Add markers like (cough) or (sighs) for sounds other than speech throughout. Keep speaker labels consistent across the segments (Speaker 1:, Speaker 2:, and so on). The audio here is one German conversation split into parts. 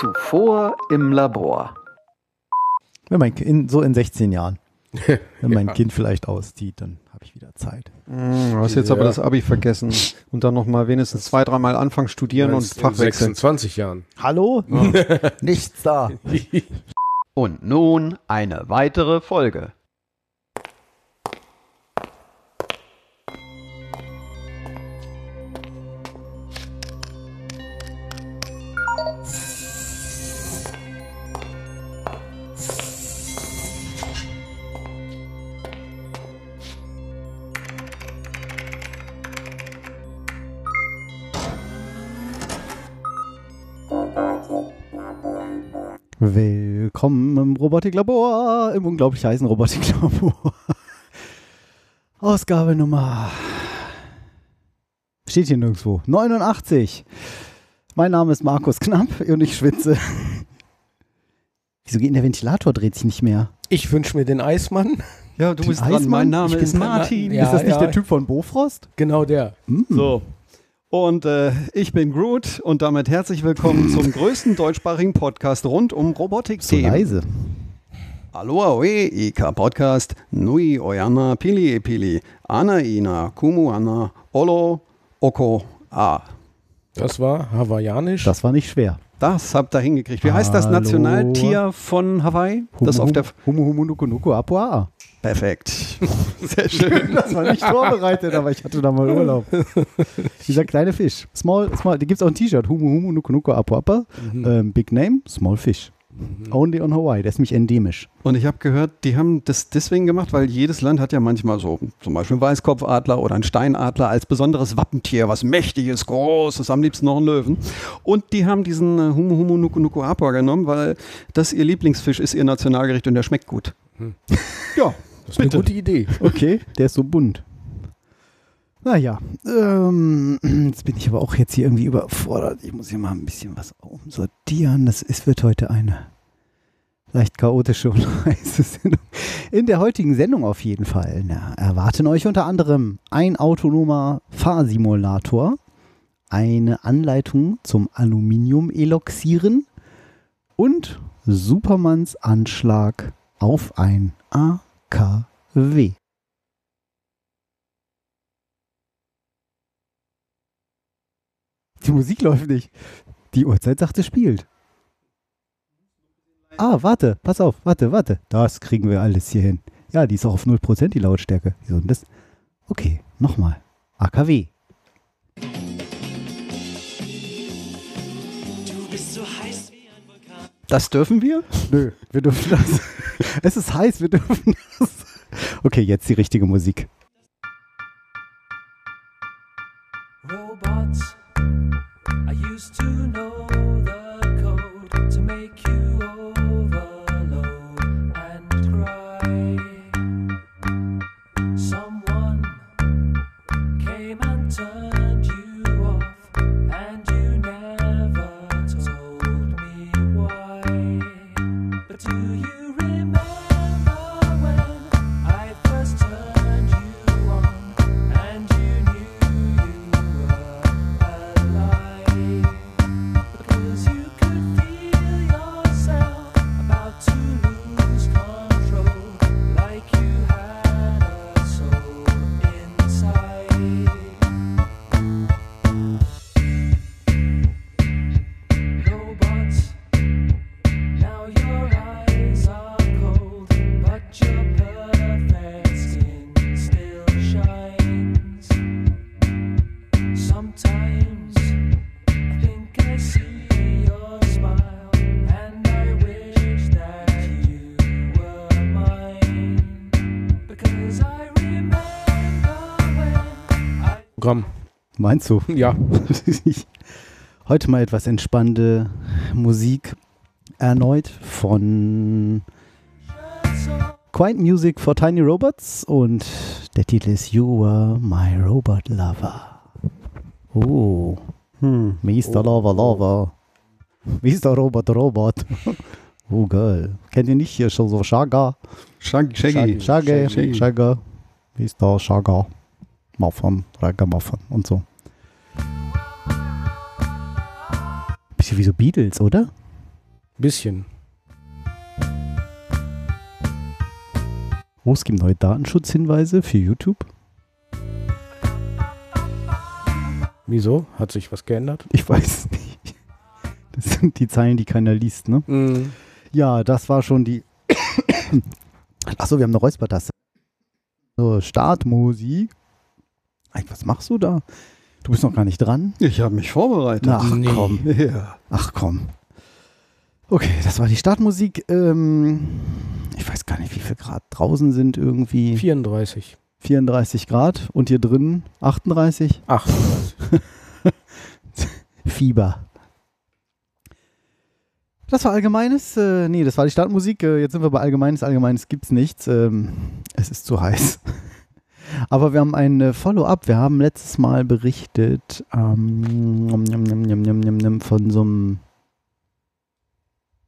Speaker 1: Zuvor im Labor.
Speaker 2: Wenn mein Kind, so in
Speaker 3: (laughs)
Speaker 2: 16 Jahren. Wenn mein
Speaker 4: Ja.
Speaker 2: Kind vielleicht auszieht, dann habe ich wieder Zeit.
Speaker 3: Hm, Du hast jetzt aber
Speaker 4: Ja.
Speaker 3: das
Speaker 2: (laughs)
Speaker 3: Abi vergessen und dann nochmal wenigstens zwei, dreimal anfangen studieren und
Speaker 4: Meinst in
Speaker 3: Fach wechseln.
Speaker 4: 26 Jahren.
Speaker 2: Hallo? (laughs) Nichts da.
Speaker 1: Und nun eine weitere Folge.
Speaker 2: Willkommen im Robotiklabor, im unglaublich heißen Robotiklabor. (laughs) Ausgabe Nummer. Steht hier nirgendwo. 89. Mein Name ist Markus Knapp und ich schwitze. (laughs) Wieso geht denn der Ventilator? Dreht sich nicht mehr.
Speaker 5: Ich wünsche mir den Eismann. (laughs)
Speaker 3: Ja, du
Speaker 2: Den
Speaker 3: bist dran.
Speaker 2: Eismann?
Speaker 3: Mein Name
Speaker 5: Ich bin
Speaker 3: ist
Speaker 5: dran.
Speaker 3: Martin.
Speaker 2: ne?
Speaker 5: Ja,
Speaker 2: ist das nicht
Speaker 5: ja.
Speaker 2: der Typ von Bofrost?
Speaker 5: Genau der.
Speaker 3: So. Und äh, ich bin Groot und damit
Speaker 1: (clears throat)
Speaker 3: herzlich willkommen zum größten deutschsprachigen Podcast rund um
Speaker 2: So
Speaker 3: Robotik-Themen.
Speaker 2: leise.
Speaker 3: Aloha oe, Ika Podcast, Nui Oyana Pili e Pili, Ana Ina, Kumu Ana, Olo, Oko, A.
Speaker 5: Das war hawaiianisch.
Speaker 2: Das war nicht schwer.
Speaker 3: Das habt ihr hingekriegt. Wie heißt das
Speaker 2: Hallo.
Speaker 3: Nationaltier von Hawaii? Das auf der. F
Speaker 2: Humu Humu Nuku Nuku Apua.
Speaker 3: Perfekt. (laughs) Sehr schön.
Speaker 2: Das war nicht vorbereitet, aber ich hatte da
Speaker 3: (laughs)
Speaker 2: mal Urlaub. Dieser kleine Fisch. Small, small. Da gibt es auch ein T-Shirt. Humu Humu Nuku Nuku Apu Apa.
Speaker 3: Mhm.
Speaker 2: Ähm, big Name, Small Fish. Only on Hawaii. Der ist nämlich endemisch.
Speaker 3: Und ich habe gehört, die haben das deswegen gemacht, weil jedes Land hat ja manchmal so zum Beispiel einen Weißkopfadler oder einen Steinadler als besonderes Wappentier, was mächtiges, großes, am liebsten noch einen Löwen. Und die haben diesen äh, Humu Humu Nuku Nuku Apua genommen, weil das ihr Lieblingsfisch ist, ihr Nationalgericht und der schmeckt gut.
Speaker 2: Ja,
Speaker 5: Das ist eine gute Idee.
Speaker 2: Okay, der ist so bunt. Naja, ähm, jetzt bin ich aber auch jetzt hier irgendwie überfordert. Ich muss hier mal ein bisschen was umsortieren. Das ist, wird heute eine leicht chaotische (laughs) und heiße Sendung. In der heutigen Sendung auf jeden Fall na, erwarten euch unter anderem ein autonomer Fahrsimulator, eine Anleitung zum Aluminium-Eloxieren und Supermans Anschlag auf ein AK. W. Die Musik läuft nicht. Die Uhrzeit sagt, es spielt. Ah, warte, pass auf, warte, warte. Das kriegen wir alles hier hin. Ja, die ist auch auf 0% die Lautstärke. Wieso denn das? Okay, nochmal. AKW.
Speaker 3: Das dürfen wir?
Speaker 2: Nö, wir dürfen das. (laughs) Es ist heiß, wir dürfen das. Okay, jetzt die richtige Musik.
Speaker 6: Robots, I used to know the code to make you overload and cry. Someone came and turned you off, and you never told me why. But do you remember when I first turned you on? And you knew you were alive Because you could feel yourself about to lose control Like you had a soul inside Robots now your eyes are cold, but your perfect skin still shines. Sometimes I think I see your smile, and I wish that you were mine. Because I remember when I
Speaker 5: Programm.
Speaker 2: Meinst du?
Speaker 5: Ja.
Speaker 2: (laughs) Heute mal etwas entspannte Musik erneut von
Speaker 6: saw.
Speaker 2: Quiet Music for Tiny Robots und der Titel ist You Were My Robot Lover. Oh,
Speaker 3: Hm.
Speaker 2: Mr. Lover Lover. Mr. Robot Robot. (laughs) Oh, geil. Kennt ihr nicht hier schon so Shaga?
Speaker 3: Shaggy. Shaggy.
Speaker 2: Shaggy,
Speaker 3: Shaggy.
Speaker 2: Shaggy. Mr. Shaga. Muffin, Reggae Muffin und so. bisschen wie so Beatles, oder?
Speaker 5: Bisschen.
Speaker 2: Oh, es gibt neue Datenschutzhinweise für YouTube.
Speaker 5: Wieso? Hat sich was geändert?
Speaker 2: Ich weiß (laughs) nicht. Das sind die Zeilen, die keiner liest, ne?
Speaker 5: Mhm.
Speaker 2: Ja, das war schon die. (coughs) Achso, wir haben eine Räuspertaste. So, Startmusik. Ey, was machst du da? Du bist noch gar nicht dran.
Speaker 3: Ich habe mich vorbereitet.
Speaker 2: Ach
Speaker 5: nee.
Speaker 2: komm.
Speaker 3: Ja.
Speaker 2: Ach komm. Okay, das war die Startmusik. Ähm, ich weiß gar nicht, wie viel Grad draußen sind irgendwie.
Speaker 5: 34.
Speaker 2: 34 Grad und hier drin 38.
Speaker 5: 38.
Speaker 2: Fieber. Das war Allgemeines. Äh, nee, das war die Startmusik. Äh, jetzt sind wir bei Allgemeines. Allgemeines gibt's nichts. Ähm, es ist zu heiß. (laughs) Aber wir haben ein äh, Follow-up. Wir haben letztes Mal berichtet ähm, nom, nom, nom, nom, nom, nom, nom, von so einem.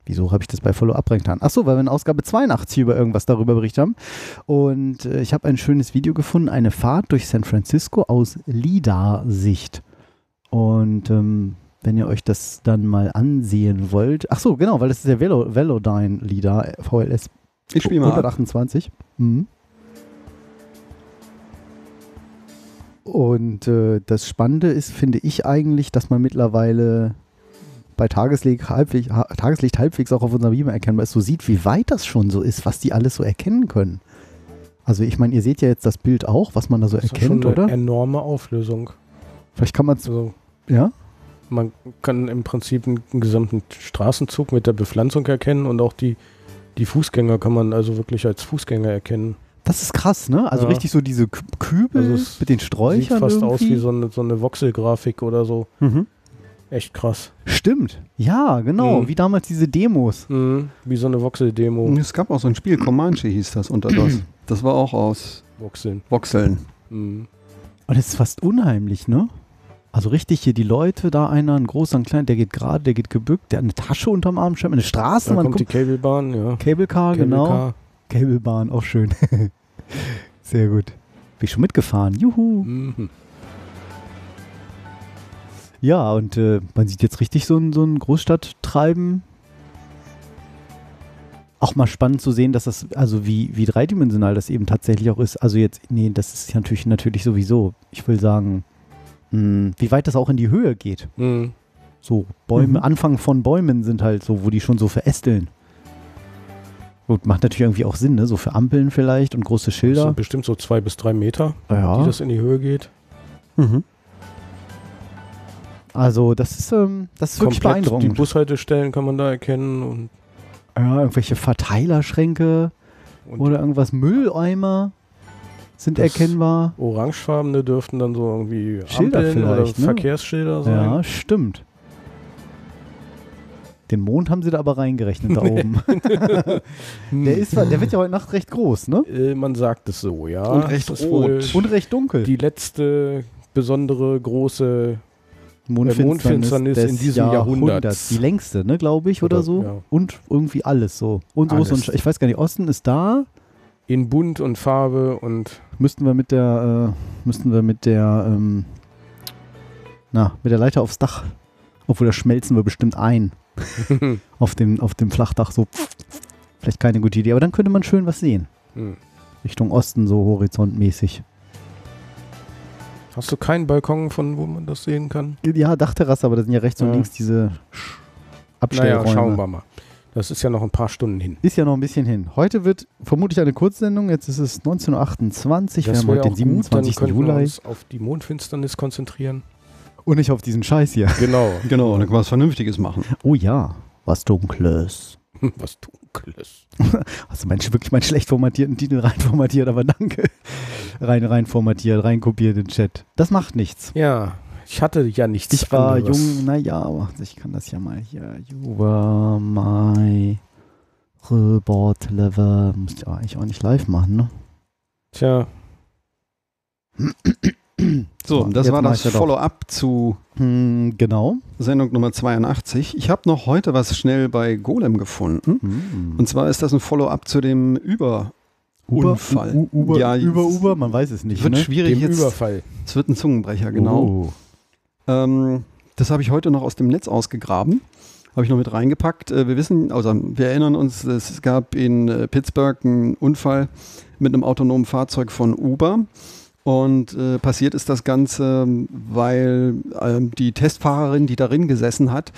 Speaker 2: Wieso habe ich das bei Follow-up reingetan? Achso, weil wir in Ausgabe 82 über irgendwas darüber berichtet haben. Und äh, ich habe ein schönes Video gefunden: eine Fahrt durch San Francisco aus LIDAR-Sicht. Und ähm, wenn ihr euch das dann mal ansehen wollt. Ach so, genau, weil das ist der Velo, Velodyne Lieder VLS
Speaker 3: Ich spiele mal. ab.
Speaker 2: 128. Mhm. Und äh, das Spannende ist, finde ich eigentlich, dass man mittlerweile bei Tageslicht halbwegs, ha- Tageslicht halbwegs auch auf unserem Beamer erkennbar ist, so sieht, wie weit das schon so ist, was die alles so erkennen können. Also ich meine, ihr seht ja jetzt das Bild auch, was man da so
Speaker 5: Das ist
Speaker 2: erkennt,
Speaker 5: schon eine
Speaker 2: oder?
Speaker 5: enorme Auflösung.
Speaker 2: Vielleicht kann man es,
Speaker 5: Also
Speaker 2: ja?
Speaker 5: man kann im Prinzip einen gesamten Straßenzug mit der Bepflanzung erkennen und auch die, die Fußgänger kann man also wirklich als Fußgänger erkennen.
Speaker 2: Das ist krass, ne? Also
Speaker 5: Ja.
Speaker 2: richtig so diese Kü- Kübel
Speaker 5: Also es
Speaker 2: mit den
Speaker 5: Sieht
Speaker 2: Sträuchern
Speaker 5: fast
Speaker 2: irgendwie.
Speaker 5: aus wie so eine, so eine Voxel-Grafik oder so.
Speaker 3: Mhm.
Speaker 5: Echt krass.
Speaker 2: Stimmt. Ja, genau.
Speaker 5: Mhm.
Speaker 2: Wie damals diese Demos.
Speaker 5: Mhm. Wie so eine Voxel-Demo.
Speaker 3: Es gab auch so ein Spiel, Comanche hieß das unter
Speaker 2: (clears throat)
Speaker 3: DOS. Das war auch aus
Speaker 5: Voxeln.
Speaker 3: Voxeln.
Speaker 5: Mhm.
Speaker 2: Und das ist fast unheimlich, ne? Also richtig hier die Leute, da einer, ein großer, ein kleiner, der geht gerade, der geht gebückt, der hat eine Tasche unterm Arm, schreibt eine Straße,
Speaker 5: Da
Speaker 2: man
Speaker 5: kommt die
Speaker 2: guckt.
Speaker 5: Cablebahn, ja.
Speaker 2: Cable Car, genau.
Speaker 5: Cable-Car.
Speaker 2: Cablebahn, auch schön. (laughs) Sehr gut. Bin ich schon mitgefahren. Juhu.
Speaker 5: Mhm.
Speaker 2: Ja, und äh, man sieht jetzt richtig so ein, so ein Großstadttreiben. Auch mal spannend zu sehen, dass das, also wie, wie dreidimensional das eben tatsächlich auch ist. Also jetzt, nee, das ist ja natürlich, natürlich sowieso, ich will sagen, mh, wie weit das auch in die Höhe geht.
Speaker 5: Mhm.
Speaker 2: So Bäume,
Speaker 3: Mhm.
Speaker 2: Anfang von Bäumen sind halt so, wo die schon so verästeln. Gut, macht natürlich irgendwie auch Sinn, ne? So für Ampeln vielleicht und große
Speaker 5: Das
Speaker 2: Schilder.
Speaker 5: sind bestimmt so zwei bis drei Meter,
Speaker 2: Ja.
Speaker 5: die das in die Höhe geht.
Speaker 3: Mhm.
Speaker 2: also das ist, ähm, das ist wirklich
Speaker 5: die
Speaker 2: beeindruckend.
Speaker 5: Bushaltestellen kann man da erkennen und,
Speaker 2: Ja, irgendwelche Verteilerschränke.
Speaker 5: und
Speaker 2: Oder irgendwas, Mülleimer sind
Speaker 5: Das-
Speaker 2: erkennbar.
Speaker 5: orangefarbene dürften dann so irgendwie
Speaker 2: Schilder
Speaker 5: Ampeln oder
Speaker 2: vielleicht, ne?
Speaker 5: Verkehrsschilder sein.
Speaker 2: Ja, stimmt. Den Mond haben sie da aber reingerechnet
Speaker 5: (laughs)
Speaker 2: da oben.
Speaker 5: Hm.
Speaker 2: Der, ist, der wird ja heute Nacht recht groß, ne?
Speaker 5: Äh, man sagt es so, ja.
Speaker 3: Und recht
Speaker 5: Es
Speaker 3: rot.
Speaker 2: Und recht dunkel.
Speaker 5: die letzte besondere große Mondfinsternis
Speaker 2: des
Speaker 5: in diesem Jahrhunderts.
Speaker 2: Die längste, ne, glaube ich, oder,
Speaker 5: Oder-
Speaker 2: so.
Speaker 5: ja.
Speaker 2: Und irgendwie alles so. Und so ist
Speaker 5: Alles.
Speaker 2: und ich weiß gar nicht, Osten ist da.
Speaker 5: in Bunt und Farbe und
Speaker 2: Müssten wir mit der, äh, müssten wir mit der, ähm, na, mit der Leiter aufs Dach. Obwohl, da schmelzen wir bestimmt ein.
Speaker 5: (laughs) Hm.
Speaker 2: auf dem, auf dem Flachdach so. Vielleicht keine gute Idee, aber dann könnte man schön was sehen.
Speaker 5: hm.
Speaker 2: Richtung Osten, so horizontmäßig.
Speaker 5: hast du keinen Balkon, von wo man das sehen kann?
Speaker 2: Ja, Dachterrasse, aber da sind ja rechts und
Speaker 5: Ja.
Speaker 2: links diese Sch- Abstellräume.
Speaker 5: Naja, schauen wir mal. Das ist ja noch ein paar Stunden hin.
Speaker 2: Ist ja noch ein bisschen hin. Heute wird vermutlich eine Kurzsendung. Jetzt ist es 19.28 Uhr. Wir
Speaker 5: das
Speaker 2: haben
Speaker 5: wär
Speaker 2: heute den
Speaker 5: auch gut, dann
Speaker 2: 27.
Speaker 5: können wir
Speaker 2: Juli.
Speaker 5: uns auf die
Speaker 2: (laughs)
Speaker 5: Mondfinsternis konzentrieren.
Speaker 2: Und nicht auf diesen Scheiß hier.
Speaker 5: Genau.
Speaker 3: Genau, dann kann man was Vernünftiges machen.
Speaker 2: Oh ja, was Dunkles.
Speaker 5: (laughs) Was Dunkles.
Speaker 2: Hast du meinen, wirklich meinen schlecht formatierten Titel reinformatiert, aber danke. Rein, rein formatiert, rein kopiert in den Chat. Das macht nichts.
Speaker 5: Ja, ich hatte ja nichts
Speaker 2: Ich war
Speaker 5: anderes.
Speaker 2: jung, naja, aber ich kann das ja mal hier. You were my robot lover. Muss ja eigentlich auch nicht live machen, ne?
Speaker 5: Tja,
Speaker 3: So, das
Speaker 2: Jetzt
Speaker 3: war
Speaker 2: mach
Speaker 3: das
Speaker 2: ich ja doch.
Speaker 3: Follow-up zu
Speaker 2: Hm, genau.
Speaker 3: Sendung Nummer 82. Ich habe noch heute was schnell bei Golem gefunden.
Speaker 2: Hm.
Speaker 3: Und zwar ist das ein Follow-up zu dem Über.
Speaker 2: Uber,
Speaker 3: Unfall.
Speaker 2: U- U- Uber,
Speaker 3: Ja,
Speaker 2: Uber,
Speaker 3: jetzt-
Speaker 2: Uber, man weiß es nicht,
Speaker 3: wird
Speaker 2: ne?
Speaker 3: schwierig
Speaker 5: dem
Speaker 3: jetzt.
Speaker 5: Überfall.
Speaker 3: genau. Es wird ein Zungenbrecher, genau.
Speaker 2: Oh.
Speaker 3: Ähm, Das habe ich heute noch aus dem Netz ausgegraben. Habe ich noch mit reingepackt. Äh, Wir wissen, also wir erinnern uns, es gab in äh, Pittsburgh einen Unfall mit einem autonomen Fahrzeug von Uber. Und äh, passiert ist das Ganze, weil ähm, die Testfahrerin, die darin gesessen hat,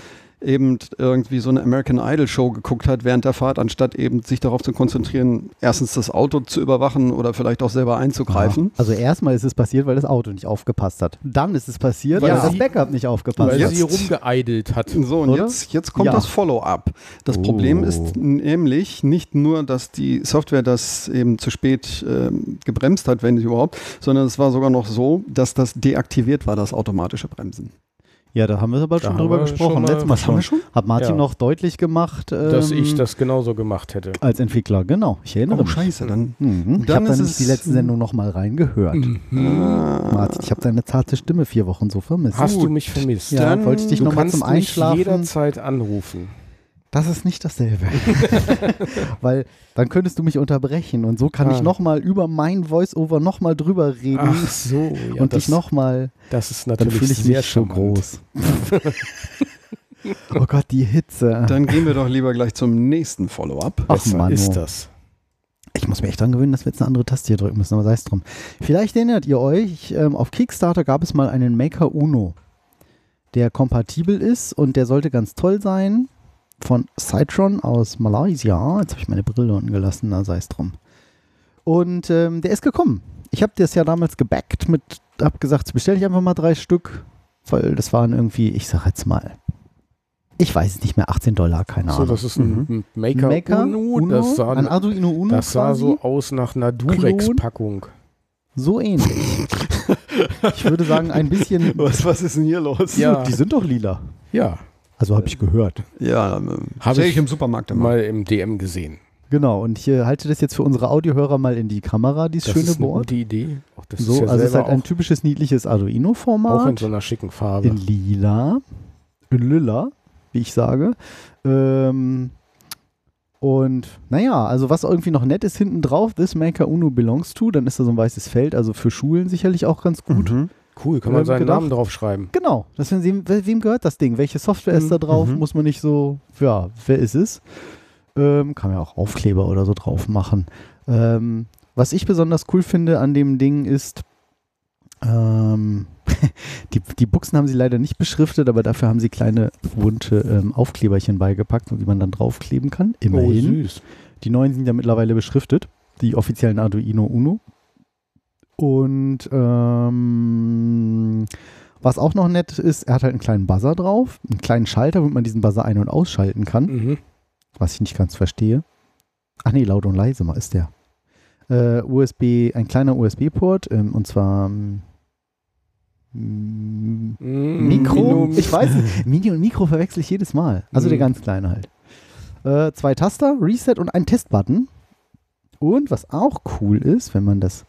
Speaker 3: eben irgendwie so eine American Idol Show geguckt hat während der Fahrt, anstatt eben sich darauf zu konzentrieren, erstens das Auto zu überwachen oder vielleicht auch selber einzugreifen.
Speaker 2: Also erstmal ist es passiert, weil das Auto nicht aufgepasst hat. Dann ist es passiert, weil,
Speaker 5: Weil
Speaker 2: das
Speaker 5: sie-
Speaker 2: Backup nicht aufgepasst
Speaker 5: Weil
Speaker 2: hat.
Speaker 5: sie rumgeeidelt hat.
Speaker 2: Ähm,
Speaker 3: So, und
Speaker 2: Oder?
Speaker 3: jetzt, jetzt kommt
Speaker 2: Ja.
Speaker 3: das Follow-up. Das Problem ist nämlich nicht nur, dass die Software das eben zu spät ähm, gebremst hat, wenn überhaupt, sondern es war sogar noch so, dass das deaktiviert war, das automatische Bremsen.
Speaker 2: Ja, da haben wir aber
Speaker 5: Da
Speaker 2: schon
Speaker 5: haben
Speaker 2: drüber
Speaker 5: wir
Speaker 2: gesprochen.
Speaker 5: schon mal-
Speaker 2: Letztes Mal
Speaker 5: haben wir
Speaker 2: schon. Hat Martin
Speaker 5: Ja.
Speaker 2: noch deutlich gemacht, ähm,
Speaker 5: Dass ich das Oh, genauso gemacht hätte.
Speaker 2: als Entwickler, genau. Ich erinnere mich.
Speaker 3: Oh, scheiße, dann.
Speaker 2: Mhm. Ich
Speaker 3: Dann
Speaker 2: habe dann
Speaker 3: ist
Speaker 2: nämlich
Speaker 3: es-
Speaker 2: die letzte Sendung nochmal reingehört.
Speaker 5: Mhm.
Speaker 2: Mhm. Martin, ich habe deine zarte Stimme vier Wochen so vermisst.
Speaker 5: Hast du mich vermisst?
Speaker 2: ja,
Speaker 3: dann-
Speaker 2: wollte ich dich
Speaker 5: Du
Speaker 2: nochmal
Speaker 5: kannst
Speaker 2: zum
Speaker 5: mich
Speaker 2: Einschlafen.
Speaker 5: jederzeit anrufen.
Speaker 2: Das ist nicht
Speaker 5: (laughs)
Speaker 2: dasselbe. (laughs) Weil dann könntest du mich unterbrechen und so kann
Speaker 5: Ah.
Speaker 2: ich nochmal über mein Voice-Over nochmal drüber reden
Speaker 5: so, ja,
Speaker 2: und
Speaker 5: das,
Speaker 2: dich nochmal.
Speaker 5: Das ist
Speaker 2: Dann
Speaker 5: natürlich
Speaker 2: fühle ich
Speaker 5: sehr
Speaker 2: mich so
Speaker 5: charmant.
Speaker 2: groß. (laughs) oh Gott, die Hitze.
Speaker 3: äh, Dann gehen wir doch lieber gleich zum nächsten Follow-up.
Speaker 2: Ach
Speaker 5: Besser
Speaker 2: Mann,
Speaker 5: ist
Speaker 2: oh.
Speaker 5: das.
Speaker 2: ich muss mir echt dran gewöhnen, dass wir jetzt eine andere Taste hier drücken müssen, aber sei es drum. Vielleicht erinnert ihr euch, ähm, auf Kickstarter gab es mal einen Maker Uno, der kompatibel ist und der sollte ganz toll sein. Von Citron aus Malaysia. Jetzt habe ich meine Brille unten gelassen, na sei es drum. Und ähm, der ist gekommen. Ich habe das ja damals gebackt mit, habe gesagt, bestelle ich einfach mal drei Stück, weil das waren irgendwie, ich sag jetzt mal, ich weiß es nicht mehr, 18 Dollar, keine
Speaker 5: So,
Speaker 2: Ahnung.
Speaker 5: das ist ein Maker,
Speaker 2: Mhm. Maker
Speaker 5: Uno. Das sah,
Speaker 2: ein Arduino Uno
Speaker 5: das sah
Speaker 2: quasi.
Speaker 5: so aus nach einer Durex-Packung.
Speaker 2: So ähnlich. ich würde sagen, ein bisschen.
Speaker 3: Was, was ist denn hier los?
Speaker 5: Ja,
Speaker 2: Die sind doch lila.
Speaker 5: ja.
Speaker 2: Also habe ich gehört.
Speaker 3: Ja,
Speaker 5: Hab
Speaker 3: habe sehe
Speaker 5: ich
Speaker 3: ich im Supermarkt immer.
Speaker 5: Mal im DM gesehen.
Speaker 2: Genau, und ich äh, halte das jetzt für unsere Audiohörer mal in die Kamera, dieses
Speaker 5: Das
Speaker 2: schöne
Speaker 5: ist eine
Speaker 2: Board.
Speaker 5: gute Idee. Auch das
Speaker 2: So,
Speaker 5: ist ja
Speaker 2: also es ist
Speaker 5: selber
Speaker 2: halt ein typisches niedliches
Speaker 5: auch, auch in
Speaker 2: Arduino-Format.
Speaker 5: so einer schicken Farbe.
Speaker 2: In lila. In lila, wie ich sage. Ähm, und naja, also was irgendwie noch nett ist, hinten drauf, This Maker Uno belongs to, dann ist da so ein weißes Feld, also für Schulen sicherlich auch ganz gut.
Speaker 3: Mhm.
Speaker 5: cool, kann man
Speaker 2: Ähm,
Speaker 5: seinen
Speaker 2: gedacht.
Speaker 5: Namen draufschreiben.
Speaker 2: Genau, dass wir sehen, we- wem gehört das Ding? Welche Software ist da drauf?
Speaker 3: Mhm.
Speaker 2: Muss man nicht so, ja, wer ist es? Ähm, kann man ja auch Aufkleber oder so drauf machen. Ähm, was ich besonders cool finde an dem Ding ist, ähm, (laughs) die, die Buchsen haben sie leider nicht beschriftet, aber dafür haben sie kleine bunte ähm, Aufkleberchen beigepackt, die man dann draufkleben kann. Immerhin.
Speaker 5: Oh, süß.
Speaker 2: Die neuen sind ja mittlerweile beschriftet, die offiziellen Arduino Uno. Und ähm, was auch noch nett ist, er hat halt einen kleinen Buzzer drauf, einen kleinen Schalter, womit man diesen Buzzer ein- und ausschalten kann,
Speaker 5: Mhm.
Speaker 2: was ich nicht ganz verstehe. Ach nee, laut und leise mal ist der. Äh, USB, ein kleiner USB-Port, ähm, und zwar ähm,
Speaker 5: Mm,
Speaker 2: Mikro?
Speaker 5: Mino-
Speaker 2: Ich weiß
Speaker 5: (laughs)
Speaker 2: nicht. Mini und Mikro verwechsel ich jedes Mal. Also der
Speaker 5: Mhm.
Speaker 2: ganz kleine halt. Äh, zwei Taster, Reset und ein Testbutton. Und was auch cool ist, wenn man das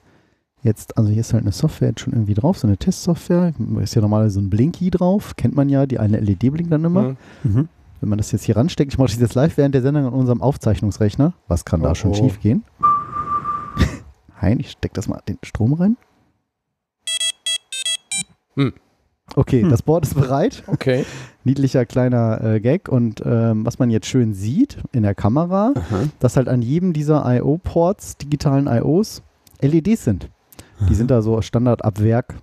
Speaker 2: jetzt, also hier ist halt eine Software jetzt schon irgendwie drauf, so eine Testsoftware. Ist ja normalerweise so ein Blinky drauf. Kennt man ja, die eine LED blinkt dann immer.
Speaker 5: Mhm.
Speaker 3: Mhm.
Speaker 2: Wenn man das jetzt hier ransteckt, ich mache das jetzt live während der Sendung an unserem Aufzeichnungsrechner. Was kann da
Speaker 5: Oh,
Speaker 2: schon
Speaker 5: oh.
Speaker 2: schief gehen? (laughs) Hein, ich steck das mal den Strom rein.
Speaker 5: Hm.
Speaker 2: Okay,
Speaker 3: Hm.
Speaker 2: das Board ist bereit
Speaker 5: Okay.
Speaker 2: niedlicher kleiner äh, Gag. Und ähm, was man jetzt schön sieht in der Kamera,
Speaker 3: Aha.
Speaker 2: dass halt an jedem dieser IO-Ports, digitalen IOs, LEDs E sind. Die sind da so Standard ab Werk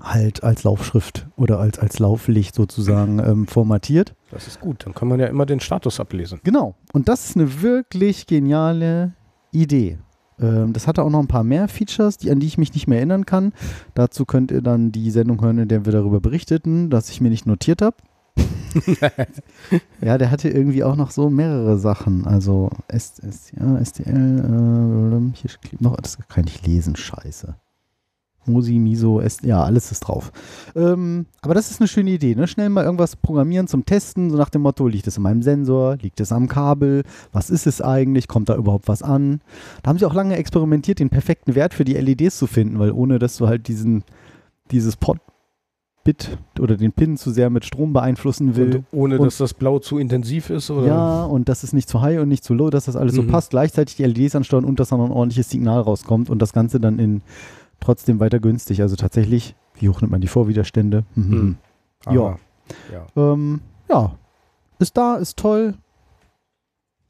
Speaker 2: halt als Laufschrift oder als, als Lauflicht sozusagen ähm, formatiert.
Speaker 5: Das ist gut. Dann kann man ja immer den Status ablesen.
Speaker 2: Genau. Und das ist eine wirklich geniale Idee. Ähm, das hatte auch noch ein paar mehr Features, die, an die ich mich nicht mehr erinnern kann. Dazu könnt ihr dann die Sendung hören, in der wir darüber berichteten, dass ich mir nicht notiert habe. ja, der hatte irgendwie auch noch so mehrere Sachen. Also S, S, ja, STL, äh, hier klebt noch, das kann ich lesen, scheiße. Mosi, Miso, S, ja, alles ist drauf. Ähm, aber das ist eine schöne Idee, ne? Schnell mal irgendwas programmieren zum Testen, so nach dem Motto, liegt es in meinem Sensor, liegt es am Kabel, was ist es eigentlich, kommt da überhaupt was an? Da haben sie auch lange experimentiert, den perfekten Wert für die LEDs zu finden, weil ohne dass du halt diesen, dieses Pot-Bit oder den Pin zu sehr mit Strom beeinflussen will.
Speaker 5: Und ohne,
Speaker 2: Und-
Speaker 5: dass das Blau zu intensiv ist? Oder?
Speaker 2: Ja, und das ist nicht zu high und nicht zu low, dass das alles so
Speaker 5: Mhm.
Speaker 2: passt. Gleichzeitig die LEDs ansteuern und dass dann ein ordentliches Signal rauskommt und das Ganze dann in trotzdem weiter günstig. Also tatsächlich, wie hoch nimmt man die Vorwiderstände? Mhm.
Speaker 5: Mhm.
Speaker 2: Ja.
Speaker 5: Hm. Ja.
Speaker 2: Ähm, ja, ist da, ist toll.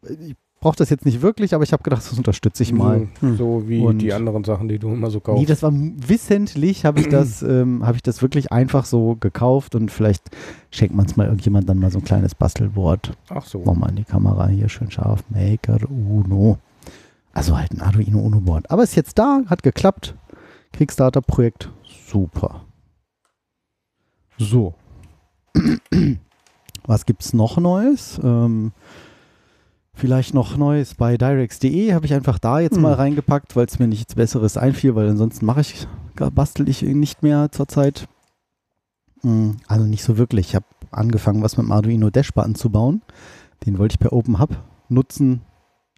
Speaker 2: Ich brauche das jetzt nicht wirklich, aber ich habe gedacht, das unterstütze ich mal. Hm.
Speaker 5: So, Hm. so wie
Speaker 2: Und-
Speaker 5: die anderen Sachen, die du immer so kaufst.
Speaker 2: Nee, das war m- wissentlich, habe ich,
Speaker 5: (clears throat)
Speaker 2: das, ähm, habe ich das wirklich einfach so gekauft und vielleicht schenkt man es mal irgendjemand dann mal so ein kleines Bastelboard.
Speaker 5: Ach so.
Speaker 2: Nochmal in die Kamera hier schön scharf. Maker Uno. Also halt ein Arduino Uno Board. Aber ist jetzt da, hat geklappt. Kickstarter-Projekt, super. So. (clears throat) Was gibt's noch Neues? Ähm, vielleicht noch Neues bei directs.de habe ich einfach da jetzt mal Hm. reingepackt, weil es mir nichts Besseres einfiel, weil ansonsten mache ich, bastel ich nicht mehr zurzeit. Hm, Also nicht so wirklich. Ich habe angefangen, was mit dem Arduino Dashbar anzubauen. Den wollte ich per Open Hub nutzen,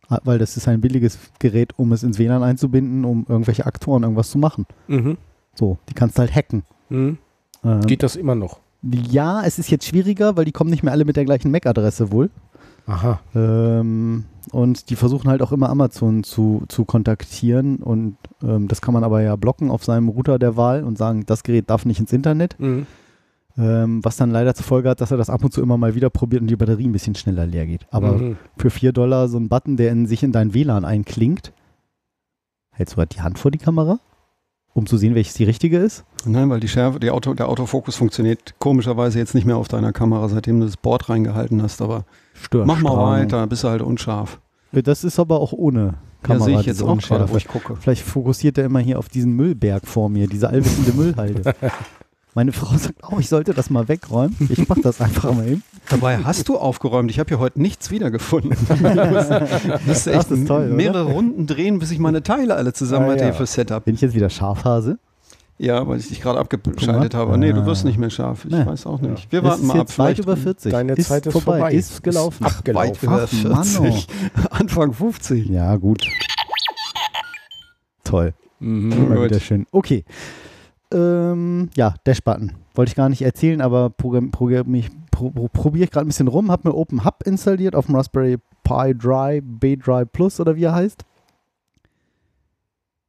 Speaker 2: ah, weil das ist ein billiges Gerät, um es ins WLAN einzubinden, um irgendwelche Aktoren irgendwas zu machen.
Speaker 5: Mhm.
Speaker 2: So, die kannst du halt hacken.
Speaker 5: Mhm.
Speaker 2: Ähm,
Speaker 5: Geht das immer noch?
Speaker 2: ja, es ist jetzt schwieriger, weil die kommen nicht mehr alle mit der gleichen MAC-Adresse wohl.
Speaker 5: Aha.
Speaker 2: Ähm, und die versuchen halt auch immer Amazon zu, zu kontaktieren. Und ähm, das kann man aber ja blocken auf seinem Router der Wahl und sagen, das Gerät darf nicht ins Internet.
Speaker 5: Mhm.
Speaker 2: Ähm, was dann leider zur Folge hat, dass er das ab und zu immer mal wieder probiert und die Batterie ein bisschen schneller leer geht. Aber
Speaker 5: Mhm.
Speaker 2: für 4 Dollar so einen Button, der in sich in dein WLAN einklingt, hältst du halt die Hand vor die Kamera, um zu sehen, welches die richtige ist.
Speaker 3: Nein, weil die Schärfe, die Auto, der Autofokus funktioniert komischerweise jetzt nicht mehr auf deiner Kamera, seitdem du das Board reingehalten hast. Aber
Speaker 2: Stört.
Speaker 3: mach mal
Speaker 2: Strahlung.
Speaker 3: weiter, bist du halt unscharf.
Speaker 2: Äh, Das ist aber auch ohne
Speaker 3: ja,
Speaker 2: Kamera.
Speaker 3: sehe ich jetzt
Speaker 2: diese
Speaker 3: auch
Speaker 2: Unschärfe.
Speaker 3: gerade, wo ich gucke.
Speaker 2: Vielleicht fokussiert er immer hier auf diesen Müllberg vor mir, diese allwissende
Speaker 5: (laughs)
Speaker 2: Müllhalde. Meine Frau sagt, oh, ich sollte das mal wegräumen. Ich mach das einfach mal hin.
Speaker 3: (laughs) Dabei hast du aufgeräumt. Ich habe hier heute nichts wiedergefunden. (laughs) Ich musste
Speaker 2: Das
Speaker 3: echt
Speaker 2: ist toll, oder?
Speaker 3: mehrere Runden drehen, bis ich meine Teile alle zusammen
Speaker 5: Ah,
Speaker 3: hatte
Speaker 5: ja.
Speaker 3: für Setup.
Speaker 2: Bin ich jetzt wieder Schafhase?
Speaker 3: Ja, weil ich dich gerade
Speaker 2: Guck
Speaker 3: abgeschaltet
Speaker 2: mal.
Speaker 3: habe. Nee, du
Speaker 2: Ah.
Speaker 3: wirst nicht mehr scharf. Ich
Speaker 2: Nee.
Speaker 3: weiß auch nicht. Wir
Speaker 2: Das
Speaker 3: warten
Speaker 2: ist
Speaker 3: mal ab.
Speaker 2: jetzt weit über 40.
Speaker 5: Deine
Speaker 2: ist
Speaker 5: Zeit ist
Speaker 2: vorbei.
Speaker 5: vorbei.
Speaker 2: Ist gelaufen.
Speaker 5: Ist abgelaufen.
Speaker 3: Weit über
Speaker 2: Ach, Mann,
Speaker 3: 40. (laughs) Anfang 50.
Speaker 2: Ja, gut. Toll.
Speaker 5: Mhm.
Speaker 2: Immer
Speaker 3: Gut.
Speaker 2: wieder schön. Okay. Ähm, ja, Dash-Button. Wollte ich gar nicht erzählen, aber program- program- ich pro, pro, probiere ich gerade ein bisschen rum. Habe mir Open Hub installiert auf dem Raspberry Pi Dry, B Dry Plus oder wie er heißt.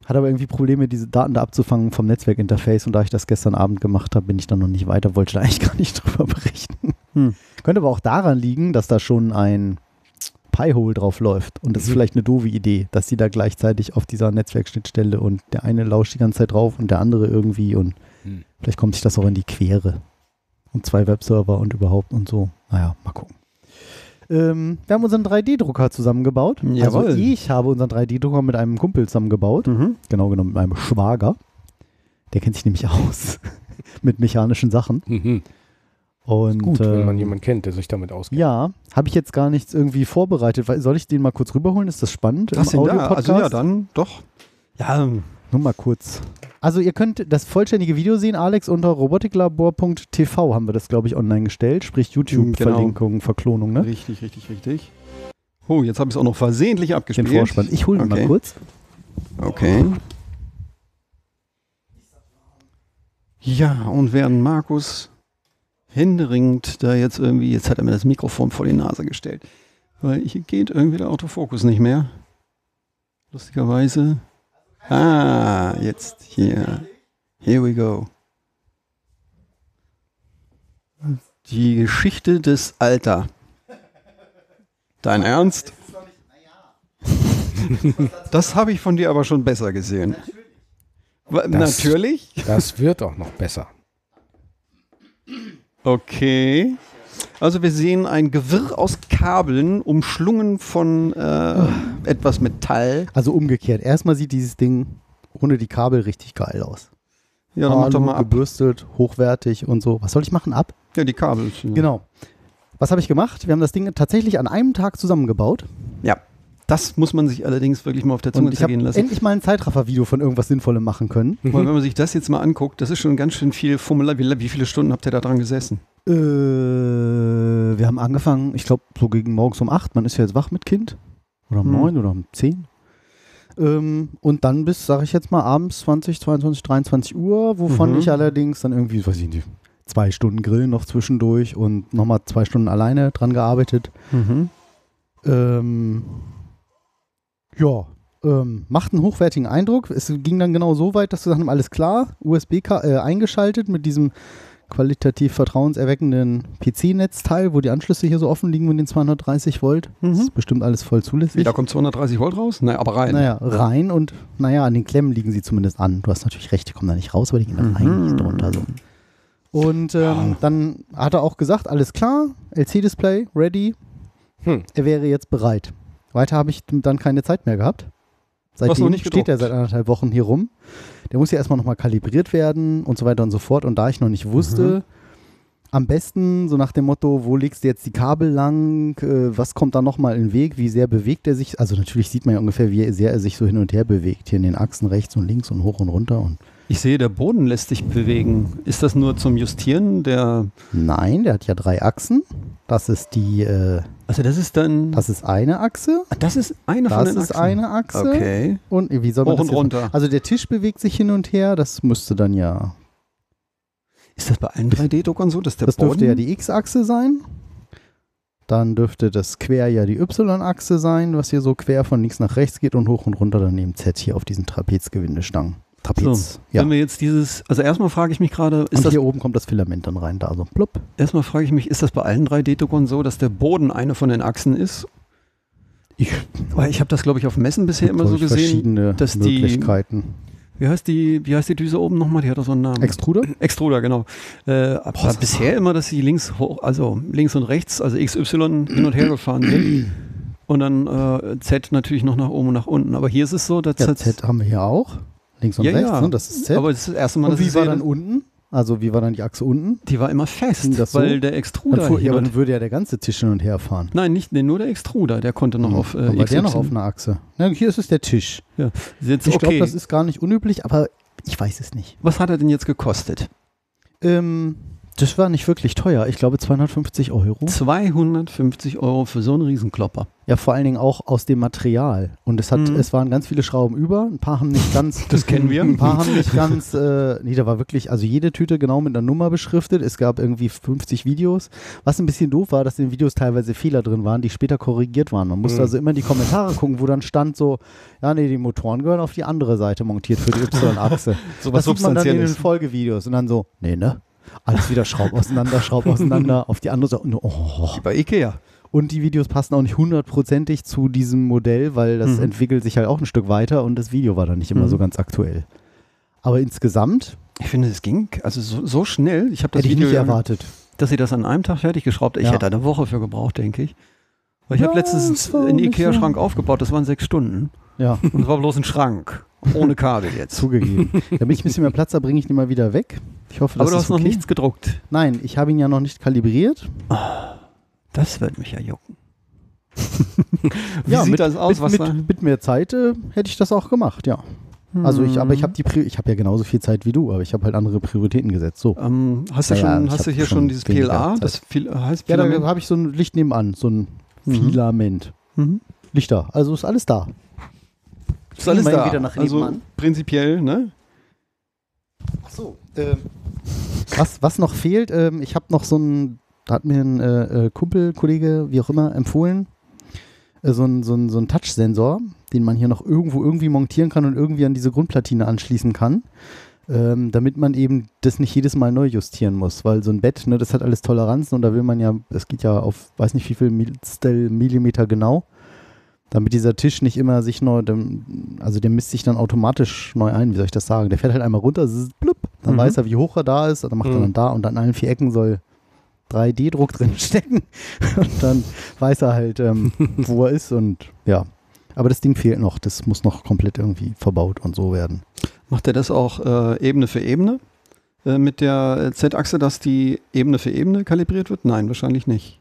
Speaker 2: Hat aber irgendwie Probleme, diese Daten da abzufangen vom Netzwerkinterface. Und da ich das gestern Abend gemacht habe, bin ich dann noch nicht weiter. Wollte da eigentlich (laughs) gar nicht drüber berichten.
Speaker 3: Hm.
Speaker 2: Könnte aber auch daran liegen, dass da schon ein Pi-Hole drauf läuft. Und das ist
Speaker 5: Mhm.
Speaker 2: vielleicht eine doofe Idee, dass die da gleichzeitig auf dieser Netzwerkschnittstelle und der eine lauscht die ganze Zeit drauf und der andere irgendwie und
Speaker 5: Mhm.
Speaker 2: vielleicht kommt sich das auch in die Quere. Und zwei Webserver und überhaupt und so. Naja, mal gucken. Ähm, wir haben unseren 3D-Drucker zusammengebaut.
Speaker 3: Jawohl.
Speaker 2: Also ich habe unseren 3D-Drucker mit einem Kumpel zusammengebaut.
Speaker 3: Mhm.
Speaker 2: Genau genommen mit meinem Schwager. Der kennt sich nämlich (laughs) aus mit mechanischen Sachen.
Speaker 5: Mhm.
Speaker 2: Und,
Speaker 5: Gut, wenn man
Speaker 2: ähm,
Speaker 5: jemanden kennt, der sich damit auskennt.
Speaker 2: ja, habe ich jetzt gar nichts irgendwie vorbereitet. Weil- Soll ich den mal kurz rüberholen? Ist das spannend?
Speaker 3: Was denn da?
Speaker 2: Audio-Podcast?
Speaker 3: Also ja, dann doch. Ja,
Speaker 2: Nur mal kurz. Also ihr könnt das vollständige Video sehen, Alex, unter robotiklabor.tv haben wir das, glaube ich, online gestellt. Sprich
Speaker 3: Hm, genau.
Speaker 2: YouTube-Verlinkung, Verklonung, ne?
Speaker 3: richtig, richtig, richtig. Oh, jetzt habe ich es auch noch versehentlich
Speaker 2: Den
Speaker 3: abgespielt.
Speaker 2: Vorspann. Ich hole ihn
Speaker 3: Okay.
Speaker 2: mal kurz.
Speaker 3: Okay. Ja, und während Markus händeringend da jetzt irgendwie, jetzt hat er mir das Mikrofon vor die Nase gestellt, weil hier geht irgendwie der Autofokus nicht mehr. Lustigerweise. Ah, jetzt hier. Here we go. Die Geschichte des Alter. Dein Ernst? Das habe ich von dir aber schon besser gesehen. Wa-
Speaker 5: Das-
Speaker 3: Natürlich?
Speaker 5: Das wird auch noch besser.
Speaker 3: (laughs) Okay. Also wir sehen ein Gewirr aus Kabeln, umschlungen von äh, etwas Metall.
Speaker 2: Also umgekehrt. Erstmal sieht dieses Ding ohne die Kabel richtig geil aus.
Speaker 3: Ja, dann mach doch mal ab.
Speaker 2: gebürstet, hochwertig und so. Was soll ich machen? Ab?
Speaker 3: Ja, die Kabel.
Speaker 2: Genau. Was habe ich gemacht? Wir haben das Ding tatsächlich an einem Tag zusammengebaut.
Speaker 3: Ja. Das muss man sich allerdings wirklich mal auf der Zunge
Speaker 2: Und ich habe
Speaker 3: zergehen lassen.
Speaker 2: endlich mal ein Zeitraffer-Video von irgendwas Sinnvollem machen können.
Speaker 3: Weil wenn man sich das jetzt mal anguckt, das ist schon ganz schön viel Formular. Wie, wie viele Stunden habt ihr da dran gesessen?
Speaker 2: Äh, wir haben angefangen, ich glaube, so gegen morgens um 8. Man ist ja jetzt wach mit Kind. Oder um
Speaker 3: Hm.
Speaker 2: 9 oder um 10. Ähm, und dann bis, sage ich jetzt mal, abends 20, 22, 23 Uhr, wovon
Speaker 3: Mhm.
Speaker 2: ich allerdings dann irgendwie, weiß ich nicht, zwei Stunden Grillen noch zwischendurch und nochmal zwei Stunden alleine dran gearbeitet. Mhm. Ähm, ja, ähm, macht einen hochwertigen Eindruck. Es ging dann genau so weit, dass wir gesagt haben, alles klar, USB äh, eingeschaltet mit diesem qualitativ vertrauenserweckenden PC-Netzteil, wo die Anschlüsse hier so offen liegen mit den 230 Volt. Das ist bestimmt alles voll
Speaker 3: Wie,
Speaker 2: zulässig.
Speaker 3: da kommt 230 Volt raus? Nein, aber rein.
Speaker 2: Naja, rein und naja, an den Klemmen liegen sie zumindest an. Du hast natürlich recht, die kommen da nicht raus, aber die gehen da rein hier drunter so. Und ähm, dann hat er auch gesagt, alles klar, LC-Display, ready.
Speaker 5: Hm.
Speaker 2: Er wäre jetzt bereit. Weiter habe ich dann keine Zeit mehr gehabt.
Speaker 3: noch
Speaker 2: Seitdem
Speaker 3: nicht
Speaker 2: steht er
Speaker 3: gedruckt.
Speaker 2: seit anderthalb Wochen hier rum. Der muss ja erstmal nochmal kalibriert werden und so weiter und so fort. Und da ich noch nicht
Speaker 3: Mhm.
Speaker 2: wusste, am besten so nach dem Motto, wo legst du jetzt die Kabel lang, äh, was kommt da nochmal in den Weg, wie sehr bewegt er sich. Also natürlich sieht man ja ungefähr, wie sehr er sich so hin und her bewegt. Hier in den Achsen rechts und links und hoch und runter. Und
Speaker 3: Ich sehe, der Boden lässt sich bewegen. Ist das nur zum Justieren der.
Speaker 2: nein, der hat ja drei Achsen. Das ist die, äh,
Speaker 3: Also, das ist dann.
Speaker 2: das ist eine Achse.
Speaker 3: Ah, das ist eine von
Speaker 2: Das
Speaker 3: den
Speaker 2: ist
Speaker 3: Achsen.
Speaker 2: eine Achse.
Speaker 3: Okay.
Speaker 2: Und wie soll man
Speaker 3: Hoch
Speaker 2: das
Speaker 3: und
Speaker 2: jetzt-
Speaker 3: runter.
Speaker 2: Also der Tisch bewegt sich hin und her, das müsste dann ja.
Speaker 3: Ist das bei allen 3D-Druckern so, dass der
Speaker 2: das
Speaker 3: Boden.
Speaker 2: dürfte ja die X-Achse sein. Dann dürfte das quer ja die Y-Achse sein, was hier so quer von links nach rechts geht und hoch und runter dann eben Z hier auf diesen Trapezgewindestangen. Trapez.
Speaker 3: so,
Speaker 2: ja.
Speaker 3: Wenn wir jetzt dieses. Also, erstmal frage ich mich gerade, ist
Speaker 2: Und
Speaker 3: das.
Speaker 2: hier oben kommt das Filament dann rein, da so plupp.
Speaker 3: Erstmal frage ich mich, ist das bei allen 3D-Druckern so, dass der Boden eine von den Achsen ist?
Speaker 2: Ich
Speaker 3: Weil ich habe das, glaube ich, auf Messen bisher immer so gesehen.
Speaker 2: verschiedene
Speaker 3: dass die-
Speaker 2: Möglichkeiten.
Speaker 3: Wie heißt, die, wie heißt die Düse oben nochmal? Die hat doch so einen Namen.
Speaker 2: Extruder?
Speaker 3: Extruder, genau. Äh, aber bisher immer, dass sie links hoch, also links und rechts, also XY hin und her gefahren sind. Und dann äh, Z natürlich noch nach oben und nach unten. Aber hier ist es so, dass
Speaker 2: Ja,
Speaker 3: das-
Speaker 2: Z haben wir hier auch. Links und
Speaker 3: Ja,
Speaker 2: rechts,
Speaker 3: ja.
Speaker 2: Ne? das ist Z.
Speaker 3: Aber das ist das erste Mal, dass
Speaker 2: und
Speaker 3: ich
Speaker 2: wie war
Speaker 3: sehe,
Speaker 2: dann
Speaker 3: dass-
Speaker 2: unten? Also wie war dann die Achse unten?
Speaker 3: die war immer
Speaker 2: Ging
Speaker 3: fest,
Speaker 2: das so?
Speaker 3: weil der
Speaker 2: Dann
Speaker 3: Extruder.
Speaker 2: fuhr,
Speaker 3: hin
Speaker 2: ja, aber
Speaker 3: und-
Speaker 2: dann würde ja der ganze Tisch hin und her fahren.
Speaker 3: nein, nicht, nee, nur der Extruder, der konnte
Speaker 2: Mhm.
Speaker 3: noch auf äh,
Speaker 2: Hm. aber der noch
Speaker 3: XY.
Speaker 2: auf einer Achse. Na, hier ist es der Tisch.
Speaker 3: ja. Jetzt,
Speaker 2: Ich
Speaker 3: okay.
Speaker 2: glaube, das ist gar nicht unüblich, aber ich weiß es nicht.
Speaker 3: Was hat er denn jetzt gekostet?
Speaker 2: Ähm, das war nicht wirklich teuer. Ich glaube 250 Euro.
Speaker 3: 250 Euro für so einen Riesenklopper.
Speaker 2: Ja, vor allen Dingen auch aus dem Material. Und es hat,
Speaker 3: Mhm.
Speaker 2: es waren ganz viele Schrauben über. Ein paar haben nicht ganz.
Speaker 3: (laughs) Das kennen wir.
Speaker 2: Ein paar haben nicht ganz. Äh, nee, da war wirklich, also jede Tüte genau mit einer Nummer beschriftet. Es gab irgendwie 50 Videos. Was ein bisschen doof war, dass in den Videos teilweise Fehler drin waren, die später korrigiert waren. Man musste
Speaker 5: Mhm.
Speaker 2: also immer in die Kommentare gucken, wo dann stand so, ja, nee, die Motoren gehören auf die andere Seite montiert für die Y-Achse.
Speaker 3: So
Speaker 2: das sieht man dann in den Folgevideos. Und dann so, nee, ne? Alles wieder Schraub auseinander, Schraub
Speaker 3: (laughs)
Speaker 2: auseinander, auf die andere Seite. Und, oh.
Speaker 3: Bei Ikea.
Speaker 2: Und die Videos passen auch nicht hundertprozentig zu diesem Modell, weil das
Speaker 3: Mhm.
Speaker 2: entwickelt sich halt auch ein Stück weiter und das Video war dann nicht immer
Speaker 3: Mhm.
Speaker 2: so ganz aktuell. Aber insgesamt
Speaker 3: Ich finde, es ging also so, so schnell. Ich habe das
Speaker 2: hätte ich
Speaker 3: Video
Speaker 2: nicht
Speaker 3: ja- ne?
Speaker 2: erwartet.
Speaker 3: dass sie das an einem Tag fertig geschraubt hat. Ich
Speaker 2: Ja.
Speaker 3: hätte eine Woche für gebraucht, denke ich. Weil ich
Speaker 2: Ja,
Speaker 3: habe letztens
Speaker 2: das war
Speaker 3: einen
Speaker 2: nicht so.
Speaker 3: Ikea-Schrank aufgebaut, das waren sechs Stunden. (laughs)
Speaker 2: Ja,
Speaker 3: Und es war bloß ein Schrank. Ohne Kabel jetzt.
Speaker 2: zugegeben. Damit ich ein bisschen mehr Platz habe, bringe ich ihn mal wieder weg. Ich hoffe, das
Speaker 3: Aber du
Speaker 2: ist
Speaker 3: hast noch
Speaker 2: okay.
Speaker 3: nichts gedruckt.
Speaker 2: Nein, ich habe ihn ja noch nicht kalibriert.
Speaker 3: Das wird mich ja jucken. Wie
Speaker 2: Ja,
Speaker 3: sieht
Speaker 2: mit-
Speaker 3: das aus? was
Speaker 2: mit,
Speaker 3: da-
Speaker 2: mit, mit mehr Zeit äh, hätte ich das auch gemacht, ja. Also ich,
Speaker 3: Mhm.
Speaker 2: aber ich habe die Pri ich habe ja genauso viel Zeit wie du, aber ich habe halt andere Prioritäten gesetzt. So.
Speaker 3: ähm, hast du,
Speaker 2: Ja, ja,
Speaker 3: schon,
Speaker 2: ich
Speaker 3: hast du
Speaker 2: hab
Speaker 3: hier
Speaker 2: schon
Speaker 3: schon dieses
Speaker 2: weniger
Speaker 3: PLA?
Speaker 2: Zeit.
Speaker 3: Das viel, heißt
Speaker 2: Ja, da
Speaker 3: Filament?
Speaker 2: habe ich so ein Licht nebenan, so ein
Speaker 3: Mhm.
Speaker 2: Filament.
Speaker 3: Mhm.
Speaker 2: Lichter, also ist alles da.
Speaker 3: Ist alles
Speaker 2: Immerhin
Speaker 3: da.
Speaker 2: wieder nach
Speaker 3: also
Speaker 2: nebenan.
Speaker 3: prinzipiell, ne?
Speaker 2: Achso,
Speaker 3: ähm.
Speaker 2: was, was noch fehlt, ähm, ich habe noch so ein, da hat mir ein äh, äh, Kumpel, Kollege, wie auch immer, empfohlen, äh, so ein, so ein, so ein Touch-Sensor, den man hier noch irgendwo irgendwie montieren kann und irgendwie an diese Grundplatine anschließen kann. Ähm, damit man eben das nicht jedes Mal neu justieren muss, weil so ein Bett, ne, das hat alles Toleranzen und da will man ja, das geht ja auf, weiß nicht wie viel Mil Stel- Millimeter genau, damit dieser Tisch nicht immer sich neu, dem, also der misst sich dann automatisch neu ein, wie soll ich das sagen? Der fährt halt einmal runter, zzz, blub, dann
Speaker 3: Mhm.
Speaker 2: weiß er, wie hoch er da ist, dann macht er
Speaker 5: Mhm.
Speaker 2: dann da und an allen vier Ecken soll (laughs) 3D-Druck drin stecken und dann weiß er halt, ähm, wo er ist und ja. Aber das Ding fehlt noch, das muss noch komplett irgendwie verbaut und so werden.
Speaker 3: Macht er das auch äh, Ebene für Ebene? Äh, mit der äh, Z-Achse, dass die Ebene für Ebene kalibriert wird? Nein, wahrscheinlich nicht.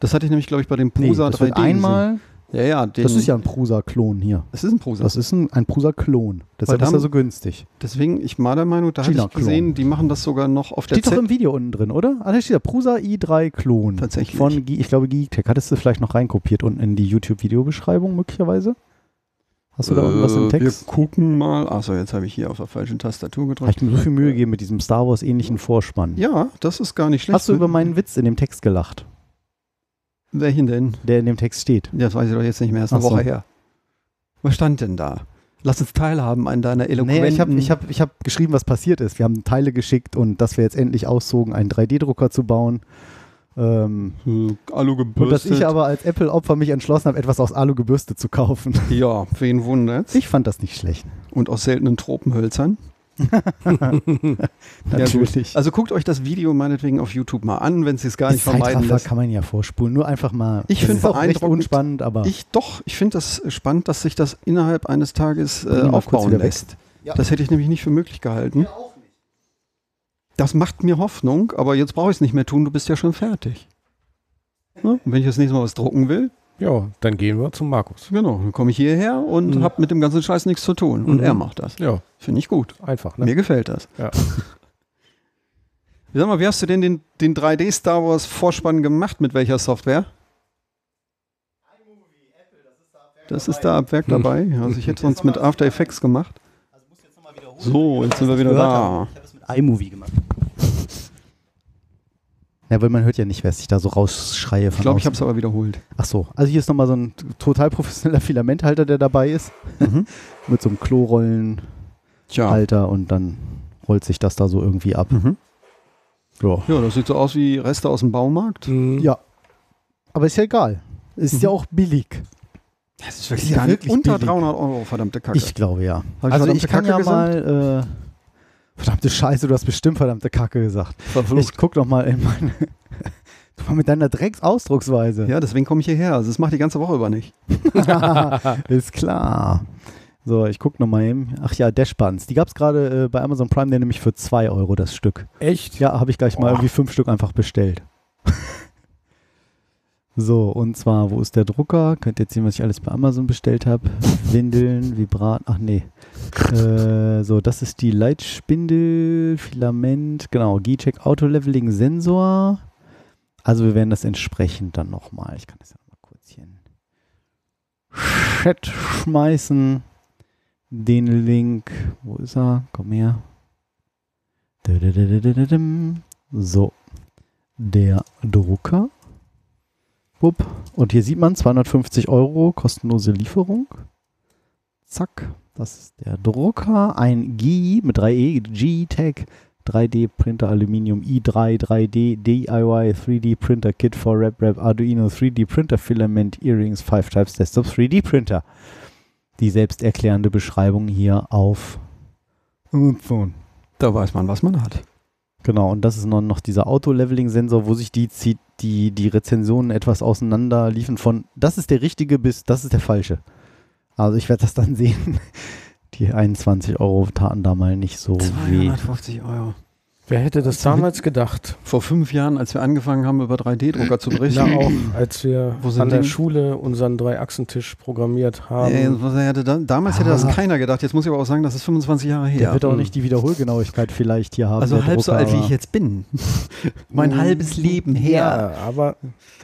Speaker 3: Das hatte ich nämlich, glaube ich, bei dem Prusa
Speaker 2: das
Speaker 3: 3D.
Speaker 2: wird einmal,
Speaker 3: gesehen. Ja, ja, den,
Speaker 2: das ist ja ein Prusa-Klon hier.
Speaker 3: Es ist ein Prusa.
Speaker 2: Das ist ein, ein Prusa-Klon. Deshalb ist
Speaker 3: Verdammt.
Speaker 2: er so günstig.
Speaker 3: Deswegen, ich mal der Meinung, da habe ich
Speaker 2: China-Klon.
Speaker 3: gesehen, die machen das sogar noch auf der
Speaker 2: Steht doch
Speaker 3: Z.
Speaker 2: im Video unten drin, oder? Ah, da steht da Prusa i3-Klon.
Speaker 3: Tatsächlich.
Speaker 2: Von, Ge- ich glaube, Geektech. Hattest du vielleicht noch reinkopiert unten in die YouTube-Videobeschreibung möglicherweise? Hast du da unten was im
Speaker 3: Äh,
Speaker 2: Text?
Speaker 3: Wir gucken mal. Achso, jetzt habe ich hier auf der falschen Tastatur
Speaker 2: Habe
Speaker 3: gedrückt.
Speaker 2: ich mir so viel Mühe gegeben mit diesem Star Wars-ähnlichen Vorspann.
Speaker 3: Ja, das ist gar nicht schlecht.
Speaker 2: Hast du über meinen Witz in dem Text gelacht,
Speaker 3: Welchen denn?
Speaker 2: der in dem Text steht?
Speaker 3: Das weiß ich doch jetzt nicht mehr. Ist eine
Speaker 2: Ach so.
Speaker 3: Woche her. Was stand denn da? Lass uns teilhaben an deiner eloquenten.
Speaker 2: Nee, ich habe ich hab, ich hab geschrieben, was passiert ist. Wir haben Teile geschickt und dass wir jetzt endlich auszogen, einen 3D-Drucker zu bauen. Ähm,
Speaker 3: äh, Alu
Speaker 2: und dass
Speaker 3: gebürstet.
Speaker 2: ich aber als Apple-Opfer mich entschlossen habe, etwas aus Alugebürste zu kaufen. (laughs)
Speaker 3: ja, wen wundert's?
Speaker 2: Ich fand das nicht schlecht.
Speaker 3: Und aus seltenen Tropenhölzern.
Speaker 2: Natürlich.
Speaker 3: Also guckt euch das Video meinetwegen auf YouTube mal an, wenn sie es gar
Speaker 2: Als
Speaker 3: nicht vermeiden
Speaker 2: Zeitraffer
Speaker 3: lässt.
Speaker 2: kann man ja vorspulen. Nur einfach mal.
Speaker 3: Ich
Speaker 2: das
Speaker 3: find
Speaker 2: ist auch recht
Speaker 3: beeindruckend.
Speaker 2: unspannend, aber
Speaker 3: Ich doch, ich finde das äh, spannend, dass sich das innerhalb eines Tages äh,
Speaker 2: Bring ihn mal kurz
Speaker 3: aufbauen
Speaker 2: wieder weg.
Speaker 3: lässt. Das hätte ich nämlich nicht für möglich gehalten. Das macht mir Hoffnung, aber jetzt brauche ich es nicht mehr tun, du bist ja schon fertig. Ne? Und wenn ich das nächste Mal was drucken will,
Speaker 5: Ja, dann gehen wir zu Markus.
Speaker 3: genau, dann komme ich hierher und
Speaker 5: Mhm.
Speaker 3: habe mit dem ganzen Scheiß nichts zu tun. Und
Speaker 5: Mhm.
Speaker 3: er macht das.
Speaker 5: Ja,
Speaker 3: Finde ich gut.
Speaker 5: einfach. Ne?
Speaker 3: Mir gefällt das.
Speaker 5: Ja.
Speaker 3: (laughs) Sag mal, wie hast du denn den, den 3D Star Wars Vorspann gemacht? Mit welcher Software? Das ist da ab Werk dabei. Also ich hätte sonst mit After Effects gemacht. So, jetzt sind wir wieder da. (laughs)
Speaker 2: iMovie gemacht. Ja, weil man hört ja nicht, wer sich da so rausschreie von
Speaker 3: Ich glaube, ich habe
Speaker 2: außen.
Speaker 3: es aber wiederholt.
Speaker 2: Ach so, also hier ist nochmal so ein total professioneller (laughs) Filamenthalter, der dabei ist.
Speaker 3: Mhm.
Speaker 2: (laughs) Mit so einem Klorollenhalter
Speaker 3: Tja.
Speaker 2: und dann rollt sich das da so irgendwie ab.
Speaker 3: Mhm.
Speaker 2: Ja.
Speaker 3: Ja, das sieht so aus wie Reste aus dem Baumarkt.
Speaker 5: Mhm.
Speaker 2: Ja. Aber ist ja egal. Ist
Speaker 3: Mhm.
Speaker 2: ja auch billig.
Speaker 3: Das ist
Speaker 2: Ist ja
Speaker 3: gar nicht-
Speaker 2: wirklich
Speaker 3: unter
Speaker 2: billig.
Speaker 3: 300 Euro, verdammte Kacke.
Speaker 2: Ich glaube ja.
Speaker 3: Hab ich
Speaker 2: also
Speaker 3: verdammte
Speaker 2: ich kann
Speaker 3: Kacke
Speaker 2: ja
Speaker 3: gesagt?
Speaker 2: mal. Äh, verdammte Scheiße, du hast bestimmt verdammte Kacke gesagt.
Speaker 3: Verflucht.
Speaker 2: Ich guck noch mal in meine. (laughs) Du mal mit deiner Drecksausdrucksweise.
Speaker 3: ja, deswegen komme ich hierher. Also das macht die ganze Woche über nicht.
Speaker 2: (laughs) Ist klar. So, ich guck noch mal eben. Ach ja, Dashbuns. Die gab es gerade äh, bei Amazon Prime, der nämlich für 2 Euro das Stück.
Speaker 5: Echt?
Speaker 2: Ja, habe ich gleich mal
Speaker 5: Boah.
Speaker 2: irgendwie fünf Stück einfach bestellt. (laughs) so, und zwar, wo ist der Drucker? Könnt ihr jetzt sehen, was ich alles bei Amazon bestellt habe? Windeln, Vibrat, ach nee. äh, so, das ist die Leitspindel, Filament, genau, G-Check Auto-Leveling Sensor. Also wir werden das entsprechend dann nochmal, ich kann das ja nochmal kurz hier in Chat schmeißen. Den Link, wo ist er? Komm her. Dödödödödödödüm. So, der Drucker. Bupp. Und hier sieht man 250 Euro kostenlose Lieferung. Zack, das ist der Drucker. Ein G mit E, 3E, G-Tech, 3D-Printer Aluminium i3, 3D, DIY, 3D-Printer Kit for Rap Rap, Arduino, 3D-Printer Filament, Earrings, 5 Types Desktop, 3D-Printer. Die selbsterklärende Beschreibung hier auf Amazon.
Speaker 3: Da weiß man, was man hat.
Speaker 2: Genau, und das ist noch, noch dieser Auto-Leveling-Sensor, wo sich die, zieht, die, die Rezensionen etwas auseinander liefen von das ist der richtige bis das ist der falsche. Also ich werde das dann (laughs) sehen. Die 21 Euro taten da mal nicht so weh.
Speaker 3: 250 Euro.
Speaker 5: Wer hätte das damals gedacht?
Speaker 3: Vor fünf Jahren, als wir angefangen haben, über 3D-Drucker zu
Speaker 5: Ja,
Speaker 3: berichten.
Speaker 5: auch als wir
Speaker 3: Wo sind
Speaker 5: an der
Speaker 3: die?
Speaker 5: Schule unseren Dreiachsentisch programmiert haben.
Speaker 3: Äh, was er hätte dann, damals hätte das
Speaker 2: ähm, Ah.
Speaker 3: keiner gedacht. Jetzt muss ich aber auch sagen, das ist 25 Jahre
Speaker 2: Der
Speaker 3: her.
Speaker 2: wird auch nicht die Wiederholgenauigkeit vielleicht hier haben.
Speaker 3: Hm. Also
Speaker 2: der
Speaker 3: halb so
Speaker 2: Drucker,
Speaker 3: alt, wie
Speaker 2: aber- Mhm.
Speaker 3: ich jetzt bin. (laughs) mein halbes Leben her.
Speaker 5: Hm. Ja, aber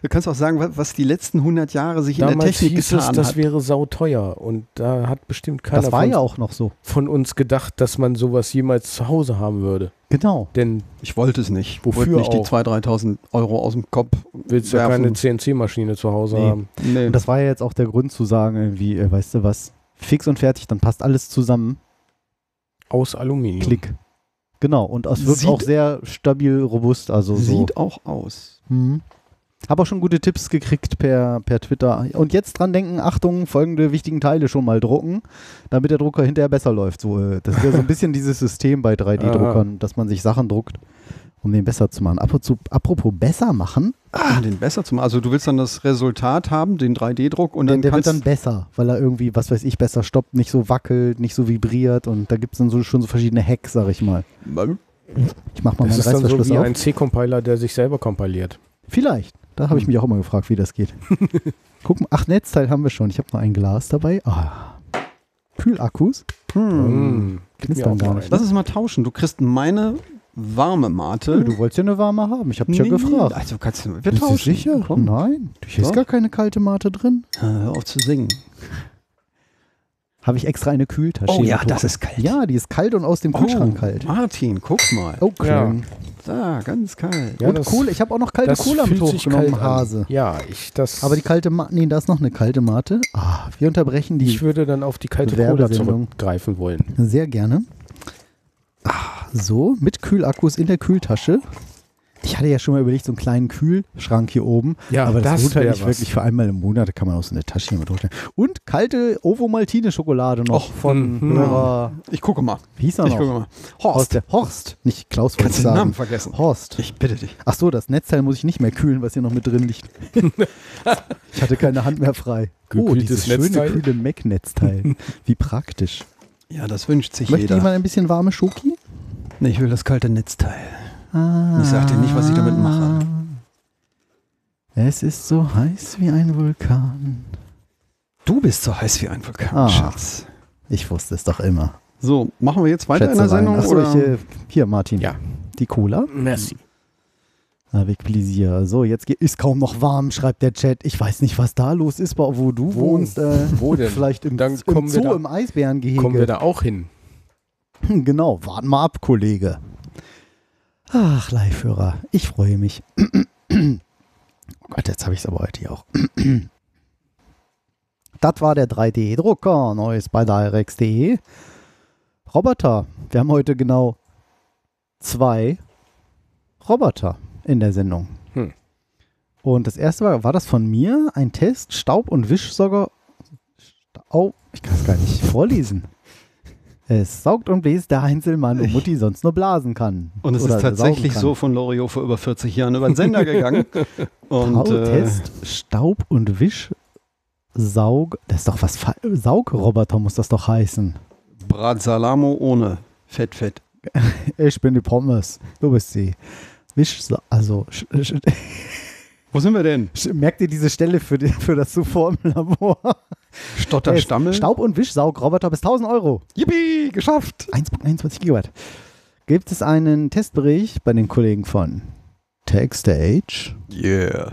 Speaker 3: Du kannst auch sagen, wa- was die letzten 100 Jahre sich in der
Speaker 5: damals
Speaker 3: Technik
Speaker 5: hieß es,
Speaker 3: getan
Speaker 5: das
Speaker 3: hat.
Speaker 5: wäre sauteuer. Und da hat bestimmt keiner
Speaker 2: Das war
Speaker 5: von,
Speaker 2: ja auch noch so.
Speaker 5: von uns gedacht, dass man sowas jemals zu Hause haben würde.
Speaker 2: Genau.
Speaker 5: Denn
Speaker 3: Ich wollte es nicht.
Speaker 5: Wofür
Speaker 3: wollte nicht die
Speaker 5: auch?
Speaker 3: 2.000, 3.000 Euro aus dem Kopf
Speaker 5: willst du ja
Speaker 3: werfen.
Speaker 5: keine CNC-Maschine zu Hause
Speaker 2: Nee.
Speaker 5: haben.
Speaker 3: nee.
Speaker 2: Und das war ja jetzt auch der Grund zu sagen, irgendwie, äh, weißt du was, fix und fertig, dann passt alles zusammen.
Speaker 5: Aus Aluminium.
Speaker 2: Klick. Genau, und es wirkt
Speaker 3: Sieht-
Speaker 2: auch sehr stabil, robust. Also so.
Speaker 3: Sieht auch aus.
Speaker 2: Mhm. Habe auch schon gute Tipps gekriegt per, per Twitter. Und jetzt dran denken, Achtung, folgende wichtigen Teile schon mal drucken, damit der Drucker hinterher besser läuft. So, äh, das ist ja so ein bisschen dieses System
Speaker 5: (laughs)
Speaker 2: bei 3D-Druckern, dass man sich Sachen druckt, um den besser zu machen. Ab und zu, apropos besser machen,
Speaker 3: Um den besser zu machen. Also du willst dann das Resultat haben, den 3D-Druck und
Speaker 2: der,
Speaker 3: dann
Speaker 2: der wird
Speaker 3: kannst
Speaker 2: dann besser, weil er irgendwie, was weiß ich, besser stoppt, nicht so wackelt, nicht so vibriert und da gibt es dann so, schon so verschiedene Hacks, sag ich mal. Ich mach mal
Speaker 5: Das
Speaker 2: meinen
Speaker 5: ist dann so
Speaker 2: Reißverschluss
Speaker 5: wie
Speaker 2: auf.
Speaker 5: ein C-Compiler, der sich selber kompiliert.
Speaker 2: Vielleicht. Da habe ich mich auch immer gefragt, wie das geht. Gucken, ach, Netzteil haben wir schon. Ich habe noch ein Glas dabei. Ah. Kühlakkus. Hm.
Speaker 5: Mhm. Gib mir
Speaker 2: Knistern
Speaker 5: auch
Speaker 2: gar
Speaker 5: mal
Speaker 2: nicht.
Speaker 5: einen.
Speaker 3: Lass es mal tauschen. Du kriegst meine warme Mate.
Speaker 2: Du wolltest ja eine warme haben. Ich habe dich
Speaker 3: Nee,
Speaker 2: ja
Speaker 3: nee,
Speaker 2: gefragt.
Speaker 3: Also kannst du, wir
Speaker 2: Bist du
Speaker 3: tauschen.
Speaker 2: sicher?
Speaker 3: Komm.
Speaker 2: Nein. Hier ist
Speaker 3: Doch.
Speaker 2: gar keine kalte Mate drin.
Speaker 3: Äh, Hör auf zu singen.
Speaker 2: Habe ich extra eine Kühltasche.
Speaker 3: Oh ja,
Speaker 2: hier
Speaker 3: das
Speaker 2: drin.
Speaker 3: ist Ah. kalt.
Speaker 2: Ja, die ist kalt und aus dem Kühlschrank kalt.
Speaker 3: Oh, Martin, guck mal.
Speaker 2: Oh, Klang.
Speaker 3: Da, ganz kalt.
Speaker 5: Ja,
Speaker 2: und
Speaker 5: das-
Speaker 2: Kohle. Ich habe auch noch kalte Cola mit
Speaker 5: fühlt sich
Speaker 2: hochgenommen,
Speaker 5: kalt an.
Speaker 2: Hase.
Speaker 5: Ja, ich das.
Speaker 2: Aber die kalte Mate, nee, da ist noch eine kalte Mate. Ah, wir unterbrechen die
Speaker 5: ich würde dann auf die kalte Cola
Speaker 2: Werbesendung.
Speaker 5: zurückgreifen wollen.
Speaker 2: sehr gerne. Ah, so, mit Kühlakkus in der Kühltasche. Ich hatte ja schon mal überlegt, so einen kleinen Kühlschrank hier oben.
Speaker 5: Ja,
Speaker 2: aber das,
Speaker 5: das
Speaker 2: tut halt
Speaker 5: wär
Speaker 2: nicht
Speaker 5: was.
Speaker 2: wirklich für einmal im Monat. Da kann man auch so eine Tasche hier mit hochstellen. Und kalte Ovo-Maltine-Schokolade noch
Speaker 3: Och,
Speaker 2: von
Speaker 5: mhm.
Speaker 2: Hörer,
Speaker 3: Ich gucke mal.
Speaker 2: wie hieß er
Speaker 3: Ich gucke
Speaker 2: noch?
Speaker 3: mal.
Speaker 2: Aus
Speaker 3: Horst,
Speaker 2: der Horst, nicht Klaus, wollte
Speaker 3: Kannst
Speaker 2: ich
Speaker 3: du den
Speaker 2: sagen.
Speaker 3: Namen vergessen?
Speaker 2: Horst.
Speaker 3: ich bitte dich.
Speaker 2: Ach so, das Netzteil muss ich nicht mehr kühlen, was hier noch mit drin liegt.
Speaker 3: (laughs)
Speaker 2: ich hatte keine Hand mehr frei. Oh,
Speaker 5: Gekühltes
Speaker 2: dieses schöne
Speaker 5: Netzteil.
Speaker 3: (laughs)
Speaker 2: kühle Mac-Netzteil. Wie praktisch.
Speaker 3: Ja, das wünscht sich
Speaker 2: Möchte
Speaker 3: jeder.
Speaker 2: jemand ein bisschen warme Schoki?
Speaker 3: Nee, ich will das kalte Netzteil.
Speaker 2: Ah,
Speaker 3: Ich sag dir nicht, was ich damit mache.
Speaker 2: Es ist so heiß wie ein Vulkan.
Speaker 3: Du bist so heiß wie ein Vulkan,
Speaker 2: Ah.
Speaker 3: Schatz.
Speaker 2: Ich wusste es doch immer.
Speaker 3: So, machen wir jetzt weiter in der
Speaker 2: Schätzereien.
Speaker 3: Sendung?
Speaker 2: Achso,
Speaker 3: oder?
Speaker 2: ich, äh, hier, Martin.
Speaker 5: Ja.
Speaker 2: Die Cola.
Speaker 5: Merci.
Speaker 2: Avec plaisir. So, jetzt geht, ist kaum noch warm, schreibt der Chat. Ich weiß nicht, was da los ist, wo du
Speaker 5: Wo?
Speaker 2: wohnst. Äh,
Speaker 5: (laughs) Wo denn?
Speaker 2: Vielleicht im,
Speaker 5: Dann
Speaker 2: im
Speaker 5: kommen wir
Speaker 2: Zoo,
Speaker 5: da-
Speaker 2: im Eisbärengehege.
Speaker 5: Kommen wir da auch hin?
Speaker 2: Hm, Genau, warten mal ab, Kollege. Ach, Live-Hörer, ich freue mich. Oh Gott, jetzt habe ich es aber heute hier auch. (clears throat) Das war der 3D-Drucker, neues bei Direx.de. Roboter, wir haben heute genau zwei Roboter in der Sendung.
Speaker 5: Hm.
Speaker 2: Und das erste war, war das von mir, ein Test, Staub- und Wischsauger. Stau, ich kann es gar nicht vorlesen. Es saugt und bläst der Einzelmann und Mutti sonst nur blasen kann.
Speaker 3: Und es
Speaker 2: Oder
Speaker 3: ist
Speaker 2: saugen
Speaker 3: tatsächlich
Speaker 2: kann.
Speaker 3: so von Loriot vor über 40 Jahren über den Sender
Speaker 2: (laughs)
Speaker 3: gegangen. Und äh,
Speaker 2: Tautest, Staub und Wisch, Saug, das ist doch was, fa- Saugroboter muss das doch heißen.
Speaker 3: Bratsalamo ohne Fett, Fett.
Speaker 2: Ich bin die Pommes, du bist sie. Wisch, also, sch, sch,
Speaker 3: Wo sind wir denn?
Speaker 2: sch, merkt ihr diese Stelle für, die, für das zuvor im Labor?
Speaker 3: Stotter,
Speaker 2: Ey,
Speaker 3: Stammel.
Speaker 2: Staub- und Wischsaugroboter bis 1000 Euro.
Speaker 3: Yippie, geschafft.
Speaker 2: 1.21 Gigawatt. Gibt es einen Testbericht bei den Kollegen von TechStage?
Speaker 3: Yeah.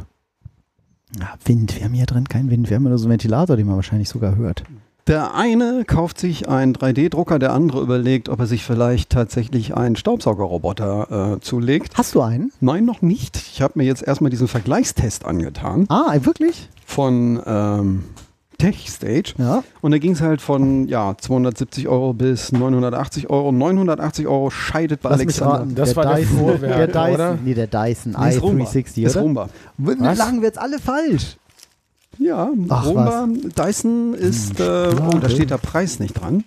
Speaker 2: Ja, Wind, wir haben hier drin keinen Wind, wir haben nur so einen Ventilator, den man wahrscheinlich sogar hört.
Speaker 3: Der eine kauft sich einen 3D-Drucker, der andere überlegt, ob er sich vielleicht tatsächlich einen Staubsaugerroboter äh, zulegt.
Speaker 2: Hast du einen?
Speaker 3: Nein, noch nicht. Ich habe mir jetzt erstmal diesen Vergleichstest angetan
Speaker 2: Ah, wirklich?
Speaker 3: von ähm, TechStage.
Speaker 2: Ja.
Speaker 3: Und da ging es halt von ja, 270 Euro bis 980 Euro. 980 Euro scheidet bei
Speaker 2: Lass mich
Speaker 3: Alexander.
Speaker 2: raten,
Speaker 5: Das
Speaker 2: der
Speaker 5: war der
Speaker 2: Dyson,
Speaker 5: Vorwerk,
Speaker 2: der Dyson,
Speaker 5: oder?
Speaker 2: Nee, der Dyson
Speaker 3: Nee, ist Roomba.
Speaker 2: i360,
Speaker 3: Ist
Speaker 2: oder?
Speaker 3: Roomba.
Speaker 5: Was?
Speaker 2: Lagen wir jetzt alle falsch.
Speaker 3: Ja,
Speaker 2: Ach, Hm,
Speaker 3: Roomba, Dyson ist, äh, oh, da
Speaker 2: schade.
Speaker 3: steht der Preis nicht dran.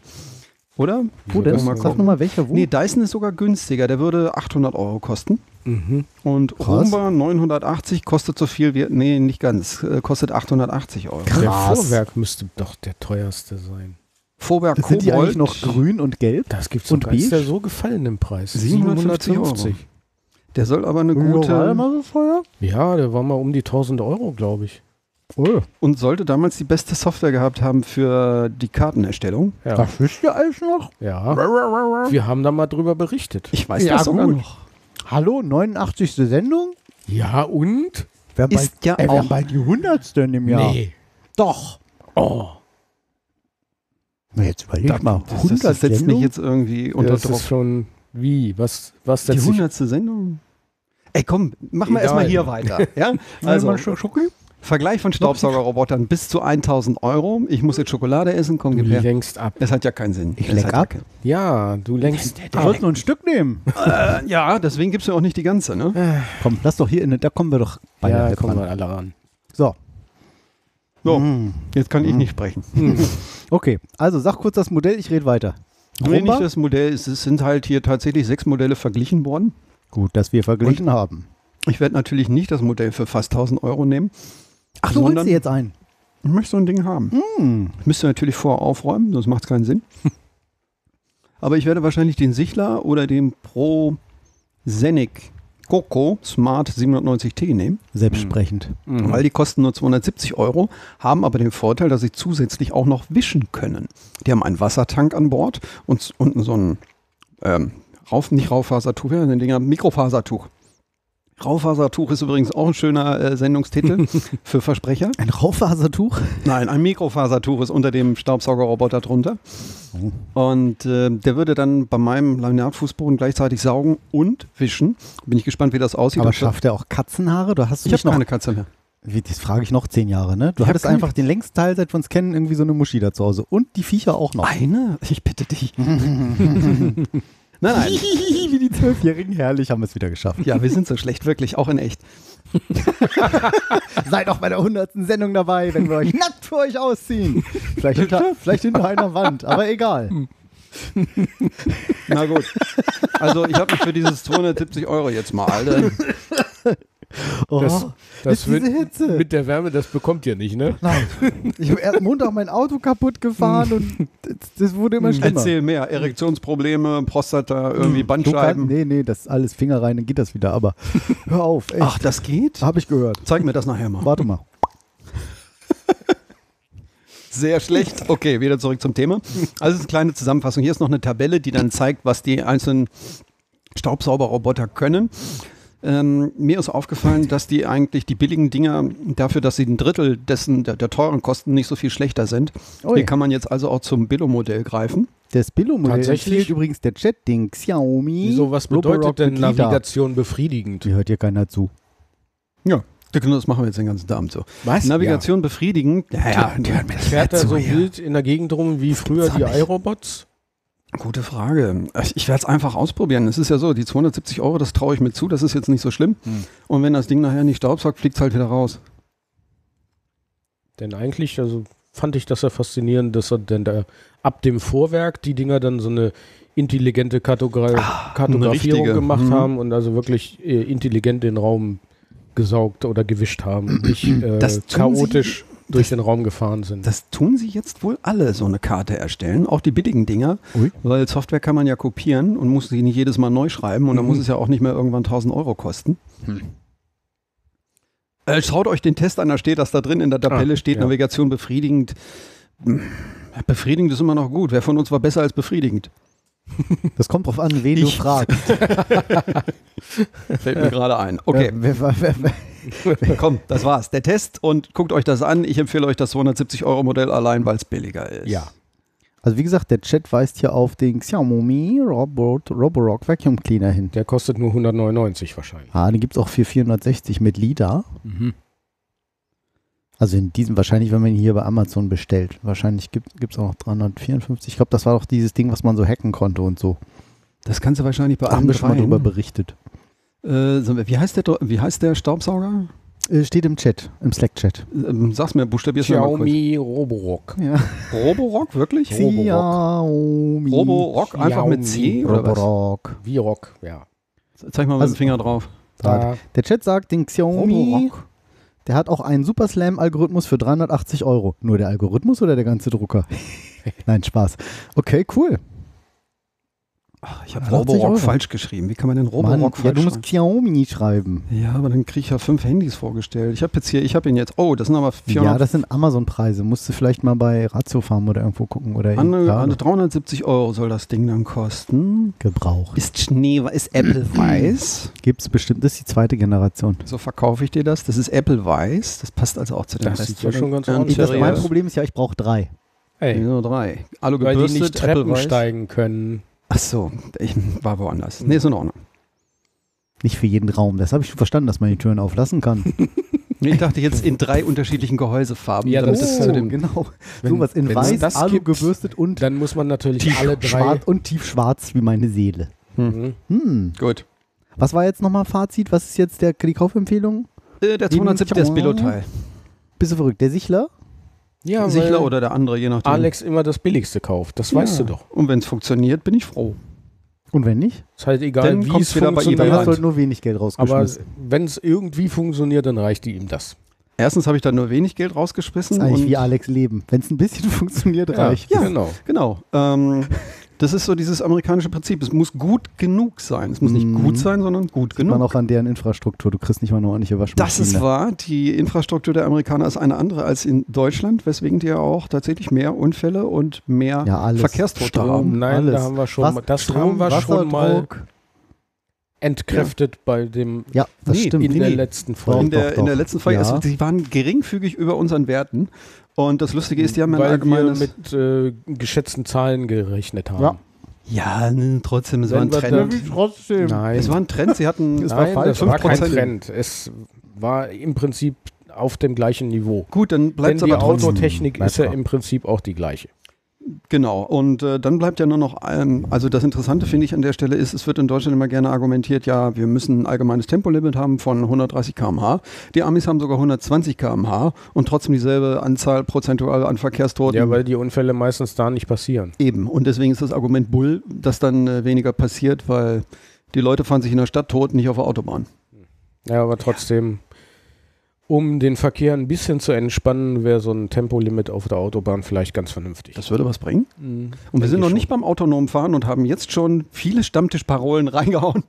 Speaker 3: Oder?
Speaker 2: Wo denn?
Speaker 3: Muss mal
Speaker 2: Sag
Speaker 3: gucken.
Speaker 2: nochmal, welcher wo?
Speaker 3: Nee, Dyson ist sogar günstiger. Der würde 800 Euro kosten.
Speaker 5: Mhm.
Speaker 3: Und
Speaker 2: Krass.
Speaker 3: Roomba 980 kostet so viel wie, nee, nicht ganz, äh, kostet 880 Euro.
Speaker 5: Der
Speaker 2: Krass.
Speaker 5: Vorwerk müsste doch der teuerste sein.
Speaker 3: Vorwerk
Speaker 2: Sind die
Speaker 3: Kobold.
Speaker 2: eigentlich noch grün und gelb?
Speaker 5: Das gibt's
Speaker 2: Und
Speaker 5: doch gar nicht. Ist ja
Speaker 2: beige?
Speaker 5: so gefallen im Preis.
Speaker 3: 750 Euro.
Speaker 5: 750.
Speaker 3: Der soll aber eine gute,
Speaker 2: mal so teuer?
Speaker 5: Ja, der war mal um die 1000 Euro, glaube ich.
Speaker 2: Oh,
Speaker 3: und sollte damals die beste Software gehabt haben für die Kartenerstellung.
Speaker 5: Ja.
Speaker 2: wisst ihr alles noch?
Speaker 5: ja. Wir haben da mal drüber berichtet.
Speaker 3: Ich weiß
Speaker 2: Ja,
Speaker 3: das sogar
Speaker 2: gut.
Speaker 3: noch.
Speaker 2: Hallo, 89. Sendung?
Speaker 5: Ja, und?
Speaker 2: Wir haben
Speaker 3: Ist
Speaker 2: bald,
Speaker 3: ja
Speaker 2: ey, wir
Speaker 3: auch-
Speaker 2: haben bald die 100. in dem Jahr.
Speaker 5: Nee.
Speaker 2: Doch.
Speaker 5: Oh.
Speaker 2: Na, jetzt überleg mal.
Speaker 3: Das, das, das setzt mich
Speaker 2: Sendungen?
Speaker 3: jetzt irgendwie unter
Speaker 5: Das
Speaker 3: Druck.
Speaker 5: ist schon wie? Was, was
Speaker 3: Die
Speaker 5: setzt sich
Speaker 3: hundertste Sendung. Ey, komm, machen wir
Speaker 5: Egal.
Speaker 3: erstmal hier weiter.
Speaker 2: (laughs)
Speaker 3: Ja? Also, Vergleich von Staubsaugerrobotern bis zu 1000 Euro. Ich muss jetzt Schokolade essen, komm,
Speaker 5: Du
Speaker 3: gib her.
Speaker 5: lenkst ab.
Speaker 3: Das hat ja keinen Sinn.
Speaker 2: Ich
Speaker 3: Das
Speaker 2: leck
Speaker 3: hat ja
Speaker 2: ab.
Speaker 3: keinen-
Speaker 5: Ja, du lenkst
Speaker 2: Wir
Speaker 5: ab.
Speaker 2: sollten nur ein Stück nehmen.
Speaker 3: Äh, Ja, deswegen gibst du auch nicht die ganze, ne?
Speaker 2: Komm, lass doch hier in, da kommen wir doch beide
Speaker 5: Ja,
Speaker 2: halt
Speaker 5: kommen
Speaker 2: ran.
Speaker 5: wir alle ran.
Speaker 2: So, Hm.
Speaker 3: So, jetzt kann
Speaker 2: Mhm.
Speaker 3: ich nicht sprechen.
Speaker 2: okay. Also sag kurz das Modell, ich rede weiter.
Speaker 3: Nee,
Speaker 2: Roomba?
Speaker 3: nicht das Modell. Es es sind halt hier tatsächlich sechs Modelle verglichen worden.
Speaker 2: Gut, dass wir verglichen haben.
Speaker 3: Ich werde natürlich nicht das Modell für fast 1000 Euro nehmen.
Speaker 2: Ach, du holst
Speaker 3: sondern-
Speaker 2: dir jetzt ein.
Speaker 3: Ich möchte so ein Ding haben.
Speaker 2: Mhm.
Speaker 3: Ich müsste natürlich vorher aufräumen, sonst macht es keinen
Speaker 2: (laughs)
Speaker 3: Sinn. Aber ich werde wahrscheinlich den Sichler oder den Pro Zenic Coco Smart 790T nehmen,
Speaker 2: Selbstsprechend.
Speaker 3: weil die kosten nur 270 Euro, haben aber den Vorteil, dass sie zusätzlich auch noch wischen können. Die haben einen Wassertank an Bord und s- unten so ein ähm, Rauf, nicht Rauffasertuch, ja, den Dinger Mikrofasertuch. Raufasertuch ist übrigens auch ein schöner äh,
Speaker 2: (laughs)
Speaker 3: Sendungstitel für Versprecher.
Speaker 2: Ein Raufasertuch?
Speaker 3: Nein, ein Mikrofasertuch ist unter dem Staubsaugerroboter drunter.
Speaker 2: Oh.
Speaker 3: Und äh, der würde dann bei meinem Laminatfußboden gleichzeitig saugen und wischen. Bin ich gespannt, wie das aussieht.
Speaker 2: Aber
Speaker 3: Ob-
Speaker 2: schafft er auch Katzenhaare? Du hast
Speaker 3: ich
Speaker 2: mich
Speaker 3: habe
Speaker 2: noch.
Speaker 3: keine Katze mehr.
Speaker 2: Wie, das frage ich noch zehn Jahre, ne? Du
Speaker 3: Ich hab
Speaker 2: hattest
Speaker 3: keine-
Speaker 2: einfach den längsten Teil, seit wir uns kennen, irgendwie so eine Muschi da zu Hause. Und die Viecher auch noch.
Speaker 3: Eine? Ich bitte dich. (laughs) nein, nein.
Speaker 2: Wie die Zwölfjährigen, herrlich, haben wir es wieder geschafft.
Speaker 3: Ja, wir sind so schlecht, wirklich, auch in echt.
Speaker 2: (laughs) Seid auch bei der hundertsten Sendung dabei, wenn wir (laughs) euch nackt für euch ausziehen. Vielleicht hinter, vielleicht hinter einer Wand, aber egal.
Speaker 3: Na gut. Also ich habe mich für dieses 270 Euro jetzt mal. Äh,
Speaker 2: Oh,
Speaker 5: Das, das
Speaker 2: ist
Speaker 5: wird,
Speaker 2: diese Hitze.
Speaker 5: Mit der Wärme, das bekommt ihr nicht, ne?
Speaker 2: Nein. Ich habe erst Montag mein Auto kaputt gefahren und das, das wurde immer schlimmer.
Speaker 3: erzähl mehr. Erektionsprobleme, Prostata, irgendwie
Speaker 2: Du kannst-
Speaker 3: Bandscheiben.
Speaker 2: nee, nee, das ist alles Finger rein, dann geht das wieder.
Speaker 5: (laughs)
Speaker 2: Aber hör auf, echt.
Speaker 3: Ach, das geht?
Speaker 2: Hab ich gehört.
Speaker 3: Zeig mir das nachher mal.
Speaker 2: Warte
Speaker 5: (laughs)
Speaker 2: mal.
Speaker 3: Sehr
Speaker 2: (laughs)
Speaker 3: schlecht. Okay, wieder zurück zum Thema. Also es ist eine kleine Zusammenfassung. Hier ist noch eine Tabelle, die dann zeigt, was die einzelnen Staubsaugerroboter können. Ähm, mir ist aufgefallen, dass die eigentlich die billigen Dinger dafür, dass sie ein Drittel dessen der, der teuren Kosten nicht so viel schlechter sind.
Speaker 2: Ui.
Speaker 3: Hier kann man jetzt also auch zum Billo-Modell greifen.
Speaker 2: Das Billo-Modell
Speaker 5: Tatsächlich?
Speaker 2: empfiehlt übrigens der Chat-Ding Xiaomi.
Speaker 5: Wieso, was
Speaker 2: Roborock
Speaker 5: bedeutet denn
Speaker 2: mit Lida.
Speaker 5: Navigation befriedigend?
Speaker 2: Die hört hier keiner zu.
Speaker 3: Ja, das machen wir jetzt den ganzen Abend so.
Speaker 2: Was?
Speaker 3: Navigation befriedigen. Ja, ja,
Speaker 5: Fährt er
Speaker 2: Dazu
Speaker 5: so
Speaker 2: hier.
Speaker 5: wild in der Gegend rum wie früher
Speaker 2: gibt's
Speaker 5: die
Speaker 2: doch nicht.
Speaker 5: iRobots?
Speaker 3: gute Frage. Ich- Ich werde es einfach ausprobieren. Es ist ja so, die 270 Euro, das traue ich mir zu, das ist jetzt nicht so schlimm.
Speaker 5: Hm.
Speaker 3: Und wenn das Ding nachher nicht staubsaugt, fliegt es halt wieder raus.
Speaker 5: Denn eigentlich, also fand ich das ja faszinierend, dass er denn da ab dem Vorwerk die Dinger dann so eine intelligente Kartogra Kartografierung
Speaker 3: Ah, richtige.
Speaker 5: gemacht
Speaker 3: Mhm.
Speaker 5: haben und also wirklich äh, intelligent den Raum gesaugt oder gewischt haben und
Speaker 3: (clears throat)
Speaker 5: nicht äh,
Speaker 3: Das tun sie-
Speaker 5: chaotisch durch den Raum gefahren sind.
Speaker 3: Das tun sie jetzt wohl alle, so eine Karte erstellen, auch die billigen Dinger,
Speaker 2: Ui.
Speaker 3: weil Software kann man ja kopieren und muss sie nicht jedes Mal neu schreiben und dann
Speaker 5: Mhm.
Speaker 3: muss es ja auch nicht mehr irgendwann 1000 Euro kosten.
Speaker 5: Hm.
Speaker 3: Äh, schaut euch den Test an, da steht das da drin, in der Tabelle
Speaker 5: Ah,
Speaker 3: steht
Speaker 5: ja.
Speaker 3: Navigation befriedigend. Hm, Befriedigend ist immer noch gut. Wer von uns war besser als befriedigend?
Speaker 2: Das kommt drauf
Speaker 5: (laughs)
Speaker 2: an, wen
Speaker 3: Ich-
Speaker 2: du fragst. ne?
Speaker 5: (laughs)
Speaker 3: Fällt mir gerade ein. Okay,
Speaker 2: Wer, wer, wer,
Speaker 3: (laughs)
Speaker 2: wer,
Speaker 3: komm, das war's. Der Test und guckt euch das an. Ich empfehle euch das 270 Euro Modell allein, weil es billiger ist.
Speaker 2: Ja. Also wie gesagt, der Chat weist hier auf den Xiaomi Robot, Roborock Vacuum Cleaner hin.
Speaker 5: Der kostet nur 199 wahrscheinlich.
Speaker 2: Ah, den gibt es auch für 460 mit Lida.
Speaker 3: Mhm.
Speaker 2: Also in diesem wahrscheinlich, wenn man ihn hier bei Amazon bestellt. Wahrscheinlich gibt es auch noch 354. Ich glaube, das war doch dieses Ding, was man so hacken konnte und so.
Speaker 3: Das kannst du wahrscheinlich bei
Speaker 2: Da haben
Speaker 3: allen
Speaker 2: wir schon mal
Speaker 3: dreien.
Speaker 2: drüber berichtet.
Speaker 3: Äh, sag mal, wie, heißt der, Dro- wie heißt der Staubsauger?
Speaker 2: Äh, steht im Chat, im Slack-Chat.
Speaker 3: Ähm, sag's mir, buchstabier's mir mal kurz.
Speaker 5: Xiaomi Roborock.
Speaker 2: Ja. (laughs)
Speaker 3: Roborock, wirklich?
Speaker 2: Xiaomi.
Speaker 3: Roborock, einfach mit
Speaker 5: Xiaomi.
Speaker 3: C oder was?
Speaker 2: Roborock.
Speaker 5: Wie Rock, ja. Ah,
Speaker 3: Zeig mal mit
Speaker 2: Also-
Speaker 3: dem Finger drauf.
Speaker 5: Da,
Speaker 2: Der Chat sagt, den Xiaomi, der hat auch einen Super Slam-Algorithmus für 380 Euro. Nur der Algorithmus oder der ganze (laughs) Drucker? Nein, Spaß. Okay, cool.
Speaker 3: Ach, Ah, ich habe
Speaker 2: 80
Speaker 3: Roborock
Speaker 2: Euro.
Speaker 3: falsch geschrieben. Wie kann man denn Roborock
Speaker 2: Mann,
Speaker 3: falsch
Speaker 2: ja, du musst
Speaker 3: schreiben?
Speaker 2: Xiaomi schreiben.
Speaker 3: Ja, aber dann kriege ich ja fünf Handys vorgestellt. Ich habe jetzt hier, ich habe ihn jetzt, oh, das sind aber
Speaker 2: Ja,
Speaker 3: 400,
Speaker 2: das sind Amazon-Preise. Musst du vielleicht mal bei Ratio Farm oder irgendwo gucken. Oder
Speaker 3: andere-
Speaker 2: Gerade.
Speaker 3: 370 Euro soll das Ding dann kosten.
Speaker 2: Gebraucht.
Speaker 3: Ist Schnee, ist
Speaker 5: (clears throat)
Speaker 3: Apple weiß.
Speaker 2: Gibt es bestimmt. Das ist die zweite Generation.
Speaker 3: So verkaufe ich dir das. Das ist Apple weiß. Das passt also auch zu dem
Speaker 5: Das
Speaker 3: Rest.
Speaker 5: sieht ja schon ganz
Speaker 3: ordentlich
Speaker 5: ordentlich
Speaker 2: Das
Speaker 5: Seriös?
Speaker 2: mein Problem ist ja, ich brauche drei.
Speaker 5: ey,
Speaker 3: Nur drei. Alu
Speaker 5: weil die nicht
Speaker 3: gebürstet, Apple
Speaker 5: Treppen
Speaker 3: weiß.
Speaker 5: steigen können.
Speaker 3: Ach so, ich war woanders. Nee, ist in Ordnung.
Speaker 2: Nicht für jeden Raum. Das habe ich schon verstanden, dass man die Türen auflassen
Speaker 5: (laughs)
Speaker 2: kann.
Speaker 3: Ich dachte jetzt in drei unterschiedlichen Gehäusefarben.
Speaker 5: Ja,
Speaker 3: damit
Speaker 5: das-
Speaker 3: zu dem
Speaker 2: genau.
Speaker 5: Wenn-
Speaker 2: Sowas in
Speaker 5: wenn es
Speaker 2: weiß,
Speaker 5: das
Speaker 2: Alu
Speaker 5: gibt,
Speaker 2: gebürstet und
Speaker 5: Dann muss man natürlich alle drei.
Speaker 2: schwarz und tiefschwarz wie meine Seele.
Speaker 5: Mhm.
Speaker 2: Hm.
Speaker 3: Gut.
Speaker 2: Was war jetzt nochmal Fazit? Was ist jetzt der, die Kaufempfehlung?
Speaker 3: Äh, der
Speaker 2: Die
Speaker 3: 270 er ist
Speaker 2: Ciao.
Speaker 3: Billo-Teil.
Speaker 2: Bist du verrückt? Der Sichler?
Speaker 5: Ja, weil
Speaker 3: Sichler oder der andere, je nachdem.
Speaker 5: Alex immer das billigste kauft. Das weißt du doch.
Speaker 3: Und wenn es funktioniert, bin ich froh.
Speaker 2: Und wenn nicht?
Speaker 5: Ist halt egal,
Speaker 3: Dann
Speaker 5: wie es
Speaker 3: kommt's wieder bei ihm
Speaker 2: Dann
Speaker 5: funktioniert.
Speaker 2: hast du halt nur wenig Geld
Speaker 5: aber
Speaker 2: rausgeschmissen.
Speaker 5: wenn es irgendwie funktioniert, dann reicht ihm das.
Speaker 3: Erstens habe ich da nur wenig Geld
Speaker 2: das
Speaker 3: rausgeschmissen.
Speaker 2: ist eigentlich
Speaker 3: und-
Speaker 2: wie Alex Leben. Wenn es ein bisschen (laughs) funktioniert, reicht.
Speaker 5: Ja, genau.
Speaker 3: Genau. Ähm, das ist so dieses amerikanische Prinzip. Es muss gut genug sein. Es muss nicht
Speaker 5: Mhm.
Speaker 3: gut sein, sondern gut
Speaker 2: Man
Speaker 3: genug.
Speaker 2: auch an deren Infrastruktur. Du kriegst nicht mal eine ordentliche Waschmaschine.
Speaker 3: Das ist wahr. Die Infrastruktur der Amerikaner ist eine andere als in Deutschland, weswegen die ja auch tatsächlich mehr Unfälle und mehr
Speaker 2: Ja, alles.
Speaker 3: Verkehrstote
Speaker 2: Strom.
Speaker 3: haben.
Speaker 5: Nein,
Speaker 2: Alles.
Speaker 5: da haben wir schon
Speaker 2: Was-
Speaker 5: mal. Das
Speaker 2: Strom,
Speaker 5: haben wir schon mal.
Speaker 2: Wasserdruck,
Speaker 5: entkräftet bei dem
Speaker 2: Ja, das
Speaker 3: Nee,
Speaker 2: stimmt.
Speaker 5: in der
Speaker 3: nee.
Speaker 5: letzten
Speaker 2: Doch,
Speaker 5: Folge.
Speaker 3: in, der,
Speaker 2: doch,
Speaker 3: in der
Speaker 2: doch.
Speaker 3: letzten Folge,
Speaker 2: Ja.
Speaker 3: also, die waren geringfügig über unseren Werten. Und das Lustige ist, die haben ein
Speaker 5: weil wir
Speaker 3: allgemeines.
Speaker 5: mit äh, geschätzten Zahlen gerechnet haben.
Speaker 2: Ja.
Speaker 3: ja, n- trotzdem, es war ein
Speaker 5: Wenn wir
Speaker 3: Trend.
Speaker 5: da-
Speaker 2: Trotzdem.
Speaker 5: Nein,
Speaker 3: Es war ein Trend, sie hatten
Speaker 5: es war, Nein, das war kein
Speaker 3: 5%.
Speaker 5: Trend. Es war im Prinzip auf dem gleichen Niveau.
Speaker 3: Gut, dann
Speaker 5: Denn
Speaker 3: bleibt es
Speaker 5: die
Speaker 3: aber trotzdem.
Speaker 5: Autotechnik
Speaker 2: Bleibt's
Speaker 5: ist ja
Speaker 2: dran.
Speaker 5: im Prinzip auch die gleiche.
Speaker 3: Genau, und äh, dann bleibt ja nur noch ein, also das Interessante finde ich an der Stelle ist, es wird in Deutschland immer gerne argumentiert, ja, wir müssen ein allgemeines Tempolimit haben von 130 km/h. Die Amis haben sogar 120 km/h und trotzdem dieselbe Anzahl prozentual an Verkehrstoten.
Speaker 5: Ja, weil die Unfälle meistens da nicht passieren.
Speaker 3: Eben, und deswegen ist das Argument Bull, dass dann äh, weniger passiert, weil die Leute fahren sich in der Stadt tot, nicht auf der Autobahn.
Speaker 5: Ja, aber trotzdem, um den Verkehr ein bisschen zu entspannen, wäre so ein Tempolimit auf der Autobahn vielleicht ganz vernünftig.
Speaker 3: Das würde was bringen.
Speaker 5: Mhm.
Speaker 3: Und wir
Speaker 5: Denke
Speaker 3: sind
Speaker 5: ich
Speaker 3: noch
Speaker 5: schon.
Speaker 3: nicht beim autonomen Fahren und haben jetzt schon viele Stammtischparolen (laughs) reingehauen.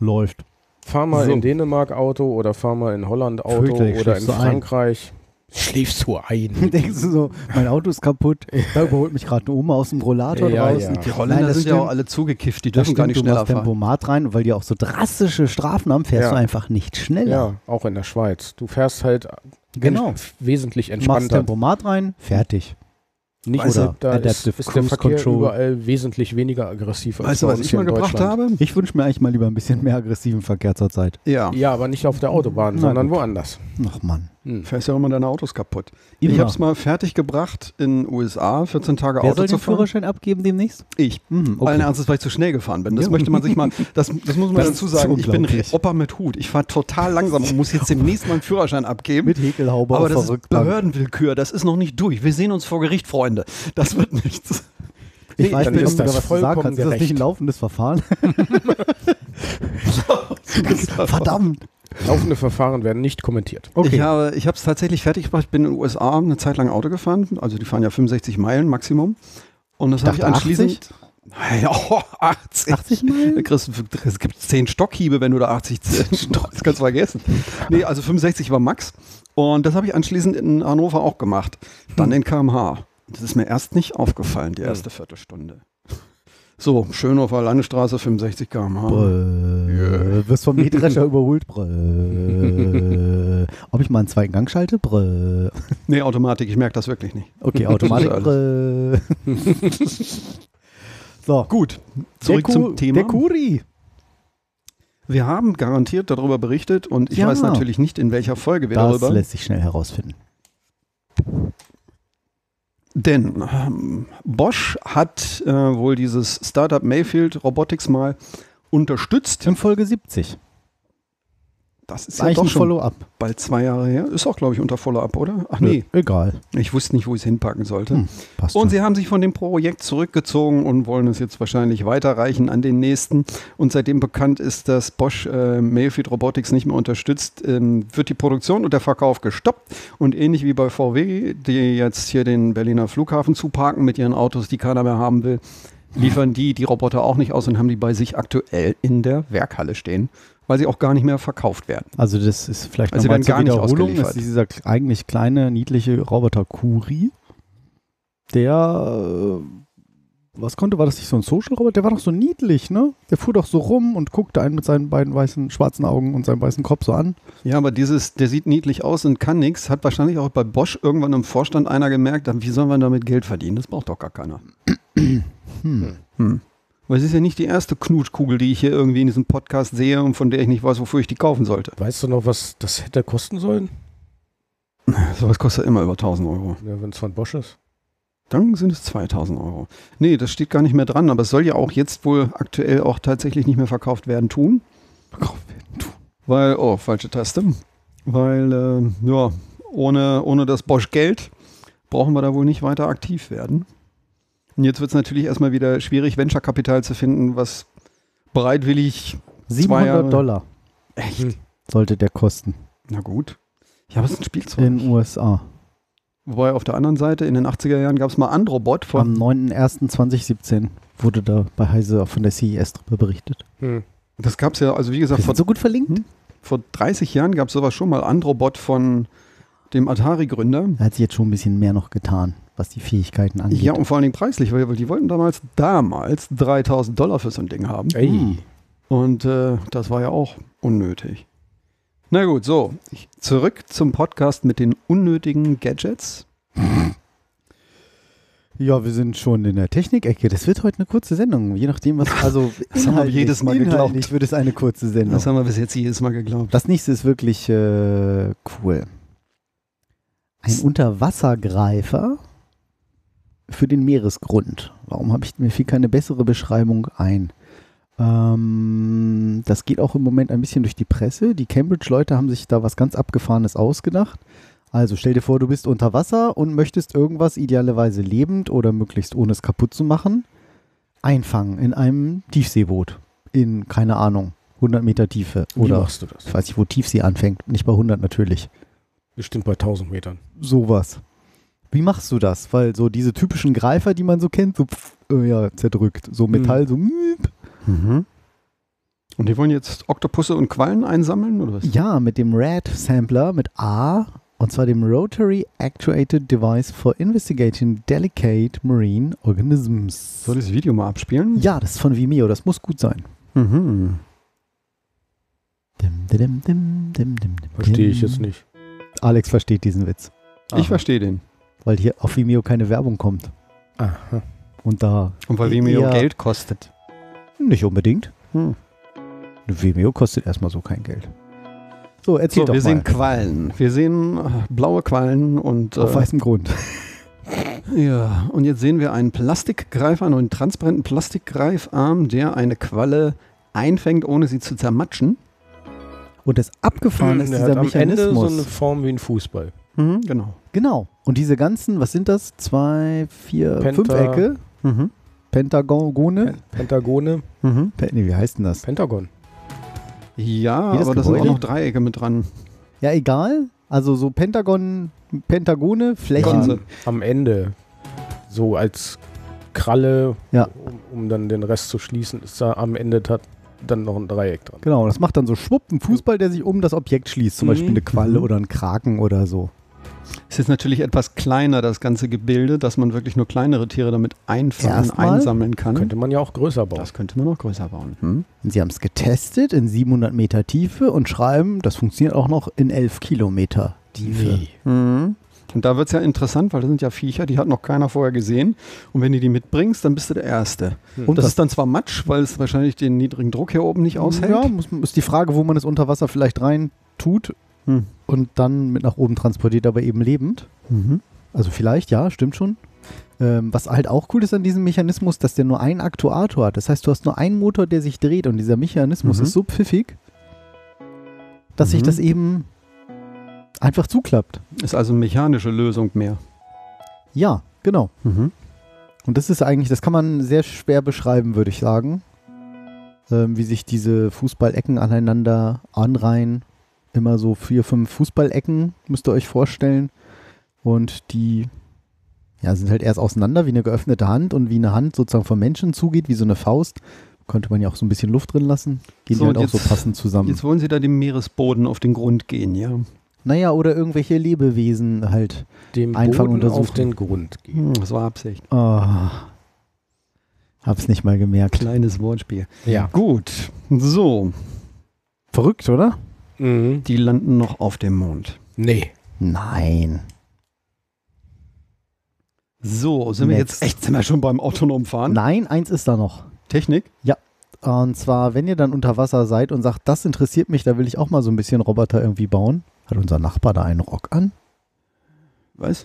Speaker 2: Läuft.
Speaker 5: Fahr mal
Speaker 2: So.
Speaker 5: in Dänemark Auto oder fahr mal in Holland Auto
Speaker 2: Vögel,
Speaker 5: oder in
Speaker 2: schläfst du ein?
Speaker 5: Frankreich. Schläfst du
Speaker 2: (laughs)
Speaker 3: (laughs)
Speaker 5: ein?
Speaker 2: Denkst du so, mein Auto ist kaputt, da überholt mich gerade eine Oma aus dem Rollator
Speaker 5: Ja,
Speaker 2: draußen.
Speaker 5: ja. Die
Speaker 3: Holländer
Speaker 2: das
Speaker 3: sind ja
Speaker 2: stimmt.
Speaker 3: auch alle zugekifft, die
Speaker 2: Das
Speaker 3: dürfen gar nicht
Speaker 2: stimmt, du
Speaker 3: schneller
Speaker 2: machst
Speaker 3: fahren.
Speaker 2: Tempomat rein, weil die auch so drastische Strafen haben, fährst
Speaker 5: Ja.
Speaker 2: du einfach nicht schneller.
Speaker 5: ja, auch in der Schweiz. Du fährst halt
Speaker 2: Genau.
Speaker 5: ents- wesentlich
Speaker 2: Machst
Speaker 5: entspannter.
Speaker 2: Tempomat rein, fertig.
Speaker 5: Nicht
Speaker 2: Weißt du,
Speaker 5: oder da ist,
Speaker 2: Adaptive
Speaker 5: ist der
Speaker 2: Cruise
Speaker 5: Verkehr
Speaker 2: Control.
Speaker 5: überall wesentlich weniger aggressiv als
Speaker 3: Weißt du,
Speaker 5: bei
Speaker 3: was
Speaker 5: uns
Speaker 3: ich
Speaker 5: hier
Speaker 3: mal
Speaker 5: in
Speaker 3: gebracht
Speaker 5: Deutschland.
Speaker 3: habe?
Speaker 2: Ich wünsche mir eigentlich mal lieber ein bisschen mehr aggressiven Verkehr zur Zeit.
Speaker 3: Ja.
Speaker 5: Ja, aber nicht auf der Autobahn,
Speaker 2: Na
Speaker 5: sondern
Speaker 2: gut.
Speaker 5: woanders.
Speaker 2: Ach Mann.
Speaker 5: Hm.
Speaker 3: Fährst ja immer deine Autos kaputt. Ich
Speaker 2: Immer.
Speaker 3: habe es mal fertig gebracht in den USA, 14 Tage
Speaker 2: Wer
Speaker 3: Auto
Speaker 2: soll
Speaker 3: zu
Speaker 2: den
Speaker 3: fahren.
Speaker 2: Führerschein abgeben demnächst?
Speaker 3: Ich.
Speaker 2: Hm, okay. (laughs)
Speaker 3: Allen Ernstes, weil ich zu schnell gefahren bin. Das
Speaker 2: Ja.
Speaker 3: möchte man sich
Speaker 2: (laughs)
Speaker 3: mal, das, das muss man
Speaker 2: Das
Speaker 3: dazu
Speaker 2: ist
Speaker 3: sagen. Ich bin
Speaker 2: unglaublich.
Speaker 3: Opa mit Hut. Ich fahre total langsam und muss jetzt demnächst meinen Führerschein abgeben.
Speaker 2: Mit Häkelhaube
Speaker 3: Aber
Speaker 2: auf
Speaker 3: das
Speaker 2: der
Speaker 3: ist
Speaker 2: Rückbank.
Speaker 3: Behördenwillkür. Das ist noch nicht durch. Wir sehen uns vor Gericht, Freunde. Das wird nichts.
Speaker 2: Ich
Speaker 3: Nee,
Speaker 2: weiß
Speaker 5: dann
Speaker 2: nicht, ob
Speaker 5: ist
Speaker 2: du da
Speaker 5: das
Speaker 2: was zu sagen
Speaker 5: vollkommen
Speaker 2: kannst. Ist das nicht ein
Speaker 5: gerecht.
Speaker 3: (laughs)
Speaker 2: laufendes Verfahren? (laughs) Verdammt.
Speaker 5: (clears throat) Laufende Verfahren werden nicht kommentiert.
Speaker 3: Ich habe ich habe es tatsächlich fertig gebracht. Ich bin in den USA eine Zeit lang Auto gefahren. Also die fahren ja 65 Meilen Maximum. Und das habe ich
Speaker 2: dachte
Speaker 3: anschließend. Ja, oh, 80.
Speaker 2: 80 Meilen?
Speaker 3: Chris, es gibt 10 Stockhiebe, wenn du da
Speaker 2: (laughs)
Speaker 3: 80 zählst. Das kannst du vergessen. Nee, also 65 war Max. Und das habe ich anschließend in Hannover auch gemacht. Dann in kmh. Das ist mir erst nicht aufgefallen,
Speaker 2: Hm.
Speaker 3: die erste Viertelstunde. So, Schönhofer Landstraße 65 km/h.
Speaker 2: Brrr. Wirst
Speaker 3: (laughs)
Speaker 2: vom Mähdrescher überholt. Brrr. Ob ich mal einen zweiten Gang schalte? Brrr.
Speaker 3: Nee, Automatik, ich merke das wirklich nicht.
Speaker 2: Okay, Automatik.
Speaker 3: (laughs) Alles. (laughs)
Speaker 2: Brrr. so.
Speaker 3: Gut, zurück
Speaker 2: der Ku-
Speaker 3: zum Thema.
Speaker 2: Der Kuri.
Speaker 3: Wir haben garantiert darüber berichtet und ich
Speaker 2: Ja.
Speaker 3: weiß natürlich nicht, in welcher Folge wir
Speaker 2: Das
Speaker 3: darüber.
Speaker 2: lässt sich schnell herausfinden.
Speaker 3: Denn ähm, Bosch hat äh, wohl dieses Startup Mayfield Robotics mal unterstützt.
Speaker 2: In Folge 70.
Speaker 3: Das ist
Speaker 2: Ist eigentlich
Speaker 3: ja
Speaker 2: ein
Speaker 3: doch schon
Speaker 2: Follow-up.
Speaker 3: bald zwei Jahre her. Ist auch, glaube ich, unter Follow-up, oder? Ach nee,
Speaker 2: Egal.
Speaker 3: ich wusste nicht, wo ich es hinpacken sollte.
Speaker 2: Hm, passt
Speaker 3: Und
Speaker 2: schon.
Speaker 3: sie haben sich von dem Projekt zurückgezogen und wollen es jetzt wahrscheinlich weiterreichen an den nächsten. Und seitdem bekannt ist, dass Bosch äh, Mayfield Robotics nicht mehr unterstützt, ähm, wird die Produktion und der Verkauf gestoppt. Und ähnlich wie bei VW, die jetzt hier den Berliner Flughafen zuparken mit ihren Autos, die keiner mehr haben will, liefern die die Roboter auch nicht aus und haben die bei sich aktuell in der Werkhalle stehen, weil sie auch gar nicht mehr verkauft werden.
Speaker 2: Also das ist vielleicht
Speaker 3: Also
Speaker 2: also
Speaker 3: werden
Speaker 2: nochmal zur
Speaker 3: gar nicht
Speaker 2: Wiederholung. Das
Speaker 3: ausgeliefert.
Speaker 2: ist dieser k- eigentlich kleine, niedliche Roboter Kuri, der, äh, was konnte, war das nicht so ein Social-Roboter? Der war doch so niedlich, ne? Der fuhr doch so rum und guckte einen mit seinen beiden weißen, schwarzen Augen und seinem weißen Kopf so an.
Speaker 3: Ja, aber dieses, der sieht niedlich aus und kann nichts, hat wahrscheinlich auch bei Bosch irgendwann im Vorstand einer gemerkt, wie soll man damit Geld verdienen? Das braucht doch gar keiner.
Speaker 2: Hm.
Speaker 3: Hm. Weil es ist ja nicht die erste Knutschkugel, die ich hier irgendwie in diesem Podcast sehe und von der ich nicht weiß, wofür ich die kaufen sollte. (laughs)
Speaker 5: Weißt du noch, was das hätte kosten sollen?
Speaker 3: Sowas kostet immer über 1000 Euro.
Speaker 5: Ja, Wenn es von Bosch ist.
Speaker 3: Dann sind es 2000 Euro. Nee, das steht gar nicht mehr dran, aber es soll ja auch jetzt wohl aktuell auch tatsächlich nicht mehr verkauft werden tun.
Speaker 2: Verkauft werden tun.
Speaker 3: Weil, oh, falsche Taste. Weil, äh, ja, ohne, ohne das Bosch-Geld brauchen wir da wohl nicht weiter aktiv werden. Und jetzt wird es natürlich erstmal wieder schwierig, Venture-Kapital zu finden, was bereitwillig.
Speaker 2: 700
Speaker 3: Jahre.
Speaker 2: Dollar
Speaker 3: Echt?
Speaker 5: Hm.
Speaker 2: sollte der kosten
Speaker 3: Na gut. Ja, aber es ist ein Spielzeug.
Speaker 2: in den USA.
Speaker 3: Wobei auf der anderen Seite, in den 80er Jahren gab es mal Androbot von.
Speaker 2: Am 9.01.2017 wurde da bei Heise von der CES drüber berichtet.
Speaker 5: Hm.
Speaker 3: Das gab es ja, also wie gesagt,
Speaker 2: Wir
Speaker 3: vor,
Speaker 2: sind so gut
Speaker 3: Hm?
Speaker 2: verlinkt.
Speaker 3: vor 30 Jahren gab es sowas schon mal Androbot von dem Atari-Gründer.
Speaker 2: Da hat sich jetzt schon ein bisschen mehr noch getan, was die Fähigkeiten angeht.
Speaker 3: Ja, und vor allen Dingen preislich, weil weil die wollten damals, damals 3000 Dollar für so ein Ding haben.
Speaker 5: Ey.
Speaker 2: Hm.
Speaker 3: Und äh, das war ja auch unnötig. Na gut, so. Ich, zurück zum Podcast mit den unnötigen Gadgets.
Speaker 2: Ja, wir sind schon in der Technikecke. Das wird heute eine kurze Sendung. Je nachdem, was. Also,
Speaker 3: (laughs) Das haben wir jedes Mal geglaubt.
Speaker 2: inhaltlich wird es eine kurze Sendung.
Speaker 3: Das haben wir bis jetzt jedes Mal geglaubt.
Speaker 2: Das nächste ist wirklich äh, cool. Ein
Speaker 3: S-
Speaker 2: Unterwassergreifer für den Meeresgrund. Warum habe ich mir viel keine bessere Beschreibung ein? Ähm, das geht auch im Moment ein bisschen durch die Presse. Die Cambridge-Leute haben sich da was ganz Abgefahrenes ausgedacht. Also stell dir vor, du bist unter Wasser und möchtest irgendwas idealerweise lebend oder möglichst ohne es kaputt zu machen, einfangen in einem Tiefseeboot. In, keine Ahnung, 100 Meter Tiefe.
Speaker 5: Wie
Speaker 2: Oder
Speaker 5: machst du das?
Speaker 2: ich weiß nicht, wo Tiefsee anfängt. Nicht bei 100 natürlich.
Speaker 5: Bestimmt bei 1000 Metern.
Speaker 2: Sowas. Wie machst du das? Weil so diese typischen Greifer, die man so kennt, so pff, äh, ja, zerdrückt. So
Speaker 5: Mhm.
Speaker 2: Metall, so. miep.
Speaker 3: Mhm. Und die wollen jetzt Oktopusse und Quallen einsammeln, oder was?
Speaker 2: Ja, mit dem RAD-Sampler mit A. Und zwar dem Rotary Actuated Device for Investigating Delicate Marine Organisms.
Speaker 3: Soll ich das Video mal abspielen?
Speaker 2: Ja, das ist von Vimeo. Das muss gut sein.
Speaker 3: Mhm.
Speaker 2: Dim, dim, dim, dim, dim, dim,
Speaker 5: Verstehe ich jetzt nicht.
Speaker 2: Alex versteht diesen Witz.
Speaker 3: Ich verstehe den.
Speaker 2: Weil hier auf Vimeo keine Werbung kommt.
Speaker 5: Aha.
Speaker 2: Und da
Speaker 3: Und weil Vimeo
Speaker 2: Ja.
Speaker 3: Geld kostet.
Speaker 2: nicht unbedingt.
Speaker 3: Hm.
Speaker 2: Vimeo kostet erstmal so kein Geld. So, erzähl
Speaker 3: So,
Speaker 2: doch
Speaker 3: wir
Speaker 2: mal.
Speaker 3: sehen Quallen. Wir sehen äh, blaue Quallen und
Speaker 2: Auf
Speaker 3: äh,
Speaker 2: weißem Grund.
Speaker 3: ja. Und jetzt sehen wir einen Plastikgreifer, einen transparenten Plastikgreifarm, der eine Qualle einfängt, ohne sie zu zermatschen.
Speaker 2: Und das Abgefahren ist
Speaker 5: Der
Speaker 2: dieser
Speaker 5: Hm, hat am Ende so
Speaker 2: Mechanismus.
Speaker 5: eine Form wie ein Fußball.
Speaker 3: Mhm, genau.
Speaker 2: genau. Und diese ganzen, was sind das? Zwei, vier,
Speaker 5: Penta-
Speaker 2: fünf Ecke?
Speaker 3: Mhm.
Speaker 2: Pentagone?
Speaker 5: Pen- Pentagone.
Speaker 3: Mhm.
Speaker 2: Pe nee, wie heißt denn das?
Speaker 5: Pentagon.
Speaker 3: Ja,
Speaker 2: Jedes
Speaker 3: aber da sind auch
Speaker 2: Gebäude?
Speaker 3: noch Dreiecke mit dran.
Speaker 2: Ja, egal. Also so Pentagon, Pentagone, Flächen.
Speaker 3: Konse.
Speaker 5: Am Ende. So als Kralle,
Speaker 2: Ja.
Speaker 5: um, um dann den Rest zu schließen, ist da am Ende tat dann noch ein Dreieck dran.
Speaker 2: Genau, das macht dann so schwupp einen Fußball, der sich um das Objekt schließt. Zum
Speaker 5: Mhm.
Speaker 2: Beispiel eine Qualle
Speaker 3: Mhm.
Speaker 2: oder ein Kraken oder so.
Speaker 3: Es ist natürlich etwas kleiner, das ganze Gebilde, dass man wirklich nur kleinere Tiere damit einfangen,
Speaker 2: Erstmal
Speaker 3: einsammeln kann.
Speaker 5: Könnte man ja auch größer bauen.
Speaker 3: das könnte man noch größer bauen. Hm?
Speaker 2: Und sie haben es getestet in 700 Meter Tiefe und schreiben, das funktioniert auch noch in 11 Kilometer Tiefe.
Speaker 3: Mhm. Und da wird es ja interessant, weil das sind ja Viecher, die hat noch keiner vorher gesehen. Und wenn du die mitbringst, dann bist du der Erste.
Speaker 5: Hm.
Speaker 3: Und das,
Speaker 2: das-
Speaker 3: ist dann zwar Matsch, weil es wahrscheinlich den niedrigen Druck hier oben nicht aushält.
Speaker 2: Ja, muss, ist die Frage, wo man es unter Wasser vielleicht rein tut
Speaker 3: Hm.
Speaker 2: und dann mit nach oben transportiert, aber eben lebend.
Speaker 3: Mhm.
Speaker 2: Also vielleicht, ja, stimmt schon. Ähm, was halt auch cool ist an diesem Mechanismus, dass der nur einen Aktuator hat. Das heißt, du hast nur einen Motor, der sich dreht und dieser Mechanismus
Speaker 3: Mhm.
Speaker 2: ist so pfiffig, dass sich
Speaker 3: Mhm.
Speaker 2: das eben einfach zuklappt.
Speaker 3: Ist also eine mechanische Lösung mehr.
Speaker 2: Ja, genau.
Speaker 3: Mhm.
Speaker 2: Und das ist eigentlich, das kann man sehr schwer beschreiben, würde ich sagen. Ähm, wie sich diese Fußballecken aneinander anreihen. Immer so vier, fünf Fußballecken, müsst ihr euch vorstellen. Und die ja, sind halt erst auseinander wie eine geöffnete Hand und wie eine Hand sozusagen vom Menschen zugeht, wie so eine Faust. Könnte man ja auch so ein bisschen Luft drin lassen. Gehen
Speaker 3: So,
Speaker 2: die halt
Speaker 3: und
Speaker 2: auch so
Speaker 3: jetzt-
Speaker 2: passend zusammen.
Speaker 3: Jetzt wollen sie da dem Meeresboden auf den Grund gehen, ja.
Speaker 2: Naja, oder irgendwelche Lebewesen halt.
Speaker 5: Dem
Speaker 2: Einfang
Speaker 5: Boden auf
Speaker 2: untersuchen.
Speaker 5: den Grund gehen.
Speaker 3: Hm, Das war Absicht.
Speaker 2: Ah, hab's nicht mal gemerkt.
Speaker 3: Kleines Wortspiel.
Speaker 5: Ja.
Speaker 3: Gut, so,
Speaker 2: Verrückt, oder?
Speaker 5: Mhm.
Speaker 3: die landen noch auf dem Mond.
Speaker 5: Nee.
Speaker 2: Nein.
Speaker 3: So, sind wir
Speaker 2: Next.
Speaker 3: jetzt echt, sind wir schon beim autonomen Fahren?
Speaker 2: Nein, eins ist da noch.
Speaker 3: Technik?
Speaker 2: Und zwar, wenn ihr dann unter Wasser seid und sagt, das interessiert mich, da will ich auch mal so ein bisschen Roboter irgendwie bauen. Hat unser Nachbar da einen Rock an?
Speaker 3: Was?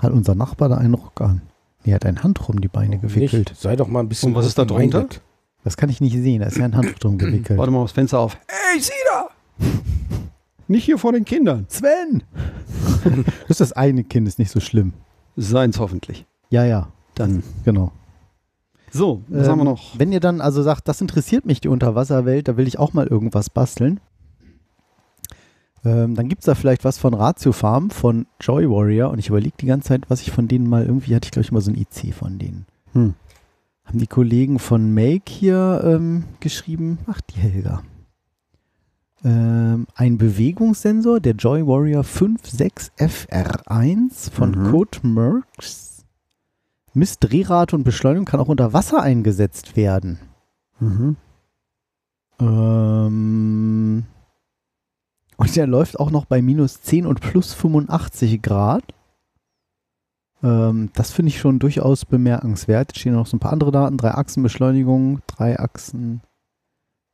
Speaker 2: Hat unser Nachbar da einen Rock an? Nee, er hat ein Handtuch um die Beine gewickelt.
Speaker 5: Nicht. Sei doch mal ein bisschen.
Speaker 3: Und was ist da drunter?
Speaker 5: open-minded.
Speaker 2: Das kann ich nicht sehen, da ist ja ein Handtuch drum gewickelt.
Speaker 3: Warte mal, das Fenster auf. Ey, sieh da! (laughs) Nicht hier vor den Kindern.
Speaker 2: Sven! das ist das eine Kind, ist nicht so schlimm.
Speaker 3: Seins hoffentlich.
Speaker 2: Ja, ja,
Speaker 3: Dann.
Speaker 2: genau.
Speaker 3: So, was
Speaker 2: Ähm,
Speaker 3: haben wir noch?
Speaker 2: Wenn ihr dann also sagt, das interessiert mich, die Unterwasserwelt, da will ich auch mal irgendwas basteln, ähm, dann gibt es da vielleicht was von Ratio Farm, von Joy Warrior und ich überlege die ganze Zeit, was ich von denen mal irgendwie, hatte ich glaube ich mal so ein IC von denen.
Speaker 3: Hm.
Speaker 2: Haben die Kollegen von Make hier ähm, geschrieben, ach die Helga. Ähm, ein Bewegungssensor, der Joy Warrior 56FR1 von
Speaker 3: Mhm.
Speaker 2: Code Mercs. Misst Drehrate und Beschleunigung kann auch unter Wasser eingesetzt werden.
Speaker 3: Mhm.
Speaker 2: Ähm, und der läuft auch noch bei minus 10 und plus 85 Grad. Ähm, das finde ich schon durchaus bemerkenswert. Jetzt stehen noch so ein paar andere Daten. Drei Achsen Beschleunigung, drei Achsen,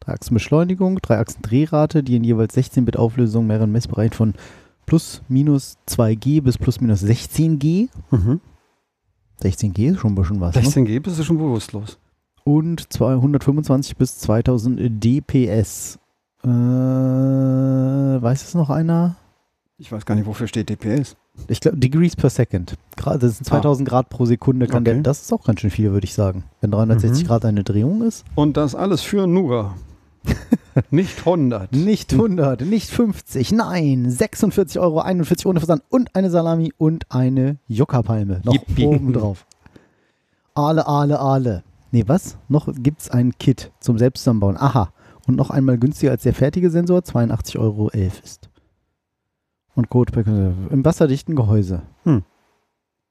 Speaker 2: drei Achsen Beschleunigung, drei Achsen Drehrate, die in jeweils 16-Bit Auflösung mehreren Messbereichen von plus minus 2G bis plus minus 16G.
Speaker 3: mhm.
Speaker 2: 16G ist schon ein bisschen was. Ne?
Speaker 3: 16G bist du schon bewusstlos.
Speaker 2: und 225 bis 2000 DPS. Äh, weiß es noch einer?
Speaker 3: Ich weiß gar nicht, wofür steht DPS.
Speaker 2: Ich glaube, Degrees per Second. Gra- Das sind 2000 Grad pro Sekunde. Kann der,
Speaker 3: Ah. Okay.
Speaker 2: das ist auch ganz schön viel, würde ich sagen. Wenn 360
Speaker 3: Mhm.
Speaker 2: Grad eine Drehung ist.
Speaker 3: Und das alles für (laughs) Nura. nicht 100.
Speaker 2: Nicht 100, nicht 50, nein. 46,41 Euro ohne Versand und eine Salami und eine Jockerpalme. Noch
Speaker 3: Yippie.
Speaker 2: oben drauf. Ale, ale, ale. Nee, was? Noch gibt es ein Kit zum Selbstzusammenbauen. Aha. Und noch einmal günstiger als der fertige Sensor, 82,11 Euro ist. Und Code per- im wasserdichten Gehäuse.
Speaker 3: Hm.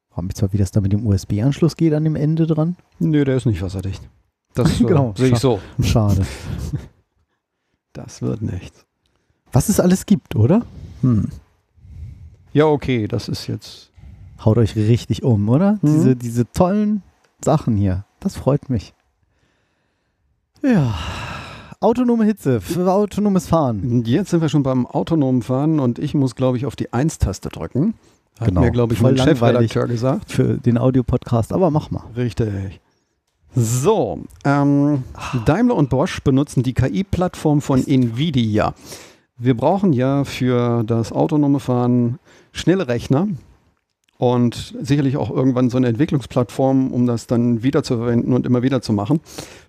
Speaker 2: Frag mich zwar, wie das da mit dem USB-Anschluss geht an dem Ende dran.
Speaker 3: Nö, der ist nicht wasserdicht. (laughs) Das äh,
Speaker 2: Genau.
Speaker 3: sehe ich so. (laughs)
Speaker 2: Schade.
Speaker 3: Das wird nichts.
Speaker 2: Was es alles gibt, oder? Hm.
Speaker 3: Ja, okay, das ist jetzt.
Speaker 2: haut euch richtig um, oder?
Speaker 3: Mhm.
Speaker 2: Diese, diese tollen Sachen hier. Das freut mich. Ja. Autonome Hitze für autonomes Fahren.
Speaker 3: Jetzt sind wir schon beim autonomen Fahren und ich muss, glaube ich, auf die 1-Taste drücken. Hat
Speaker 2: Genau.
Speaker 3: mir, glaube ich,
Speaker 2: Voll
Speaker 3: mein
Speaker 2: langweilig.
Speaker 3: Chefredakteur gesagt.
Speaker 2: Für den Audiopodcast, aber mach mal.
Speaker 3: Richtig. So, ähm, Daimler und Bosch benutzen die KI-Plattform von Nvidia. Wir brauchen ja für das autonome Fahren schnelle Rechner und sicherlich auch irgendwann so eine Entwicklungsplattform, um das dann wiederzuverwenden und immer wieder zu machen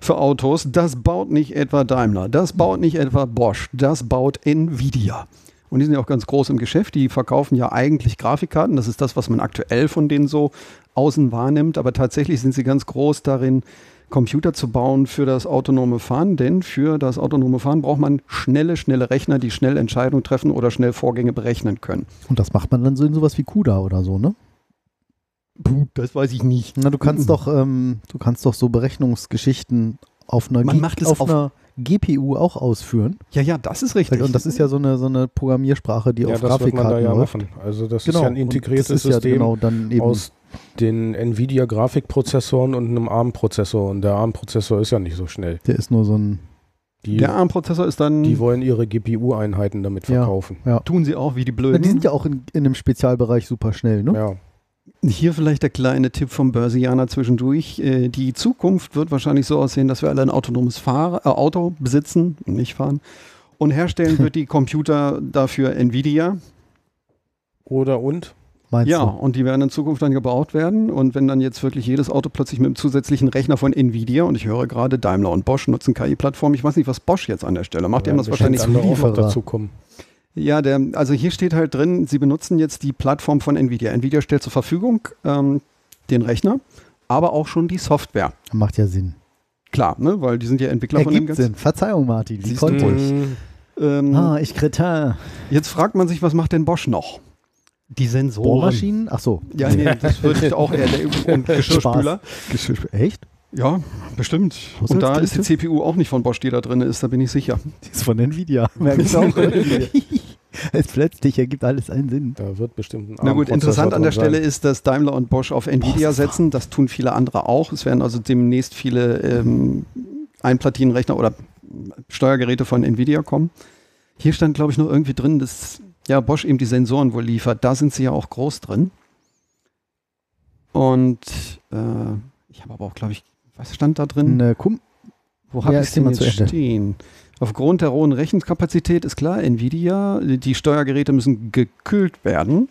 Speaker 3: für Autos. Das baut nicht etwa Daimler, das baut nicht etwa Bosch, das baut Nvidia. Und die sind ja auch ganz groß im Geschäft. Die verkaufen ja eigentlich Grafikkarten. Das ist das, was man aktuell von denen so außen wahrnimmt. Aber tatsächlich sind sie ganz groß darin, Computer zu bauen für das autonome Fahren. Denn für das autonome Fahren braucht man schnelle, schnelle Rechner, die schnell Entscheidungen treffen oder schnell Vorgänge berechnen können.
Speaker 2: Und das macht man dann so in sowas wie CUDA oder so, ne?
Speaker 3: Puh, das weiß ich nicht.
Speaker 2: Na, du kannst
Speaker 3: Mhm.
Speaker 2: doch, ähm, du kannst doch so Berechnungsgeschichten auf einer,
Speaker 3: Man
Speaker 2: G-
Speaker 3: macht es
Speaker 2: auf
Speaker 3: auf-
Speaker 2: einer GPU auch ausführen.
Speaker 3: Ja, ja, das ist richtig.
Speaker 2: Und das ist ja so eine, so eine Programmiersprache, die
Speaker 5: ja,
Speaker 2: auf
Speaker 5: das wird man da
Speaker 2: Grafikkarten
Speaker 5: ja
Speaker 2: läuft.
Speaker 5: machen. Also das
Speaker 2: Genau.
Speaker 5: ist ja ein
Speaker 2: Und
Speaker 5: integriertes
Speaker 2: das ist
Speaker 5: System
Speaker 2: Ja genau, dann eben
Speaker 5: aus den Nvidia-Grafikprozessoren und einem ARM-Prozessor. Und der ARM-Prozessor ist ja nicht so schnell.
Speaker 2: der ist nur so ein
Speaker 5: Die,
Speaker 3: der ARM-Prozessor ist dann,
Speaker 5: die wollen ihre GPU-Einheiten damit
Speaker 2: Ja.
Speaker 5: verkaufen.
Speaker 3: tun sie auch wie die
Speaker 2: Na,
Speaker 3: Blöden.
Speaker 2: die sind ja auch in, in einem Spezialbereich super schnell, ne?
Speaker 5: Ja.
Speaker 3: Hier vielleicht der kleine Tipp vom Börsianer zwischendurch. Äh, Die Zukunft wird wahrscheinlich so aussehen, dass wir alle ein autonomes Fahr äh, Auto besitzen, nicht fahren. Und
Speaker 2: (laughs)
Speaker 3: herstellen wird die Computer dafür Nvidia.
Speaker 5: Oder und?
Speaker 2: Meinst
Speaker 3: Ja,
Speaker 2: du?
Speaker 3: und die werden in Zukunft dann gebaut werden. Und wenn dann jetzt wirklich jedes Auto plötzlich mit einem zusätzlichen Rechner von Nvidia, und ich höre gerade, Daimler und Bosch nutzen KI-Plattformen. Ich weiß nicht, was Bosch jetzt an der Stelle macht. Die haben das wahrscheinlich
Speaker 5: andere auch noch
Speaker 2: Zulieferer.
Speaker 5: dazu kommen.
Speaker 3: Ja, der, also hier steht halt drin, Sie benutzen jetzt die Plattform von Nvidia. Nvidia stellt zur Verfügung ähm, den Rechner, aber auch schon die Software.
Speaker 2: Macht ja Sinn.
Speaker 3: Klar, ne? weil die sind ja Entwickler von dem
Speaker 2: Ergibt
Speaker 3: Ganzen.
Speaker 2: Sinn. Verzeihung, Martin. Wie
Speaker 3: Siehst
Speaker 2: konnte
Speaker 3: du?
Speaker 2: ich?
Speaker 5: Mhm.
Speaker 3: Ähm,
Speaker 2: Ah, ich Kretin.
Speaker 3: Jetzt fragt man sich, was macht denn Bosch noch? Die Sensoren.
Speaker 2: Bohrmaschinen? Ach so. (laughs)
Speaker 3: Ja, nee, das würde ich auch eher denken. Und Geschirrspüler.
Speaker 2: Geschirr- Echt?
Speaker 3: Ja, bestimmt. Und da ist die CPU auch nicht von Bosch, die da drin ist, da bin ich sicher.
Speaker 2: Die ist
Speaker 3: (laughs)
Speaker 2: von Nvidia. Merke ich auch. (laughs) es plötzlich ergibt alles einen Sinn.
Speaker 5: Da wird bestimmt ein
Speaker 3: Na gut,
Speaker 5: ARM-Prozessor
Speaker 3: interessant an der
Speaker 5: drin sein.
Speaker 3: Stelle ist, dass Daimler und Bosch auf Nvidia setzen. Das tun viele andere auch. Es werden also demnächst viele ähm, Einplatinenrechner oder Steuergeräte von Nvidia kommen. Hier stand, glaube ich, noch irgendwie drin, dass ja, Bosch eben die Sensoren wohl liefert. Da sind sie ja auch groß drin. Und äh, ich habe aber auch, glaube ich, was stand da drin?
Speaker 2: Eine äh, Kum
Speaker 3: Wo habe
Speaker 2: Ja,
Speaker 3: ich
Speaker 2: erzähl
Speaker 3: denn
Speaker 2: mal
Speaker 3: jetzt
Speaker 2: zu Ende.
Speaker 3: stehen? Aufgrund der hohen Rechenkapazität ist klar, Nvidia, die Steuergeräte müssen gekühlt werden.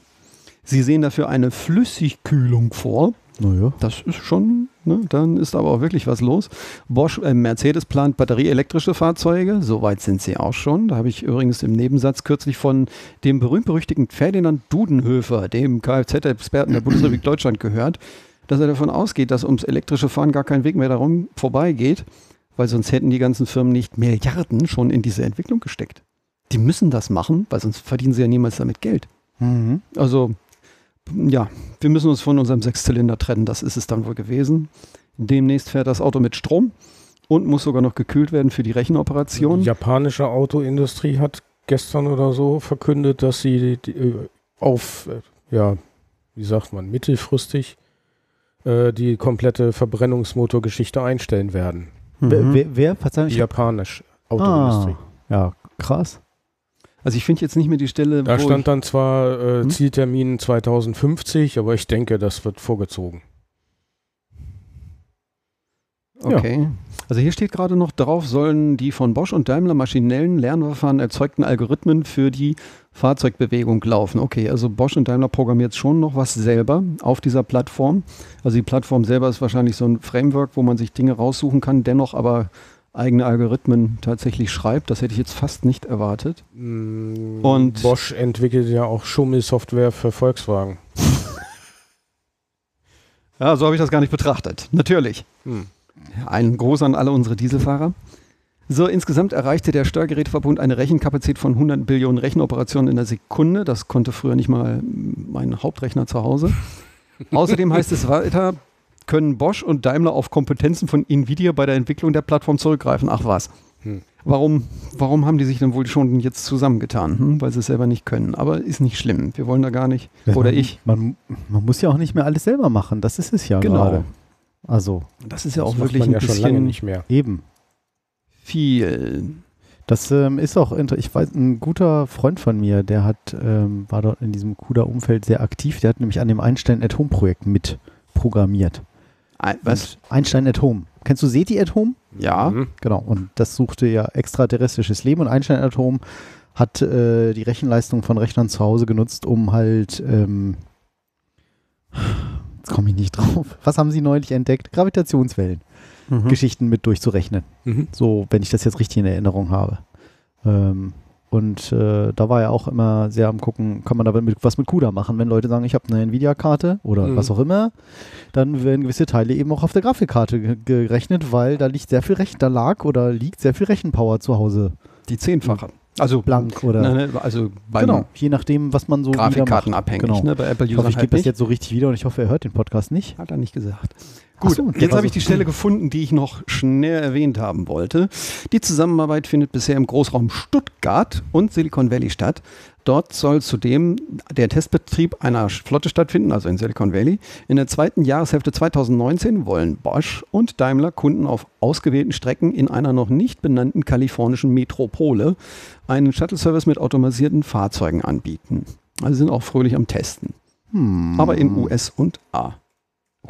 Speaker 3: Sie sehen dafür eine Flüssigkühlung vor.
Speaker 2: naja.
Speaker 3: Das ist schon, ne? dann ist aber auch wirklich was los. Bosch, äh, Mercedes plant batterieelektrische Fahrzeuge. Soweit sind sie auch schon. Da habe ich übrigens im Nebensatz kürzlich von dem berühmt-berüchtigten Ferdinand Dudenhöfer, dem Kfz-Experten der Bundesrepublik Deutschland, gehört, dass er davon ausgeht, dass ums elektrische Fahren gar kein Weg mehr darum vorbeigeht, weil sonst hätten die ganzen Firmen nicht Milliarden schon in diese Entwicklung gesteckt. Die müssen das machen, weil sonst verdienen sie ja niemals damit Geld.
Speaker 2: Mhm.
Speaker 3: Also, ja, wir müssen uns von unserem Sechszylinder trennen. Das ist es dann wohl gewesen. Demnächst fährt das Auto mit Strom und muss sogar noch gekühlt werden für die Rechenoperation.
Speaker 5: Die japanische Autoindustrie hat gestern oder so verkündet, dass sie die, die, äh, auf, äh, ja, wie sagt man, mittelfristig äh, die komplette Verbrennungsmotorgeschichte einstellen werden.
Speaker 3: Mhm.
Speaker 2: Wer, wer, wer? Verzeihung,
Speaker 5: Die
Speaker 2: ich hab-
Speaker 5: japanische Autoindustrie.
Speaker 3: Ah.
Speaker 2: Ja, krass.
Speaker 3: Also ich finde jetzt nicht mehr die Stelle,
Speaker 5: Da
Speaker 3: wo
Speaker 5: stand dann zwar äh,
Speaker 3: Hm?
Speaker 5: Zieltermin 2050, aber ich denke, das wird vorgezogen.
Speaker 3: ich, okay. Also hier steht gerade noch drauf, sollen die von Bosch und Daimler maschinellen Lernverfahren erzeugten Algorithmen für die Fahrzeugbewegung laufen. Okay, also Bosch und Daimler programmiert schon noch was selber auf dieser Plattform. Also die Plattform selber ist wahrscheinlich so ein Framework, wo man sich Dinge raussuchen kann, dennoch aber eigene Algorithmen tatsächlich schreibt. Das hätte ich jetzt fast nicht erwartet. Und-
Speaker 5: Und Mm, Bosch entwickelt ja auch Schummelsoftware für Volkswagen.
Speaker 3: Ja, so habe ich das gar nicht betrachtet. Natürlich.
Speaker 5: Hm.
Speaker 3: Ein Gruß an alle unsere Dieselfahrer. So, insgesamt erreichte der Steuergeräteverbund eine Rechenkapazität von 100 Billionen Rechenoperationen in der Sekunde. Das konnte früher nicht mal mein Hauptrechner zu Hause. Außerdem heißt es weiter, können Bosch und Daimler auf Kompetenzen von Nvidia bei der Entwicklung der Plattform zurückgreifen. Ach was.
Speaker 5: Hm.
Speaker 3: Warum, warum haben die sich dann wohl schon jetzt zusammengetan? Hm? Weil sie es selber nicht können. Aber ist nicht schlimm. Wir wollen da gar nicht. Oder
Speaker 2: man,
Speaker 3: ich.
Speaker 2: Man, man muss ja auch nicht mehr alles selber machen. Das ist es ja
Speaker 3: Genau.
Speaker 2: gerade. Also
Speaker 3: Das ist ja
Speaker 5: Das
Speaker 3: auch
Speaker 5: macht
Speaker 3: wirklich
Speaker 5: man
Speaker 3: ein
Speaker 5: ja schon lange
Speaker 3: bisschen
Speaker 5: nicht mehr.
Speaker 2: eben.
Speaker 3: viel.
Speaker 2: Das ähm, ist auch, inter- ich weiß, ein guter Freund von mir, der hat, ähm, war dort in diesem CUDA-Umfeld sehr aktiv. Der hat nämlich an dem Einstein at Home Projekt mit programmiert.
Speaker 3: Ein- Was?
Speaker 2: Und Einstein at Home. Kennst du SETI at Home?
Speaker 3: Ja.
Speaker 5: Hm.
Speaker 2: Genau. Und das suchte ja extraterrestrisches Leben und Einstein at Home hat äh, die Rechenleistung von Rechnern zu Hause genutzt, um halt, ähm, jetzt komme ich nicht drauf. Was haben sie neulich entdeckt? Gravitationswellen.
Speaker 3: Mhm.
Speaker 2: Geschichten mit durchzurechnen.
Speaker 5: Mhm.
Speaker 2: So, wenn ich das jetzt richtig in Erinnerung habe. Ähm, und äh, da war ja auch immer sehr am gucken, kann man damit mit, was mit CUDA machen, wenn Leute sagen, ich habe eine Nvidia-Karte oder
Speaker 5: Mhm.
Speaker 2: was auch immer, dann werden gewisse Teile eben auch auf der Grafikkarte ge- gerechnet, weil da liegt sehr viel Rechen, da lag oder liegt sehr viel Rechenpower zu Hause
Speaker 3: Die zehnfache. Also
Speaker 2: blank oder
Speaker 3: Nein, nein, also beim
Speaker 2: genau, je nachdem, was man so wieder macht.
Speaker 3: Grafikkarten abhängig.
Speaker 2: Genau.
Speaker 3: Ne? Bei Apple
Speaker 2: Ich hoffe,
Speaker 3: Usern
Speaker 2: ich
Speaker 3: halt
Speaker 2: gebe das
Speaker 3: nicht.
Speaker 2: jetzt so richtig wieder und ich hoffe, er hört den Podcast nicht.
Speaker 3: Hat er nicht gesagt.
Speaker 2: Ach
Speaker 3: Gut,
Speaker 2: so, der
Speaker 3: jetzt
Speaker 2: war
Speaker 3: habe
Speaker 2: so-
Speaker 3: ich die Stelle gefunden, die ich noch schnell erwähnt haben wollte. Die Zusammenarbeit findet bisher im Großraum Stuttgart und Silicon Valley statt. Dort soll zudem der Testbetrieb einer Flotte stattfinden, also in Silicon Valley. In der zweiten Jahreshälfte 2019 wollen Bosch und Daimler Kunden auf ausgewählten Strecken in einer noch nicht benannten kalifornischen Metropole einen Shuttle-Service mit automatisierten Fahrzeugen anbieten. Also sind auch fröhlich am Testen.
Speaker 2: Hm.
Speaker 3: aber
Speaker 5: Mhm.
Speaker 3: in US und A.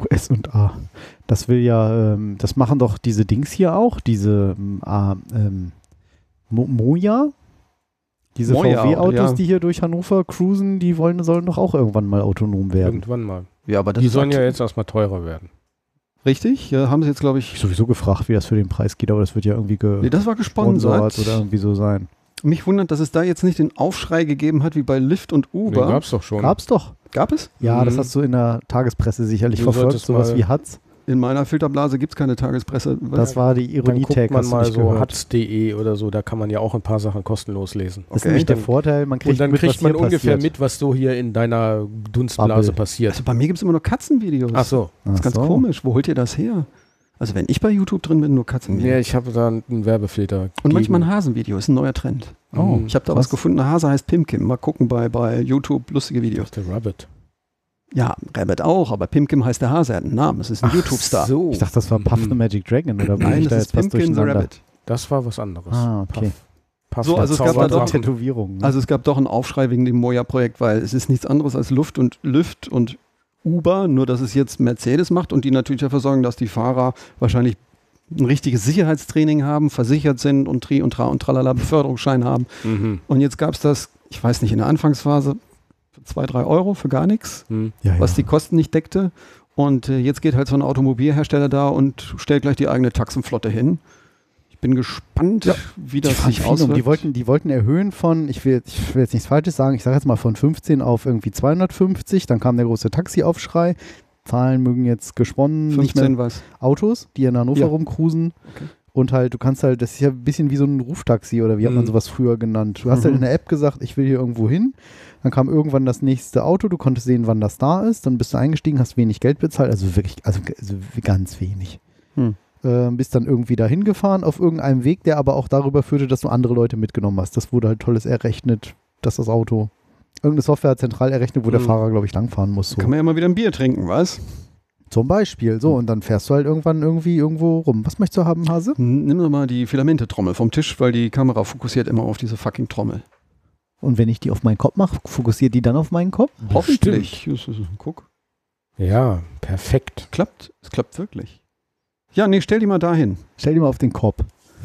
Speaker 2: US und A. Das will ja, ähm, das machen doch diese Dings hier auch, diese ähm, A, ähm, Mo Moja. Diese
Speaker 3: Moja,
Speaker 2: VW-Autos,
Speaker 3: ja.
Speaker 2: die hier durch Hannover cruisen, die wollen, sollen doch auch irgendwann mal autonom werden.
Speaker 5: Irgendwann mal.
Speaker 3: Ja, aber
Speaker 5: Die sollen ja jetzt erstmal teurer werden.
Speaker 3: richtig. Ja, haben sie jetzt, glaube ich.
Speaker 2: Ich hab sowieso gefragt, wie das für den Preis geht, aber das wird ja irgendwie
Speaker 3: Nee, das war gesponsert.
Speaker 2: gesponsert Äh, oder irgendwie so sein.
Speaker 3: Mich wundert, dass es da jetzt nicht den Aufschrei gegeben hat wie bei Lyft und
Speaker 5: Den
Speaker 3: Uber.
Speaker 5: gab's doch schon.
Speaker 2: Gab's doch.
Speaker 3: Gab es?
Speaker 2: Ja, das
Speaker 5: Mhm.
Speaker 2: hast du in der Tagespresse sicherlich
Speaker 5: Du
Speaker 2: verfolgt,
Speaker 5: solltest
Speaker 2: sowas
Speaker 5: mal-
Speaker 2: wie Hatz.
Speaker 3: In meiner Filterblase gibt es keine Tagespresse.
Speaker 2: Das war die
Speaker 5: Dann guckt
Speaker 2: Ironie-Tag,
Speaker 5: man
Speaker 2: hast du
Speaker 5: mal
Speaker 2: nicht
Speaker 5: so
Speaker 2: gehört.
Speaker 5: hatz.de oder so, da kann man ja auch ein paar Sachen kostenlos lesen.
Speaker 2: Das ist
Speaker 3: Okay.
Speaker 2: nämlich der
Speaker 5: Dann-
Speaker 2: Vorteil, man kriegt
Speaker 5: Und dann
Speaker 2: mit, was
Speaker 5: kriegt man
Speaker 2: hier
Speaker 5: ungefähr
Speaker 2: passiert.
Speaker 5: mit, was so hier in deiner Dunstblase
Speaker 2: Bubble.
Speaker 5: passiert.
Speaker 3: also bei mir gibt es immer nur Katzenvideos.
Speaker 5: Ach so.
Speaker 3: Das ist
Speaker 2: Ach
Speaker 3: ganz
Speaker 2: so.
Speaker 3: komisch. Wo holt ihr das her? Also wenn ich bei YouTube drin bin, nur
Speaker 5: Ja,
Speaker 3: Katzenvideos.
Speaker 5: ich habe da einen Werbefilter.
Speaker 3: und manchmal ein
Speaker 5: gegen.
Speaker 3: Hasenvideo, ist ein neuer Trend.
Speaker 5: Oh,
Speaker 3: ich habe da
Speaker 2: krass.
Speaker 3: was gefunden, ein Hase heißt Pimkim. Mal gucken bei, bei YouTube, lustige Videos.
Speaker 5: The Rabbit.
Speaker 3: Ja, Rabbit auch, aber Pimkim heißt der Hase, er hat einen Namen, es ist ein YouTube-Star.
Speaker 5: So.
Speaker 2: Ich dachte, das war Puff
Speaker 5: Mhm.
Speaker 2: the Magic Dragon oder bin
Speaker 3: Oh. Hm. Nein,
Speaker 2: ich da
Speaker 3: das
Speaker 2: jetzt
Speaker 3: ist
Speaker 2: was
Speaker 3: Pimkin the
Speaker 2: durcheinander?
Speaker 3: Rabbit.
Speaker 5: Das war was anderes.
Speaker 2: Ah, okay.
Speaker 5: Puff- Puff
Speaker 3: So,
Speaker 5: der
Speaker 3: also es gab da
Speaker 2: Das war
Speaker 3: doch
Speaker 5: Zauberer-
Speaker 2: eine Tätowierung. Ne?
Speaker 3: Also es gab doch einen Aufschrei wegen dem Moja-Projekt, weil es ist nichts anderes als Luft und Lüft und Uber, nur dass es jetzt Mercedes macht und die natürlich dafür sorgen, dass die Fahrer wahrscheinlich ein richtiges Sicherheitstraining haben, versichert sind und Tri und Tra und Tralala Beförderungsschein haben.
Speaker 5: Mhm.
Speaker 3: Und jetzt gab es das, ich weiß nicht, in der Anfangsphase für zwei, drei Euro für gar nichts,
Speaker 5: Mhm.
Speaker 2: ja,
Speaker 3: was die Kosten nicht deckte. Und äh, jetzt geht halt so ein Automobilhersteller da und stellt gleich die eigene Taxenflotte hin. Ich bin gespannt,
Speaker 2: Ja,
Speaker 3: wie
Speaker 2: die,
Speaker 3: das sich
Speaker 2: fand ich um.
Speaker 3: auswirkt.
Speaker 2: die wollten, die wollten erhöhen von, ich will, ich will jetzt nichts Falsches sagen, ich sage jetzt mal von 15 auf irgendwie 250, dann kam der große Taxiaufschrei. Zahlen mögen jetzt geschwommen, nicht mehr
Speaker 3: 15 was.
Speaker 2: Autos, die in Hannover
Speaker 3: Ja.
Speaker 2: rumcruisen.
Speaker 3: Okay.
Speaker 2: Und halt, du kannst halt, das ist ja ein bisschen wie so ein Ruftaxi oder wie hat man
Speaker 5: Mhm.
Speaker 2: sowas früher genannt. Du hast
Speaker 3: Mhm.
Speaker 2: halt in der App gesagt, ich will hier irgendwo hin. Dann kam irgendwann das nächste Auto, du konntest sehen, wann das da ist. Dann bist du eingestiegen, hast wenig Geld bezahlt, also wirklich, also, also ganz wenig.
Speaker 3: Hm.
Speaker 2: äh, bist dann irgendwie dahin gefahren auf irgendeinem Weg, der aber auch darüber führte, dass du andere Leute mitgenommen hast. Das wurde halt tolles errechnet, dass das Auto. Irgendeine Software hat zentral errechnet, wo der
Speaker 3: Mhm.
Speaker 2: Fahrer, glaube ich, langfahren muss. So.
Speaker 3: Kann man ja mal wieder ein Bier trinken, was?
Speaker 2: Zum Beispiel. So, und dann fährst du halt irgendwann irgendwie irgendwo rum. Was möchtest du haben, Hase?
Speaker 3: Nimm doch mal die Filamente-Trommel vom Tisch, weil die Kamera fokussiert immer auf diese fucking Trommel.
Speaker 2: Und wenn ich die auf meinen Kopf mache, fokussiert die dann auf meinen Kopf?
Speaker 3: Hoffentlich. Es ist- Guck,
Speaker 5: Ja, perfekt.
Speaker 3: klappt. Es klappt wirklich. Ja, nee, stell die mal dahin.
Speaker 2: Stell die mal auf den Kopf.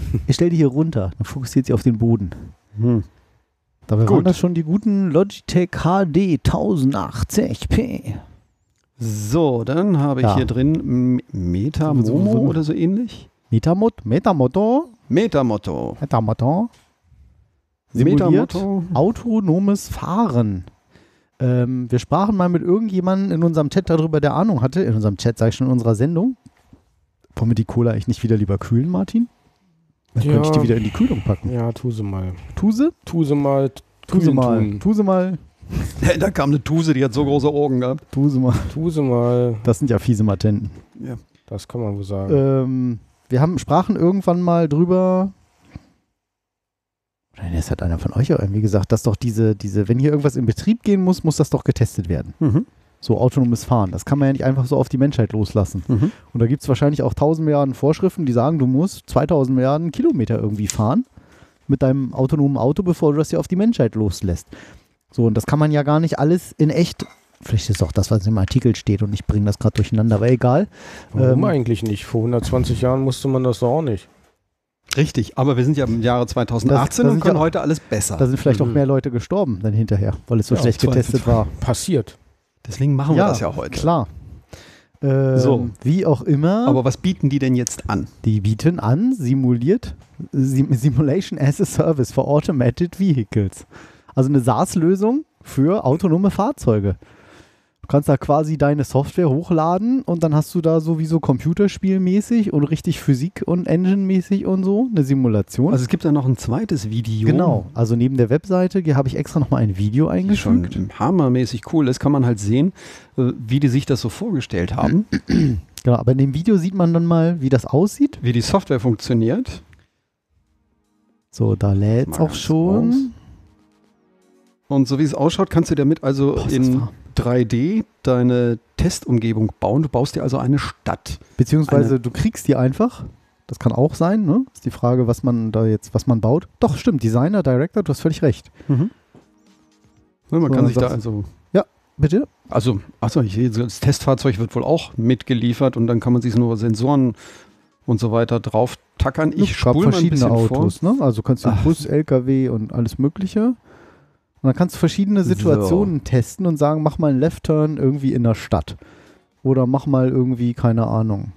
Speaker 2: (laughs) Ich stell die hier runter, dann fokussiert sie auf den Boden.
Speaker 3: Hm.
Speaker 2: Dabei
Speaker 3: Gut.
Speaker 2: waren das schon die guten Logitech HD 1080p.
Speaker 3: So, dann habe ich
Speaker 2: Ja.
Speaker 3: hier drin M- Metamomo oder so ähnlich.
Speaker 2: Metamot, Metamotor,
Speaker 3: Metamoto.
Speaker 2: Metamotor, simuliert
Speaker 3: Metamoto.
Speaker 2: autonomes Fahren. Ähm, wir sprachen mal mit irgendjemandem in unserem Chat darüber, der Ahnung hatte. In unserem Chat, sag ich schon, in unserer Sendung. Wollen wir die Cola eigentlich nicht wieder lieber kühlen, Martin? Dann
Speaker 5: Ja.
Speaker 2: könnte ich die wieder in die Kühlung packen.
Speaker 5: Ja, tu sie mal.
Speaker 2: Tu sie?
Speaker 5: Tu sie mal.
Speaker 2: Tu sie
Speaker 5: kühlen
Speaker 2: mal.
Speaker 5: tun.
Speaker 2: Tu sie mal.
Speaker 3: (laughs) Da kam eine Tuse, die hat so große Augen gehabt.
Speaker 2: Tu sie mal.
Speaker 5: Tu sie mal.
Speaker 2: Das sind ja fiese Matenten.
Speaker 5: Das kann man wohl sagen.
Speaker 2: Ähm, wir haben sprachen irgendwann mal drüber. Nein, das hat einer von euch auch irgendwie gesagt, dass doch diese, diese, wenn hier irgendwas in Betrieb gehen muss, muss das doch getestet werden.
Speaker 3: Mhm.
Speaker 2: So autonomes Fahren. Das kann man ja nicht einfach so auf die Menschheit loslassen.
Speaker 3: Mhm.
Speaker 2: Und da gibt es wahrscheinlich auch 1000 Milliarden Vorschriften, die sagen, du musst 2000 Milliarden Kilometer irgendwie fahren mit deinem autonomen Auto, bevor du das hier auf die Menschheit loslässt. So, und das kann man ja gar nicht alles in echt. Vielleicht ist auch das, was im Artikel steht und ich bringe das gerade durcheinander, aber egal.
Speaker 5: Warum
Speaker 2: ähm,
Speaker 5: eigentlich nicht? Vor 120 Jahren musste man das doch auch nicht.
Speaker 3: Richtig, aber wir sind ja im Jahre 2018
Speaker 2: Das- das
Speaker 3: und
Speaker 2: sind
Speaker 3: können
Speaker 2: ja-
Speaker 3: heute alles besser.
Speaker 2: Da sind vielleicht auch
Speaker 5: Mhm.
Speaker 2: mehr Leute gestorben dann hinterher, weil es so
Speaker 3: Ja,
Speaker 2: schlecht
Speaker 3: im
Speaker 2: getestet war.
Speaker 5: Passiert.
Speaker 3: Deswegen machen wir das ja heute.
Speaker 2: Klar. Ähm,
Speaker 3: So.
Speaker 2: Wie auch immer,
Speaker 3: Aber was bieten die denn jetzt an?
Speaker 2: die bieten an, simuliert Sim Simulation as a Service for Automated Vehicles. Also eine SaaS-Lösung für autonome Fahrzeuge. Du kannst da quasi deine Software hochladen und dann hast du da sowieso computerspielmäßig und richtig Physik und Engine-mäßig und so eine Simulation.
Speaker 3: Also es gibt da noch ein zweites Video.
Speaker 2: genau. Also neben der Webseite ge- habe ich extra nochmal ein Video
Speaker 3: die schon
Speaker 2: eingefügt.
Speaker 3: hammermäßig cool ist, kann man halt sehen, äh, wie die sich das so vorgestellt haben,
Speaker 2: Genau, aber in dem Video sieht man dann mal, wie das aussieht.
Speaker 3: wie die Software funktioniert.
Speaker 2: So, da lädt
Speaker 3: Mal
Speaker 2: auch
Speaker 3: ganz
Speaker 2: schon.
Speaker 3: groß. Und so wie es ausschaut, kannst du damit also
Speaker 2: Boah, ist das
Speaker 3: in
Speaker 2: warm.
Speaker 3: 3D deine Testumgebung bauen. Du baust dir also eine Stadt.
Speaker 2: Beziehungsweise du kriegst die einfach. Das kann auch sein, ne? Ist die Frage, was man da jetzt, was man baut. Doch, stimmt, Designer, Director, du hast völlig recht.
Speaker 3: Ne, Man
Speaker 2: Mhm. So,
Speaker 3: kann
Speaker 2: dann
Speaker 3: sich da
Speaker 2: sagst
Speaker 3: also.
Speaker 2: Bitte?
Speaker 3: Also, achso, ich sehe, das Testfahrzeug wird wohl auch mitgeliefert und dann kann man sich nur Sensoren und so weiter drauf tackern. Ich
Speaker 2: Es gab
Speaker 3: spule mal ein bisschen vor.
Speaker 2: Autos, ne? Also kannst du
Speaker 3: Ach.
Speaker 2: Bus, LKW und alles Mögliche. Und dann kannst du verschiedene Situationen testen und sagen, mach mal einen Left Turn irgendwie in der Stadt. Oder mach mal irgendwie, keine Ahnung,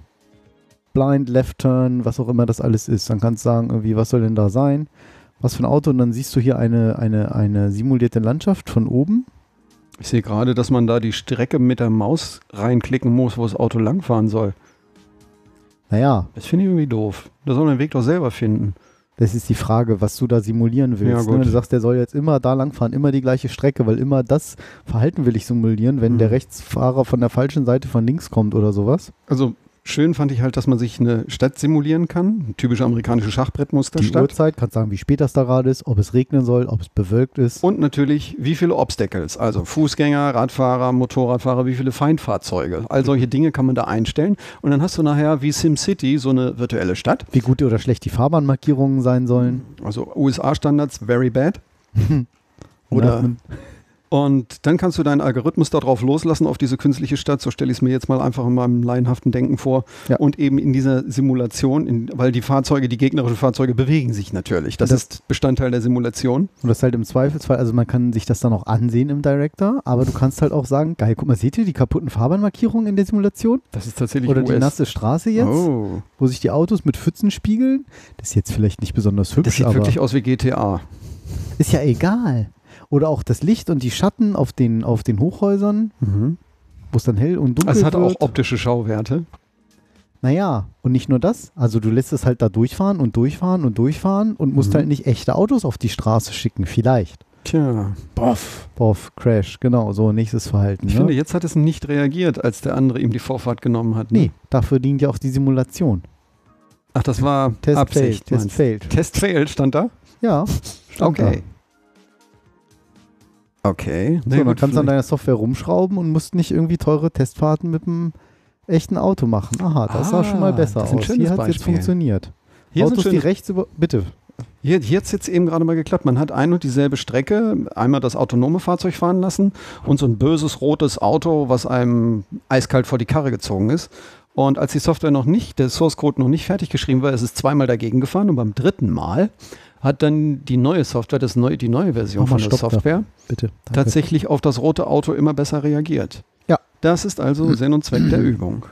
Speaker 2: Blind Left Turn, was auch immer das alles ist. Dann kannst du sagen, irgendwie, was soll denn da sein? Was für ein Auto? Und dann siehst du hier eine, eine, eine simulierte Landschaft von oben.
Speaker 3: Ich sehe gerade, dass man da die Strecke mit der Maus reinklicken muss, wo das Auto langfahren soll.
Speaker 2: Naja,
Speaker 3: Das finde ich irgendwie doof. Da soll man den Weg doch selber finden.
Speaker 2: das ist die Frage, was du da simulieren willst.
Speaker 3: Ja, gut.
Speaker 2: ne? Du sagst, der soll jetzt immer da langfahren, immer die gleiche Strecke, weil immer das Verhalten will ich simulieren, wenn
Speaker 3: Mhm.
Speaker 2: der Rechtsfahrer von der falschen Seite von links kommt oder sowas.
Speaker 3: Also schön fand ich halt, dass man sich eine Stadt simulieren kann. Ein typisches amerikanisches Schachbrettmuster
Speaker 2: die
Speaker 3: Stadt.
Speaker 2: Uhrzeit, kannst sagen, wie spät das da gerade ist, ob es regnen soll, ob es bewölkt ist.
Speaker 3: Und natürlich, wie viele Obstacles, also Fußgänger, Radfahrer, Motorradfahrer, wie viele Feindfahrzeuge. All solche Dinge kann man da einstellen. Und dann hast du nachher wie SimCity so eine virtuelle Stadt.
Speaker 2: Wie gut oder schlecht die Fahrbahnmarkierungen sein sollen.
Speaker 3: Also USA-Standards, very bad.
Speaker 2: Ja,
Speaker 3: Oder
Speaker 2: man-
Speaker 3: Und dann kannst du deinen Algorithmus darauf loslassen, auf diese künstliche Stadt, so stelle ich es mir jetzt mal einfach in meinem laienhaften Denken vor.
Speaker 2: Ja.
Speaker 3: Und eben in dieser Simulation, in, weil die Fahrzeuge, die gegnerischen Fahrzeuge bewegen sich natürlich. Das,
Speaker 2: Das-
Speaker 3: ist Bestandteil der Simulation.
Speaker 2: Und das halt im Zweifelsfall, also man kann sich das dann auch ansehen im Director, aber du kannst halt auch sagen, geil, guck mal, seht ihr die kaputten Fahrbahnmarkierungen in der Simulation?
Speaker 3: Das ist tatsächlich
Speaker 2: Oder die nasse Straße jetzt,
Speaker 3: Oh.
Speaker 2: wo sich die Autos mit Pfützen spiegeln? Das ist jetzt vielleicht nicht besonders hübsch,
Speaker 3: Das sieht
Speaker 2: aber
Speaker 3: wirklich aus wie GTA.
Speaker 2: ist ja egal. Oder auch das Licht und die Schatten auf den, auf den Hochhäusern, wo es dann hell und dunkel
Speaker 3: Also es hat auch
Speaker 2: wird.
Speaker 3: optische Schauwerte.
Speaker 2: Naja, und nicht nur das. Also du lässt es halt da durchfahren und durchfahren und durchfahren und musst
Speaker 3: Mhm.
Speaker 2: halt nicht echte Autos auf die Straße schicken, vielleicht.
Speaker 3: Tja,
Speaker 5: Boff.
Speaker 2: Boff, Crash, genau, so nächstes Verhalten.
Speaker 3: ich
Speaker 2: ne?
Speaker 3: finde, jetzt hat es nicht reagiert, als der andere ihm die Vorfahrt genommen hat. ne?
Speaker 2: nee, dafür dient ja auch die Simulation.
Speaker 3: Ach, das war
Speaker 2: Test failed.
Speaker 3: Absicht.
Speaker 2: Test
Speaker 3: meinst du?
Speaker 2: failed.
Speaker 3: Test failed stand da?
Speaker 2: Ja. stand da.
Speaker 3: Okay. Okay.
Speaker 2: So, dann kannst du an deiner Software rumschrauben und musst nicht irgendwie teure Testfahrten mit einem echten Auto machen. Aha, das sah schon mal
Speaker 3: Ah,
Speaker 2: besser
Speaker 3: das ist ein
Speaker 2: aus.
Speaker 3: schönes
Speaker 2: Hier hat es jetzt
Speaker 3: Beispiel.
Speaker 2: funktioniert.
Speaker 3: hier sind
Speaker 2: Autos, die
Speaker 3: schöne,
Speaker 2: rechts über. Bitte.
Speaker 3: hier, hier hat es jetzt eben gerade mal geklappt. Man hat ein und dieselbe Strecke, einmal das autonome Fahrzeug fahren lassen und so ein böses rotes Auto, was einem eiskalt vor die Karre gezogen ist. Und als die Software noch nicht, der Source Code noch nicht fertig geschrieben war, ist es zweimal dagegen gefahren und beim dritten Mal hat dann die neue Software, das neue, die neue Version
Speaker 2: Mach mal
Speaker 3: von der
Speaker 2: Stopp da.
Speaker 3: Software,
Speaker 2: Bitte. Danke.
Speaker 3: tatsächlich auf das rote Auto immer besser reagiert.
Speaker 2: Ja. Hm.
Speaker 3: Das ist also Sinn und Zweck der Übung.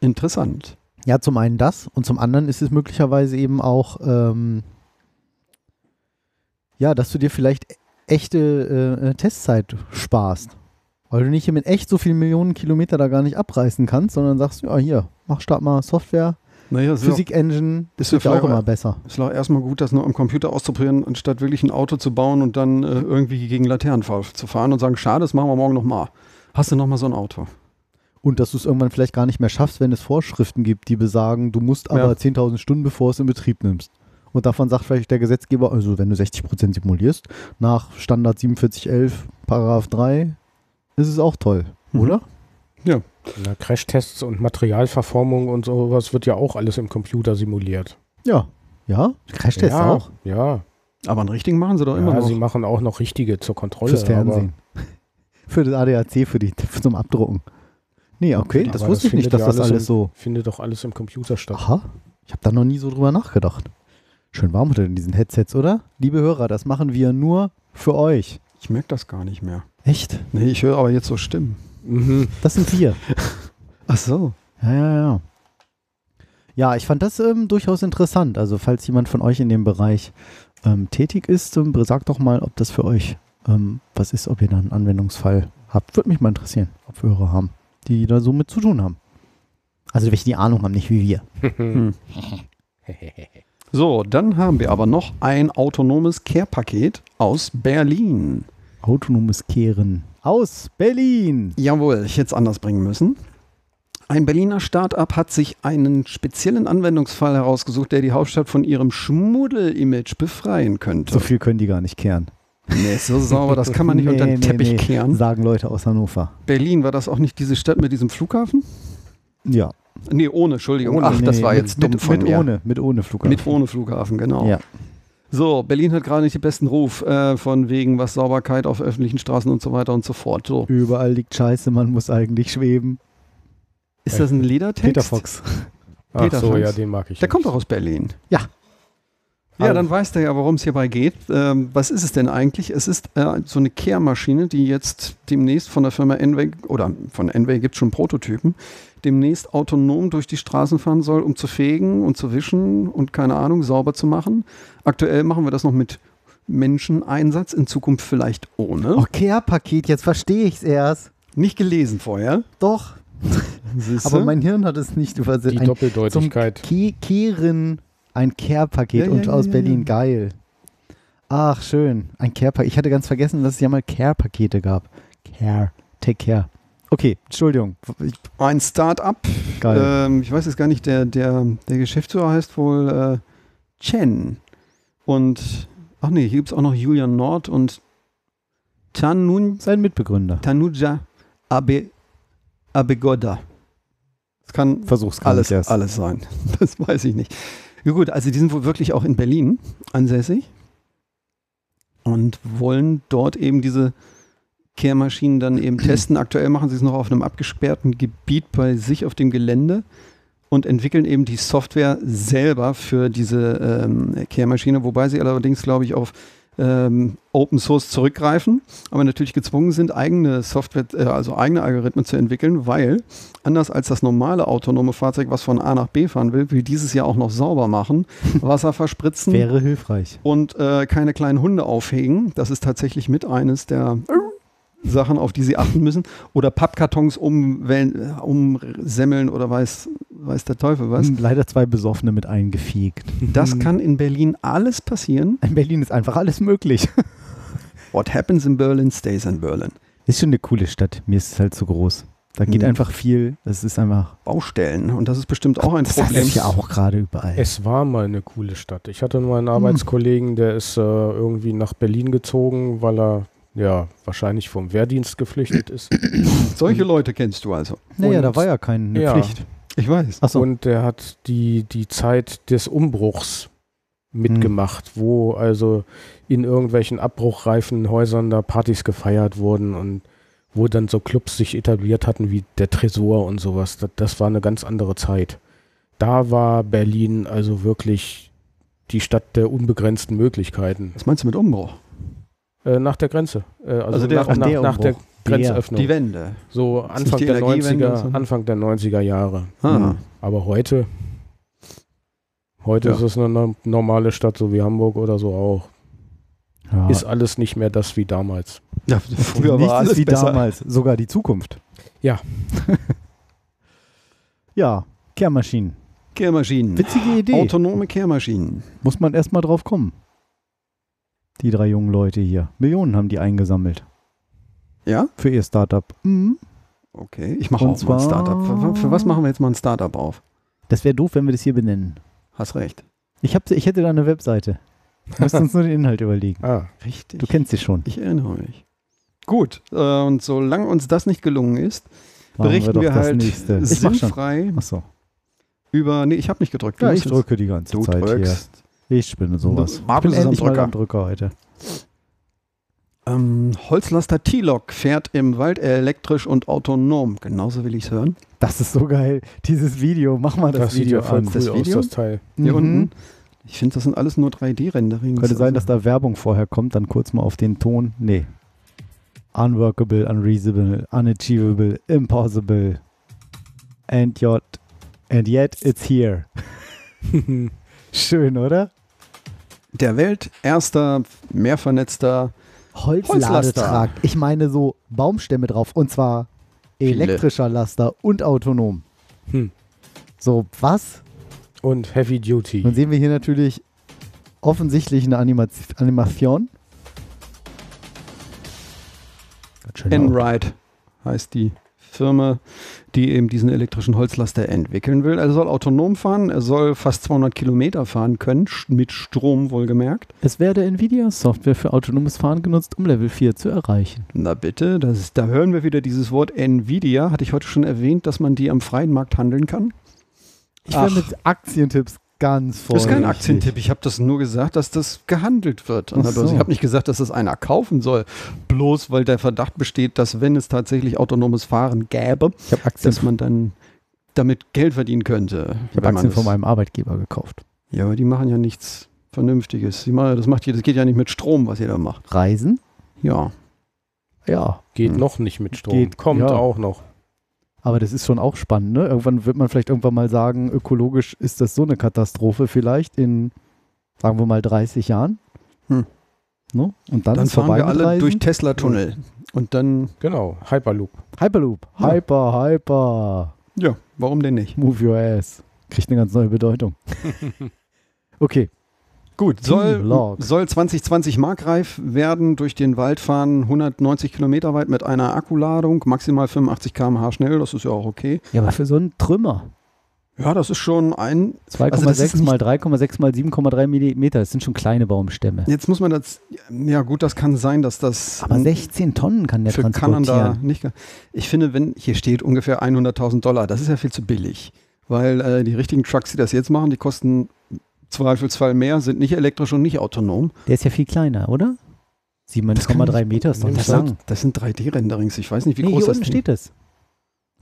Speaker 3: Interessant.
Speaker 2: Ja, zum einen das und zum anderen ist es möglicherweise eben auch, ähm, ja, dass du dir vielleicht e- echte äh, äh, Testzeit sparst. Weil du nicht hier mit echt so vielen Millionen Kilometer da gar nicht abreißen kannst, sondern sagst, ja, hier, mach start mal Software,
Speaker 3: Naja, ist
Speaker 2: Physik Engine,
Speaker 3: Ist ja
Speaker 2: das wird ja auch
Speaker 3: vielleicht-
Speaker 2: immer besser.
Speaker 3: doch- ist doch erstmal gut, das nur am Computer auszuprobieren, anstatt wirklich ein Auto zu bauen und dann äh, irgendwie gegen Laternen fahr- zu fahren und sagen, schade, das machen wir morgen nochmal. Hast du nochmal so ein Auto?
Speaker 2: Und dass du es irgendwann vielleicht gar nicht mehr schaffst, wenn es Vorschriften gibt, die besagen, du musst aber
Speaker 3: Ja.
Speaker 2: 10.000 Stunden, bevor es in Betrieb nimmst. Und davon sagt vielleicht der Gesetzgeber, also wenn du 60% simulierst, nach Standard 4711, Paragraph 3, ist es auch toll,
Speaker 3: Mhm.
Speaker 2: oder?
Speaker 5: Na, Crashtests und Materialverformung und sowas wird ja auch alles im Computer simuliert.
Speaker 2: Ja. Ja? Crashtests
Speaker 5: ja,
Speaker 2: auch?
Speaker 5: Ja.
Speaker 3: Aber einen richtigen machen sie doch immer
Speaker 5: ja
Speaker 3: noch.
Speaker 5: sie machen auch noch richtige zur Kontrolle.
Speaker 2: Fürs Fernsehen. (laughs) Für das ADAC, für die, (laughs) zum Abdrucken. Nee, okay,
Speaker 5: Aber
Speaker 2: das wusste ich
Speaker 5: findet
Speaker 2: nicht, dass
Speaker 5: ja
Speaker 2: das alles
Speaker 5: im,
Speaker 2: so.
Speaker 5: Findet doch alles im Computer statt.
Speaker 2: Aha, ich habe da noch nie so drüber nachgedacht. Schön warm unter diesen Headsets, oder? Liebe Hörer, das machen wir nur für euch.
Speaker 3: Ich merke das gar nicht mehr.
Speaker 2: Echt?
Speaker 3: Nee, ich höre aber jetzt so Stimmen.
Speaker 5: Mhm.
Speaker 2: Das sind wir.
Speaker 3: Ach so.
Speaker 2: (laughs) Ja, ja, ja. Ja, ich fand das ähm, durchaus interessant. Also, falls jemand von euch in dem Bereich ähm, tätig ist, ähm, sagt doch mal, ob das für euch ähm, was ist, ob ihr da einen Anwendungsfall habt. Würde mich mal interessieren, ob wir Hörer haben, die da so mit zu tun haben. Also, welche die Ahnung haben, nicht wie wir.
Speaker 3: So, dann haben wir aber noch ein autonomes Care-Paket aus Berlin.
Speaker 2: Autonomes Kehren aus Berlin.
Speaker 3: Jawohl, ich hätte es anders bringen müssen. Ein Berliner Start-up hat sich einen speziellen Anwendungsfall herausgesucht, der die Hauptstadt von ihrem Schmuddel-Image befreien könnte.
Speaker 2: So viel können die gar nicht kehren.
Speaker 3: nee, ist so sauber, das kann man
Speaker 2: (laughs)
Speaker 3: nicht unter den
Speaker 2: Nee, nee,
Speaker 3: Teppich
Speaker 2: nee.
Speaker 3: kehren.
Speaker 2: Sagen Leute aus Hannover.
Speaker 3: Berlin, war das auch nicht diese Stadt mit diesem Flughafen?
Speaker 2: Ja.
Speaker 3: Nee, ohne, Entschuldigung.
Speaker 2: Ohne,
Speaker 3: Ach, das
Speaker 2: nee,
Speaker 3: war
Speaker 2: mit-
Speaker 3: jetzt dumm
Speaker 2: mit,
Speaker 3: von
Speaker 2: mit
Speaker 3: mir.
Speaker 2: Ohne, mit ohne Flughafen.
Speaker 3: Mit ohne Flughafen, genau.
Speaker 2: Ja.
Speaker 3: So, Berlin hat gerade nicht den besten Ruf äh, von wegen was Sauberkeit auf öffentlichen Straßen und so weiter und so fort. So.
Speaker 2: Überall liegt Scheiße, man muss eigentlich schweben.
Speaker 3: Ist das ein Ledertext?
Speaker 2: Peter Fox.
Speaker 3: Hm?
Speaker 5: Ach
Speaker 3: Peter
Speaker 5: so,
Speaker 3: Franz.
Speaker 5: ja, den mag ich.
Speaker 3: Der
Speaker 5: nicht.
Speaker 3: kommt doch aus Berlin.
Speaker 2: Ja.
Speaker 3: Ja,
Speaker 5: Aber-
Speaker 3: dann weiß der ja, worum es hierbei geht. Ähm, was ist es denn eigentlich? Es ist äh, so eine Kehrmaschine, die jetzt demnächst von der Firma Enway oder von Enway gibt es schon Prototypen, demnächst autonom durch die Straßen fahren soll, um zu fegen und zu wischen und keine Ahnung, sauber zu machen. Aktuell machen wir das noch mit Menscheneinsatz, in Zukunft vielleicht ohne.
Speaker 2: Oh, Care-Paket, jetzt verstehe ich es erst.
Speaker 3: Nicht gelesen vorher.
Speaker 2: Doch,
Speaker 3: Siehste?
Speaker 2: aber mein Hirn hat es nicht
Speaker 5: Die
Speaker 2: übersetzt. Ein, zum
Speaker 5: Doppeldeutigkeit.
Speaker 2: Ke Kehren, ein Care-Paket
Speaker 3: Ja, ja,
Speaker 2: und
Speaker 3: ja,
Speaker 2: aus
Speaker 3: ja,
Speaker 2: Berlin, geil. Ach, schön, ein Care-Paket. Ich hatte ganz vergessen, dass es ja mal Care-Pakete gab. Care, take care. Okay, Entschuldigung. Ich,
Speaker 3: Ein Start-up
Speaker 2: geil.
Speaker 3: Ähm, ich weiß jetzt gar nicht, der, der, der Geschäftsführer heißt wohl äh, Chen. Und, ach nee, hier gibt es auch noch Julian Nord und Tanun,
Speaker 2: Sein Mitbegründer.
Speaker 3: Tanuja Abe, Abegoda. Das kann
Speaker 2: Versuch's gar
Speaker 3: alles,
Speaker 2: nicht erst.
Speaker 3: alles sein. (laughs) Das weiß ich nicht. Ja gut, also die sind wohl wirklich auch in Berlin ansässig und wollen dort eben diese Kehrmaschinen dann
Speaker 2: (clears throat)
Speaker 3: eben testen. Aktuell machen sie es noch auf einem abgesperrten Gebiet bei sich auf dem Gelände und entwickeln eben die Software selber für diese ähm, Kehrmaschine, wobei sie allerdings, glaube ich, auf ähm, Open Source zurückgreifen, aber natürlich gezwungen sind, eigene Software, äh, also eigene Algorithmen zu entwickeln, weil anders als das normale autonome Fahrzeug, was von A nach B fahren will, will dieses Jahr auch noch sauber machen, Wasser verspritzen
Speaker 2: Wäre hilfreich.
Speaker 3: und äh, keine kleinen Hunde aufhegen. Das ist tatsächlich mit eines der Sachen, auf die sie achten müssen. Oder Pappkartons umwellen, umsemmeln oder weiß, weiß der Teufel was.
Speaker 2: Hm, Leider zwei Besoffene mit eingefegt.
Speaker 3: Das kann in Berlin alles passieren.
Speaker 2: In Berlin ist einfach alles möglich.
Speaker 3: What happens in Berlin stays in Berlin.
Speaker 2: Ist schon eine coole Stadt. Mir ist es halt zu groß.
Speaker 7: Da geht
Speaker 3: Mhm.
Speaker 7: einfach viel. Das ist einfach.
Speaker 3: Baustellen. Und das ist bestimmt auch ein
Speaker 7: Das
Speaker 3: Problem.
Speaker 7: ist ja auch gerade
Speaker 5: (clears throat)
Speaker 7: überall.
Speaker 5: Es war mal eine coole Stadt. Ich hatte mal einen Arbeitskollegen, der ist äh, irgendwie nach Berlin gezogen, weil er ja wahrscheinlich vom Wehrdienst geflüchtet ist.
Speaker 3: Solche Leute kennst du also.
Speaker 7: Naja,
Speaker 5: und-
Speaker 7: da war ja keine
Speaker 5: Ja.
Speaker 7: Pflicht.
Speaker 3: Ich weiß.
Speaker 7: Achso,
Speaker 5: Und der hat die, die Zeit des Umbruchs mitgemacht,
Speaker 3: Hm.
Speaker 5: wo also in irgendwelchen abbruchreifen Häusern da Partys gefeiert wurden und wo dann so Clubs sich etabliert hatten wie der Tresor und sowas. Das, das war eine ganz andere Zeit. Da war Berlin also wirklich die Stadt der unbegrenzten Möglichkeiten.
Speaker 3: Was meinst du mit Umbruch?
Speaker 5: Äh, nach der Grenze. Äh, also
Speaker 3: Also der-
Speaker 5: nach, nach,
Speaker 7: der
Speaker 5: nach der
Speaker 7: Umbruch.
Speaker 5: Grenzöffnung.
Speaker 3: Die Wende.
Speaker 5: so
Speaker 3: nicht
Speaker 5: Anfang
Speaker 3: die
Speaker 5: der,
Speaker 3: Energiewende
Speaker 5: 90er,
Speaker 3: und so?
Speaker 5: Anfang der 90er Jahre.
Speaker 3: Ah.
Speaker 5: Aber heute, heute
Speaker 3: Ja.
Speaker 5: ist es eine no- normale Stadt, so wie Hamburg oder so auch.
Speaker 7: ja.
Speaker 2: Ah.
Speaker 5: Ist alles nicht mehr das wie damals.
Speaker 3: Ja, früher
Speaker 7: nichts
Speaker 3: war alles
Speaker 7: ist wie
Speaker 3: besser.
Speaker 7: damals, sogar die Zukunft.
Speaker 5: Ja.
Speaker 7: (laughs) ja, Kehrmaschinen.
Speaker 3: Kehrmaschinen.
Speaker 7: Witzige Idee.
Speaker 3: Autonome Kehrmaschinen.
Speaker 7: Muss man erstmal drauf kommen. Die drei jungen Leute hier. Millionen haben die eingesammelt
Speaker 3: Ja?
Speaker 7: für ihr Startup. Mhm.
Speaker 3: Okay. Ich mache
Speaker 7: Und
Speaker 3: auch mal
Speaker 7: zwar-
Speaker 3: ein Startup. Für, für was machen wir jetzt mal ein Startup auf?
Speaker 7: Das wäre doof, wenn wir das hier benennen.
Speaker 3: Hast recht.
Speaker 7: Ich, hab, ich hätte da eine Webseite. Wir müssen uns nur den Inhalt überlegen.
Speaker 5: Ah,
Speaker 3: Richtig.
Speaker 7: Du kennst sie schon.
Speaker 3: Ich erinnere mich. Gut, äh, und solange uns das nicht gelungen ist,
Speaker 7: Machen
Speaker 3: berichten wir,
Speaker 7: doch das
Speaker 3: halt
Speaker 7: nächste. Ich mach schon.
Speaker 3: sinnfrei
Speaker 7: Achso.
Speaker 3: über. Nee, ich habe nicht gedrückt. Du
Speaker 7: Ja, ich
Speaker 3: musst jetzt-
Speaker 7: drücke die ganze
Speaker 3: Du
Speaker 7: Zeit
Speaker 3: drückst.
Speaker 7: hier. Ich bin sowas. Ich
Speaker 3: Markus
Speaker 7: bin
Speaker 3: ist am
Speaker 7: endlich mal
Speaker 3: Drücker.
Speaker 7: am Drücker heute.
Speaker 3: Ähm, Holzlaster T-Lok fährt im Wald elektrisch und autonom. Genauso will ich es hören.
Speaker 7: Das ist so geil. Dieses Video. Mach mal das,
Speaker 5: das, sieht
Speaker 7: Video
Speaker 5: ja voll
Speaker 7: an.
Speaker 5: cool
Speaker 3: Das
Speaker 5: aus,
Speaker 3: Video?
Speaker 5: das Teil.
Speaker 3: Hier
Speaker 7: Mhm.
Speaker 3: unten. Ich finde, das sind alles nur Also 3D-Renderings.
Speaker 7: Könnte sein, dass da Werbung vorher kommt, dann kurz mal auf den Ton. Nee. Unworkable, unreasonable, unachievable, impossible. And yet, and yet it's (laughs) here. Schön, oder?
Speaker 3: der Welt erster, mehr vernetzter.
Speaker 7: Holzladetrag. Ich meine so Baumstämme drauf und zwar
Speaker 3: Viele.
Speaker 7: elektrischer Laster und autonom.
Speaker 5: Hm.
Speaker 7: So, was?
Speaker 5: Und Heavy
Speaker 7: Nun
Speaker 2: Hm.
Speaker 5: Duty.
Speaker 7: sehen wir hier natürlich offensichtlich eine Animaz- Animation. Ganz schön laut.
Speaker 3: Enride heißt die Firma, die eben diesen elektrischen Holzlaster entwickeln will. Also Er soll autonom fahren, er soll fast 200 Kilometer fahren können, sch- mit Strom wohlgemerkt.
Speaker 2: Es werde Nvidia-Software für autonomes Fahren genutzt, um Level 4 zu erreichen.
Speaker 3: Na bitte, das ist, da hören wir wieder dieses Wort Nvidia. Hatte ich heute schon erwähnt, dass man die am freien Markt handeln kann?
Speaker 7: Ich wäre
Speaker 3: Ach.
Speaker 7: mit Aktientipps ganz
Speaker 3: Das
Speaker 7: vorsichtig.
Speaker 3: ist kein Aktientipp. Ich habe das nur gesagt, dass das gehandelt wird an der
Speaker 7: Ach
Speaker 3: Börse.
Speaker 7: so.
Speaker 3: Ich habe nicht gesagt, dass das einer kaufen soll. Bloß weil der Verdacht besteht, dass wenn es tatsächlich autonomes Fahren gäbe,
Speaker 7: Ich habe Aktien,
Speaker 3: dass man dann damit Geld verdienen könnte.
Speaker 7: ich hab
Speaker 3: wenn man
Speaker 7: Aktien
Speaker 3: es-
Speaker 7: von meinem Arbeitgeber gekauft.
Speaker 3: Ja, aber die machen ja nichts Vernünftiges. Die machen, das, macht, ihr- das geht ja nicht mit Strom, was ihr da macht.
Speaker 7: Reisen?
Speaker 3: Ja.
Speaker 7: Ja.
Speaker 5: Geht
Speaker 3: Hm.
Speaker 5: noch nicht mit Strom.
Speaker 7: Geht-
Speaker 5: Kommt
Speaker 7: ja.
Speaker 5: auch noch.
Speaker 7: Aber das ist schon auch spannend, ne? Irgendwann wird man vielleicht irgendwann mal sagen, ökologisch ist das so eine Katastrophe vielleicht in, sagen wir mal, 30 Jahren.
Speaker 3: Hm.
Speaker 7: Ne? Und dann,
Speaker 3: Dann
Speaker 7: ist
Speaker 3: fahren
Speaker 7: vorbei
Speaker 3: wir
Speaker 7: mit
Speaker 3: alle
Speaker 7: Reisen.
Speaker 3: durch Tesla-Tunnel. Und dann,
Speaker 5: Genau, Hyperloop.
Speaker 7: Hyperloop.
Speaker 3: Ja.
Speaker 7: Hyper, hyper.
Speaker 3: ja, warum denn nicht?
Speaker 7: Move your ass. Kriegt eine ganz neue
Speaker 3: (laughs)
Speaker 7: Bedeutung. okay.
Speaker 3: Gut, soll,
Speaker 7: T-Log.
Speaker 3: soll 2020 markreif werden, durch den Wald fahren, 190 Kilometer weit mit einer Akkuladung, maximal 85 km/h schnell, das ist ja auch okay.
Speaker 7: Ja, aber für so einen Trümmer.
Speaker 3: Ja, das ist schon ein.
Speaker 2: 2,6
Speaker 3: Also das ist nicht-
Speaker 2: mal 3,6 mal 7,3 Millimeter, das sind schon kleine Baumstämme.
Speaker 3: Jetzt muss man das. Ja, gut, das kann sein, dass das.
Speaker 2: Aber 16 Tonnen kann der
Speaker 3: für
Speaker 2: transportieren.
Speaker 3: Kanada nicht. ge- Ich finde, wenn hier steht ungefähr 100.000 Dollar, das ist ja viel zu billig, weil äh, die richtigen Trucks, die das jetzt machen, die kosten zweifelsfall mehr, sind nicht elektrisch und nicht autonom.
Speaker 2: Der ist ja viel kleiner, oder? 7,3 Meter ist doch
Speaker 3: das
Speaker 2: nicht lang.
Speaker 3: sind, das sind 3D-Renderings. Ich weiß nicht, wie
Speaker 2: Nee,
Speaker 3: groß
Speaker 2: hier
Speaker 3: das
Speaker 2: unten
Speaker 3: Ding- Hm.
Speaker 2: steht es.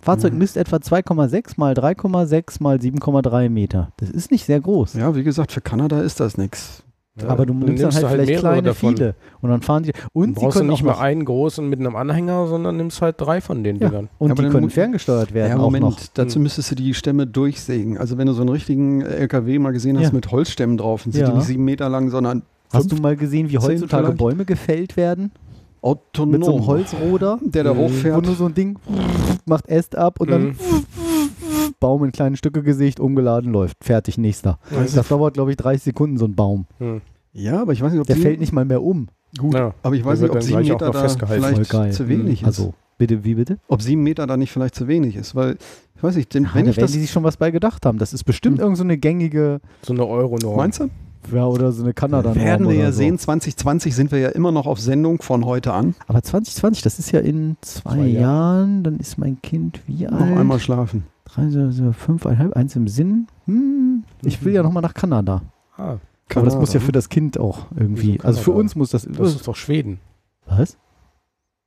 Speaker 2: Fahrzeug
Speaker 3: Ja.
Speaker 2: misst etwa 2,6 mal 3,6 mal 7,3 Meter. Das ist nicht sehr groß.
Speaker 3: Ja, wie gesagt, für Kanada ist das nichts.
Speaker 5: Ja,
Speaker 2: Aber du nimmst dann halt, vielleicht
Speaker 5: mehrere
Speaker 2: kleine viele. Und dann fahren die.
Speaker 5: Dann
Speaker 2: Und sie
Speaker 5: brauchst du
Speaker 2: können auch
Speaker 5: nicht mal
Speaker 2: noch,
Speaker 5: einen großen mit einem Anhänger, sondern nimmst halt drei von den
Speaker 2: Ja.
Speaker 5: Dingern.
Speaker 2: und
Speaker 3: Aber
Speaker 2: die
Speaker 3: dann
Speaker 2: können
Speaker 3: mu-
Speaker 2: ferngesteuert werden
Speaker 3: Ja,
Speaker 2: auch
Speaker 3: Moment,
Speaker 2: noch.
Speaker 3: dazu
Speaker 5: Hm.
Speaker 3: müsstest du die Stämme durchsägen. Also wenn du so einen richtigen LKW mal gesehen hast
Speaker 2: Ja.
Speaker 3: mit Holzstämmen drauf, dann sind
Speaker 2: Ja.
Speaker 3: die nicht sieben Meter lang, sondern
Speaker 2: Hast du mal gesehen, wie
Speaker 3: zehn
Speaker 2: heutzutage
Speaker 3: vielleicht?
Speaker 2: Bäume gefällt werden?
Speaker 3: autonom.
Speaker 2: Mit so einem Holzroder,
Speaker 3: der da
Speaker 5: Mhm.
Speaker 2: wo
Speaker 3: hochfährt.
Speaker 2: nur so ein Ding macht Äst ab und dann
Speaker 5: Mhm.
Speaker 2: Baum in kleinen Stücke Gesicht, umgeladen läuft. Fertig, nächster.
Speaker 5: Also-
Speaker 2: das dauert, glaube ich, 30 Sekunden, so ein Baum.
Speaker 5: Hm.
Speaker 3: Ja, aber ich weiß nicht, ob
Speaker 2: Der
Speaker 3: die-
Speaker 2: fällt nicht mal mehr um.
Speaker 3: Gut,
Speaker 5: Ja.
Speaker 3: aber ich weiß
Speaker 5: Der
Speaker 3: nicht, ob
Speaker 5: wird dann
Speaker 3: sieben
Speaker 5: gleich auch
Speaker 3: Meter
Speaker 5: noch
Speaker 3: da
Speaker 5: festgehalten.
Speaker 2: Voll
Speaker 3: vielleicht
Speaker 2: geil.
Speaker 3: zu wenig ist.
Speaker 2: Also, Bitte, wie bitte?
Speaker 3: Ob sieben Meter da nicht vielleicht zu wenig ist, weil, ich weiß nicht, denn,
Speaker 2: Ah,
Speaker 3: wenn
Speaker 2: da
Speaker 3: ich
Speaker 2: werden
Speaker 3: das. Hm.
Speaker 2: die sich schon was bei gedacht haben. Das ist bestimmt irgend so eine gängige,
Speaker 5: So eine Euro-Norm.
Speaker 3: Meinst du?
Speaker 2: ja, oder so eine kanada
Speaker 3: Werden wir
Speaker 2: oder
Speaker 3: ja
Speaker 2: so.
Speaker 3: sehen, 2020 sind wir ja immer noch auf Sendung von heute an.
Speaker 2: Aber 2020, das ist ja in zwei,
Speaker 5: Zwei Jahre.
Speaker 2: Jahren, dann ist mein Kind wie alt?
Speaker 3: Noch einmal schlafen.
Speaker 2: Drei, so, so, fünfeinhalb, eins im Sinn. Hm, ich will ja
Speaker 3: Mhm.
Speaker 2: nochmal nach Kanada.
Speaker 5: Ah,
Speaker 2: Aber das muss ja für das Kind auch irgendwie.
Speaker 5: Wieso
Speaker 2: Also für
Speaker 5: Kanada?
Speaker 2: uns muss das.
Speaker 5: das ist doch Schweden.
Speaker 2: was?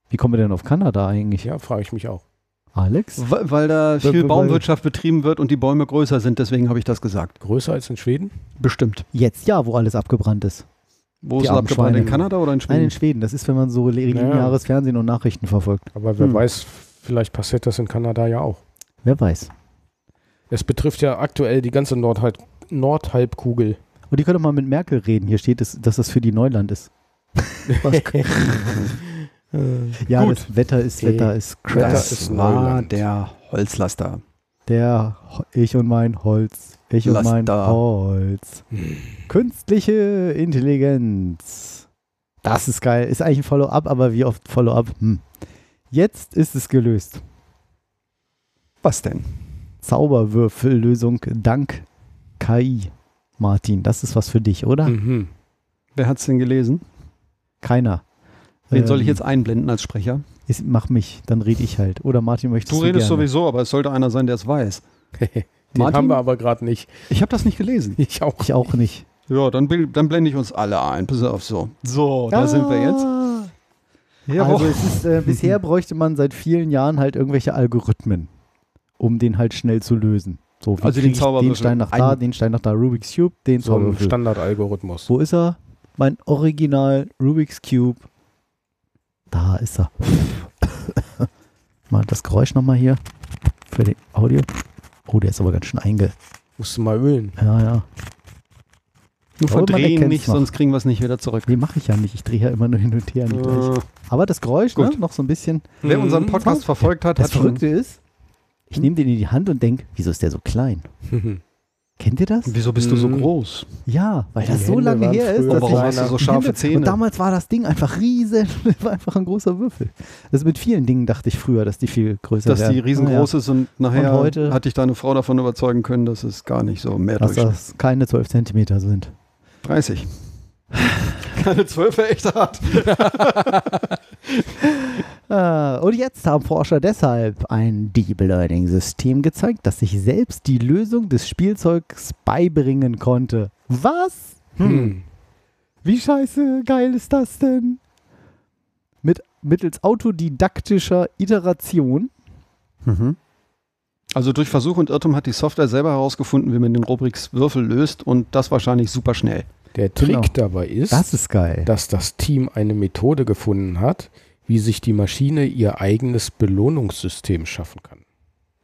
Speaker 2: Wie kommen wir denn auf Kanada eigentlich?
Speaker 5: Ja, frage ich mich auch.
Speaker 2: Alex?
Speaker 3: Weil, weil da
Speaker 2: Weil-
Speaker 3: viel
Speaker 2: weil-
Speaker 3: Baumwirtschaft betrieben wird und die Bäume größer sind, deswegen habe ich das gesagt.
Speaker 5: Größer als in Schweden?
Speaker 3: Bestimmt.
Speaker 2: Jetzt ja, wo alles abgebrannt ist.
Speaker 3: Wo
Speaker 2: Die
Speaker 3: ist es
Speaker 2: armen
Speaker 3: abgebrannt? In
Speaker 2: Schweine.
Speaker 3: Kanada oder in
Speaker 2: Nein,
Speaker 3: Schweden?
Speaker 2: in Schweden. Das ist, wenn man so lineares Fernsehen und Nachrichten verfolgt.
Speaker 5: Aber wer
Speaker 2: Hm.
Speaker 5: weiß, vielleicht passiert das in Kanada ja auch.
Speaker 2: Wer weiß.
Speaker 5: Es betrifft ja aktuell die ganze Nordhalb Nordhalbkugel.
Speaker 2: Und ihr könnt doch mal mit Merkel reden. Hier steht, dass, dass das für die Neuland
Speaker 3: (laughs)
Speaker 2: ist. (laughs) Ja,
Speaker 3: Gut.
Speaker 2: das Wetter ist,
Speaker 5: Okay.
Speaker 2: Wetter ist
Speaker 5: Wetter
Speaker 2: crass.
Speaker 5: ist
Speaker 3: war
Speaker 5: Neuland.
Speaker 3: der Holzlaster.
Speaker 2: Der, Ho- ich und mein Holz. Ich und
Speaker 3: Lass
Speaker 2: mein
Speaker 3: da.
Speaker 2: Holz. Künstliche Intelligenz. Das ist geil. Ist eigentlich ein Follow-up, aber wie oft Follow-up? Hm. Jetzt ist es gelöst.
Speaker 3: Was denn?
Speaker 2: Zauberwürfellösung dank KI. Martin, das ist was für dich, oder?
Speaker 3: Hm.
Speaker 5: Mhm. (laughs)
Speaker 3: Wer hat es denn gelesen?
Speaker 2: Keiner.
Speaker 3: Wen
Speaker 2: Ähm,
Speaker 3: soll ich jetzt einblenden als Sprecher?
Speaker 2: Ist, mach mich, dann rede ich halt. Oder Martin möchtest du gerne.
Speaker 3: sowieso, aber es sollte einer sein, der es weiß.
Speaker 5: Den
Speaker 3: Martin?
Speaker 5: haben wir aber gerade nicht.
Speaker 3: Ich habe das nicht gelesen.
Speaker 5: Ich auch.
Speaker 2: Ich auch nicht.
Speaker 3: Ja, dann, bil- dann blende ich uns alle ein. Pass auf, so. So, Oh, da sind wir jetzt.
Speaker 2: Ah.
Speaker 3: Ja,
Speaker 2: also es
Speaker 3: (laughs)
Speaker 2: ist, äh, bisher bräuchte man seit vielen Jahren halt irgendwelche Algorithmen, um den halt schnell zu lösen. So, wie
Speaker 3: Also den
Speaker 2: krieg ich
Speaker 3: Zauberwürfel.
Speaker 2: den Stein nach da,
Speaker 3: Ein-
Speaker 2: den Stein nach da, Rubik's Cube, den
Speaker 5: So ein
Speaker 2: Zauberwürfel.
Speaker 5: Standardalgorithmus.
Speaker 2: Wo ist er? Mein Original Rubik's Cube. Da ist er. (laughs) mal das Geräusch nochmal hier für den Audio. Oh, der ist aber ganz schön einge...
Speaker 5: Musst du mal ölen.
Speaker 2: Ja, ja.
Speaker 3: Nur
Speaker 2: glaube, man
Speaker 3: verdrehen
Speaker 2: erkennt's
Speaker 3: nicht,
Speaker 2: noch.
Speaker 3: sonst kriegen wir es nicht wieder zurück.
Speaker 2: Nee, mache ich ja nicht. Ich drehe ja immer nur hin und her. an die gleichen. Aber das Geräusch,
Speaker 3: Äh. Gut.
Speaker 2: ne, noch so ein bisschen.
Speaker 3: Wer unseren Podcast verfolgt hat, hat
Speaker 2: Das
Speaker 3: schon.
Speaker 2: Verrückte ist, ich nehme den in die Hand und denke, wieso ist der so klein?
Speaker 5: (laughs) Mhm.
Speaker 2: Kennt ihr das?
Speaker 3: Wieso bist du so
Speaker 5: Mhm.
Speaker 3: groß?
Speaker 2: Ja, weil
Speaker 5: Die
Speaker 2: das so
Speaker 5: Hände
Speaker 2: lange
Speaker 5: waren
Speaker 2: her ist,
Speaker 5: früher
Speaker 2: dass
Speaker 3: Warum
Speaker 5: kleiner.
Speaker 2: ich
Speaker 3: hast du so
Speaker 2: Die
Speaker 3: scharfe
Speaker 2: Hände- Und
Speaker 3: Zähne?
Speaker 2: damals war das Ding einfach (laughs) riesen, war einfach ein großer Würfel. Also mit vielen Dingen dachte ich früher, dass die viel größer
Speaker 3: Dass
Speaker 2: werden.
Speaker 3: die riesengroß ist und nachher
Speaker 2: Und heute-
Speaker 3: hatte ich deine Frau davon überzeugen können, dass es gar nicht so mehr
Speaker 2: Ja, dass
Speaker 3: durch
Speaker 2: das keine 12 Zentimeter sind.
Speaker 3: 30. Keine Zwölfe echt hart.
Speaker 2: Äh, und jetzt haben Forscher deshalb ein Deep Learning System gezeigt, das sich selbst die Lösung des Spielzeugs beibringen konnte. Was?
Speaker 5: Hm.
Speaker 2: Wie scheiße geil ist das denn? Mit, mittels autodidaktischer Iteration.
Speaker 3: Mhm. Also durch Versuch und Irrtum hat die Software selber herausgefunden, wie man den Rubriks Würfel löst und das wahrscheinlich super schnell.
Speaker 5: Der Trick
Speaker 2: Genau.
Speaker 5: dabei ist,
Speaker 2: Das ist geil.
Speaker 5: dass das Team eine Methode gefunden hat, wie sich die Maschine ihr eigenes Belohnungssystem schaffen kann.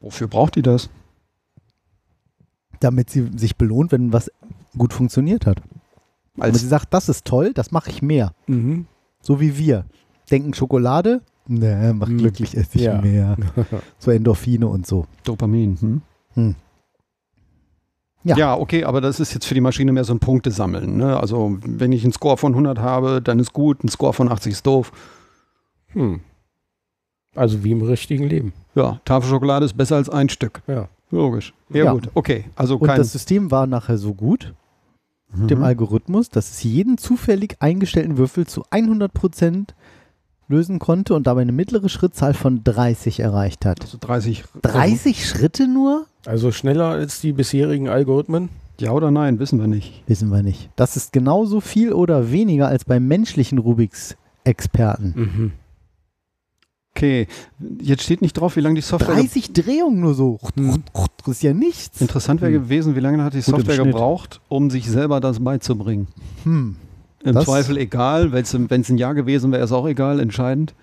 Speaker 3: Wofür braucht die das?
Speaker 2: Damit sie sich belohnt, wenn was gut funktioniert hat. Damit sie
Speaker 3: Als
Speaker 2: sagt, das ist toll, das mache ich mehr. So wie wir. Denken Schokolade, ne, macht
Speaker 5: Hm.
Speaker 2: glücklich, esse ich
Speaker 5: Ja.
Speaker 2: mehr. So Endorphine und so.
Speaker 3: Dopamin. Hm?
Speaker 2: Hm.
Speaker 3: Ja.
Speaker 2: Ja.
Speaker 3: okay, aber das ist jetzt für die Maschine mehr so ein Punktesammeln. Ne? Also wenn ich einen Score von 100 habe, dann ist gut, ein Score von 80 ist doof.
Speaker 5: (laughs) Hm. Also wie im richtigen Leben.
Speaker 3: Ja, Tafel Schokolade ist besser als ein Stück.
Speaker 5: Ja.
Speaker 3: Logisch. Ja,
Speaker 2: Ja.
Speaker 3: gut, okay. Also
Speaker 2: Und
Speaker 3: kein...
Speaker 2: das System war nachher so gut,
Speaker 3: Mhm.
Speaker 2: dem Algorithmus, dass es jeden zufällig eingestellten Würfel zu 100% lösen konnte und dabei eine mittlere Schrittzahl von 30 erreicht hat.
Speaker 3: also 30.
Speaker 2: 30 Schritte nur?
Speaker 5: Also schneller als die bisherigen Algorithmen?
Speaker 3: Also, Ja oder nein, wissen wir nicht.
Speaker 2: Wissen wir nicht. Das ist genauso viel oder weniger als bei menschlichen Rubiks-Experten.
Speaker 5: Mhm.
Speaker 3: Okay, jetzt steht nicht drauf, wie lange die Software... ge-
Speaker 2: 30 Drehungen nur so. Das ist ja nichts.
Speaker 3: Interessant wäre
Speaker 5: Hm.
Speaker 3: gewesen, wie lange hat die
Speaker 2: Gut, im
Speaker 3: Software
Speaker 2: Schnitt.
Speaker 3: gebraucht, um sich selber das beizubringen.
Speaker 2: Hm.
Speaker 3: Im
Speaker 2: Das-
Speaker 3: Zweifel egal, wenn es ein Jahr gewesen wäre, ist auch egal. Entscheidend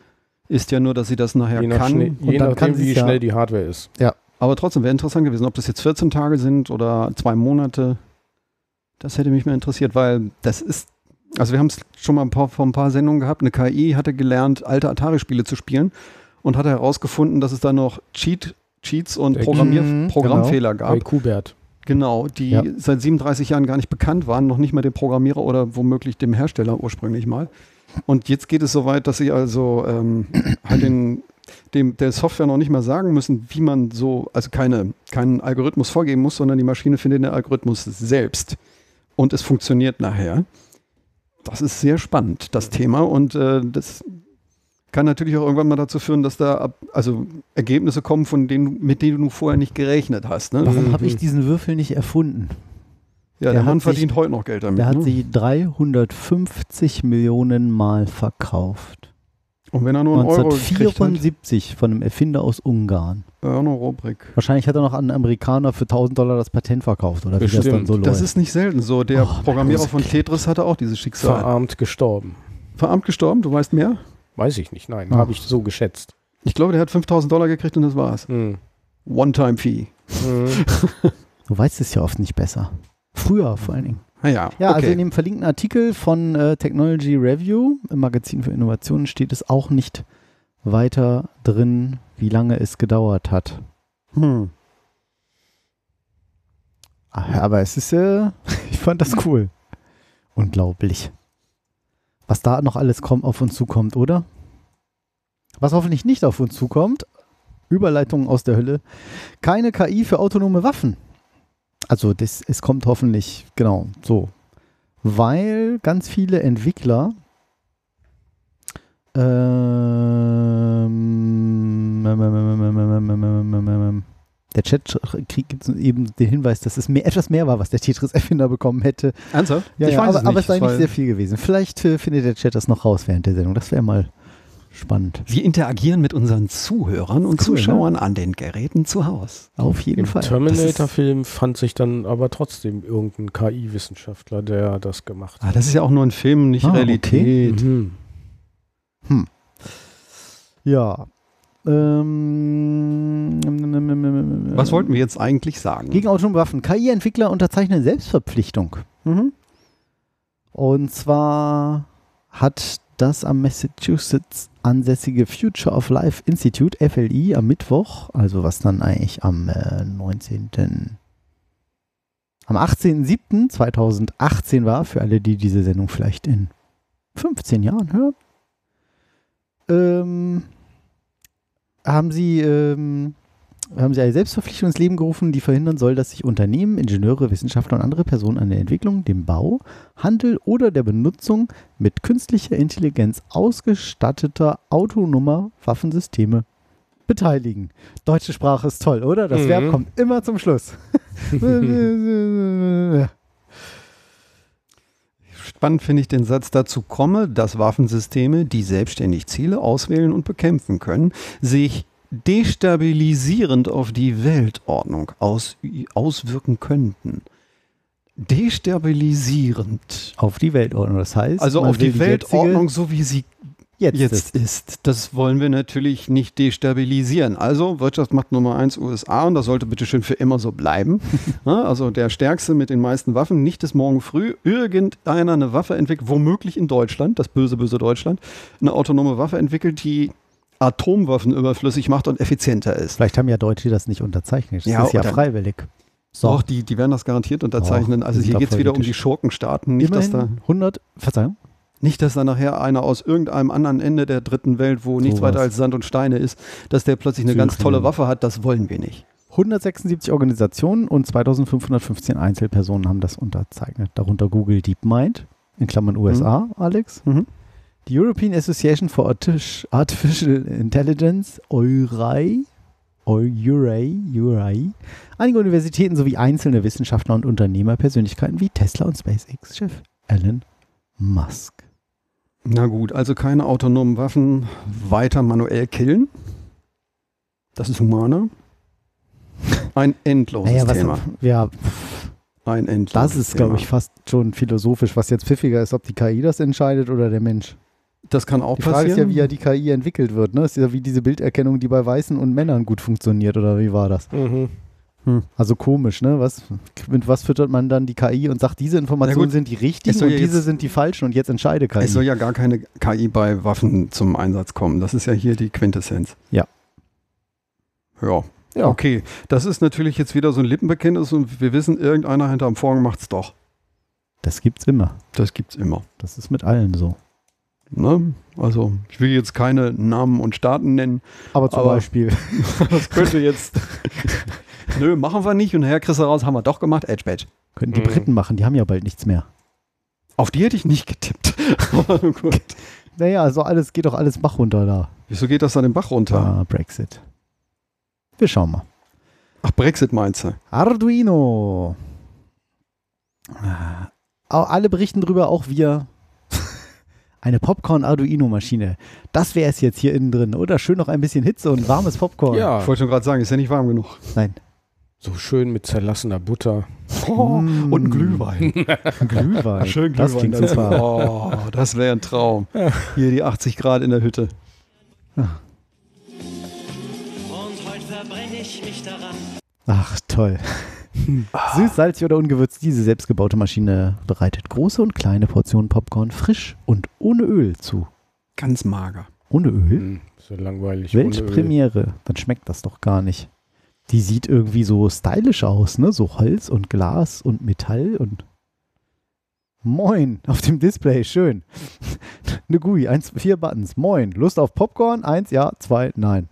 Speaker 3: ist ja nur, dass sie das nachher
Speaker 5: je nach
Speaker 3: kann.
Speaker 5: schne- je
Speaker 2: dann kann
Speaker 5: nachdem, wie
Speaker 2: sie's ja-
Speaker 5: schnell die Hardware ist.
Speaker 3: Aber trotzdem wäre interessant gewesen, ob das jetzt 14 Tage sind oder zwei Monate. Das hätte mich mehr interessiert, weil das ist. Also, wir haben es schon mal ein paar, vor ein paar Sendungen gehabt. Eine KI hatte gelernt, alte Atari-Spiele zu spielen und hatte herausgefunden, dass es da noch Cheat, Cheats und
Speaker 5: Mhm,
Speaker 3: Programmier
Speaker 2: genau.
Speaker 3: Programmfehler
Speaker 5: Bei
Speaker 3: gab.
Speaker 5: Kubert.
Speaker 3: Genau, die
Speaker 2: Ja.
Speaker 3: seit 37 Jahren gar nicht bekannt waren, noch nicht mal dem Programmierer oder womöglich dem Hersteller ursprünglich mal. Und jetzt geht es so weit, dass sie also ähm, (clears throat) halt den, dem, der Software noch nicht mal sagen müssen, wie man so, also keine, keinen Algorithmus vorgeben muss, sondern die Maschine findet den Algorithmus selbst. Und es funktioniert nachher. Das ist sehr spannend, das Thema. Und äh, das kann natürlich auch irgendwann mal dazu führen, dass da ab, also Ergebnisse kommen, von denen, mit denen du vorher nicht gerechnet hast. Ne?
Speaker 2: Warum habe
Speaker 5: Mhm.
Speaker 2: ich diesen Würfel nicht erfunden?
Speaker 3: Ja, der,
Speaker 2: der
Speaker 3: Mann
Speaker 2: hat sich-
Speaker 3: verdient heute noch Geld damit.
Speaker 2: Der hat
Speaker 3: ne?
Speaker 2: sich 350 Millionen Mal verkauft.
Speaker 3: Und wenn er nur einen Euro gekriegt hat,
Speaker 2: 1974 von einem Erfinder aus Ungarn.
Speaker 3: ja, eine Rubrik.
Speaker 2: Wahrscheinlich hat er noch an einen Amerikaner für 1000 Dollar das Patent verkauft oder wie das dann
Speaker 5: Bestimmt.
Speaker 2: so läuft.
Speaker 3: Das ist nicht selten so. Der
Speaker 2: Oh, mein
Speaker 3: Programmierer
Speaker 2: großes
Speaker 3: von
Speaker 2: Kind.
Speaker 3: Tetris hatte auch dieses Schicksal.
Speaker 5: Verarmt gestorben.
Speaker 3: Verarmt gestorben, du weißt mehr?
Speaker 5: Weiß ich nicht, nein,
Speaker 2: Ah.
Speaker 5: habe ich so geschätzt.
Speaker 3: Ich glaube, der hat 5000 Dollar gekriegt und das war's.
Speaker 2: Hm.
Speaker 5: Mhm.
Speaker 3: One-Time-Fee.
Speaker 5: Mhm.
Speaker 2: du weißt es ja oft nicht besser. Früher vor allen Dingen.
Speaker 3: Naja,
Speaker 2: Ja, also in
Speaker 3: okay.
Speaker 2: dem verlinkten Artikel von äh, Technology Review im Magazin für Innovationen steht es auch nicht weiter drin, wie lange es gedauert hat.
Speaker 3: hm.
Speaker 2: Ah, Aber es ist, äh, (laughs) ich fand das cool. Unglaublich. Was da noch alles kommt, auf uns zukommt, oder? Was hoffentlich nicht auf uns zukommt, Überleitungen aus der Hölle, keine KI für autonome Waffen. Also das, es kommt hoffentlich, genau, so. Weil ganz viele Entwickler ähm, ähm, ähm, ähm, ähm, ähm, ähm, ähm, ähm, ähm, der Chat kriegt gibt's eben den Hinweis, dass es mehr, etwas mehr war, was der Tetris-Erfinder bekommen hätte.
Speaker 3: Ernsthaft?
Speaker 2: Ja,
Speaker 3: ich
Speaker 2: ja,
Speaker 3: weiß
Speaker 2: aber,
Speaker 3: es nicht.
Speaker 2: aber es sei
Speaker 3: weil-
Speaker 2: nicht sehr viel gewesen. Vielleicht äh, findet der Chat das noch raus während der Sendung. Das wäre mal spannend.
Speaker 3: Wir interagieren mit unseren Zuhörern und
Speaker 2: Ist cool, ne?
Speaker 3: Zuschauern an den Geräten zu Hause.
Speaker 2: Auf jeden
Speaker 5: Im
Speaker 2: Fall. Das ist-
Speaker 5: Terminator-Film fand sich dann aber trotzdem irgendein KI-Wissenschaftler, der das gemacht
Speaker 3: Ah, das ist ja auch nur ein Film, nicht
Speaker 2: Ah,
Speaker 5: hat.
Speaker 3: Realität.
Speaker 5: Mhm.
Speaker 2: Ja. Ähm, Mhm.
Speaker 3: Was wollten wir jetzt eigentlich sagen?
Speaker 2: Gegen autonome Waffen. KI-Entwickler unterzeichnen Selbstverpflichtung.
Speaker 3: Mhm.
Speaker 2: Und zwar hat das am Massachusetts ansässige Future of Life Institute, FLI, am Mittwoch, also was dann eigentlich am äh, 19. am 18.07.2018 war, für alle, die diese Sendung vielleicht in 15 Jahren hören, ähm, haben sie ähm, haben sie eine Selbstverpflichtung ins Leben gerufen, die verhindern soll, dass sich Unternehmen, Ingenieure, Wissenschaftler und andere Personen an der Entwicklung, dem Bau, Handel oder der Benutzung mit künstlicher Intelligenz ausgestatteter autonomer Waffensysteme beteiligen. Deutsche Sprache ist toll, oder? Das
Speaker 5: Mhm.
Speaker 2: Verb kommt immer
Speaker 3: (laughs)
Speaker 2: zum Schluss. (laughs)
Speaker 3: Spannend finde ich den Satz dazu komme, dass Waffensysteme, die selbstständig Ziele auswählen und bekämpfen können, sich destabilisierend auf die Weltordnung aus, auswirken könnten. Destabilisierend.
Speaker 2: auf die Weltordnung, das heißt.
Speaker 3: Also
Speaker 2: man
Speaker 3: auf
Speaker 2: will
Speaker 3: die Weltordnung, so wie sie
Speaker 2: jetzige,
Speaker 3: jetzt
Speaker 2: jetzt.
Speaker 3: ist. Das wollen wir natürlich nicht destabilisieren. Also Wirtschaftsmacht Nummer 1 USA und das sollte bitte schön für immer so
Speaker 2: (laughs)
Speaker 3: bleiben. Ja, also der Stärkste mit den meisten Waffen, nicht dass morgen früh irgendeiner eine Waffe entwickelt, womöglich in Deutschland, das böse, böse Deutschland, eine autonome Waffe entwickelt, die Atomwaffen überflüssig macht und effizienter ist.
Speaker 2: Vielleicht haben ja Deutsche das nicht unterzeichnet. Das
Speaker 3: Ja,
Speaker 2: ist ja
Speaker 3: oder-
Speaker 2: freiwillig. So,
Speaker 3: Doch, die, die werden das garantiert unterzeichnen.
Speaker 2: Och,
Speaker 3: also
Speaker 2: sind
Speaker 3: hier
Speaker 2: da
Speaker 3: geht es wieder um die
Speaker 2: politisch.
Speaker 3: Schurkenstaaten. Nicht dass,
Speaker 2: immerhin
Speaker 3: da,
Speaker 2: 100, Verzeihung.
Speaker 3: nicht, dass da nachher einer aus irgendeinem anderen Ende der dritten Welt, wo nichts
Speaker 2: Sowas.
Speaker 3: weiter als Sand und Steine ist, dass der plötzlich eine ganz
Speaker 2: Syrien.
Speaker 3: tolle Waffe hat. Das wollen wir nicht.
Speaker 2: 176 Organisationen und 2515 Einzelpersonen haben das unterzeichnet. Darunter Google DeepMind, in Klammern USA, Alex.
Speaker 3: Mhm.
Speaker 2: Die European Association for Artish- Artificial Intelligence, EURAI, EURAI, EURAI, einige Universitäten sowie einzelne Wissenschaftler und Unternehmerpersönlichkeiten wie Tesla und SpaceX-Chef Elon Musk.
Speaker 3: Na gut, also keine autonomen Waffen, weiter manuell killen. Das ist humaner. Ein endloses Thema.
Speaker 2: ja,
Speaker 3: Ein endloses
Speaker 2: das ist,
Speaker 3: Thema.
Speaker 2: glaube ich, fast schon philosophisch, was jetzt pfiffiger ist, ob die KI das entscheidet oder der Mensch.
Speaker 3: Das kann auch
Speaker 2: Die
Speaker 3: passieren.
Speaker 2: Frage ist ja, wie ja die KI entwickelt wird. Ne? Ist ja wie diese Bilderkennung, die bei Weißen und Männern gut funktioniert, oder wie war das?
Speaker 5: Mhm.
Speaker 2: Also komisch, ne? Was, mit was füttert man dann die KI und sagt, diese Informationen
Speaker 3: gut,
Speaker 2: sind die richtigen
Speaker 3: es soll
Speaker 2: und
Speaker 3: ja
Speaker 2: diese
Speaker 3: jetzt-
Speaker 2: sind die falschen und jetzt entscheide KI.
Speaker 3: es soll ja gar keine KI bei Waffen zum Einsatz kommen. Das ist ja hier die Quintessenz.
Speaker 2: Ja.
Speaker 3: Ja.
Speaker 2: Ja.
Speaker 3: Okay, das ist natürlich jetzt wieder so ein Lippenbekenntnis und wir wissen, irgendeiner hinterm Vorhang macht's doch.
Speaker 2: das gibt's immer.
Speaker 3: Das gibt's immer.
Speaker 2: Das ist mit allen so.
Speaker 3: Ne? Also ich will jetzt keine Namen und Staaten nennen.
Speaker 2: Aber zum
Speaker 3: Aber- (laughs)
Speaker 2: Beispiel.
Speaker 3: Das könnte jetzt... Nö, machen wir nicht. Und Herr Chris heraus haben wir doch gemacht. Edge Badge.
Speaker 2: Könnten die
Speaker 4: Mhm.
Speaker 2: Briten machen, die haben ja bald nichts mehr.
Speaker 3: Auf die hätte ich nicht
Speaker 2: (laughs)
Speaker 3: getippt. Gut.
Speaker 2: Naja, also alles geht doch alles Bach runter da.
Speaker 3: Wieso geht das dann den Bach runter?
Speaker 2: Ah, Brexit. Wir schauen mal.
Speaker 3: Ach, Brexit meinst du?
Speaker 2: Arduino. Ah, au- Alle berichten drüber, auch wir. (laughs) Eine Popcorn-Arduino-Maschine. Das wäre es jetzt hier innen drin, oder? Schön noch ein bisschen Hitze und warmes Popcorn.
Speaker 3: Ich
Speaker 5: Ja,
Speaker 3: wollte schon gerade sagen, ist ja nicht warm genug.
Speaker 2: Nein.
Speaker 5: so schön mit zerlassener Butter.
Speaker 2: Mm.
Speaker 3: Oh. Und ein
Speaker 2: (laughs)
Speaker 3: Glühwein.
Speaker 2: Glühwein.
Speaker 3: Schön Glühwein.
Speaker 2: das klingt
Speaker 3: dazu.
Speaker 2: super.
Speaker 3: Oh, das wäre ein Traum. Hier die 80 Grad in der Hütte.
Speaker 6: Und heute verbrenne ich mich daran.
Speaker 2: Ach,
Speaker 3: (laughs)
Speaker 2: toll. Süß, salzig oder ungewürzt, diese selbstgebaute Maschine bereitet große und kleine Portionen Popcorn frisch und ohne Öl zu.
Speaker 3: Ganz mager.
Speaker 2: Ohne Öl?
Speaker 5: Hm, so langweilig.
Speaker 2: Welch
Speaker 5: ohne Öl. (laughs)
Speaker 2: Premiere? Dann schmeckt das doch gar nicht. Die sieht irgendwie so stylisch aus, ne? So Holz und Glas und Metall und. Moin, auf dem Display, schön. (laughs) Eine GUI, eins, vier Buttons. Moin, Lust auf Popcorn? Eins, ja, zwei, nein.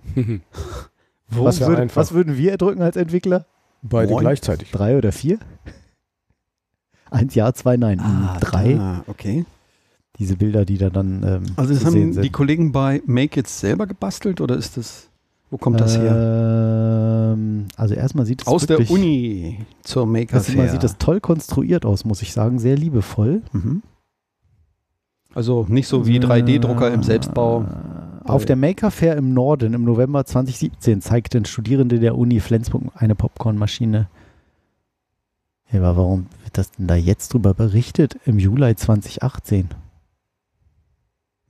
Speaker 2: Was,
Speaker 5: wär
Speaker 2: würd,
Speaker 5: Hm. einfach.
Speaker 2: was würden wir drücken als Entwickler?
Speaker 5: Beide
Speaker 3: Moin.
Speaker 5: gleichzeitig.
Speaker 2: Drei oder vier? Eins, ja, zwei, nein. Hm, Drei.
Speaker 3: Ah, okay.
Speaker 2: Diese Bilder, die da dann ähm,
Speaker 3: Also das
Speaker 2: zu sehen
Speaker 3: haben
Speaker 2: sind.
Speaker 3: die Kollegen bei Make It selber gebastelt oder ist das, wo kommt das her?
Speaker 2: Ähm, also erstmal sieht es
Speaker 3: Aus der
Speaker 2: wirklich,
Speaker 3: Uni zur Maker
Speaker 2: Das
Speaker 3: Fair.
Speaker 2: sieht, sieht das toll konstruiert aus, muss ich sagen. Sehr liebevoll.
Speaker 3: Mhm. Also nicht so wie 3D-Drucker im Selbstbau.
Speaker 2: Äh, Auf der Maker Fair im Norden im November 2017 zeigten Studierende der Uni Flensburg eine Popcornmaschine. Ja, aber warum wird das denn da jetzt drüber berichtet? Im Juli 2018.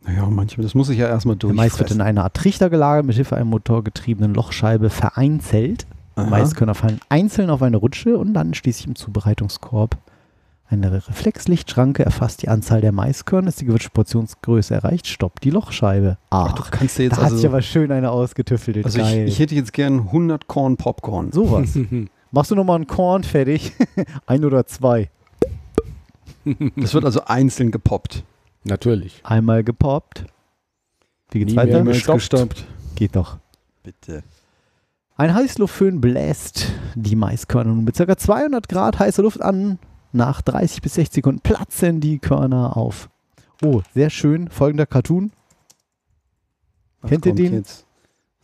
Speaker 3: Naja, manchmal, das muss ich ja erstmal
Speaker 2: Der
Speaker 3: durch.
Speaker 2: Mais wird in einer Art Trichter gelagert, mit Hilfe einer motorgetriebenen Lochscheibe vereinzelt. Maiskörner fallen einzeln auf eine Rutsche und landen schließlich im Zubereitungskorb. Eine Reflexlichtschranke erfasst die Anzahl der Maiskörner, ist die gewünschte Portionsgröße erreicht, stoppt die Lochscheibe.
Speaker 3: Ach, du
Speaker 2: Ach,
Speaker 3: kannst dir jetzt
Speaker 2: da hat sich
Speaker 3: also,
Speaker 2: aber schön eine ausgetüftelt.
Speaker 3: also ich,
Speaker 2: Geil.
Speaker 3: ich hätte jetzt gern 100 Korn Popcorn. (laughs)
Speaker 2: Sowas. Machst du nochmal ein Korn fertig? (laughs) ein oder zwei.
Speaker 3: Das wird also einzeln gepoppt.
Speaker 5: Natürlich.
Speaker 2: Einmal gepoppt. Wie geht's
Speaker 5: Nie
Speaker 2: weiter?
Speaker 5: mehr gestoppt.
Speaker 2: Geht doch.
Speaker 3: Bitte.
Speaker 2: Ein Heißluftföhn bläst die Maiskörner nun mit ca. 200 Grad heiße Luft an. Nach 30 bis 60 Sekunden platzen die Körner auf. Oh, sehr schön. Folgender Cartoon. Kennt ihr
Speaker 3: kommt
Speaker 2: den?
Speaker 3: Jetzt?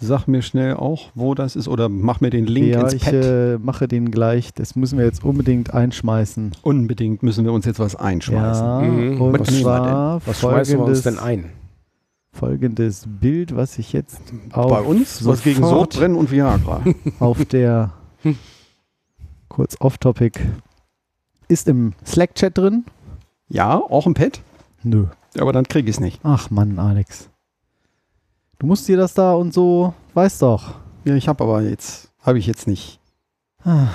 Speaker 3: Sag mir schnell auch, wo das ist oder mach mir den Link
Speaker 2: ja,
Speaker 3: ins
Speaker 2: ich
Speaker 3: Pad.
Speaker 2: äh, mache den gleich. Das müssen wir jetzt unbedingt einschmeißen.
Speaker 3: Unbedingt müssen wir uns jetzt was einschmeißen.
Speaker 2: Ja,
Speaker 5: Mhm.
Speaker 2: und
Speaker 5: Was
Speaker 2: zwar
Speaker 5: Was schmeißen wir uns denn
Speaker 2: folgendes,
Speaker 5: ein?
Speaker 2: folgendes Bild, was ich jetzt auf
Speaker 3: Bei uns was gegen
Speaker 2: sofort-
Speaker 3: Sodbrennen und
Speaker 2: (laughs)
Speaker 3: Viagra.
Speaker 2: auf der
Speaker 5: Hm.
Speaker 2: kurz off-topic ist im Slack-Chat drin.
Speaker 3: ja, auch ein Pad,
Speaker 2: Nö.
Speaker 3: aber dann krieg ich es nicht.
Speaker 2: Ach Mann, Alex. Du musst dir das da und so, weißt doch. (sighs)
Speaker 3: Ja, ich habe aber jetzt, habe ich jetzt nicht.
Speaker 2: Ah.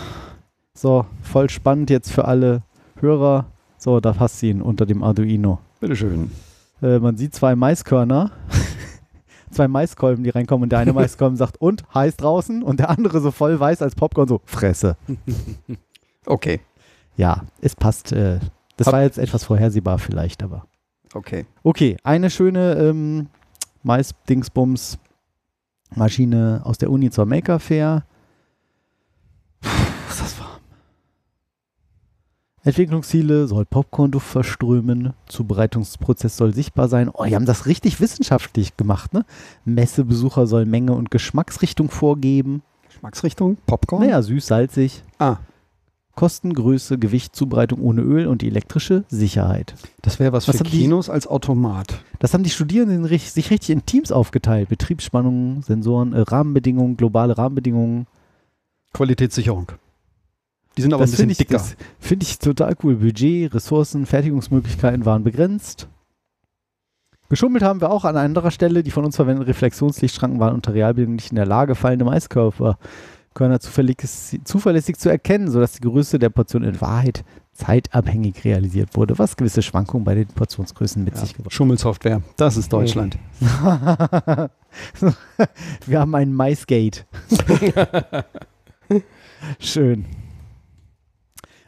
Speaker 2: So, voll spannend jetzt für alle Hörer. So, da hast du ihn unter dem Arduino.
Speaker 3: Bitteschön.
Speaker 2: Äh, man sieht zwei Maiskörner, (laughs) zwei Maiskolben, die reinkommen und der eine Maiskolben sagt und heiß draußen und der andere so voll weiß als Popcorn so Fresse.
Speaker 3: Okay,
Speaker 2: Ja, es passt. Äh, das
Speaker 3: Hab-
Speaker 2: war jetzt etwas vorhersehbar vielleicht, aber.
Speaker 3: okay.
Speaker 2: Okay, eine schöne ähm, Mais-Dingsbums-Maschine aus der Uni zur Maker Fair. Puh, Was das war? Entwicklungsziele soll Popcorn-Duft verströmen. Zubereitungsprozess soll sichtbar sein. Oh, die haben das richtig wissenschaftlich gemacht, ne? Messebesucher soll Menge und Geschmacksrichtung vorgeben.
Speaker 3: Geschmacksrichtung, Popcorn.
Speaker 2: Naja, süß, salzig.
Speaker 3: Oh. Ah.
Speaker 2: Kosten, Größe, Gewicht, Zubereitung ohne Öl und die elektrische Sicherheit.
Speaker 3: Das wäre was,
Speaker 2: Was
Speaker 3: für
Speaker 2: haben die-
Speaker 3: Kinos als Automat.
Speaker 2: Das haben die Studierenden rich- sich richtig in Teams aufgeteilt. Betriebsspannungen, Sensoren, äh, Rahmenbedingungen, globale Rahmenbedingungen.
Speaker 3: Qualitätssicherung. Die sind aber
Speaker 2: das
Speaker 3: ein bisschen
Speaker 2: finde
Speaker 3: dicker.
Speaker 2: ich, das finde ich total cool. Budget, Ressourcen, Fertigungsmöglichkeiten waren begrenzt. Geschummelt haben wir auch an anderer Stelle. Die von uns verwendeten Reflexionslichtschranken waren unter Realbedingungen nicht in der Lage, fallende Maiskörper Körner zuverlässig, zuverlässig zu erkennen, sodass die Größe der Portion in Wahrheit zeitabhängig realisiert wurde, was gewisse Schwankungen bei den Portionsgrößen mit
Speaker 3: Ja.
Speaker 2: sich gebracht
Speaker 3: Schummelsoftware, das ist Deutschland.
Speaker 2: (laughs) Wir haben ein
Speaker 3: (laughs)
Speaker 2: Maisgate. Schön.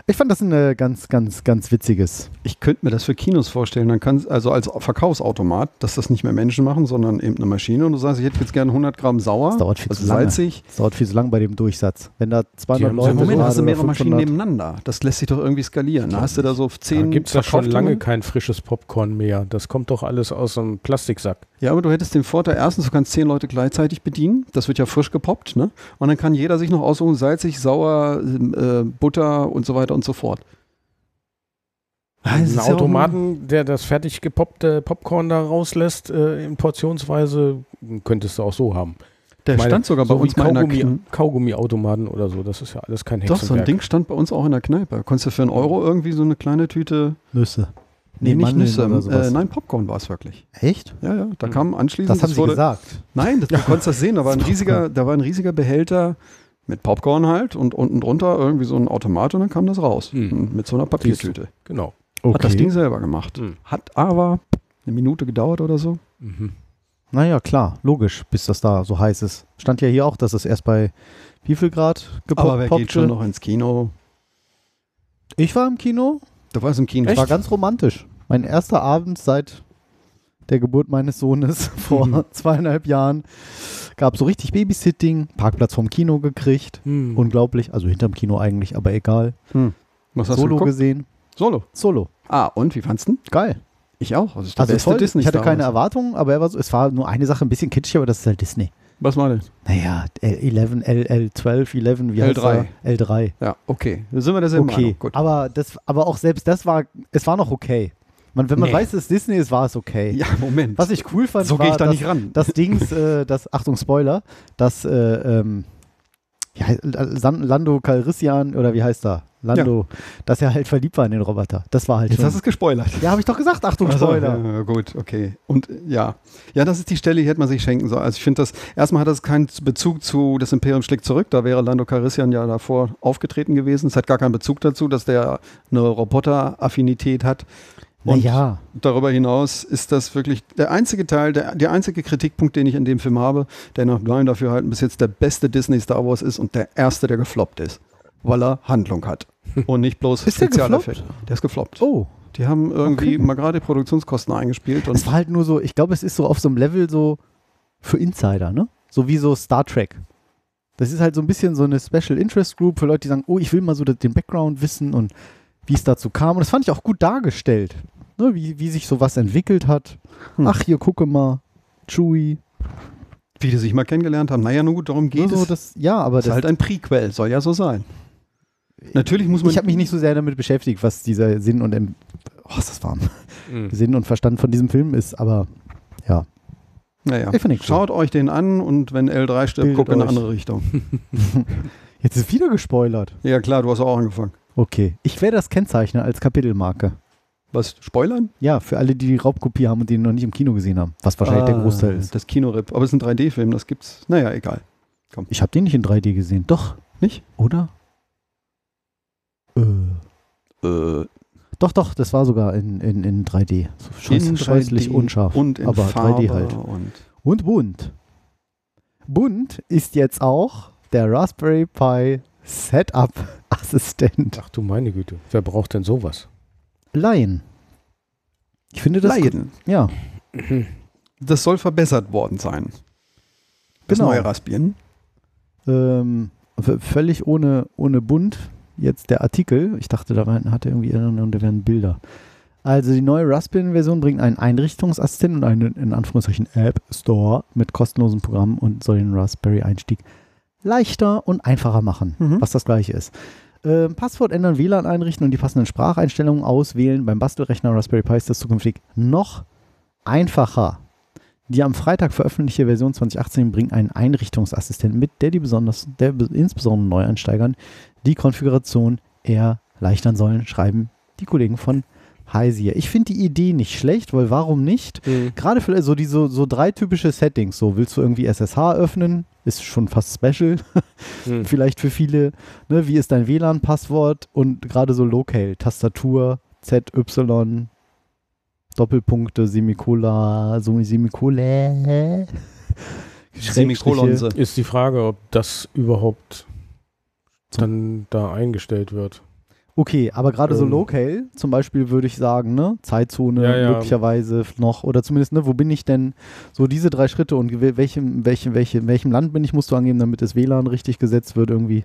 Speaker 2: Ich fand das ein äh, ganz, ganz, ganz witziges.
Speaker 3: Ich könnte mir das für Kinos vorstellen. Dann kannst also als Verkaufsautomat, dass das nicht mehr Menschen machen, sondern eben eine Maschine. Und du sagst, ich hätte jetzt gerne 100 Gramm sauer,
Speaker 2: Das dauert viel
Speaker 3: also
Speaker 2: zu lange.
Speaker 3: salzig.
Speaker 2: Das dauert viel zu lang bei dem Durchsatz. Wenn da 200
Speaker 5: haben
Speaker 2: Leute
Speaker 5: sowieso
Speaker 2: waren
Speaker 3: Moment, hast du
Speaker 2: oder
Speaker 3: mehrere Maschinen
Speaker 2: 500.
Speaker 3: nebeneinander. Das lässt sich doch irgendwie skalieren. Da hast du da so
Speaker 5: Da
Speaker 3: 10
Speaker 5: gibt es ja schon
Speaker 3: verkaufte
Speaker 5: lange
Speaker 3: Nummern.
Speaker 5: kein frisches Popcorn mehr. Das kommt doch alles aus einem Plastiksack.
Speaker 3: Ja, aber du hättest den Vorteil, erstens, du kannst zehn Leute gleichzeitig bedienen. Das wird ja frisch gepoppt, ne? Und dann kann jeder sich noch aussuchen, salzig, sauer, äh, Butter und so weiter und so fort. Ah, es
Speaker 5: Ein
Speaker 3: ist ja auch
Speaker 5: Automaten, der das fertig gepoppte Popcorn da rauslässt, äh, in portionsweise, könntest du auch so haben.
Speaker 3: Der
Speaker 5: Ich meine,
Speaker 3: stand sogar bei
Speaker 5: so
Speaker 3: uns
Speaker 5: wie
Speaker 3: mal in der
Speaker 5: Kaugummi,
Speaker 3: Kneipe.
Speaker 5: Kaugummi-Automaten oder so. Das ist ja alles kein
Speaker 3: Doch,
Speaker 5: Hexenwerk.
Speaker 3: so ein Ding stand bei uns auch in der Kneipe. Konntest du für einen Euro irgendwie so eine kleine Tüte.
Speaker 2: Nüsse.
Speaker 3: Nee, nicht
Speaker 2: Mandeln
Speaker 3: Nüsse.
Speaker 2: oder sowas.
Speaker 3: Äh, nein, Popcorn war es wirklich.
Speaker 2: Echt?
Speaker 3: Ja, ja. Da kam anschließend.
Speaker 2: Das haben
Speaker 3: das
Speaker 2: sie gesagt.
Speaker 3: Nein, das, du konntest das sehen. Da war, ein riesiger, da war ein riesiger Behälter mit Popcorn halt und unten drunter irgendwie so ein Automat und dann kam das raus.
Speaker 5: Hm.
Speaker 3: Mit so einer Papiertüte.
Speaker 5: Genau.
Speaker 2: Okay.
Speaker 3: Hat das Ding selber gemacht.
Speaker 5: Hm.
Speaker 3: Hat aber eine Minute gedauert oder so.
Speaker 5: Mhm.
Speaker 2: Naja, klar, logisch, bis das da so heiß ist. Stand ja hier auch, dass es erst bei wie viel Grad
Speaker 3: Aber wer
Speaker 2: gepoppt
Speaker 3: geht schon noch ins Kino?
Speaker 2: Ich war im Kino,
Speaker 3: Da war es im Kino.
Speaker 2: es war ganz romantisch. Mein erster Abend seit der Geburt meines Sohnes (laughs) vor
Speaker 3: Mhm.
Speaker 2: zweieinhalb Jahren gab so richtig Babysitting, Parkplatz vom Kino gekriegt.
Speaker 3: Mhm.
Speaker 5: Hm.
Speaker 2: Unglaublich, also hinterm Kino eigentlich, aber egal.
Speaker 3: Was hast
Speaker 2: Solo
Speaker 3: du geguckt?
Speaker 2: gesehen.
Speaker 3: Solo.
Speaker 2: Solo.
Speaker 3: Ah, und wie fandst du?
Speaker 2: Geil.
Speaker 3: Ich auch. Das ist der
Speaker 2: Also
Speaker 3: beste
Speaker 2: voll,
Speaker 3: Disney
Speaker 2: ich hatte
Speaker 3: Star Wars.
Speaker 2: keine Erwartungen, aber er war so, es war nur eine Sache ein bisschen kitschig, aber das ist halt Disney.
Speaker 3: Was war denn?
Speaker 2: Naja, L11, LL12, 11, wie heißt
Speaker 3: L3.
Speaker 2: er? L3.
Speaker 3: Ja, okay. Da sind wir derselben
Speaker 2: Okay, Ah,
Speaker 3: Meinung. Gut.
Speaker 2: aber das, aber auch selbst das war, es war noch okay. Man, wenn man
Speaker 3: Nee.
Speaker 2: weiß, dass Disney ist, war es okay.
Speaker 3: Ja, Moment.
Speaker 2: Was ich cool fand,
Speaker 3: so
Speaker 2: war
Speaker 3: gehe ich da
Speaker 2: das,
Speaker 3: nicht ran.
Speaker 2: das Dings, äh, das Achtung Spoiler, das äh, ähm, ja, San- Lando Calrissian oder wie heißt er? Lando, dass er halt verliebt war in den Roboter. Das war halt
Speaker 3: Jetzt
Speaker 2: schon.
Speaker 3: hast du es
Speaker 2: (laughs)
Speaker 3: gespoilert.
Speaker 2: ja, habe ich doch gesagt, Achtung
Speaker 3: Also,
Speaker 2: Spoiler.
Speaker 3: ja, gut, okay. Und äh, ja. Ja, das ist die Stelle, die hätte man sich schenken sollen. Also ich finde das, erstmal hat das keinen Bezug zu Das Imperium schlägt zurück. Da wäre Lando Carissian ja davor aufgetreten gewesen. Es hat gar keinen Bezug dazu, dass der eine Roboter-Affinität hat. Und
Speaker 2: Naja,
Speaker 3: darüber hinaus ist das wirklich der einzige Teil, der, der einzige Kritikpunkt, den ich an dem Film habe, der nach meinem Dafürhalten bis jetzt der beste Disney Star Wars ist und der erste, der gefloppt ist. Weil er Handlung
Speaker 2: (laughs)
Speaker 3: hat. Und nicht bloß
Speaker 2: Ist der
Speaker 3: Spezialeffekte. Der ist gefloppt.
Speaker 2: oh,
Speaker 3: Die haben irgendwie mal gerade die Produktionskosten eingespielt und
Speaker 2: es war halt nur so, ich glaube, es ist so auf so einem Level so für Insider, ne? So wie so Star Trek. Das ist halt so ein bisschen so eine Special Interest Group für Leute, die sagen, oh, ich will mal so das- den Background wissen und wie es dazu kam. Und das fand ich auch gut dargestellt, ne? wie, wie sich sowas entwickelt hat.
Speaker 3: Hm.
Speaker 2: Ach, hier gucke mal, Chewie.
Speaker 3: wie die sich mal kennengelernt haben. Naja, nun gut, darum
Speaker 2: Ne,
Speaker 3: geht
Speaker 2: so
Speaker 3: es. Das
Speaker 2: das, ja, aber
Speaker 3: ist
Speaker 2: das,
Speaker 3: halt ein Prequel, soll ja so sein. Natürlich muss man.
Speaker 2: ich habe mich nicht so sehr damit beschäftigt, was dieser Sinn und Em- oh, ist das warm. (laughs)
Speaker 3: Hm.
Speaker 5: Mhm.
Speaker 2: Sinn und Verstand von diesem Film ist, aber
Speaker 3: Naja.
Speaker 2: ich finde ihn cool.
Speaker 3: Schaut euch den an und wenn L3 stirbt,
Speaker 2: Bildet
Speaker 3: guckt in eine
Speaker 2: euch.
Speaker 3: andere Richtung.
Speaker 2: Jetzt ist wieder gespoilert.
Speaker 3: Ja, klar, du hast auch angefangen.
Speaker 2: Okay, ich werde das kennzeichnen als Kapitelmarke.
Speaker 3: Was? Spoilern?
Speaker 2: Ja, für alle, die die Raubkopie haben und die noch nicht im Kino gesehen haben. Was wahrscheinlich der
Speaker 3: Ah,
Speaker 2: Großteil ist.
Speaker 3: Das Kinorip. Aber es ist ein 3D-Film, das gibt's. Naja, egal.
Speaker 2: Ich habe den nicht in 3D gesehen. Doch.
Speaker 3: Nicht?
Speaker 2: Oder? Äh.
Speaker 3: Äh,
Speaker 2: Doch, doch, das war sogar in, in, in 3D. So scheuß,
Speaker 3: in
Speaker 2: scheußlich
Speaker 3: 3D
Speaker 2: unscharf.
Speaker 3: Und in
Speaker 2: aber 3D
Speaker 3: Farbe
Speaker 2: halt.
Speaker 3: Und
Speaker 2: Und bunt. Bunt ist jetzt auch der Raspberry Pi Setup Assistent.
Speaker 5: Ach du meine Güte, wer braucht denn sowas?
Speaker 2: Laien. Ich finde das.
Speaker 3: Leiden.
Speaker 2: Ja,
Speaker 3: Das soll verbessert worden sein. Das
Speaker 2: Genau.
Speaker 3: neue Raspien.
Speaker 2: ähm, v- völlig ohne, ohne Bund jetzt der Artikel. Ich dachte, da rein- hatte irgendwie und da wären Bilder. Also die neue Raspbian-Version bringt einen Einrichtungsassistenten und einen in Anführungszeichen App Store mit kostenlosen Programmen und soll den Raspberry-Einstieg leichter und einfacher machen,
Speaker 3: Mhm.
Speaker 2: was das gleiche ist. Ähm, Passwort ändern, WLAN einrichten und die passenden Spracheinstellungen auswählen. Beim Bastelrechner Raspberry Pi ist das zukünftig noch einfacher. Die am Freitag veröffentlichte Version 2018 bringt einen Einrichtungsassistenten mit, der die besonders, der be- insbesondere Neueinsteigern die Konfiguration erleichtern sollen, schreiben die Kollegen von Heisier. Ich finde die Idee nicht schlecht, weil warum nicht? Gerade für so, die, so, so drei typische Settings. So willst du irgendwie SSH öffnen, ist schon fast special (laughs)
Speaker 5: Hm.
Speaker 2: vielleicht für viele, ne, wie ist dein WLAN-Passwort und gerade so Locale, Tastatur, ZY, Doppelpunkte, Semikola, so Semikole,
Speaker 3: Semikolonse.
Speaker 5: Ist die Frage, ob das überhaupt dann da eingestellt wird.
Speaker 2: Okay, aber gerade so
Speaker 5: Ähm.
Speaker 2: Locale zum Beispiel würde ich sagen, ne? Zeitzone
Speaker 5: Ja, ja.
Speaker 2: möglicherweise noch oder zumindest, ne? Wo bin ich denn? So diese drei Schritte und wel- welchem, welchem, welchem, welchem Land bin ich, musst du angeben, damit das WLAN richtig gesetzt wird irgendwie.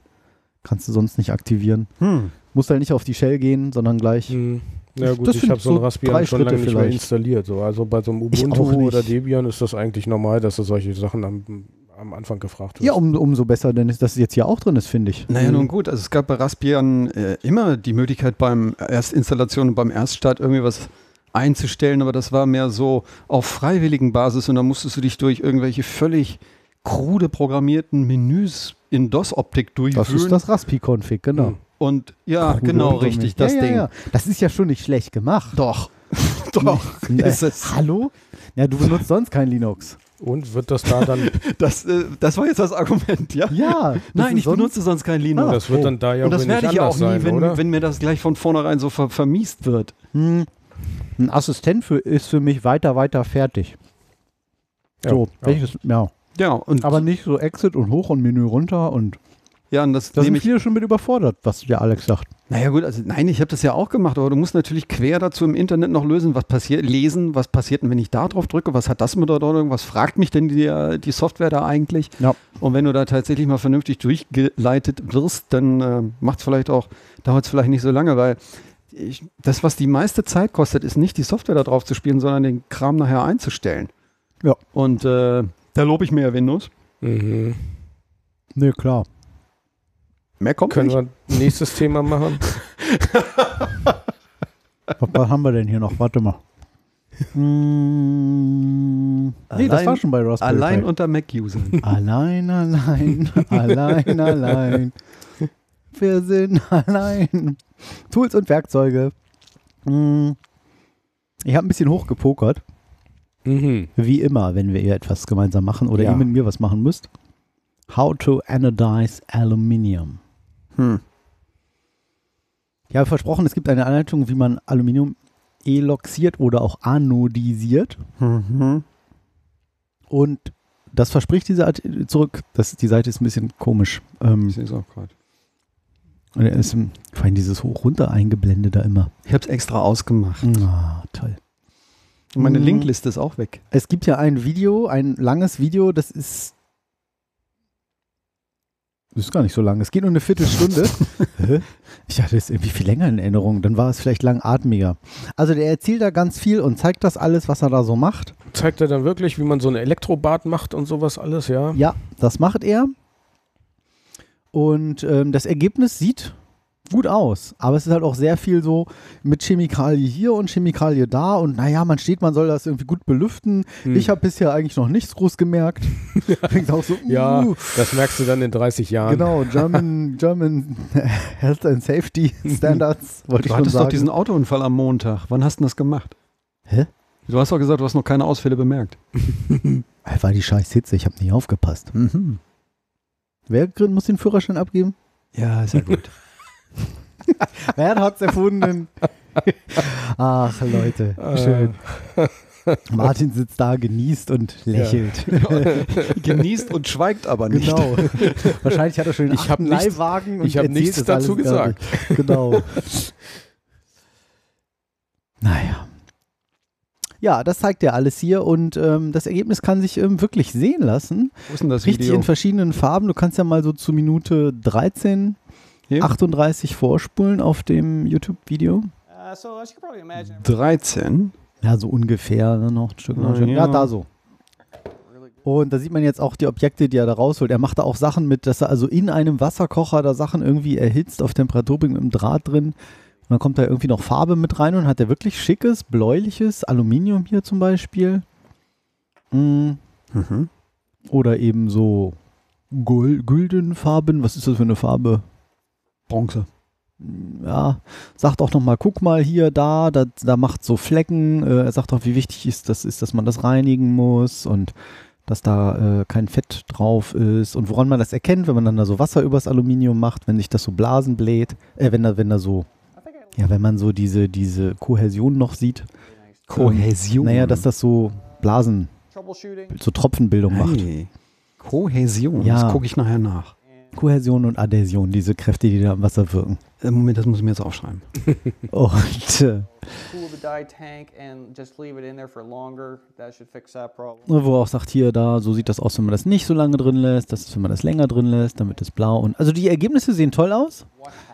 Speaker 2: Kannst du sonst nicht aktivieren.
Speaker 3: Hm.
Speaker 2: Musst halt nicht auf die Shell gehen, sondern gleich.
Speaker 5: Hm. Na
Speaker 2: Ich-
Speaker 5: gut,
Speaker 2: das
Speaker 5: ich
Speaker 2: sind
Speaker 5: habe so ein
Speaker 2: so
Speaker 5: Raspbian
Speaker 2: drei
Speaker 5: schon
Speaker 2: Schritte
Speaker 5: lange nicht mehr
Speaker 2: vielleicht.
Speaker 5: installiert. So. Also bei so einem
Speaker 2: Ich auch
Speaker 5: Ubuntu
Speaker 2: nicht.
Speaker 5: oder Debian ist das eigentlich normal, dass du solche Sachen am, am Anfang gefragt wirst.
Speaker 2: Ja, um, umso besser, denn ist, dass es jetzt hier auch drin ist, finde ich. Hm.
Speaker 3: Naja, nun gut, also es gab bei Raspbian äh, immer die Möglichkeit beim Erstinstallation und beim Erststart irgendwie was einzustellen, aber das war mehr so auf freiwilligen Basis und da musstest du dich durch irgendwelche völlig krude programmierten Menüs in DOS-Optik durchwühlen.
Speaker 2: Das ist das Raspi-Config, genau.
Speaker 5: Hm.
Speaker 3: Und ja,
Speaker 2: Krude
Speaker 3: genau
Speaker 2: Programmier-
Speaker 3: richtig, das
Speaker 2: ja,
Speaker 3: Ding.
Speaker 2: Ja, ja. Das ist ja schon nicht schlecht gemacht.
Speaker 3: Doch. Doch.
Speaker 2: (laughs) Nee.
Speaker 3: (laughs) Ist es.
Speaker 2: Hallo? Ja, du benutzt sonst kein Linux.
Speaker 5: Und wird das da
Speaker 3: (laughs)
Speaker 5: dann,
Speaker 3: Das, äh, das war jetzt das Argument, ja?
Speaker 2: Ja. das
Speaker 3: Nein,
Speaker 2: ist
Speaker 3: ich
Speaker 2: sonst- Ah.
Speaker 3: benutze sonst kein Linux.
Speaker 5: das wird dann da ja
Speaker 3: und das
Speaker 5: wohl nicht
Speaker 3: werde ich ja auch
Speaker 5: anders
Speaker 3: nie,
Speaker 5: sein,
Speaker 3: wenn,
Speaker 5: oder?
Speaker 3: wenn mir das gleich von vornherein so ver vermiest wird.
Speaker 2: Hm, ein Assistent für, ist für mich weiter, weiter fertig.
Speaker 5: Ja,
Speaker 2: so,
Speaker 5: ja.
Speaker 2: welches, ja.
Speaker 3: Ja, und,
Speaker 2: Aber nicht so Exit und hoch und Menü runter und
Speaker 3: ja, und das
Speaker 2: da
Speaker 3: nehme
Speaker 2: sind
Speaker 3: ich
Speaker 2: viele schon mit überfordert, was der Alex sagt.
Speaker 3: Naja gut, also nein, ich habe das ja auch gemacht, aber du musst natürlich quer dazu im Internet noch lösen, was passiert, lesen, was passiert denn, wenn ich da drauf drücke, was hat das mit der Bedeutung, was fragt mich denn die, äh, die Software da eigentlich?
Speaker 2: Ja.
Speaker 3: Und wenn du da tatsächlich mal vernünftig durchgeleitet wirst, dann äh, macht's vielleicht auch, dauert es vielleicht nicht so lange, weil ich, das, was die meiste Zeit kostet, ist nicht die Software da drauf zu spielen, sondern den Kram nachher einzustellen.
Speaker 2: Ja.
Speaker 3: Und äh, da lobe ich mir ja Windows.
Speaker 5: Mhm.
Speaker 2: Nee, klar.
Speaker 3: Mehr kommt
Speaker 5: Können
Speaker 3: nicht.
Speaker 5: wir nächstes Thema machen?
Speaker 2: was, was haben wir denn hier noch? Warte mal. Hm, nee, das
Speaker 3: Allein-
Speaker 2: war schon bei Raspberry
Speaker 3: Allein
Speaker 2: Pi.
Speaker 3: unter Mac-Usern.
Speaker 2: (laughs) Allein, allein, allein, allein. Wir sind allein. Tools und Werkzeuge. Hm. Ich habe ein bisschen hochgepokert,
Speaker 5: Mhm.
Speaker 2: wie immer, wenn wir ihr etwas gemeinsam machen oder
Speaker 5: Ja.
Speaker 2: ihr mit mir was machen müsst. How to anodize Aluminium.
Speaker 3: Hm.
Speaker 2: Ich habe versprochen, es gibt eine Anleitung, wie man Aluminium eloxiert oder auch anodisiert.
Speaker 3: Mhm.
Speaker 2: Und das verspricht diese Art zurück. Das, die Seite ist ein bisschen komisch. Ähm,
Speaker 3: Ich sehe es auch gerade.
Speaker 2: Und er ist im- vor allem dieses hoch-runter eingeblendet da immer.
Speaker 3: Ich habe es extra ausgemacht.
Speaker 2: Ah, toll.
Speaker 3: Und meine
Speaker 2: Mhm.
Speaker 3: Linkliste ist auch weg.
Speaker 2: Es gibt ja ein Video, ein langes Video, das ist. Das ist gar nicht so lang. Es geht nur eine Viertelstunde. Hä? ich hatte es irgendwie viel länger in Erinnerung. Dann war es vielleicht langatmiger. Also der erzählt da ganz viel und zeigt das alles, was er da so macht.
Speaker 5: Zeigt er dann wirklich, wie man so ein Elektrobad macht und sowas alles, ja?
Speaker 2: Ja, das macht er. Und ähm, das Ergebnis sieht gut aus. Aber es ist halt auch sehr viel so mit Chemikalie hier und Chemikalie da. Und naja, man steht, man soll das irgendwie gut belüften.
Speaker 3: Mhm.
Speaker 5: Hm.
Speaker 2: Ich habe bisher eigentlich noch nichts
Speaker 3: (laughs)
Speaker 2: groß gemerkt. (laughs) Fängt auch so, uh,
Speaker 5: Ja, das merkst du dann in 30 Jahren.
Speaker 2: Genau,
Speaker 3: (laughs)
Speaker 2: German, German Health and Safety Standards, wollte
Speaker 3: Du
Speaker 2: ich schon
Speaker 3: hattest
Speaker 2: sagen.
Speaker 3: doch diesen Autounfall am Montag. Wann hast du das gemacht?
Speaker 2: Hä?
Speaker 3: Du hast doch gesagt, du hast noch keine Ausfälle bemerkt. Genau.
Speaker 5: (laughs)
Speaker 2: Äh, War die scheiß Hitze, ich habe nicht aufgepasst. Mhm. Wer muss den Führerschein abgeben?
Speaker 3: Ja, ist ja gut.
Speaker 2: Wer hat's erfunden? Ach, Leute,
Speaker 3: Ah.
Speaker 2: schön. Martin sitzt da, genießt und lächelt.
Speaker 3: (laughs)
Speaker 5: Äh,
Speaker 3: (laughs) Genießt und schweigt aber nicht.
Speaker 5: (laughs)
Speaker 2: Genau. Wahrscheinlich hat er schon den
Speaker 5: Ich hab
Speaker 2: achten
Speaker 5: nichts-
Speaker 2: Leihwagen und
Speaker 5: ich hab
Speaker 2: erzählt
Speaker 5: nichts
Speaker 2: das alles
Speaker 5: dazu
Speaker 2: gar nicht.
Speaker 5: (laughs)
Speaker 2: Genau. naja. Ja, das zeigt er alles hier und ähm, das Ergebnis kann sich ähm, wirklich sehen lassen.
Speaker 3: Wo ist denn das
Speaker 2: Richtig
Speaker 3: Video?
Speaker 2: in verschiedenen Farben. Du kannst ja mal so zu Minute 13,
Speaker 3: Hier?
Speaker 2: 38 vorspulen auf dem YouTube-Video.
Speaker 4: Uh, so as you can probably imagine,
Speaker 3: 13.
Speaker 2: Ja, so ungefähr ne, noch ein Stück. Noch ein
Speaker 3: Ah,
Speaker 2: Stück. Ja.
Speaker 3: ja.
Speaker 2: da so. Und da sieht man jetzt auch die Objekte, die er da rausholt. Er macht da auch Sachen mit, dass er also in einem Wasserkocher da Sachen irgendwie erhitzt auf Temperatur bringt mit einem Draht drin. Und dann kommt da irgendwie noch Farbe mit rein und hat er wirklich schickes, bläuliches Aluminium hier zum Beispiel. Mm.
Speaker 3: Mhm.
Speaker 2: Oder eben so Gul- Güldenfarben. Was ist das für eine Farbe?
Speaker 3: Bronze.
Speaker 2: ja, sagt auch nochmal, guck mal hier, da, da, da macht so Flecken. Äh, er sagt auch, wie wichtig ist das ist, dass man das reinigen muss und dass da äh, kein Fett drauf ist und woran man das erkennt, wenn man dann da so Wasser übers Aluminium macht, wenn sich das so Blasen bläht, äh, wenn da, wenn da so, ja, wenn man so diese, diese Kohäsion noch sieht.
Speaker 3: Kohäsion.
Speaker 2: Naja, dass das so Blasen,
Speaker 4: troubleshooting
Speaker 2: so Tropfenbildung macht.
Speaker 3: Hey. Kohäsion.
Speaker 2: Ja.
Speaker 3: Das gucke ich nachher nach.
Speaker 4: and
Speaker 2: Kohäsion und Adhäsion, diese Kräfte, die da im Wasser wirken.
Speaker 3: Äh, Moment, das muss ich mir jetzt aufschreiben.
Speaker 2: Und äh,
Speaker 4: cool the dye tank and just leave it in there for longer. That should fix that problem.
Speaker 2: Ne, wo er auch sagt, hier, da, so sieht das aus, wenn man das nicht so lange drin lässt, das ist, wenn man das länger drin lässt, dann wird es blau. Und, also die Ergebnisse sehen toll aus.
Speaker 4: What happened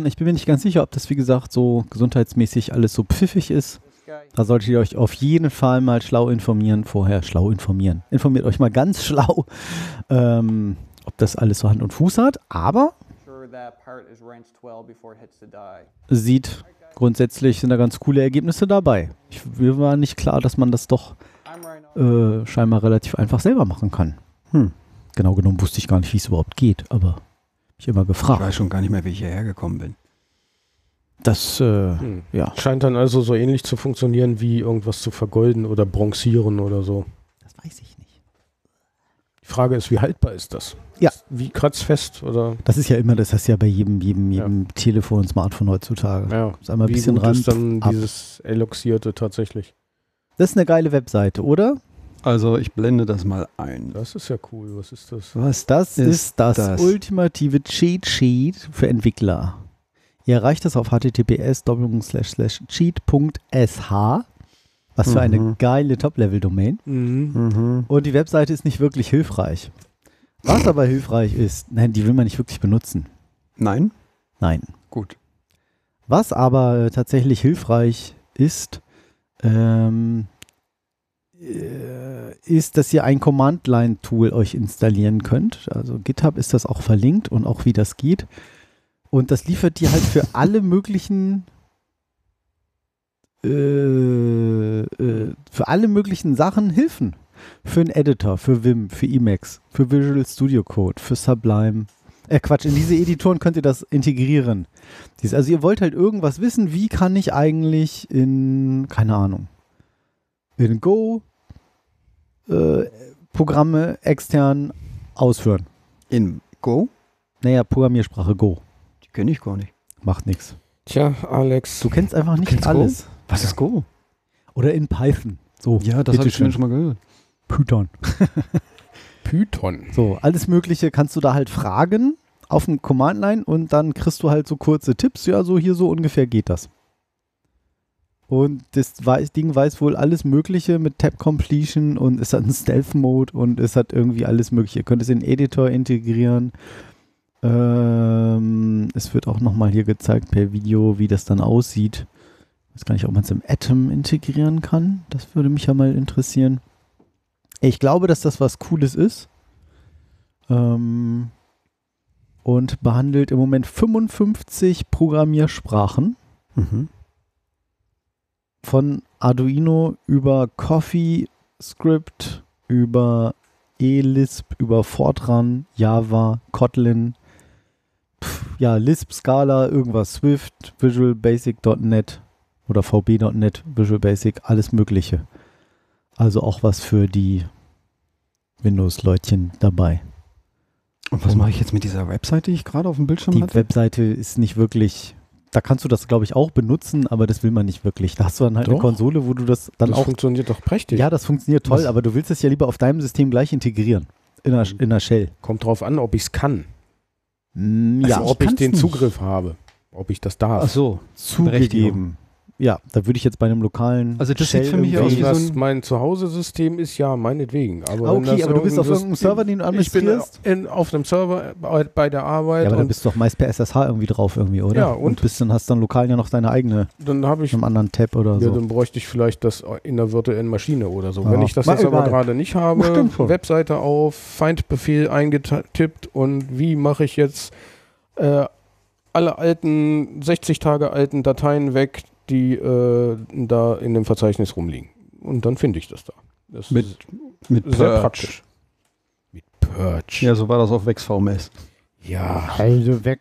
Speaker 2: Ähm, ich bin mir nicht ganz sicher, ob das, wie gesagt, so gesundheitsmäßig alles so pfiffig ist.
Speaker 4: to this guy?
Speaker 2: Da solltet ihr euch auf jeden Fall mal schlau informieren, vorher schlau informieren. Informiert euch mal ganz schlau, ähm, ob das alles so Hand und Fuß hat, aber
Speaker 4: Sure, that part is rinsed well before it hits the dye.
Speaker 2: sieht, grundsätzlich sind da ganz coole Ergebnisse dabei. Ich, mir war nicht klar, dass man das doch
Speaker 4: I'm right on.
Speaker 2: äh, scheinbar relativ einfach selber machen kann. Hm. Genau genommen wusste ich gar nicht, wie es überhaupt geht, aber ich immer
Speaker 3: Ich
Speaker 2: gefragt.
Speaker 3: weiß schon gar nicht mehr, wie ich hierher gekommen bin.
Speaker 2: Das, äh,
Speaker 3: Genau.
Speaker 2: ja.
Speaker 5: Scheint dann also so ähnlich zu funktionieren wie irgendwas zu vergolden oder bronzieren oder so.
Speaker 2: Das weiß ich nicht.
Speaker 5: Die Frage ist, wie haltbar ist das?
Speaker 2: Ja.
Speaker 5: Ist Wie kratzfest oder?
Speaker 2: Das ist ja immer, das hast du ja bei jedem, jedem, jedem Telefon und Smartphone heutzutage.
Speaker 5: Ja.
Speaker 2: Ist einmal ein
Speaker 5: wie
Speaker 2: bisschen
Speaker 5: gut
Speaker 2: ran.
Speaker 5: ist dann
Speaker 2: ab.
Speaker 5: dieses Eloxierte tatsächlich?
Speaker 2: Das ist eine geile Webseite, oder?
Speaker 3: Also ich blende das mal ein.
Speaker 5: Das ist ja cool. Was ist das?
Speaker 2: Was das ist, das,
Speaker 3: das?
Speaker 2: ultimative Cheat Sheet für Entwickler. Ihr erreicht das auf https cheat.sh, was für eine
Speaker 3: Mhm.
Speaker 2: geile Top-Level-Domain.
Speaker 3: Mhm.
Speaker 2: Und die Webseite ist nicht wirklich hilfreich. Was aber hilfreich ist, nein, die will man nicht wirklich benutzen.
Speaker 3: Nein?
Speaker 2: Nein.
Speaker 3: Gut.
Speaker 2: Was aber äh, tatsächlich hilfreich ist, ähm, äh, ist, dass ihr ein Command-Line-Tool euch installieren könnt. Also GitHub ist das auch verlinkt und auch wie das geht. Und das liefert dir halt für alle möglichen äh, äh, für alle möglichen Sachen Hilfen. Für einen Editor, für Vim, für Emacs, für Visual Studio Code, für Sublime. Äh, Quatsch, in diese Editoren könnt ihr das integrieren. Dies- Also ihr wollt halt irgendwas wissen, wie kann ich eigentlich in, keine Ahnung, in Go äh, Programme extern ausführen.
Speaker 3: In Go?
Speaker 2: Naja, Programmiersprache Go.
Speaker 3: Die kenne ich gar nicht.
Speaker 2: Macht nichts.
Speaker 5: Tja, Alex.
Speaker 2: Du kennst einfach nicht
Speaker 3: kennst
Speaker 2: alles.
Speaker 3: Was ist Go?
Speaker 2: Oder in Python. So,
Speaker 3: Ja, das habe ich
Speaker 2: bitteschön.
Speaker 3: schon mal gehört.
Speaker 2: Python.
Speaker 5: Python.
Speaker 2: So, alles Mögliche kannst du da halt fragen auf dem Command-Line und dann kriegst du halt so kurze Tipps. Ja, so hier so ungefähr geht das. Und das weiß, Ding weiß wohl alles Mögliche mit Tab Completion und es hat (laughs) einen Stealth-Mode und es hat irgendwie alles Mögliche. Ihr könnt es in den Editor integrieren. Ähm, es wird auch nochmal hier gezeigt per Video, wie das dann aussieht. Ich weiß gar nicht, ob man es im Atom integrieren kann. Das würde mich ja mal interessieren. Ich glaube, dass das was Cooles ist. Ähm, und behandelt im Moment 55 Programmiersprachen
Speaker 3: Mhm.
Speaker 2: von Arduino über Coffee Script über E ELISP über Fortran, Java, Kotlin, pf, ja, Lisp, Scala, irgendwas, Swift, Visual Basic.net oder VB.net, Visual Basic, alles Mögliche. Also auch was für die Windows-Leutchen dabei.
Speaker 3: Und was mache ich jetzt mit dieser Website, die ich gerade auf dem Bildschirm
Speaker 2: Die
Speaker 3: hatte?
Speaker 2: Webseite ist nicht wirklich. Da kannst du das, glaube ich, auch benutzen, aber das will man nicht wirklich. Da hast du dann halt eine
Speaker 5: Doch.
Speaker 2: Konsole, wo du das dann
Speaker 5: Das
Speaker 2: auch.
Speaker 5: funktioniert doch prächtig.
Speaker 2: Ja, das funktioniert toll,
Speaker 5: Das-
Speaker 2: aber du willst es ja lieber auf deinem System gleich integrieren. In der, in der Shell.
Speaker 5: Kommt drauf an, ob ich es kann.
Speaker 2: Mm,
Speaker 5: Also
Speaker 2: ja,
Speaker 5: ob ich
Speaker 2: kann's
Speaker 5: den
Speaker 2: nicht. Also,
Speaker 5: Zugriff habe. Ob ich das darf.
Speaker 3: Ach so.
Speaker 2: zugegeben. Ja, da würde ich jetzt bei einem lokalen.
Speaker 3: Also das sieht
Speaker 2: Shell
Speaker 3: für mich
Speaker 2: irgendwie-
Speaker 5: Wenn
Speaker 3: wie aus so
Speaker 5: das
Speaker 3: ein-
Speaker 5: mein Zuhause-System ist, ja, meinetwegen. Aber
Speaker 2: Ah,
Speaker 5: wenn das
Speaker 2: okay, aber du bist auf irgendeinem
Speaker 5: System-
Speaker 2: Server, den du
Speaker 5: Ich bin
Speaker 2: administrierst.
Speaker 5: in, auf einem Server bei- bei der Arbeit
Speaker 2: Ja, aber dann
Speaker 5: und
Speaker 2: bist du doch meist per SSH irgendwie drauf, irgendwie, oder?
Speaker 5: Ja,
Speaker 2: und
Speaker 5: und?
Speaker 2: bist dann hast dann lokal ja noch deine eigene,
Speaker 5: dann habe ich,
Speaker 2: in einem anderen Tab oder
Speaker 5: ja,
Speaker 2: so.
Speaker 5: dann bräuchte ich vielleicht das in der virtuellen Maschine oder so.
Speaker 2: Also. Ja.
Speaker 5: Wenn ich das
Speaker 2: Mal
Speaker 5: jetzt aber
Speaker 2: egal.
Speaker 5: gerade nicht habe,
Speaker 2: Stimmt schon.
Speaker 5: Webseite auf, Feindbefehl eingetippt und wie mache ich jetzt äh, alle alten, 60 Tage alten Dateien weg, die äh, da in dem Verzeichnis rumliegen. Und dann finde ich das da. Das
Speaker 3: Mit
Speaker 5: ist
Speaker 3: Mit
Speaker 5: sehr
Speaker 3: Purge.
Speaker 5: praktisch. Mit Purge.
Speaker 3: Ja, so war das auf WexVMS.
Speaker 5: ja.
Speaker 2: also weg.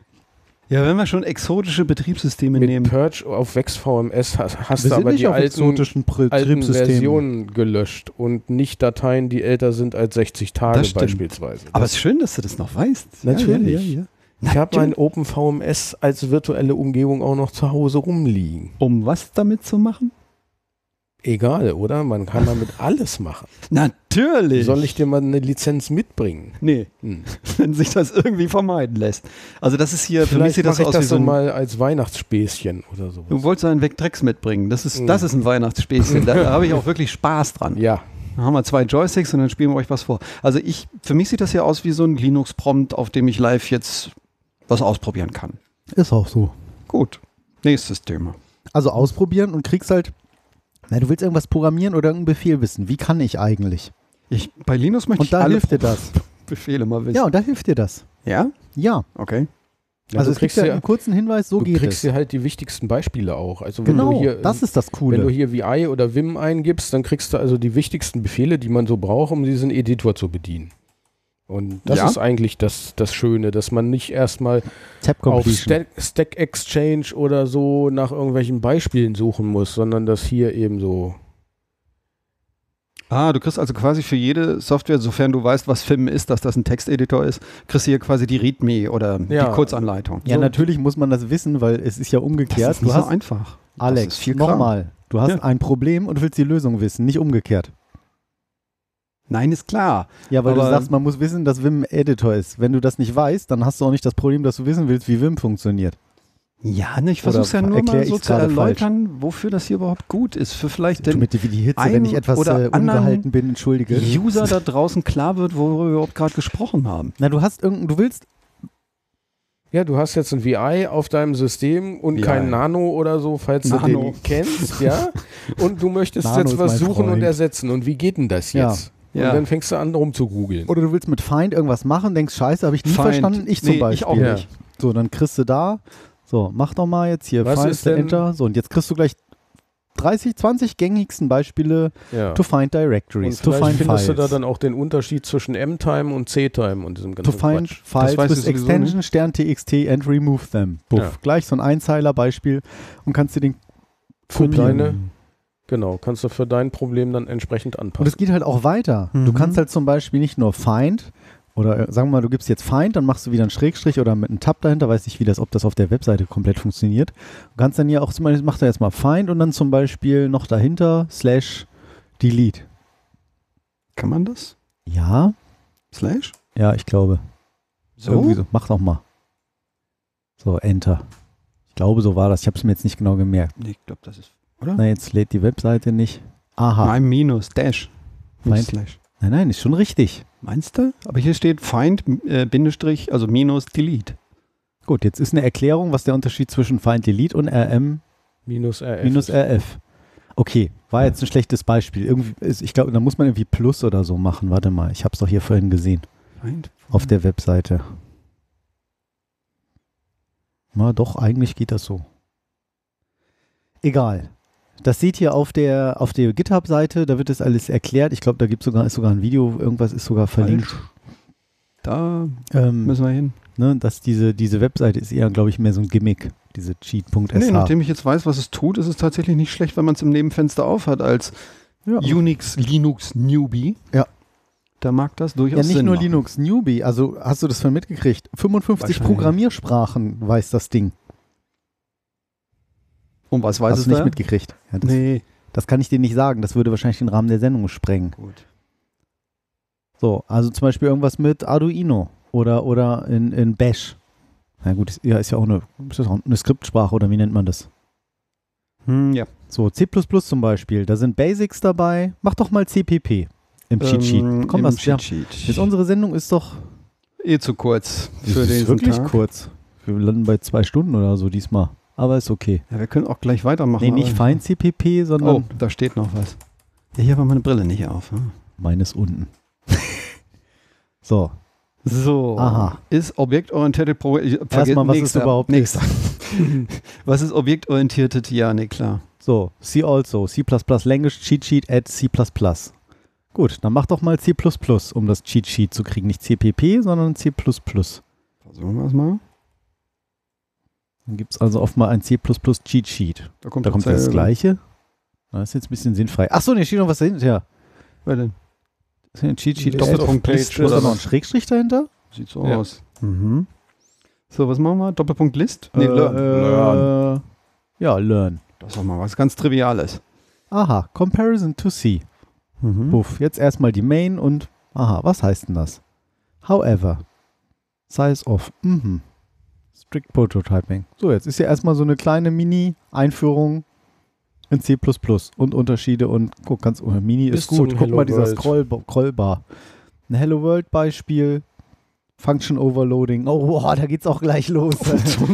Speaker 3: Ja, wenn wir schon exotische Betriebssysteme
Speaker 5: Mit
Speaker 3: nehmen.
Speaker 5: Purge auf Vex VMS hast, hast
Speaker 2: Wir
Speaker 5: du
Speaker 2: sind
Speaker 5: aber
Speaker 2: nicht
Speaker 5: die
Speaker 2: auf
Speaker 5: alten,
Speaker 2: exotischen
Speaker 5: alten
Speaker 2: Betriebssystemen.
Speaker 5: Versionen gelöscht und nicht Dateien, die älter sind als 60 Tage
Speaker 3: Das stimmt.
Speaker 5: beispielsweise.
Speaker 3: Aber es ist schön, dass du das noch weißt.
Speaker 5: Natürlich.
Speaker 3: Ja, ja, ja, ja.
Speaker 5: ich habe mein OpenVMS als virtuelle Umgebung auch noch zu Hause rumliegen.
Speaker 3: Um was damit zu machen?
Speaker 5: egal, oder? Man
Speaker 3: (laughs)
Speaker 5: kann damit alles machen.
Speaker 3: Natürlich.
Speaker 5: Soll ich dir mal eine Lizenz mitbringen?
Speaker 3: Nee, (laughs)
Speaker 5: Hm.
Speaker 3: wenn sich das irgendwie vermeiden lässt. Also das ist hier, für mich
Speaker 5: Vielleicht
Speaker 3: sieht das
Speaker 5: mache ich
Speaker 3: aus wie
Speaker 5: das
Speaker 3: so
Speaker 5: so
Speaker 3: ein,
Speaker 5: mal als Weihnachtsspäßchen oder so.
Speaker 3: du wolltest einen Weg Drecks mitbringen. Das ist,
Speaker 5: Mhm.
Speaker 3: das ist ein Weihnachtsspäßchen.
Speaker 5: (laughs)
Speaker 3: Da, da habe ich auch wirklich Spaß dran.
Speaker 5: Ja,
Speaker 3: Dann haben wir zwei Joysticks und dann spielen wir euch was vor. Also ich, für mich sieht das ja aus wie so ein Linux-Prompt, auf dem ich live jetzt was ausprobieren kann.
Speaker 2: Ist auch so.
Speaker 3: Gut. Nächstes Thema.
Speaker 2: Also ausprobieren und kriegst halt, na, du willst irgendwas programmieren oder irgendeinen Befehl wissen. Wie kann ich eigentlich?
Speaker 3: Ich, bei Linux möchte
Speaker 2: Und
Speaker 3: ich
Speaker 2: da
Speaker 3: alle
Speaker 2: hilft dir das.
Speaker 3: Befehle mal wissen.
Speaker 2: Ja, und da hilft dir das.
Speaker 3: ja?
Speaker 2: Ja.
Speaker 3: Okay.
Speaker 5: Ja,
Speaker 2: also
Speaker 5: du
Speaker 2: es gibt
Speaker 5: kriegst
Speaker 2: ja
Speaker 5: ja-
Speaker 2: einen kurzen Hinweis, so
Speaker 5: du
Speaker 2: geht
Speaker 5: kriegst
Speaker 2: es.
Speaker 5: dir halt die wichtigsten Beispiele auch. Also wenn
Speaker 2: Genau,
Speaker 5: du
Speaker 3: ähm,
Speaker 5: hier,
Speaker 2: das ist das
Speaker 5: wenn du
Speaker 2: Coole.
Speaker 5: hier VI oder Vim eingibst, dann kriegst du also die wichtigsten Befehle, die man so braucht, um diesen Editor zu bedienen. Und das
Speaker 3: Ja.
Speaker 5: ist eigentlich das, das Schöne, dass man nicht erstmal
Speaker 2: Tab
Speaker 5: auf
Speaker 2: Completion.
Speaker 5: Stack, Stack Exchange oder so nach irgendwelchen Beispielen suchen muss, sondern das hier eben so.
Speaker 3: Ah, du kriegst also quasi für jede Software, sofern du weißt, was FIM ist, dass das ein Texteditor ist, kriegst du hier quasi die README oder
Speaker 5: Ja.
Speaker 3: die Kurzanleitung.
Speaker 2: Ja,
Speaker 3: so,
Speaker 2: natürlich muss man das wissen, weil es ist ja umgekehrt.
Speaker 3: Das ist nicht
Speaker 2: du
Speaker 3: so
Speaker 2: hast,
Speaker 3: einfach. das ist
Speaker 2: Alex,
Speaker 3: viel Kram.
Speaker 2: nochmal. Du hast
Speaker 3: Ja.
Speaker 2: ein Problem und willst die Lösung wissen, nicht umgekehrt.
Speaker 3: Nein, ist klar.
Speaker 2: Ja, weil du
Speaker 3: Aber-
Speaker 2: sagst, man muss wissen, dass Vim ein Editor ist. Wenn du das nicht weißt, dann hast du auch nicht das Problem, dass du wissen willst, wie Vim funktioniert.
Speaker 3: Ja, ne, ich versuch's ja
Speaker 2: Oder
Speaker 3: nur mal
Speaker 2: erklär
Speaker 3: so
Speaker 2: ich's
Speaker 3: zu
Speaker 2: gerade
Speaker 3: erläutern, wofür das hier überhaupt gut ist. Für vielleicht
Speaker 2: Tut
Speaker 3: den
Speaker 2: mir die- wie die Hitze,
Speaker 3: einen
Speaker 2: wenn ich etwas
Speaker 3: oder
Speaker 2: äh,
Speaker 3: anderen
Speaker 2: ungehalten bin, entschuldige.
Speaker 3: User da draußen klar wird, worüber wir überhaupt gerade gesprochen haben.
Speaker 2: Na, du hast irgendein, du willst
Speaker 5: Ja, du hast jetzt ein VI auf deinem System und
Speaker 3: VI.
Speaker 5: kein Nano oder so, falls du
Speaker 3: Nano.
Speaker 5: den
Speaker 2: (laughs)
Speaker 5: kennst, ja. Und du möchtest
Speaker 2: Nano
Speaker 5: jetzt
Speaker 2: ist mein
Speaker 5: was suchen und
Speaker 2: Freund.
Speaker 5: ersetzen. Und wie geht denn das
Speaker 2: Ja.
Speaker 5: jetzt?
Speaker 3: Ja.
Speaker 5: Und dann fängst du an, rumzugoogeln.
Speaker 2: oder du willst mit Find irgendwas machen, denkst Scheiße, habe ich nie
Speaker 3: Find.
Speaker 2: verstanden. Ich zum
Speaker 3: Nee,
Speaker 2: Beispiel.
Speaker 3: ich auch
Speaker 5: Ja.
Speaker 3: nicht.
Speaker 2: So, dann kriegst du da. So, mach doch mal jetzt hier
Speaker 5: Was
Speaker 2: Find
Speaker 5: ist denn-
Speaker 2: Enter. So, und jetzt kriegst du gleich 30, 20 gängigsten Beispiele
Speaker 5: Ja.
Speaker 2: to find
Speaker 5: Und
Speaker 2: directories, to
Speaker 5: vielleicht
Speaker 2: find
Speaker 5: findest
Speaker 2: files,
Speaker 5: du da dann auch den Unterschied zwischen M-Time und C-Time und diesem
Speaker 2: to
Speaker 5: ganzen
Speaker 2: find
Speaker 5: Quatsch.
Speaker 2: files
Speaker 3: weißt du
Speaker 2: with
Speaker 3: sowieso
Speaker 2: extension Stern txt and remove them. Buff.
Speaker 5: Ja.
Speaker 2: Gleich so ein Einzeiler-Beispiel und kannst dir den
Speaker 5: Für
Speaker 2: kopieren.
Speaker 5: deine, genau, kannst du für dein Problem dann entsprechend
Speaker 2: Und es
Speaker 5: anpassen.
Speaker 2: geht halt auch weiter. Du
Speaker 3: Mhm.
Speaker 2: kannst halt zum Beispiel nicht nur Find oder äh, sagen wir mal, du gibst jetzt Find, dann machst du wieder einen Schrägstrich oder mit einem Tab dahinter, weiß nicht, wie das, ob das auf der Webseite komplett funktioniert. Du kannst dann ja auch zum Beispiel, machst du jetzt mal Find und dann zum Beispiel noch dahinter slash Delete.
Speaker 3: Kann man das?
Speaker 2: Ja,
Speaker 3: Slash?
Speaker 2: ja, ich glaube. Irgendwie so. Mach doch mal. So, Enter. Ich glaube, so war das. Ich habe es mir jetzt nicht genau gemerkt.
Speaker 3: Nee, ich glaube, das ist.
Speaker 2: Na, jetzt lädt die Webseite nicht. Aha.
Speaker 3: Nein, Minus, Dash.
Speaker 2: Find.
Speaker 3: Nicht Slash.
Speaker 2: nein, nein ist schon richtig.
Speaker 3: Meinst du? Aber hier steht Find, äh, Bindestrich, also Minus, Delete.
Speaker 2: Gut, jetzt ist eine Erklärung, was der Unterschied zwischen Find Delete und RM
Speaker 5: Minus RF.
Speaker 2: minus RF. Okay, war jetzt ein schlechtes Beispiel. Irgendwie ist, ich glaube, da muss man irgendwie Plus oder so machen. Warte mal, ich habe es doch hier vorhin gesehen
Speaker 3: Find.
Speaker 2: auf der Webseite. Na doch, eigentlich geht das so. Egal. Das seht ihr auf der, auf der GitHub-Seite, da wird das alles erklärt. Ich glaube, da gibt sogar, ist sogar ein Video, irgendwas ist sogar verlinkt.
Speaker 3: Da
Speaker 2: Ähm,
Speaker 3: müssen wir hin.
Speaker 2: ne, dass diese, diese Webseite ist eher, glaube ich, mehr so ein Gimmick, diese cheat.sh.
Speaker 3: Nee, nachdem ich jetzt weiß, was es tut, ist es tatsächlich nicht schlecht, wenn man es im Nebenfenster aufhat als
Speaker 2: ja,
Speaker 3: Unix, Linux, Newbie.
Speaker 2: Ja.
Speaker 3: Da mag das durchaus
Speaker 2: Ja, nicht
Speaker 3: Sinn
Speaker 2: nur
Speaker 3: machen.
Speaker 2: Linux, Newbie. Also hast du das von mitgekriegt? 55
Speaker 3: Wahrscheinlich.
Speaker 2: Programmiersprachen weiß das Ding.
Speaker 3: Und was weiß
Speaker 2: hast
Speaker 3: es
Speaker 2: du nicht
Speaker 3: da?
Speaker 2: mitgekriegt? Ja, das,
Speaker 3: Nee.
Speaker 2: das kann ich dir nicht sagen. Das würde wahrscheinlich den Rahmen der Sendung sprengen.
Speaker 3: Gut.
Speaker 2: So, also zum Beispiel irgendwas mit Arduino oder, oder in, in Bash. Na gut, ist, ja, ist ja auch eine, ist das auch eine Skriptsprache oder wie nennt man das?
Speaker 3: Hm, ja.
Speaker 2: So, C zum Beispiel. Da sind Basics dabei. Mach doch mal CPP im Cheat Sheet.
Speaker 3: Ähm,
Speaker 2: Komm,
Speaker 3: im
Speaker 2: das ja.
Speaker 3: Cheat Sheet.
Speaker 2: Jetzt unsere Sendung ist doch
Speaker 3: eh zu kurz
Speaker 2: Das
Speaker 3: für
Speaker 2: ist
Speaker 3: diesen
Speaker 2: wirklich
Speaker 3: Tag.
Speaker 2: kurz. Wir landen bei zwei Stunden oder so diesmal. Aber ist okay.
Speaker 3: Ja, wir können auch gleich weitermachen.
Speaker 2: Nee, nicht
Speaker 3: aber-
Speaker 2: fein CPP, sondern
Speaker 3: Oh, da steht noch was. Ja, hier war meine Brille nicht auf. hm?
Speaker 2: meines unten. (laughs) so,
Speaker 3: So.
Speaker 2: Aha.
Speaker 3: Ist objektorientierte Pro ich- vergessen,
Speaker 2: erstmal, was
Speaker 3: nächster,
Speaker 2: es überhaupt
Speaker 3: nächster. (laughs)
Speaker 2: ist.
Speaker 3: Was ist objektorientierte? Ja, nee, klar.
Speaker 2: So, C also, C++ Language Cheat Sheet at C++. Gut, dann mach doch mal C++, um das Cheat Sheet zu kriegen. Nicht CPP, sondern C++. Dann
Speaker 3: Versuchen wir es mal.
Speaker 2: gibt es also oft mal ein C++ Cheat Sheet. Da kommt das
Speaker 3: dasselbe.
Speaker 2: gleiche. Das ist jetzt ein bisschen sinnfrei. Achso, ne, steht noch was dahinter.
Speaker 3: Wer denn?
Speaker 2: Das ist ein Cheat Sheet.
Speaker 5: Doppel-
Speaker 2: Doppelpunkt.
Speaker 3: Doppelpunkt
Speaker 5: Pages.
Speaker 3: List
Speaker 2: Ist da
Speaker 3: oder
Speaker 2: noch ein
Speaker 3: was?
Speaker 2: Schrägstrich dahinter?
Speaker 3: Sieht so
Speaker 5: Ja.
Speaker 3: aus. Mhm. So, was machen wir? Doppelpunkt List?
Speaker 2: Äh, äh, Ja, Learn.
Speaker 3: Das ist doch mal was ganz Triviales.
Speaker 2: Aha, Comparison to C.
Speaker 3: Mhm. (laughs)
Speaker 2: Buff, jetzt erstmal die Main und aha, was heißt denn das? However, size of, mhm. Strict Prototyping. So, jetzt ist hier erstmal so eine kleine Mini-Einführung in C++ und Unterschiede und guck, ganz oh, Mini
Speaker 5: Bis
Speaker 2: ist gut.
Speaker 5: zum
Speaker 2: Guck
Speaker 5: Hello
Speaker 2: mal, dieser
Speaker 5: World.
Speaker 2: Scroll Scrollbar. Ein Hello World Beispiel, Function Overloading. Oh, wow, da geht's auch
Speaker 3: (laughs)
Speaker 2: gleich los.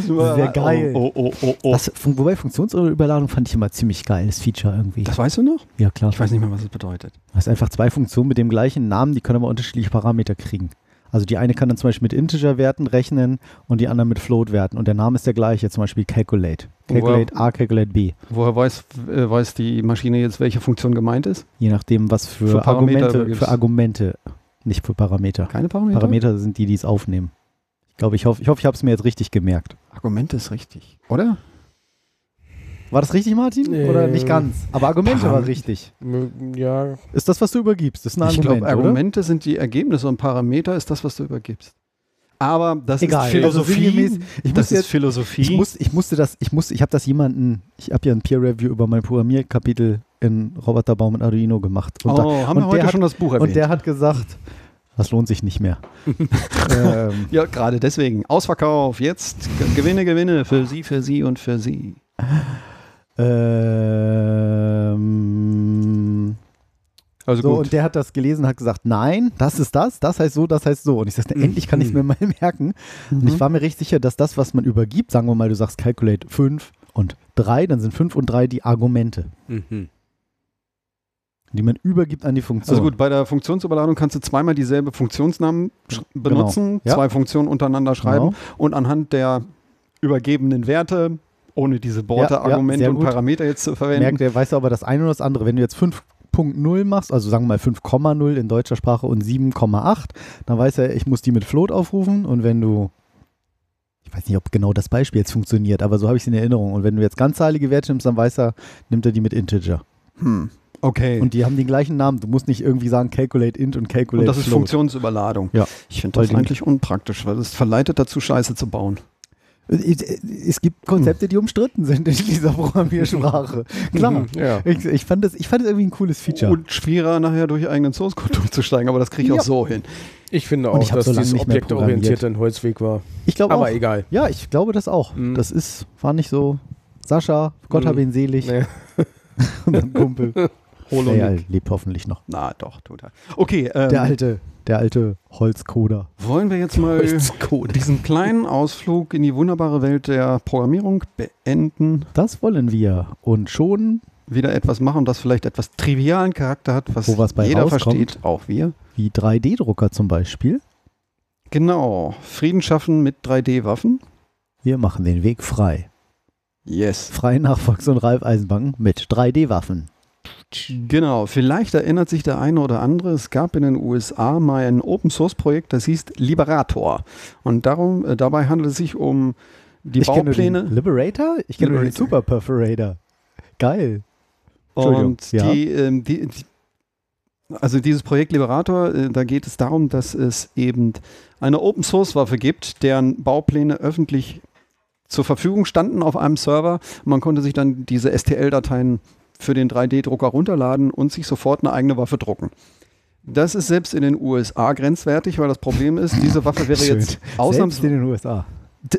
Speaker 2: Sehr geil.
Speaker 3: Oh, oh, oh, oh.
Speaker 2: Das, fun- wobei Funktionsüberladung fand ich immer ziemlich geiles Feature irgendwie.
Speaker 3: Das weißt du noch?
Speaker 2: ja, klar.
Speaker 3: Ich weiß nicht mehr, was es bedeutet.
Speaker 2: Du hast einfach zwei Funktionen mit dem gleichen Namen, die können aber unterschiedliche Parameter kriegen. Also die eine kann dann zum Beispiel mit Integer-Werten rechnen und die andere mit Float-Werten. Und der Name ist der gleiche, zum Beispiel Calculate.
Speaker 3: Oh,
Speaker 2: Calculate A, Calculate B.
Speaker 3: Woher weiß, äh, weiß die Maschine jetzt, welche Funktion gemeint ist?
Speaker 2: Je nachdem, was für,
Speaker 3: Für Parameter
Speaker 2: Argumente,
Speaker 3: gibt's.
Speaker 2: für Argumente, nicht für Parameter.
Speaker 3: Keine Parameter?
Speaker 2: Parameter sind die, die es aufnehmen. Ich glaube, ich hoffe, ich, hoffe, ich habe es mir jetzt richtig gemerkt.
Speaker 3: Argument ist richtig, oder?
Speaker 2: War das richtig, Martin?
Speaker 5: Nee.
Speaker 2: Oder nicht ganz? Aber Argumente war
Speaker 3: Parameter.
Speaker 2: richtig.
Speaker 5: M- Ja,
Speaker 2: Ist das, was du übergibst? Das ist ein
Speaker 3: ich
Speaker 2: Argument,
Speaker 3: glaube,
Speaker 2: oder?
Speaker 3: Argumente sind die Ergebnisse und Parameter ist das, was du übergibst. Aber das
Speaker 2: Egal.
Speaker 3: ist Philosophie.
Speaker 2: Also Ich muss
Speaker 3: das ist
Speaker 2: jetzt
Speaker 3: Philosophie.
Speaker 2: Ich, muss, ich musste das, ich muss, ich habe das jemanden, ich habe ja ein Peer Review über mein Programmierkapitel in Roboterbaum und Arduino gemacht. Und,
Speaker 3: oh,
Speaker 2: da,
Speaker 3: haben
Speaker 2: und
Speaker 3: wir heute
Speaker 2: der
Speaker 3: schon das Buch
Speaker 2: hat,
Speaker 3: erwähnt?
Speaker 2: und der hat gesagt, das lohnt
Speaker 3: (laughs)
Speaker 2: sich nicht mehr. ähm,
Speaker 3: ja, gerade deswegen. Ausverkauf, jetzt. G- Gewinne, Gewinne für Sie, für Sie und für Sie.
Speaker 2: ähm,
Speaker 3: Also
Speaker 2: so,
Speaker 3: gut.
Speaker 2: und der hat das gelesen, hat gesagt, nein, das ist das, das heißt so, das heißt so. Und ich
Speaker 3: Mhm.
Speaker 2: sagte, endlich kann ich es mir mal (laughs) merken. Und ich war mir recht sicher, dass das, was man übergibt, sagen wir mal, du sagst Calculate 5 und 3, dann sind 5 und 3 die Argumente,
Speaker 5: Mhm.
Speaker 2: die man übergibt an die Funktion.
Speaker 3: Also gut, bei der Funktionsüberladung kannst du zweimal dieselbe Funktionsnamen sch- benutzen,
Speaker 2: Genau. Ja.
Speaker 3: zwei Funktionen untereinander schreiben
Speaker 2: Genau.
Speaker 3: und anhand der übergebenen Werte, ohne diese Worte,
Speaker 2: Ja, ja,
Speaker 3: Argumente
Speaker 2: sehr
Speaker 3: und
Speaker 2: gut.
Speaker 3: Parameter jetzt zu verwenden,
Speaker 2: merkt, er weiß aber das eine oder das andere. Wenn du jetzt 5.0 machst, also sagen wir mal 5,0 in deutscher Sprache und 7,8, dann weiß er, ich muss die mit Float aufrufen und wenn du ich weiß nicht, ob genau das Beispiel jetzt funktioniert, aber so habe ich es in Erinnerung. Und wenn du jetzt ganzzahlige Werte nimmst, dann weiß er, nimmt er die mit Integer.
Speaker 3: Hm. Okay. Und,
Speaker 2: Und die haben den gleichen Namen. Du musst nicht irgendwie sagen Calculate int und Calculate
Speaker 3: das ist
Speaker 2: float.
Speaker 3: Funktionsüberladung.
Speaker 2: Ja.
Speaker 3: Ich finde
Speaker 2: Weil
Speaker 3: das
Speaker 2: die-
Speaker 3: eigentlich unpraktisch, weil es verleitet dazu, Scheiße zu bauen.
Speaker 2: Es gibt Konzepte,
Speaker 3: Hm.
Speaker 2: die umstritten sind in dieser
Speaker 3: (laughs)
Speaker 2: Programmiersprache. Klar.
Speaker 5: Mhm. ja.
Speaker 2: Ich, ich, fand das, ich fand das irgendwie ein cooles Feature.
Speaker 3: Mhm. Und schwerer nachher durch eigenen Source-Code durchsteigen, aber das kriege ich
Speaker 2: Ja.
Speaker 3: auch so hin.
Speaker 5: Ich finde
Speaker 2: Und
Speaker 5: auch,
Speaker 2: ich hab
Speaker 5: dass
Speaker 2: so lange
Speaker 5: dieses
Speaker 2: nicht mehr
Speaker 5: objektorientierte ein Holzweg war.
Speaker 2: ich glaube auch.
Speaker 5: Aber egal.
Speaker 2: Ja, ich glaube das auch.
Speaker 5: Mhm.
Speaker 2: Das ist, war nicht so. Sascha, Gott
Speaker 5: Mhm.
Speaker 2: hab ihn selig. (laughs)
Speaker 5: Nee.
Speaker 2: Und dann Kumpel.
Speaker 3: (laughs) Holo
Speaker 2: Der
Speaker 3: Nick.
Speaker 2: lebt hoffentlich noch.
Speaker 3: Na doch, total. Okay, ähm,
Speaker 2: Der alte, der alte Holzkoder.
Speaker 3: wollen wir jetzt mal diesen kleinen Ausflug in die wunderbare Welt der Programmierung beenden?
Speaker 2: Das wollen wir. Und schon,
Speaker 3: wieder etwas machen, das vielleicht etwas trivialen Charakter hat, was,
Speaker 2: Wo was bei
Speaker 3: jeder
Speaker 2: rauskommt.
Speaker 3: versteht, auch wir.
Speaker 2: wie 3D-Drucker zum Beispiel,
Speaker 3: Genau. Frieden schaffen mit 3D-Waffen.
Speaker 2: wir machen den Weg frei.
Speaker 3: Yes.
Speaker 2: Frei nach Fox und Ralf Eisenbank mit 3D-Waffen.
Speaker 3: Genau. Vielleicht erinnert sich der eine oder andere, es gab in den USA mal ein Open-Source-Projekt, das hieß Liberator. Und darum, äh, dabei handelt es sich um die
Speaker 2: Ich kenne
Speaker 3: Baupläne.
Speaker 2: den Liberator, ich kenne nur den
Speaker 3: Liberator.
Speaker 2: Super Perforator. Geil. Entschuldigung,
Speaker 3: Und
Speaker 2: ja.
Speaker 3: die, ähm, die, die, also dieses Projekt Liberator, äh, da geht es darum, dass es eben eine Open Source Waffe gibt, deren Baupläne öffentlich zur Verfügung standen auf einem Server. Man konnte sich dann diese STL-Dateien für den 3D-Drucker runterladen und sich sofort eine eigene Waffe drucken. Das ist selbst in den USA grenzwertig, weil das Problem ist, diese Waffe wäre
Speaker 2: Schön.
Speaker 3: jetzt
Speaker 2: Selbst in
Speaker 3: ausnahmsweise.
Speaker 2: den USA.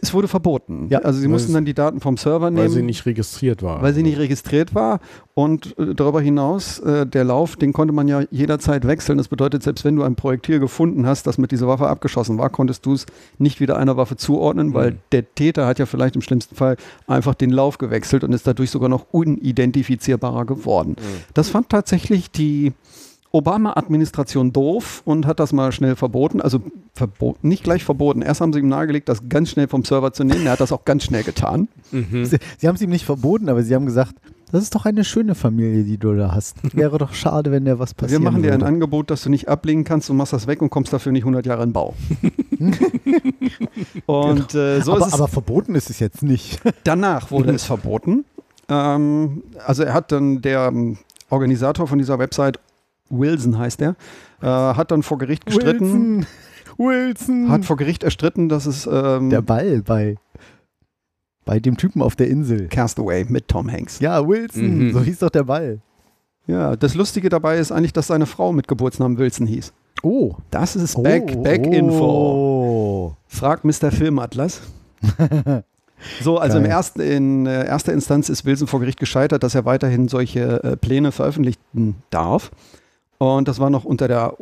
Speaker 3: Es wurde verboten.
Speaker 2: Ja.
Speaker 3: also sie mussten
Speaker 5: es-
Speaker 3: dann die Daten vom Server nehmen
Speaker 5: Weil sie nicht registriert war.
Speaker 3: weil sie nicht registriert war. Und äh, darüber hinaus, äh, der Lauf, den konnte man ja jederzeit wechseln. Das bedeutet, selbst wenn du ein Projektil gefunden hast, das mit dieser Waffe abgeschossen war, konntest du es nicht wieder einer Waffe zuordnen, weil der Täter hat ja vielleicht im schlimmsten Fall einfach den Lauf gewechselt und ist dadurch sogar noch unidentifizierbarer geworden. Das fand tatsächlich die Obama-Administration doof und hat das mal schnell verboten. Also verboten, nicht gleich verboten. Erst haben sie ihm nahegelegt, das ganz schnell vom Server zu nehmen. Er hat das auch ganz schnell getan.
Speaker 2: Sie, sie haben es ihm nicht verboten, aber sie haben gesagt, das ist doch eine schöne Familie, die du da hast. Wäre doch schade, wenn dir was
Speaker 3: Wir
Speaker 2: passiert.
Speaker 3: machen dir ein
Speaker 2: würde.
Speaker 3: Angebot, dass du nicht ablehnen kannst, du machst das weg und kommst dafür nicht 100 Jahre in
Speaker 2: (laughs)
Speaker 3: Bau. und äh, so
Speaker 2: aber,
Speaker 3: ist es.
Speaker 2: aber verboten ist es
Speaker 3: (laughs)
Speaker 2: jetzt nicht.
Speaker 3: Danach wurde es verboten. Ähm, also er hat dann der ähm, Organisator von dieser Website, Wilson heißt er, äh, hat dann vor Gericht gestritten,
Speaker 2: Wilson.
Speaker 3: hat vor Gericht erstritten, dass es ähm,
Speaker 2: der Ball bei, bei dem Typen auf der Insel.
Speaker 3: Castaway mit Tom Hanks.
Speaker 2: Ja, Wilson.
Speaker 5: Mhm.
Speaker 2: So hieß doch der Ball.
Speaker 3: Ja, das Lustige dabei ist eigentlich, dass seine Frau mit Geburtsnamen Wilson hieß.
Speaker 2: Oh.
Speaker 3: Das ist Back,
Speaker 2: oh,
Speaker 3: Back Info.
Speaker 2: (laughs) Oh.
Speaker 3: Frag Mr. Filmatlas. so, also im
Speaker 2: Geil.
Speaker 3: ersten, in äh, erster Instanz ist Wilson vor Gericht gescheitert, dass er weiterhin solche äh, Pläne veröffentlichen darf. Und das war noch unter der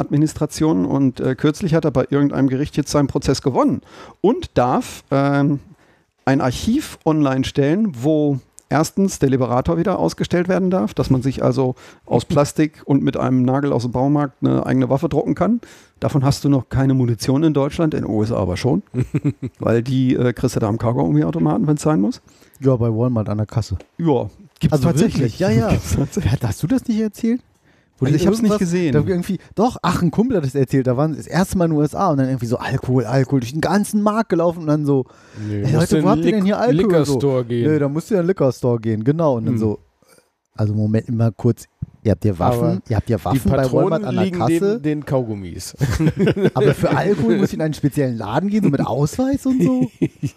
Speaker 3: Obama-Administration. Und äh, kürzlich hat er bei irgendeinem Gericht jetzt seinen Prozess gewonnen und darf ähm, ein Archiv online stellen, wo erstens der Liberator wieder ausgestellt werden darf, dass man sich also aus Plastik und mit einem Nagel aus dem Baumarkt eine eigene Waffe drucken kann. Davon hast du noch keine Munition in Deutschland, in den USA aber schon, weil die äh, kriegst du da am Kaugummi-Automaten, wenn es sein muss.
Speaker 2: Ja, bei Walmart an der Kasse.
Speaker 3: Ja, gibt's
Speaker 2: Also
Speaker 3: tatsächlich.
Speaker 2: wirklich? Ja,
Speaker 3: (laughs)
Speaker 2: ja.
Speaker 3: Gibt's tatsächlich.
Speaker 2: Hat- Hast du das nicht erzählt? Wo
Speaker 3: Also
Speaker 2: die
Speaker 3: ich hab's nicht
Speaker 2: irgendwas-
Speaker 3: gesehen.
Speaker 2: Da irgendwie, doch, ach, ein Kumpel hat das erzählt. Da waren das erste Mal in den USA und dann irgendwie so Alkohol, Alkohol, durch den ganzen Markt gelaufen und dann so,
Speaker 5: Nee,
Speaker 2: Hey,
Speaker 5: musst
Speaker 2: Leute,
Speaker 5: in
Speaker 2: wo habt ihr
Speaker 5: Lick-
Speaker 2: denn hier Alkohol?
Speaker 5: Liquor
Speaker 2: So.
Speaker 5: Store gehen.
Speaker 2: nee, da musst du ja in den Liquor Store gehen, genau. Und dann
Speaker 5: Hm.
Speaker 2: so, also Moment, immer kurz, ihr habt ja Waffen,
Speaker 5: Aber
Speaker 2: ihr habt ja
Speaker 5: die
Speaker 2: Waffen bei Walmart an
Speaker 5: Patronen
Speaker 2: der
Speaker 5: liegen
Speaker 2: Kasse,
Speaker 5: neben den Kaugummis. (laughs)
Speaker 2: aber für Alkohol muss ich in einen speziellen Laden gehen, so mit Ausweis und so.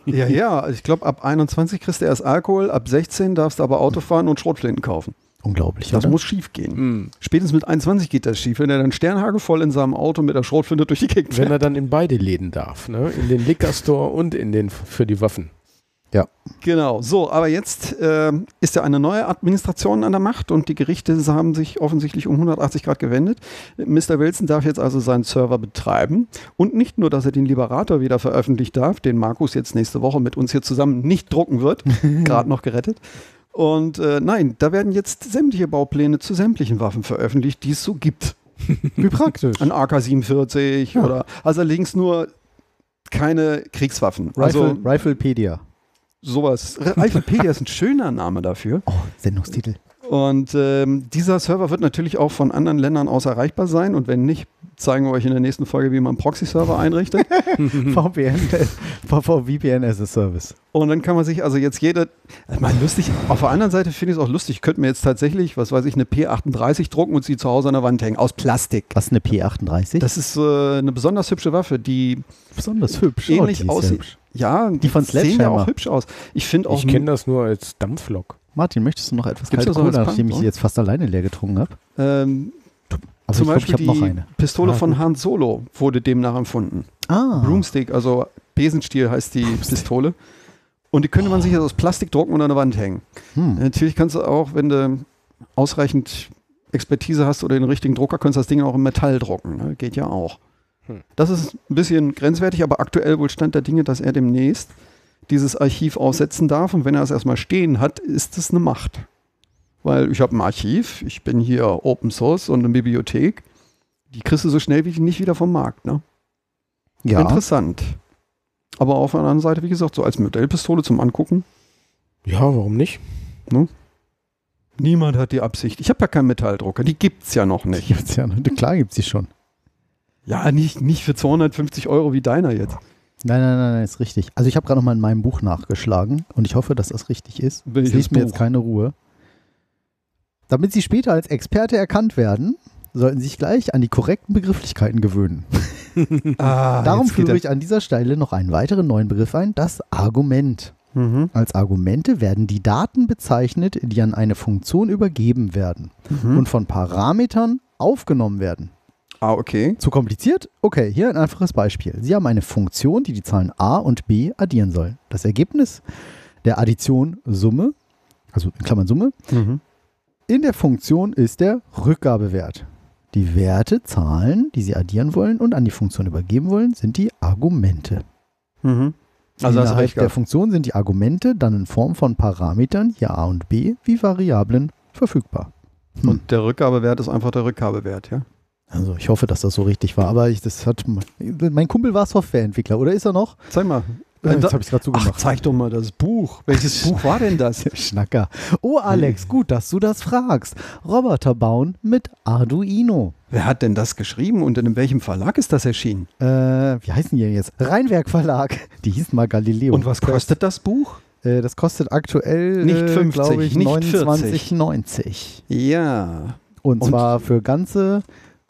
Speaker 3: ja, ja. Also Ich glaube, ab 21 kriegst du erst Alkohol, ab 16 darfst du aber Auto fahren und Schrotflinten kaufen.
Speaker 2: Unglaublich,
Speaker 3: Das
Speaker 2: oder?
Speaker 3: muss schief gehen.
Speaker 5: Hm.
Speaker 3: Spätestens mit 21 geht das schief, wenn er dann sternhagelvoll in seinem Auto mit der Schrotflinte durch die Gegend
Speaker 5: Wenn er dann in beide Läden darf, ne? In den Liquor Store und in den für die Waffen.
Speaker 3: Genau, so, aber jetzt ähm, ist ja eine neue Administration an der Macht und die Gerichte haben sich offensichtlich um 180 Grad gewendet. Mr. Wilson darf jetzt also seinen Server betreiben und nicht nur, dass er den Liberator wieder veröffentlichen darf, den Markus jetzt nächste Woche mit uns hier zusammen nicht drucken wird, gerade noch gerettet. Und äh, nein, da werden jetzt sämtliche Baupläne zu sämtlichen Waffen veröffentlicht, die es so gibt.
Speaker 2: Wie praktisch.
Speaker 3: Ein AK-47 oder, also links nur keine Kriegswaffen.
Speaker 2: Rifle,
Speaker 3: Also
Speaker 2: Riflepedia.
Speaker 3: sowas. Riflepedia ist ein schöner Name dafür.
Speaker 2: Oh, Sendungstitel.
Speaker 3: Und ähm, dieser Server wird natürlich auch von anderen Ländern aus erreichbar sein. Und wenn nicht, zeigen wir euch in der nächsten Folge, wie man einen Proxy-Server
Speaker 2: (laughs)
Speaker 3: einrichtet.
Speaker 2: VPN, (laughs) VPN as a Service.
Speaker 3: Und dann kann man sich also jetzt jede, ich meine, lustig, auf der anderen Seite finde ich es auch lustig, ich könnte mir jetzt tatsächlich, was weiß ich, eine P38 drucken und sie zu Hause an der Wand hängen, aus Plastik.
Speaker 2: Was, eine P38?
Speaker 3: Das ist äh, eine besonders hübsche Waffe, die
Speaker 2: besonders hübsch. Oh,
Speaker 3: ähnlich
Speaker 2: die ist
Speaker 3: aussieht.
Speaker 2: hübsch.
Speaker 3: Ja, die,
Speaker 2: von
Speaker 3: sehen ja auch
Speaker 2: Sledgehammer.
Speaker 3: hübsch aus. Ich finde auch
Speaker 5: Ich kenne das nur als Dampflok.
Speaker 2: Martin, möchtest du noch etwas
Speaker 3: Gibt's
Speaker 2: kalte
Speaker 3: da so was
Speaker 2: Cola, nachdem
Speaker 3: Punk,
Speaker 2: ich
Speaker 3: oder?
Speaker 2: die jetzt fast alleine leer getrunken habe?
Speaker 3: ähm,
Speaker 2: Aber
Speaker 3: zum
Speaker 2: ich glaube, ich
Speaker 3: Beispiel
Speaker 2: habe noch
Speaker 3: die
Speaker 2: eine.
Speaker 3: Pistole
Speaker 2: Ah,
Speaker 3: von Han Solo wurde dem nachempfunden.
Speaker 2: Ah,
Speaker 3: Broomstick, also Besenstiel heißt die Pistole. Und die könnte man sich jetzt aus Plastik drucken und an der Wand hängen.
Speaker 2: Hm.
Speaker 3: Natürlich kannst du auch, wenn du ausreichend Expertise hast oder den richtigen Drucker, kannst du das Ding auch im Metall drucken. Ne? Geht ja auch.
Speaker 5: Hm.
Speaker 3: Das ist ein bisschen grenzwertig, aber aktuell wohl Stand der Dinge, dass er demnächst dieses Archiv aufsetzen darf. Und wenn er es erstmal stehen hat, ist es eine Macht. Weil ich habe ein Archiv, ich bin hier Open Source und eine Bibliothek. Die kriegst du so schnell wie nicht wieder vom Markt. Ne?
Speaker 2: Ja,
Speaker 3: Interessant. Aber auf der anderen Seite, wie gesagt, so als Modellpistole zum Angucken.
Speaker 5: Ja, warum nicht?
Speaker 3: Niemand hat die Absicht. Ich habe ja keinen Metalldrucker. Die gibt's ja noch
Speaker 2: (laughs) die
Speaker 3: nicht.
Speaker 2: gibt's ja. noch. Klar gibt's die schon.
Speaker 3: Ja, nicht, nicht für 250 Euro wie deiner jetzt.
Speaker 2: Nein, nein, nein, nein, ist richtig. Also ich habe gerade noch mal in meinem Buch nachgeschlagen und ich hoffe, dass das richtig ist.
Speaker 3: Welches
Speaker 2: Es ließ mir jetzt
Speaker 3: Buch?
Speaker 2: keine Ruhe. Damit Sie später als Experte erkannt werden, sollten Sie sich gleich an die korrekten Begrifflichkeiten gewöhnen.
Speaker 3: Ah,
Speaker 2: Darum führe ich an dieser Stelle noch einen weiteren neuen Begriff ein, das Argument.
Speaker 3: Mhm.
Speaker 2: Als Argumente werden die Daten bezeichnet, die an eine Funktion übergeben werden
Speaker 3: mhm. Hm?
Speaker 2: und von Parametern aufgenommen werden.
Speaker 3: Ah, okay.
Speaker 2: Zu kompliziert? Okay, hier ein einfaches Beispiel. Sie haben eine Funktion, die die Zahlen a und b addieren soll. Das Ergebnis der Addition Summe, also in Klammern Summe,
Speaker 3: Mhm.
Speaker 2: in der Funktion ist der Rückgabewert. Die Werte, Zahlen, die Sie addieren wollen und an die Funktion übergeben wollen, sind die Argumente.
Speaker 3: Mhm. Also hast du
Speaker 2: Innerhalb
Speaker 3: recht
Speaker 2: der
Speaker 3: gehabt.
Speaker 2: Funktion sind die Argumente dann in Form von Parametern hier a und b wie Variablen verfügbar. Hm.
Speaker 3: Und der Rückgabewert ist einfach der Rückgabewert, ja?
Speaker 2: Also ich hoffe, dass das so richtig war, aber ich, das hat mein Kumpel war Softwareentwickler, oder ist er noch?
Speaker 3: Zeig mal.
Speaker 2: Äh, jetzt habe ich gerade
Speaker 3: Ach,
Speaker 2: zugemacht.
Speaker 3: zeig doch mal das Buch. Welches Buch war denn
Speaker 2: (laughs)
Speaker 3: das?
Speaker 2: Schnacker. Oh Alex, gut, dass du das fragst. Roboter bauen mit Arduino.
Speaker 3: Wer hat denn das geschrieben und in welchem Verlag ist das erschienen?
Speaker 2: Äh, wie heißen die denn jetzt? Rheinwerk Verlag. (laughs) Die hießen mal Galileo.
Speaker 3: Und was kostet das Buch?
Speaker 2: Äh, das kostet aktuell,
Speaker 3: Nicht
Speaker 2: äh,
Speaker 3: 50,
Speaker 2: glaube ich,
Speaker 3: nicht
Speaker 2: 29,90.
Speaker 3: Ja.
Speaker 2: Und,
Speaker 3: Und-
Speaker 2: zwar für ganze,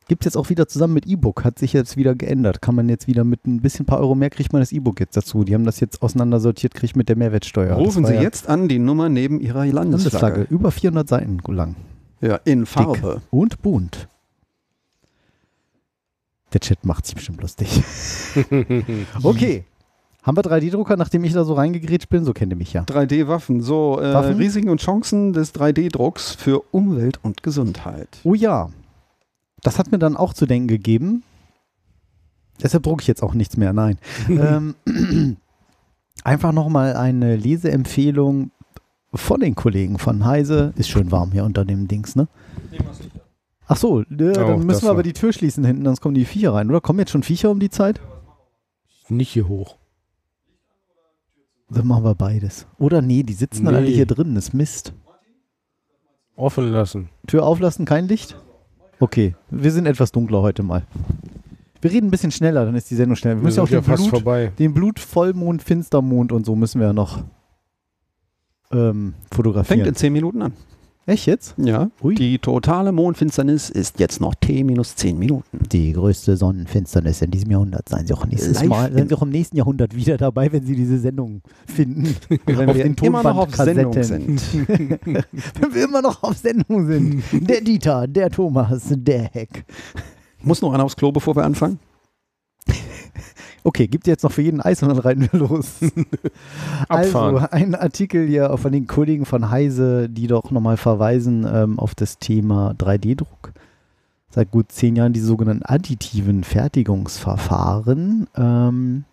Speaker 2: gibt es jetzt auch wieder zusammen mit E-Book, hat sich jetzt wieder geändert. Kann man jetzt wieder mit ein bisschen paar Euro mehr, kriegt man das E-Book jetzt dazu. Die haben das jetzt auseinandersortiert, kriegt mit der Mehrwertsteuer.
Speaker 3: Rufen
Speaker 2: das war
Speaker 3: Sie
Speaker 2: ja
Speaker 3: jetzt an die Nummer neben Ihrer Landesflagge.
Speaker 2: Landesflagge, über 400 Seiten lang.
Speaker 3: Ja, in Farbe.
Speaker 2: und bunt. Der Chat macht sich bestimmt lustig. Okay. Haben wir 3D-Drucker, nachdem ich da so reingegrätscht bin? So kennt ihr mich ja.
Speaker 3: 3D-Waffen, so äh,
Speaker 2: Waffen?
Speaker 3: Risiken und Chancen des 3D-Drucks für Umwelt und Gesundheit.
Speaker 2: Oh ja. Das hat mir dann auch zu denken gegeben. Deshalb drucke ich jetzt auch nichts mehr,
Speaker 5: (laughs)
Speaker 2: nein. ähm, (clears throat) einfach nochmal eine Leseempfehlung von den Kollegen von Heise. Ist schön warm hier unter dem Dings, ne? Ach so, äh,
Speaker 5: Oh,
Speaker 2: dann
Speaker 5: das
Speaker 2: müssen wir aber
Speaker 5: war-
Speaker 2: die Tür schließen hinten, sonst kommen die Viecher rein, oder? Kommen jetzt schon Viecher um die Zeit?
Speaker 5: (laughs) Nicht hier hoch.
Speaker 2: Dann machen wir beides. Oder nee, die sitzen dann alle
Speaker 5: Nee.
Speaker 2: hier drin, ist Mist.
Speaker 5: Offen lassen.
Speaker 2: Tür auflassen, kein Licht? Okay, wir sind etwas dunkler heute mal. Wir reden ein bisschen schneller, dann ist die Sendung schneller. Wir müssen ja auch
Speaker 5: sind
Speaker 2: den,
Speaker 5: ja fast
Speaker 2: Blut,
Speaker 5: vorbei.
Speaker 2: den Blutvollmond, Finstermond und so müssen wir ja noch ähm,
Speaker 3: Fängt
Speaker 2: fotografieren.
Speaker 3: in 10 Minuten an.
Speaker 2: Echt jetzt?
Speaker 3: Ja.
Speaker 2: Ui.
Speaker 3: Die totale Mondfinsternis ist jetzt noch T minus 10 Minuten.
Speaker 2: Die größte Sonnenfinsternis in diesem Jahrhundert. Seien Sie auch nächstes
Speaker 3: Live
Speaker 2: Mal, seien
Speaker 3: in-
Speaker 2: Sie auch im nächsten Jahrhundert wieder dabei, wenn Sie diese Sendung finden. (laughs) Wenn
Speaker 3: Wenn wir immer noch auf Sendung
Speaker 2: Tonbandkassetten-
Speaker 3: sind.
Speaker 2: (laughs) Wenn wir immer noch auf Sendung sind. Der Dieter, der Thomas, der Heck.
Speaker 3: Muss noch einer aufs Klo, bevor wir anfangen?
Speaker 2: Okay, gibt jetzt noch für jeden Eis und dann reiten wir los.
Speaker 5: Abfahren.
Speaker 2: Also, ein Artikel hier von den Kollegen von Heise, die doch nochmal verweisen ähm, auf das Thema 3D-Druck. Seit gut zehn Jahren die sogenannten additiven Fertigungsverfahren. Ähm,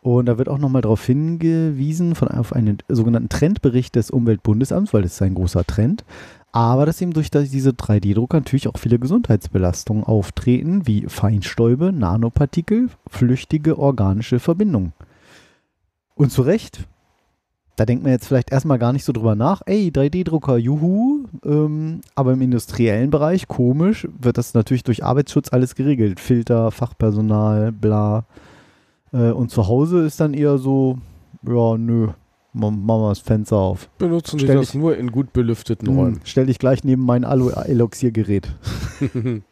Speaker 2: und da wird auch nochmal darauf hingewiesen von, auf einen sogenannten Trendbericht des Umweltbundesamts, weil das ist ein großer Trend. Aber dass eben durch das- diese 3D-Drucker natürlich auch viele Gesundheitsbelastungen auftreten, wie Feinstäube, Nanopartikel, flüchtige organische Verbindungen. Und zu Recht, da denkt man jetzt vielleicht erstmal gar nicht so drüber nach, ey, 3D-Drucker, juhu, ähm, aber im industriellen Bereich, komisch, wird das natürlich durch Arbeitsschutz alles geregelt. Filter, Fachpersonal, bla. Äh, und zu Hause ist dann eher so, ja, nö, ma- machen wir das Fenster auf.
Speaker 5: Benutzen Sie
Speaker 2: Stell
Speaker 5: das nur in gut belüfteten
Speaker 2: Hm, Stell dich gleich neben mein Alu-Eloxiergerät
Speaker 5: Räumen.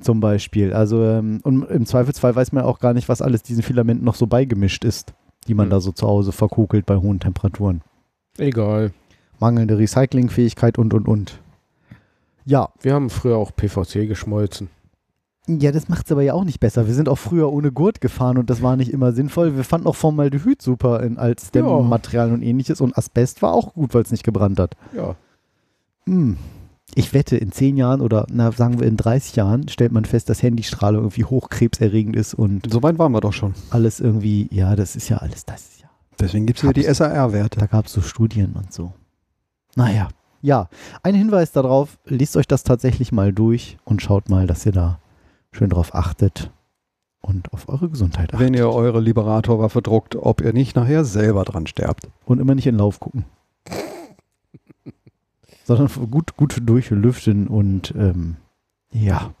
Speaker 2: zum Beispiel. Also ähm, und im Zweifelsfall weiß man ja auch gar nicht, was alles diesen Filamenten noch so beigemischt ist, die man
Speaker 5: Hm.
Speaker 2: da so zu Hause verkokelt bei hohen Temperaturen.
Speaker 5: Egal.
Speaker 2: Mangelnde Recyclingfähigkeit und und und. Ja,
Speaker 5: Wir haben früher auch PVC geschmolzen.
Speaker 2: ja, das macht es aber ja auch nicht besser. Wir sind auch früher ohne Gurt gefahren und das war nicht immer sinnvoll. Wir fanden auch Formaldehyd super in, als
Speaker 5: Ja.
Speaker 2: Dämmmaterial und ähnliches und Asbest war auch gut, weil es nicht gebrannt hat.
Speaker 5: Ja.
Speaker 2: Hm. Ich wette, in 10 Jahren oder na, sagen wir in 30 Jahren stellt man fest, dass Handystrahlung irgendwie hochkrebserregend ist und
Speaker 3: Soweit waren wir doch schon.
Speaker 2: alles irgendwie, ja, das ist ja alles, das ist ja.
Speaker 3: Deswegen gibt es hier die SAR-Werte.
Speaker 2: Da gab es so Studien und so. Naja, ja, ein Hinweis darauf, lest euch das tatsächlich mal durch und schaut mal, dass ihr da schön drauf achtet und auf eure Gesundheit achtet.
Speaker 3: Wenn ihr eure Liberatorwaffe druckt, ob ihr nicht nachher selber dran sterbt.
Speaker 2: Und immer nicht in Lauf gucken. Sondern gut, gut durchlüften und ähm, ja.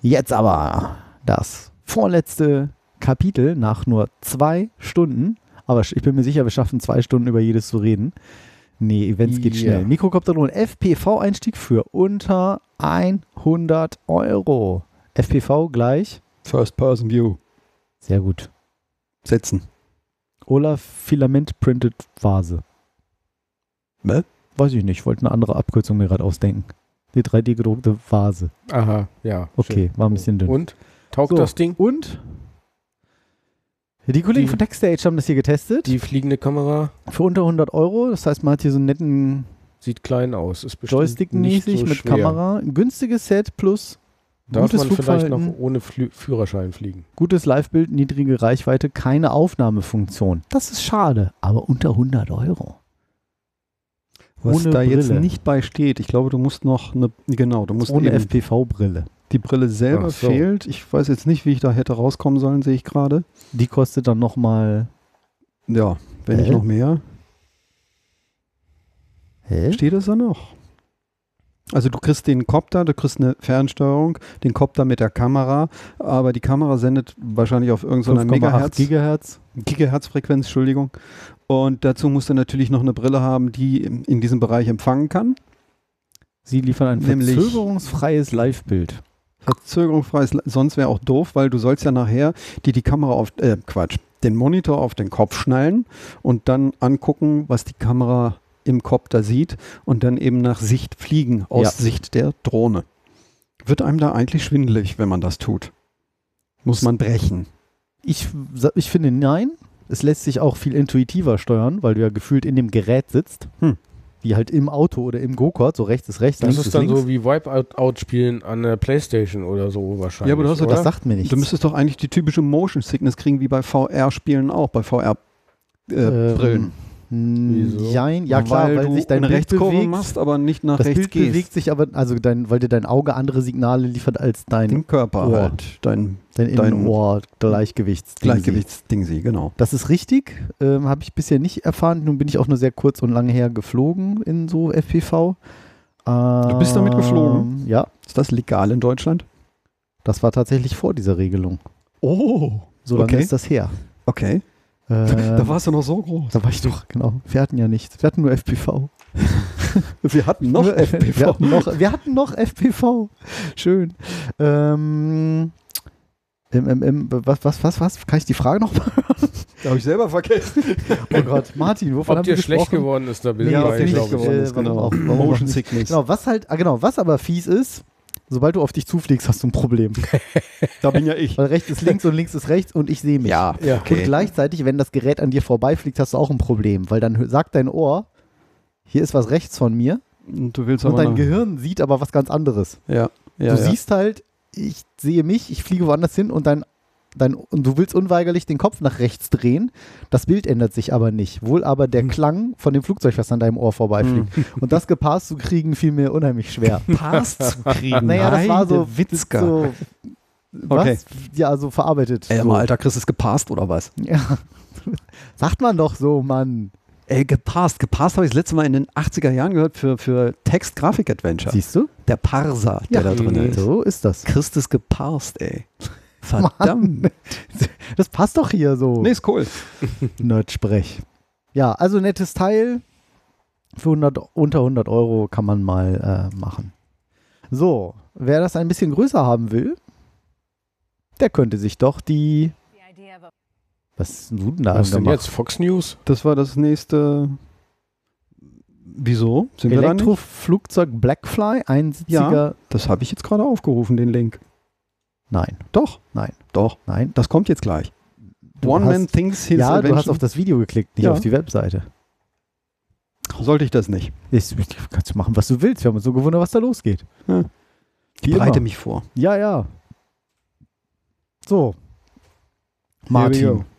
Speaker 2: Jetzt aber das vorletzte Kapitel nach nur zwei Stunden. Aber ich bin mir sicher, wir schaffen zwei Stunden über jedes zu reden. Nee, Events geht
Speaker 5: Ja.
Speaker 2: schnell. Mikrokopterdrohnen, FPV-Einstieg für unter 100 Euro. FPV gleich.
Speaker 3: First-Person-View.
Speaker 2: Sehr gut.
Speaker 3: Sitzen.
Speaker 2: Olaf Filament Printed Vase.
Speaker 3: Ne?
Speaker 2: Weiß ich nicht, wollte eine andere Abkürzung mir gerade ausdenken. Die 3D-gedruckte Vase.
Speaker 5: Aha, ja.
Speaker 2: Okay, war ein bisschen dünn.
Speaker 5: Und? Taugt
Speaker 2: So.
Speaker 5: das Ding?
Speaker 2: Und? Die Kollegen
Speaker 5: Die-
Speaker 2: von TechStage haben das hier getestet.
Speaker 5: Die fliegende Kamera
Speaker 2: für unter 100 Euro. Das heißt, man hat hier so einen netten
Speaker 5: sieht klein aus. Ist bestimmt nicht
Speaker 2: Joystick-mäßig
Speaker 5: so
Speaker 2: mit
Speaker 5: schwer.
Speaker 2: Kamera. Ein günstiges Set plus
Speaker 5: Darf
Speaker 2: gutes
Speaker 5: man vielleicht noch
Speaker 2: Flugverhalten.
Speaker 5: ohne Flü Führerschein fliegen?
Speaker 2: Gutes Live-Bild, niedrige Reichweite, keine Aufnahmefunktion. Das ist schade, aber unter 100 Euro.
Speaker 3: Was
Speaker 2: Ohne
Speaker 3: da jetzt
Speaker 2: Brille.
Speaker 3: nicht bei steht. Ich glaube, du musst noch eine. Genau, du musst
Speaker 2: Ohne
Speaker 3: eben-
Speaker 2: FPV-Brille.
Speaker 3: Die Brille selber
Speaker 5: Ach so.
Speaker 3: fehlt. Ich weiß jetzt nicht, wie ich da hätte rauskommen sollen, sehe ich gerade.
Speaker 2: Die kostet dann nochmal.
Speaker 3: Ja, wenn ich
Speaker 2: Hä?
Speaker 3: noch mehr.
Speaker 2: Hä?
Speaker 3: Steht das da noch? Also du kriegst den Copter, du kriegst eine Fernsteuerung, den Copter mit der Kamera, aber die Kamera sendet wahrscheinlich auf irgendeiner
Speaker 2: 5,8
Speaker 3: Megahertz,
Speaker 2: Gigahertz.
Speaker 3: Gigahertz-Frequenz, Entschuldigung. Und dazu musst du natürlich noch eine Brille haben, die in in diesem Bereich empfangen kann.
Speaker 2: Sie liefern ein
Speaker 3: Nämlich-
Speaker 2: verzögerungsfreies Live-Bild.
Speaker 3: Verzögerungsfreies, Le- sonst wäre auch doof, weil du sollst ja nachher die die Kamera auf, äh, Quatsch, den Monitor auf den Kopf schnallen und dann angucken, was die Kamera im Kopter sieht und dann eben nach Sicht fliegen, aus
Speaker 2: Ja.
Speaker 3: Sicht der Drohne. Wird einem da eigentlich schwindelig, wenn man das tut? Muss man brechen.
Speaker 2: Ich, sa- ich finde nein. Es lässt sich auch viel intuitiver steuern, weil du ja gefühlt in dem Gerät sitzt.
Speaker 3: Hm.
Speaker 2: Wie halt im Auto oder im Go-Kart, so rechts ist rechts,
Speaker 5: Das
Speaker 2: links
Speaker 5: ist dann
Speaker 2: links.
Speaker 5: so wie Wipeout-Spielen an der Playstation oder so wahrscheinlich.
Speaker 3: Ja, aber du hast ja
Speaker 5: oder?
Speaker 2: das sagt mir nichts.
Speaker 3: Du müsstest doch eigentlich die typische Motion Sickness kriegen, wie bei VR-Spielen auch, bei äh,
Speaker 2: Ähm,
Speaker 3: VR-Brillen.
Speaker 5: Wieso?
Speaker 2: Jein, ja klar, weil, sich dein
Speaker 3: eine
Speaker 2: Bild
Speaker 3: Rechtskurve
Speaker 2: bewegt.
Speaker 3: machst, aber nicht nach
Speaker 2: das
Speaker 3: rechts
Speaker 2: Bild
Speaker 3: gehst.
Speaker 2: bewegt sich aber, also dein, weil dir dein Auge andere Signale liefert als dein,
Speaker 3: Dem Körper
Speaker 2: Ohr.
Speaker 3: halt. Dein
Speaker 2: dein
Speaker 3: dein-
Speaker 2: Innenohr-Gleichgewicht.
Speaker 3: Gleichgewichtsding sie, genau.
Speaker 2: Das ist richtig, ähm, habe ich bisher nicht erfahren. Nun bin ich auch nur sehr kurz und lange her geflogen in so FPV. du
Speaker 3: bist damit geflogen?
Speaker 2: Ähm, Ja,
Speaker 3: Ist das legal in Deutschland?
Speaker 2: das war tatsächlich vor dieser Regelung.
Speaker 3: Oh,
Speaker 2: So lange
Speaker 3: Okay.
Speaker 2: ist das her.
Speaker 3: okay.
Speaker 2: Ähm,
Speaker 3: (laughs) Da warst du noch so groß.
Speaker 2: da war ich doch, genau. Wir hatten ja nichts. Wir hatten nur FPV.
Speaker 3: Wir hatten noch
Speaker 2: Wir
Speaker 3: FPV.
Speaker 2: hatten noch, wir hatten noch FPV. Schön. Ähm, ähm, ähm, ähm, was, was, was, was? Kann ich die Frage noch mal?
Speaker 3: Da habe ich selber vergessen.
Speaker 2: Oh Gott, Martin, wovon
Speaker 5: Ob
Speaker 2: haben
Speaker 5: dir
Speaker 2: wir
Speaker 5: schlecht
Speaker 2: gesprochen?
Speaker 5: geworden ist, da bin
Speaker 2: Nee,
Speaker 5: ich
Speaker 2: ob
Speaker 5: bei,
Speaker 2: dir
Speaker 5: glaub
Speaker 2: schlecht
Speaker 5: ich.
Speaker 2: geworden ist,
Speaker 3: Äh, warum
Speaker 2: genau.
Speaker 3: auch-
Speaker 2: Warum auch
Speaker 3: Motion
Speaker 2: nicht?
Speaker 3: Sickness.
Speaker 2: Genau, was halt, ah, genau, was aber fies ist, sobald du auf dich zufliegst, hast du ein Problem.
Speaker 3: Da bin ja ich.
Speaker 2: Weil rechts ist links und links ist rechts und ich sehe mich.
Speaker 3: Ja,
Speaker 5: Ja.
Speaker 2: Und
Speaker 3: okay.
Speaker 2: gleichzeitig, wenn das Gerät an dir vorbeifliegt, hast du auch ein Problem, weil dann hö- sagt dein Ohr, hier ist was rechts von mir
Speaker 3: Und du willst
Speaker 2: und
Speaker 3: aber
Speaker 2: dein
Speaker 3: noch,
Speaker 2: Gehirn sieht aber was ganz anderes.
Speaker 3: ja, ja,
Speaker 2: du
Speaker 3: ja. (laughs)
Speaker 2: siehst halt, ich sehe mich, ich fliege woanders hin und dein, dein und du willst unweigerlich den Kopf nach rechts drehen. Das Bild ändert sich aber nicht. Wohl aber der
Speaker 3: Hm.
Speaker 2: Klang von dem Flugzeug, was an deinem Ohr vorbeifliegt. Und das gepasst zu kriegen, fiel mir unheimlich
Speaker 3: (laughs)
Speaker 2: schwer.
Speaker 3: Pass zu kriegen.
Speaker 2: Naja, das war so
Speaker 3: Witzka.
Speaker 2: So, was?
Speaker 3: Okay.
Speaker 2: Ja, also verarbeitet.
Speaker 3: Ey,
Speaker 2: so.
Speaker 3: mal, alter Chris ist gepasst oder was?
Speaker 2: Ja. (laughs) Sagt man doch so, Mann.
Speaker 3: Ey, gepasst. Gepasst habe ich das letzte Mal in den 80er Jahren gehört für, für Text-Grafik-Adventure.
Speaker 2: Siehst du?
Speaker 3: Der Parser, der da
Speaker 2: Ja.
Speaker 3: drin ist.
Speaker 2: So ist das.
Speaker 3: Christ ist gepasst, ey. Verdammt.
Speaker 2: Das passt doch hier so.
Speaker 3: Nee, ist cool.
Speaker 2: Nerdsprech. Ja, also nettes Teil. Für 100, unter 100 Euro kann man mal äh, machen. So, wer das ein bisschen größer haben will, der könnte sich doch die. Was ist denn du denn da
Speaker 5: Was denn
Speaker 2: angemacht?
Speaker 5: jetzt? Fox News?
Speaker 3: Das war das nächste. Wieso? Sind wir da nicht?
Speaker 2: Elektroflugzeug Blackfly, einsitziger.
Speaker 3: Das habe ich jetzt gerade aufgerufen, den Link.
Speaker 2: Nein,
Speaker 3: Doch.
Speaker 2: Nein.
Speaker 3: Doch.
Speaker 2: nein.
Speaker 3: Das kommt jetzt gleich.
Speaker 2: Du
Speaker 3: One
Speaker 2: hast-
Speaker 3: Man Thinks His
Speaker 2: ja, du
Speaker 3: Invention.
Speaker 2: hast auf das Video geklickt, nicht
Speaker 3: Ja.
Speaker 2: auf die Webseite.
Speaker 3: Sollte ich das nicht?
Speaker 2: Ist, kannst du machen, was du willst. Wir haben uns so gewundert, was da losgeht.
Speaker 3: Ja.
Speaker 2: Wie
Speaker 3: Ich bereite
Speaker 2: immer.
Speaker 3: mich vor.
Speaker 2: Ja, ja.
Speaker 3: Here
Speaker 2: So.
Speaker 3: we
Speaker 2: Martin.
Speaker 3: go.
Speaker 2: (laughs)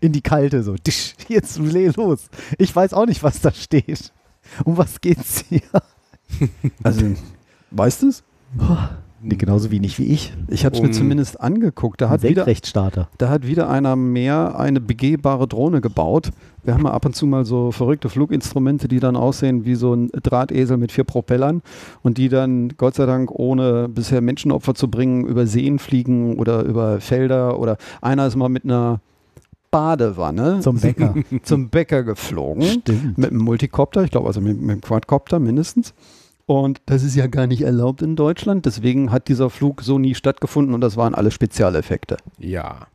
Speaker 2: In die kalte so. Tisch, Jetzt leh los. Ich weiß auch nicht, was da steht. Um was geht's hier?
Speaker 3: (laughs) Also, weißt du es?
Speaker 2: Nee, genauso wenig wie ich.
Speaker 3: Ich habe es
Speaker 5: Um-
Speaker 3: mir zumindest angeguckt. Da hat, wieder,
Speaker 2: Senkrechtstarter.
Speaker 3: da hat wieder einer mehr eine begehbare Drohne gebaut. Wir haben ja ab und zu mal so verrückte Fluginstrumente, die dann aussehen wie so ein Drahtesel mit vier Propellern und die dann Gott sei Dank ohne bisher Menschenopfer zu bringen über Seen fliegen oder über Felder oder einer ist mal mit einer Badewanne
Speaker 2: (laughs) Zum Bäcker.
Speaker 3: zum Bäcker geflogen.
Speaker 2: (laughs) Stimmt.
Speaker 3: Mit einem Multicopter, ich glaube also mit, mit einem Quadcopter mindestens. Und das ist ja gar nicht erlaubt in Deutschland, deswegen hat dieser Flug so nie stattgefunden und das waren alle Spezialeffekte.
Speaker 5: Ja.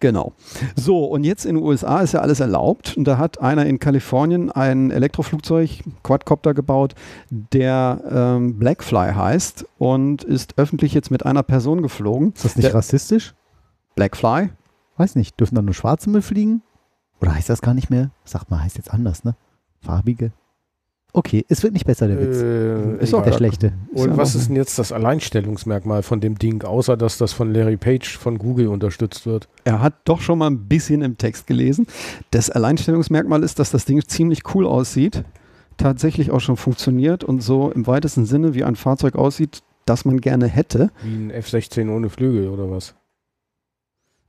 Speaker 3: Genau. So, und jetzt in den USA ist ja alles erlaubt. Und da hat einer in Kalifornien ein Elektroflugzeug, Quadcopter gebaut, der ähm, Blackfly heißt und ist öffentlich jetzt mit einer Person geflogen.
Speaker 2: Ist das nicht
Speaker 3: Der-
Speaker 2: rassistisch?
Speaker 3: Blackfly?
Speaker 2: Weiß nicht. Dürfen da nur Schwarze mit fliegen? Oder heißt das gar nicht mehr? Sag mal, heißt jetzt anders, ne? Farbige. Okay, es wird nicht besser, der Witz.
Speaker 5: Äh,
Speaker 3: Ist auch
Speaker 5: egal.
Speaker 2: der schlechte.
Speaker 5: Und was ist denn jetzt das Alleinstellungsmerkmal von dem Ding, außer dass das von Larry Page von Google unterstützt wird?
Speaker 3: Er hat doch schon mal ein bisschen im Text gelesen. Das Alleinstellungsmerkmal ist, dass das Ding ziemlich cool aussieht, tatsächlich auch schon funktioniert und so im weitesten Sinne wie ein Fahrzeug aussieht, das man gerne hätte.
Speaker 5: Wie ein F-16 ohne Flügel oder was?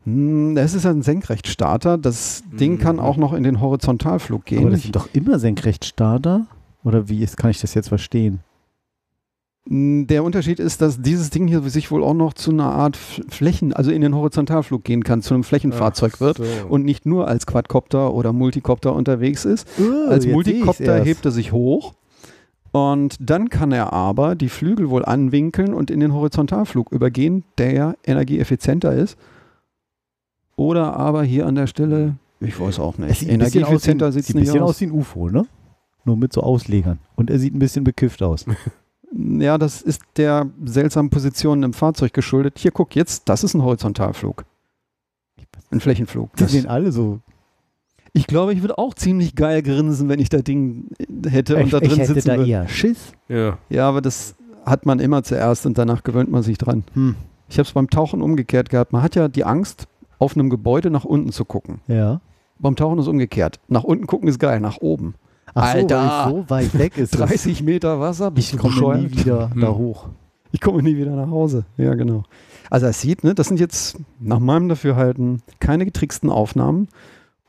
Speaker 3: Hm, Es ist ein Senkrechtstarter. Das Ding
Speaker 5: Mhm.
Speaker 3: kann auch noch in den Horizontalflug
Speaker 2: Aber das
Speaker 3: gehen.
Speaker 2: sind doch immer Senkrechtstarter. Oder wie ist, kann ich das jetzt verstehen?
Speaker 3: Hm, Der Unterschied ist, dass dieses Ding hier sich wohl auch noch zu einer Art F- Flächen, also in den Horizontalflug gehen kann, zu einem Flächenfahrzeug wird
Speaker 5: So.
Speaker 3: und nicht nur als Quadcopter oder Multicopter unterwegs ist.
Speaker 2: Uh, Also Oh,
Speaker 3: Als Multicopter hebt er sich hoch. Und dann kann er aber die Flügel wohl anwinkeln und in den Horizontalflug übergehen, der ja energieeffizienter ist. Oder aber hier an der Stelle Ich weiß auch
Speaker 2: Mhm. Es
Speaker 3: nicht.
Speaker 2: sieht ein bisschen, aus wie,
Speaker 3: Energieeffizienter
Speaker 2: ein-
Speaker 3: sieht es
Speaker 2: sieht ein
Speaker 3: nicht
Speaker 2: bisschen
Speaker 3: aus.
Speaker 2: aus wie ein UFO, ne? Nur mit so Auslegern. Und er sieht ein bisschen bekifft aus.
Speaker 3: Ja, das ist der seltsamen Position im Fahrzeug geschuldet. Hier, guck, jetzt, das ist ein Horizontalflug. Ein Flächenflug.
Speaker 2: Die
Speaker 3: Das,
Speaker 2: sehen alle so.
Speaker 3: ich glaube, ich würde auch ziemlich geil grinsen, wenn ich da Ding hätte und da drin sitzen würde.
Speaker 2: eher Schiss.
Speaker 5: Ja.
Speaker 3: Ja, aber das hat man immer zuerst und danach gewöhnt man sich dran.
Speaker 2: Hm.
Speaker 3: Ich habe es beim Tauchen umgekehrt gehabt. Man hat ja die Angst, auf einem Gebäude nach unten zu gucken.
Speaker 2: Ja.
Speaker 3: Beim Tauchen ist umgekehrt. Nach unten gucken ist geil, nach oben.
Speaker 2: Ach so,
Speaker 3: Alter.
Speaker 2: weil so weit (laughs) weg ist. das.
Speaker 3: 30 Meter Wasser, bist
Speaker 2: Ich
Speaker 3: du
Speaker 2: komme nie
Speaker 3: bescheuert?
Speaker 2: wieder
Speaker 5: Hm.
Speaker 2: da hoch.
Speaker 3: Ich komme nie wieder nach Hause. Ja, genau. Also es sieht, ne, das sind jetzt nach meinem Dafürhalten keine getricksten Aufnahmen.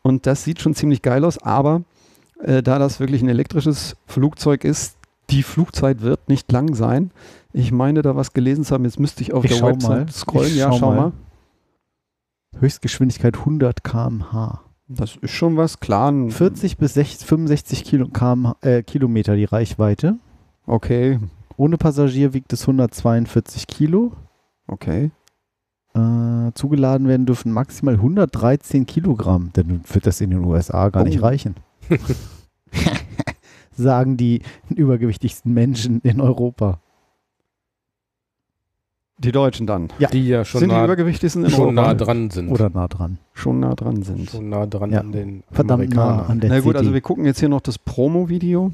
Speaker 3: Und das sieht schon ziemlich geil aus, aber äh, da das wirklich ein elektrisches Flugzeug ist, die Flugzeit wird nicht lang sein. Ich meine, da was gelesen zu haben, jetzt müsste ich auf
Speaker 2: Ich
Speaker 3: der
Speaker 2: schau
Speaker 3: Website
Speaker 2: mal.
Speaker 3: scrollen.
Speaker 2: Ich
Speaker 3: ja,
Speaker 2: schau
Speaker 3: schau mal.
Speaker 2: mal. Höchstgeschwindigkeit 100 km/h.
Speaker 3: Das ist schon was, klar. ein-
Speaker 2: 40 bis 60, 65 Kilo, km, äh, Kilometer die Reichweite.
Speaker 3: Okay,
Speaker 2: Ohne Passagier wiegt es 142 Kilo.
Speaker 3: okay.
Speaker 2: Äh, zugeladen werden dürfen maximal 113 Kilogramm, denn wird das in den USA gar nicht
Speaker 3: Oh. (laughs)
Speaker 2: reichen. (laughs) Sagen die übergewichtigsten Menschen in Europa.
Speaker 3: Die Deutschen dann.
Speaker 5: Die ja schon,
Speaker 3: sind die
Speaker 5: nah,
Speaker 3: Übergewichtigsten im
Speaker 5: schon nah
Speaker 3: Europa?
Speaker 5: dran sind.
Speaker 2: Oder nah dran.
Speaker 3: Schon nah dran sind.
Speaker 5: Schon nah dran
Speaker 2: Ja.
Speaker 5: an den
Speaker 2: Verdammt nah
Speaker 5: Amerikanern.
Speaker 2: an der
Speaker 3: Na gut,
Speaker 2: CD.
Speaker 3: also wir gucken jetzt hier noch das Promo-Video.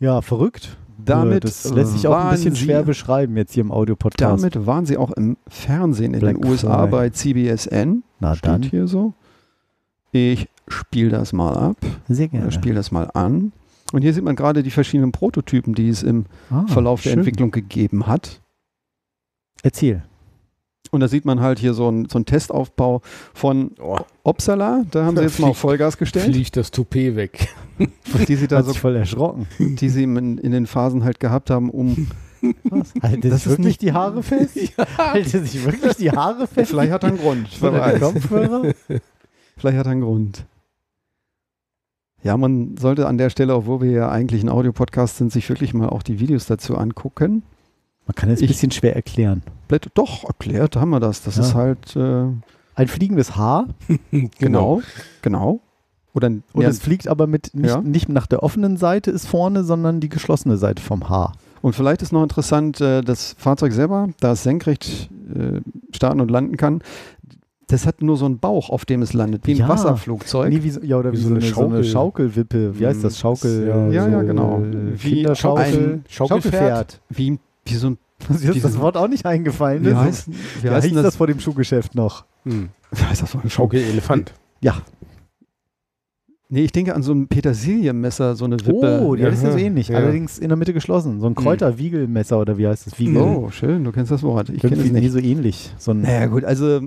Speaker 2: Ja, verrückt. Äh,
Speaker 3: Damit
Speaker 2: das lässt sich auch ein
Speaker 3: waren
Speaker 2: bisschen
Speaker 3: sie-
Speaker 2: schwer beschreiben jetzt hier im Audiopodcast.
Speaker 3: Damit waren sie auch im Fernsehen in den
Speaker 2: Black
Speaker 3: USA
Speaker 2: Friday. Mhm.
Speaker 3: bei CBSN.
Speaker 2: Na
Speaker 3: Steht
Speaker 2: dann,
Speaker 3: hier so. Ich spiele das mal ab,
Speaker 2: sehr
Speaker 3: äh, spiele das mal an. Und hier sieht man gerade die verschiedenen Prototypen, die es im
Speaker 2: Ah,
Speaker 3: Verlauf der
Speaker 2: schön.
Speaker 3: Entwicklung gegeben hat.
Speaker 2: Erzähl.
Speaker 3: Und da sieht man halt hier so einen so einen Testaufbau von
Speaker 5: Oh,
Speaker 3: Opsala. Da haben sie jetzt mal auf Vollgas gestellt,
Speaker 5: fliegt das Toupet weg. (laughs)
Speaker 3: die sie da
Speaker 2: Hat
Speaker 3: so,
Speaker 2: (laughs) sich voll
Speaker 3: (laughs)
Speaker 2: erschrocken.
Speaker 3: die sie in, in den Phasen halt gehabt haben,
Speaker 2: (laughs)
Speaker 3: um
Speaker 2: Haltet
Speaker 3: Das ist
Speaker 2: sich wirklich
Speaker 3: nicht-
Speaker 2: die
Speaker 3: (laughs)
Speaker 2: Haare fest? Haltet sich wirklich die Haare fest?
Speaker 3: Vielleicht hat er einen Grund. Wer
Speaker 2: Oder die
Speaker 3: weiß.
Speaker 2: Kopfhörer?
Speaker 3: Vielleicht hat er einen Grund. Ja, man sollte an der Stelle, obwohl wir ja eigentlich ein Audiopodcast sind, sich wirklich mal auch die Videos dazu angucken.
Speaker 2: Man kann das ein
Speaker 3: Ich-
Speaker 2: bisschen schwer erklären.
Speaker 3: Blätt- Doch, erklärt haben wir das. Das
Speaker 2: Ja. Genau.
Speaker 3: ist halt, äh,
Speaker 2: Ein fliegendes Haar
Speaker 3: genau, genau. Oder
Speaker 2: und
Speaker 3: ja,
Speaker 2: es fliegt aber mit nicht,
Speaker 3: Ja.
Speaker 2: nicht nach der offenen Seite ist vorne, sondern die geschlossene Seite vom Haar.
Speaker 3: Und vielleicht ist noch interessant, äh, das Fahrzeug selber, da es senkrecht äh, starten und landen kann, das hat nur so einen Bauch, auf dem es landet, wie ein
Speaker 2: Ja.
Speaker 3: Wasserflugzeug.
Speaker 2: Nee, wie so, ja, oder wie, so, eine, so eine Schaukelwippe. Wie heißt das? Schaukel.
Speaker 5: Ja,
Speaker 2: so,
Speaker 3: ja, ja, genau.
Speaker 2: äh,
Speaker 3: Wie
Speaker 2: Kinderschaukel.
Speaker 3: ein
Speaker 5: Schaukelpferd.
Speaker 3: Wie, wie so ein,
Speaker 2: Mir ist das
Speaker 3: Diesen-
Speaker 2: Wort auch nicht eingefallen.
Speaker 3: wie
Speaker 2: ne?
Speaker 3: heißt, wie
Speaker 2: ja,
Speaker 3: heißt denn
Speaker 2: hieß
Speaker 3: (laughs)
Speaker 2: das,
Speaker 3: das?
Speaker 2: vor dem Schuhgeschäft noch?
Speaker 5: Hm.
Speaker 3: Wie heißt das?
Speaker 5: Schaukelelefant.
Speaker 3: Nee, ich denke an so ein Petersilienmesser, so eine Wippe.
Speaker 2: oh, ja, das ist ja so
Speaker 5: Ja.
Speaker 2: ähnlich.
Speaker 5: Ja.
Speaker 2: Allerdings in der Mitte geschlossen. So ein Kräuterwiegelmesser oder wie heißt das? Wiegel.
Speaker 3: Oh, schön, du kennst das Wort. Ich kenne
Speaker 2: Irgendwie
Speaker 3: es
Speaker 2: nee,
Speaker 3: nicht.
Speaker 2: so ähnlich. So ein
Speaker 3: Naja, gut, also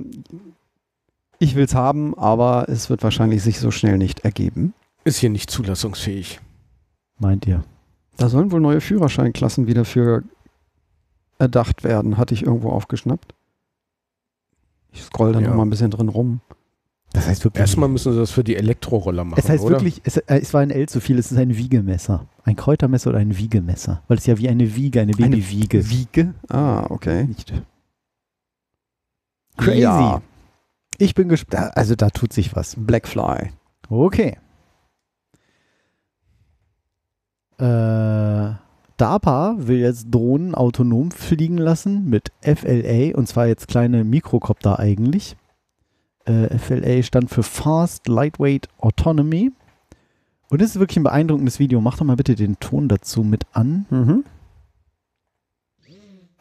Speaker 3: ich will es haben, aber es wird wahrscheinlich sich so schnell nicht ergeben.
Speaker 5: Ist hier nicht zulassungsfähig.
Speaker 2: Hm. Meint ihr?
Speaker 3: Da sollen wohl neue Führerscheinklassen wieder für erdacht werden, hatte ich irgendwo aufgeschnappt. Ich scroll dann
Speaker 5: Ja.
Speaker 3: noch mal ein bisschen drin rum.
Speaker 2: Das heißt wirklich.
Speaker 5: Erstmal müssen sie das für die Elektroroller machen.
Speaker 2: es heißt
Speaker 5: oder?
Speaker 2: wirklich, es, äh, es war ein L zu viel, es ist ein Wiegemesser. Ein Kräutermesser oder ein Wiegemesser. Weil es ja wie eine Wiege, eine
Speaker 3: Eine
Speaker 2: Babywiege.
Speaker 3: Wiege? Ah, okay.
Speaker 2: Nicht. Crazy.
Speaker 3: Ja,
Speaker 2: Ich bin gespannt. Also da tut sich was.
Speaker 3: Blackfly.
Speaker 2: Okay. Äh, DARPA will jetzt Drohnen autonom fliegen lassen mit FLA und zwar jetzt kleine Mikrokopter eigentlich. Äh, FLA stand für Fast Lightweight Autonomy. Und das ist wirklich ein beeindruckendes Video. Mach doch mal bitte den Ton dazu mit an.
Speaker 3: Mhm.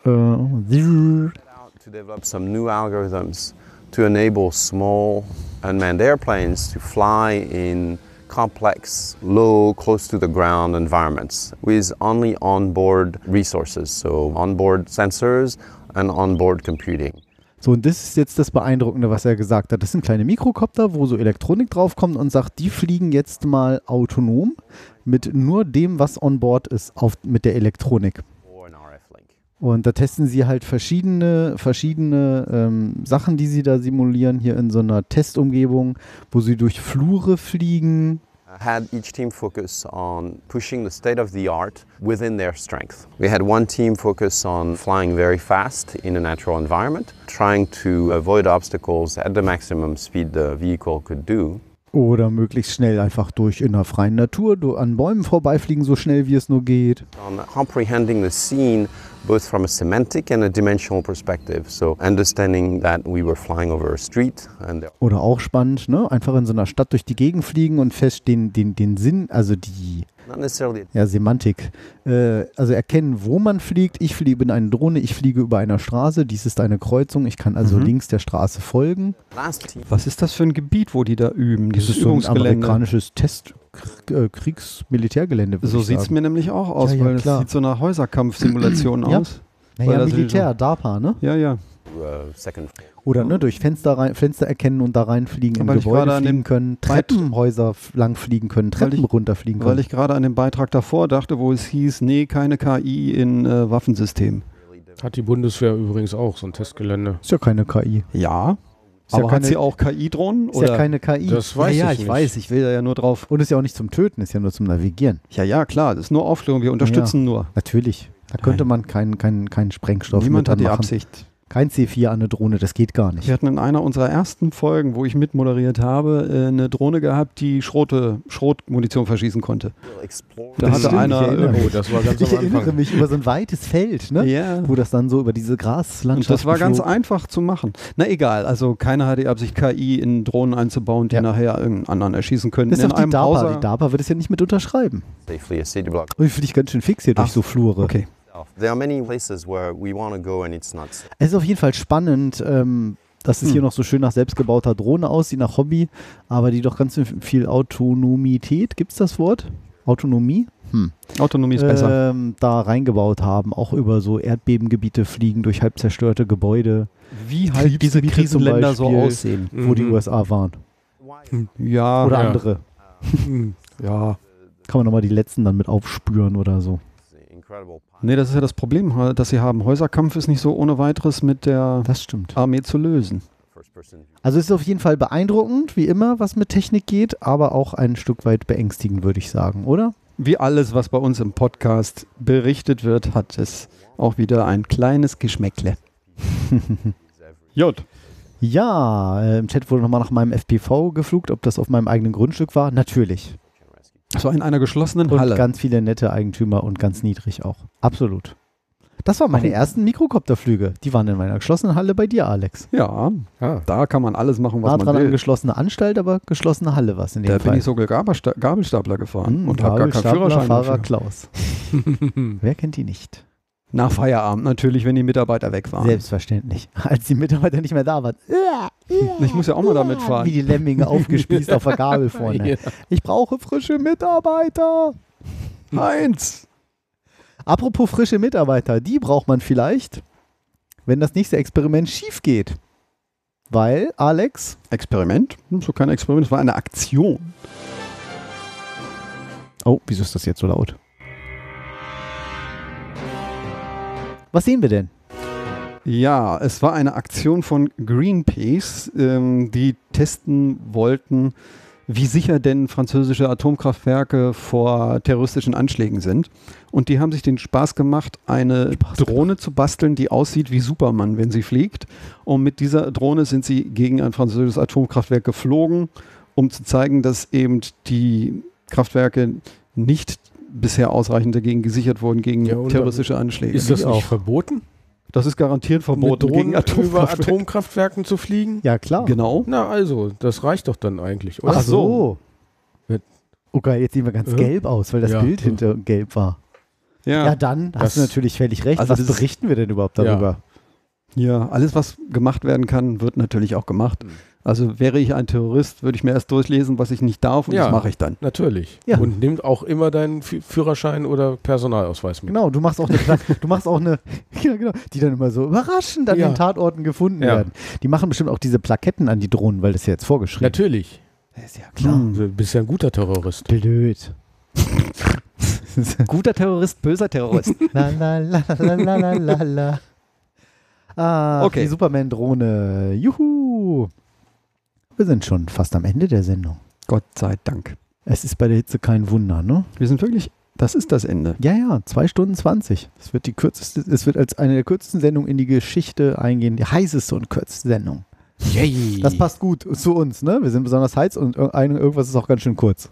Speaker 2: Äh,
Speaker 8: out to develop some new algorithms to enable small unmanned airplanes to fly in complex, low, close to the ground environments with only onboard resources, so onboard sensors and onboard computing.
Speaker 2: So, und das ist jetzt das Beeindruckende, was er gesagt hat. Das sind kleine Mikrokopter, wo so Elektronik draufkommt und sagt, die fliegen jetzt mal autonom mit nur dem, was on board ist, auf, mit der Elektronik.
Speaker 8: Or an RF link.
Speaker 2: Und da testen sie halt verschiedene, verschiedene ähm, Sachen, die sie da simulieren, hier in so einer Testumgebung, wo sie durch Flure fliegen.
Speaker 8: I had each team focus on pushing the state of the art within their strength. We had one team focus on flying very fast in a natural environment, trying to avoid obstacles at the maximum speed the vehicle could do.
Speaker 2: Oder möglichst schnell einfach durch in der freien Natur, du- an Bäumen vorbeifliegen, so schnell wie es nur geht.
Speaker 8: on comprehending the scene both from a semantic and a dimensional perspective. So understanding that we were flying over a street and there
Speaker 2: Oder auch spannend, ne? Einfach in so einer Stadt durch die Gegend fliegen und fest den, den, den Sinn, also die
Speaker 8: not necessarily
Speaker 2: ja, Semantik. Äh, also erkennen, wo man fliegt. Ich fliege in eine Drohne, ich fliege über einer Straße, dies ist eine Kreuzung, ich kann
Speaker 3: Mhm.
Speaker 2: also links der Straße folgen.
Speaker 8: last team
Speaker 3: Was ist das für ein Gebiet, wo die da üben? Dieses
Speaker 2: so ein
Speaker 3: Übungsgelände.
Speaker 2: amerikanisches Test Kr- äh, Kriegsmilitärgelände. würd
Speaker 3: So
Speaker 2: ich
Speaker 3: sieht es
Speaker 2: sagen.
Speaker 3: mir nämlich auch aus,
Speaker 2: Ja, ja,
Speaker 3: weil es
Speaker 2: klar.
Speaker 3: sieht so nach Häuserkampfsimulation
Speaker 2: Ja.
Speaker 3: aus. weil
Speaker 2: Naja,
Speaker 3: das ist
Speaker 2: Militär, DARPA, ne?
Speaker 3: Ja, ja.
Speaker 8: uh, second
Speaker 2: Oder ne, durch Fenster, rein, Fenster erkennen und da reinfliegen, in
Speaker 3: Weil ich gerade
Speaker 2: Gebäude
Speaker 3: an
Speaker 2: fliegen
Speaker 3: dem
Speaker 2: können,
Speaker 3: Weit-
Speaker 2: Treppenhäuser f- langfliegen können,
Speaker 3: Weil
Speaker 2: Treppen
Speaker 3: ich-
Speaker 2: runterfliegen
Speaker 3: Weil
Speaker 2: können.
Speaker 3: ich gerade an den Beitrag davor dachte, wo es hieß, nee, keine KI in äh, Waffensystemen.
Speaker 5: Hat die Bundeswehr übrigens auch so ein Testgelände.
Speaker 2: ist ja keine KI.
Speaker 3: Ja,
Speaker 2: Ist
Speaker 3: aber
Speaker 2: ja
Speaker 3: hat
Speaker 2: keine,
Speaker 3: sie auch KI-Dronen?
Speaker 2: ist ja keine KI.
Speaker 5: Das weiß
Speaker 3: ja,
Speaker 5: ich,
Speaker 3: ich
Speaker 5: nicht.
Speaker 3: weiß, ich will da ja nur drauf.
Speaker 2: und ist ja auch nicht zum Töten, ist ja nur zum Navigieren.
Speaker 3: Ja, ja, klar, das ist nur Aufklärung, wir unterstützen nur.
Speaker 2: Natürlich. Da könnte man keinen keinen keinen Sprengstoff
Speaker 3: Niemand
Speaker 2: mit
Speaker 3: hat die
Speaker 2: anmachen.
Speaker 3: Absicht.
Speaker 2: Kein C4 an eine Drohne, das geht gar nicht.
Speaker 3: Wir hatten in einer unserer ersten Folgen, wo ich mitmoderiert habe, äh, eine Drohne gehabt, die Schrote, Schrotmunition verschießen konnte.
Speaker 8: explore
Speaker 3: Da
Speaker 2: Das
Speaker 3: hatte
Speaker 2: stimmt, ich
Speaker 3: einer.
Speaker 2: erinnere
Speaker 5: Oh, das war ganz
Speaker 2: Ich
Speaker 5: am
Speaker 2: erinnere
Speaker 5: Anfang.
Speaker 2: mich über so ein weites Feld, ne?
Speaker 3: ja.
Speaker 2: Wo das dann so über diese
Speaker 3: Und
Speaker 2: Graslandschaft.
Speaker 3: das war ganz
Speaker 2: flog.
Speaker 3: einfach zu machen. Na egal, also keiner hatte die Absicht, KI in Drohnen einzubauen, die
Speaker 2: Ja.
Speaker 3: nachher irgendeinen anderen erschießen können.
Speaker 2: Das ist
Speaker 3: in
Speaker 2: doch die DARPA.
Speaker 3: Browser-
Speaker 2: Die DARPA wird es ja nicht mit unterschreiben.
Speaker 8: safely a city block
Speaker 2: Und ich fliege ganz schön fix hier durch
Speaker 3: Ach,
Speaker 2: so Flure.
Speaker 3: Okay.
Speaker 8: there are many places where we want to go and it's not safe.
Speaker 2: Es ist auf jeden Fall spannend, ähm, dass
Speaker 3: Hm.
Speaker 2: es hier noch so schön nach selbstgebauter Drohne aussieht, nach Hobby, aber die doch ganz viel Autonomität, gibt es das Wort? Autonomie?
Speaker 3: Autonomie ist besser.
Speaker 2: Ähm, da reingebaut haben, auch über so Erdbebengebiete fliegen, durch halb zerstörte Gebäude,
Speaker 3: Wie
Speaker 2: Kriegsgebiete
Speaker 3: halt diese
Speaker 2: zum
Speaker 3: Krisenländer so
Speaker 2: Beispiel.
Speaker 3: aussehen.
Speaker 2: wo die
Speaker 5: Mhm.
Speaker 2: USA waren.
Speaker 3: Ja,
Speaker 2: Oder
Speaker 5: ja.
Speaker 2: andere.
Speaker 8: uh,
Speaker 3: ja.
Speaker 2: Kann man nochmal die letzten dann mit aufspüren oder so.
Speaker 8: The incredible
Speaker 3: Nee, das ist ja das Problem, das sie haben. Häuserkampf ist nicht so ohne weiteres mit der
Speaker 2: Das stimmt.
Speaker 3: Armee zu lösen.
Speaker 8: first person view
Speaker 2: Also es ist auf jeden Fall beeindruckend, wie immer, was mit Technik geht, aber auch ein Stück weit beängstigend, würde ich sagen, oder? (laughs)
Speaker 3: Wie alles, was bei uns im Podcast berichtet wird, hat es auch wieder ein kleines Geschmäckle. Jod.
Speaker 2: Ja, äh, im Chat wurde nochmal nach meinem FPV geflugt, ob das auf meinem eigenen Grundstück war. Natürlich.
Speaker 3: So in einer geschlossenen
Speaker 2: Und
Speaker 3: Halle.
Speaker 2: ganz viele nette Eigentümer und ganz niedrig auch. Absolut. Das waren meine
Speaker 3: Warum?
Speaker 2: ersten Mikrokopterflüge. Die waren in meiner geschlossenen Halle bei dir, Alex.
Speaker 3: Ja,
Speaker 5: Ah,
Speaker 3: (laughs) da kann man alles machen, was
Speaker 2: War
Speaker 3: man
Speaker 2: dran
Speaker 3: will.
Speaker 2: angeschlossene Anstalt, aber geschlossene Halle was in dem
Speaker 3: Da
Speaker 2: Fall.
Speaker 3: bin ich sogar Gabelsta Gabelstapler gefahren
Speaker 2: Hm,
Speaker 3: und habe gar keinen
Speaker 2: Gabelstapler,
Speaker 3: Führerschein.
Speaker 2: Fahrer
Speaker 3: Dafür.
Speaker 2: Klaus. Wer kennt die nicht?
Speaker 3: Nach Feierabend natürlich, wenn die Mitarbeiter weg waren.
Speaker 2: Selbstverständlich. (laughs) Als die Mitarbeiter nicht mehr da waren. Uah, uah,
Speaker 3: Ich muss ja auch mal
Speaker 2: (laughs)
Speaker 3: damit
Speaker 2: uah,
Speaker 3: fahren.
Speaker 2: Wie die Lemminge aufgespießt auf der Gabel vorne.
Speaker 5: Ja.
Speaker 2: Ich brauche frische Mitarbeiter.
Speaker 3: Heinz!
Speaker 2: Apropos frische Mitarbeiter, die braucht man vielleicht, wenn das nächste Experiment schief geht. Weil, Alex,
Speaker 3: Experiment? Hm, So kein Experiment, es war eine Aktion.
Speaker 2: Oh, wieso ist das jetzt so laut? Was sehen wir denn?
Speaker 3: Ja, es war eine Aktion von Greenpeace, ähm, die testen wollten, wie sicher denn französische Atomkraftwerke vor terroristischen Anschlägen sind. Und die haben sich den Spaß gemacht, eine Drohne zu basteln, die aussieht wie Superman, wenn sie fliegt. Und mit dieser Drohne sind sie gegen ein französisches Atomkraftwerk geflogen, um zu zeigen, dass eben die Kraftwerke nicht bisher ausreichend dagegen gesichert wurden, gegen
Speaker 5: Ja, und
Speaker 3: terroristische Anschläge.
Speaker 5: ist das
Speaker 3: Wie
Speaker 5: nicht verboten?
Speaker 3: das ist garantiert verboten
Speaker 5: mit
Speaker 3: gegen
Speaker 5: Drohnen über
Speaker 3: Atomkraftwerke.
Speaker 5: Atomkraftwerken zu fliegen?
Speaker 2: Ja, klar.
Speaker 3: Genau.
Speaker 5: Na also, das reicht doch dann eigentlich, oder?
Speaker 2: Ach so. Okay, jetzt sehen wir ganz
Speaker 5: Äh?
Speaker 2: gelb aus, weil das
Speaker 5: Ja.
Speaker 2: Bild hinter gelb war. Ja,
Speaker 3: Ja.
Speaker 2: dann hast du
Speaker 5: Das-
Speaker 2: natürlich völlig recht.
Speaker 3: also
Speaker 2: Was
Speaker 3: das ist-
Speaker 2: berichten wir denn überhaupt
Speaker 5: Ja.
Speaker 2: darüber?
Speaker 3: ja, alles, was gemacht werden kann, wird natürlich auch gemacht. Also wäre ich ein Terrorist, würde ich mir erst durchlesen, was ich nicht darf und
Speaker 5: Ja.
Speaker 3: das mache ich dann.
Speaker 5: Natürlich.
Speaker 2: Ja.
Speaker 5: Und nimmt auch immer deinen Fü- Führerschein oder Personalausweis mit.
Speaker 2: Genau, du machst auch eine, Kla- du machst auch eine, (laughs) ja, genau, die dann immer so überraschend an
Speaker 5: Ja.
Speaker 2: den Tatorten gefunden
Speaker 5: Ja.
Speaker 2: werden. Die machen bestimmt auch diese Plaketten an die Drohnen, weil das ist ja jetzt vorgeschrieben.
Speaker 5: Natürlich.
Speaker 2: ist ja
Speaker 3: Hm.
Speaker 5: Du bist ja ein guter Terrorist.
Speaker 2: Blöd.
Speaker 3: Guter Terrorist, böser Terrorist.
Speaker 2: La, la, la, la, la, la, la, la. Ah,
Speaker 3: Okay.
Speaker 2: die Superman-Drohne. Juhu. Wir sind schon fast am Ende der Sendung.
Speaker 3: (laughs) Gott sei Dank.
Speaker 2: Es ist bei der Hitze kein Wunder, ne?
Speaker 3: Wir sind wirklich, das ist das Ende.
Speaker 2: Ja, ja, 2 Stunden 20. Es wird die kürzeste, es wird als eine der kürzesten Sendungen in die Geschichte eingehen, die heißeste und kürzeste Sendung.
Speaker 3: Yay.
Speaker 2: Das passt gut zu uns, ne? Wir sind besonders heiß und ir- ein- irgendwas ist auch ganz schön kurz.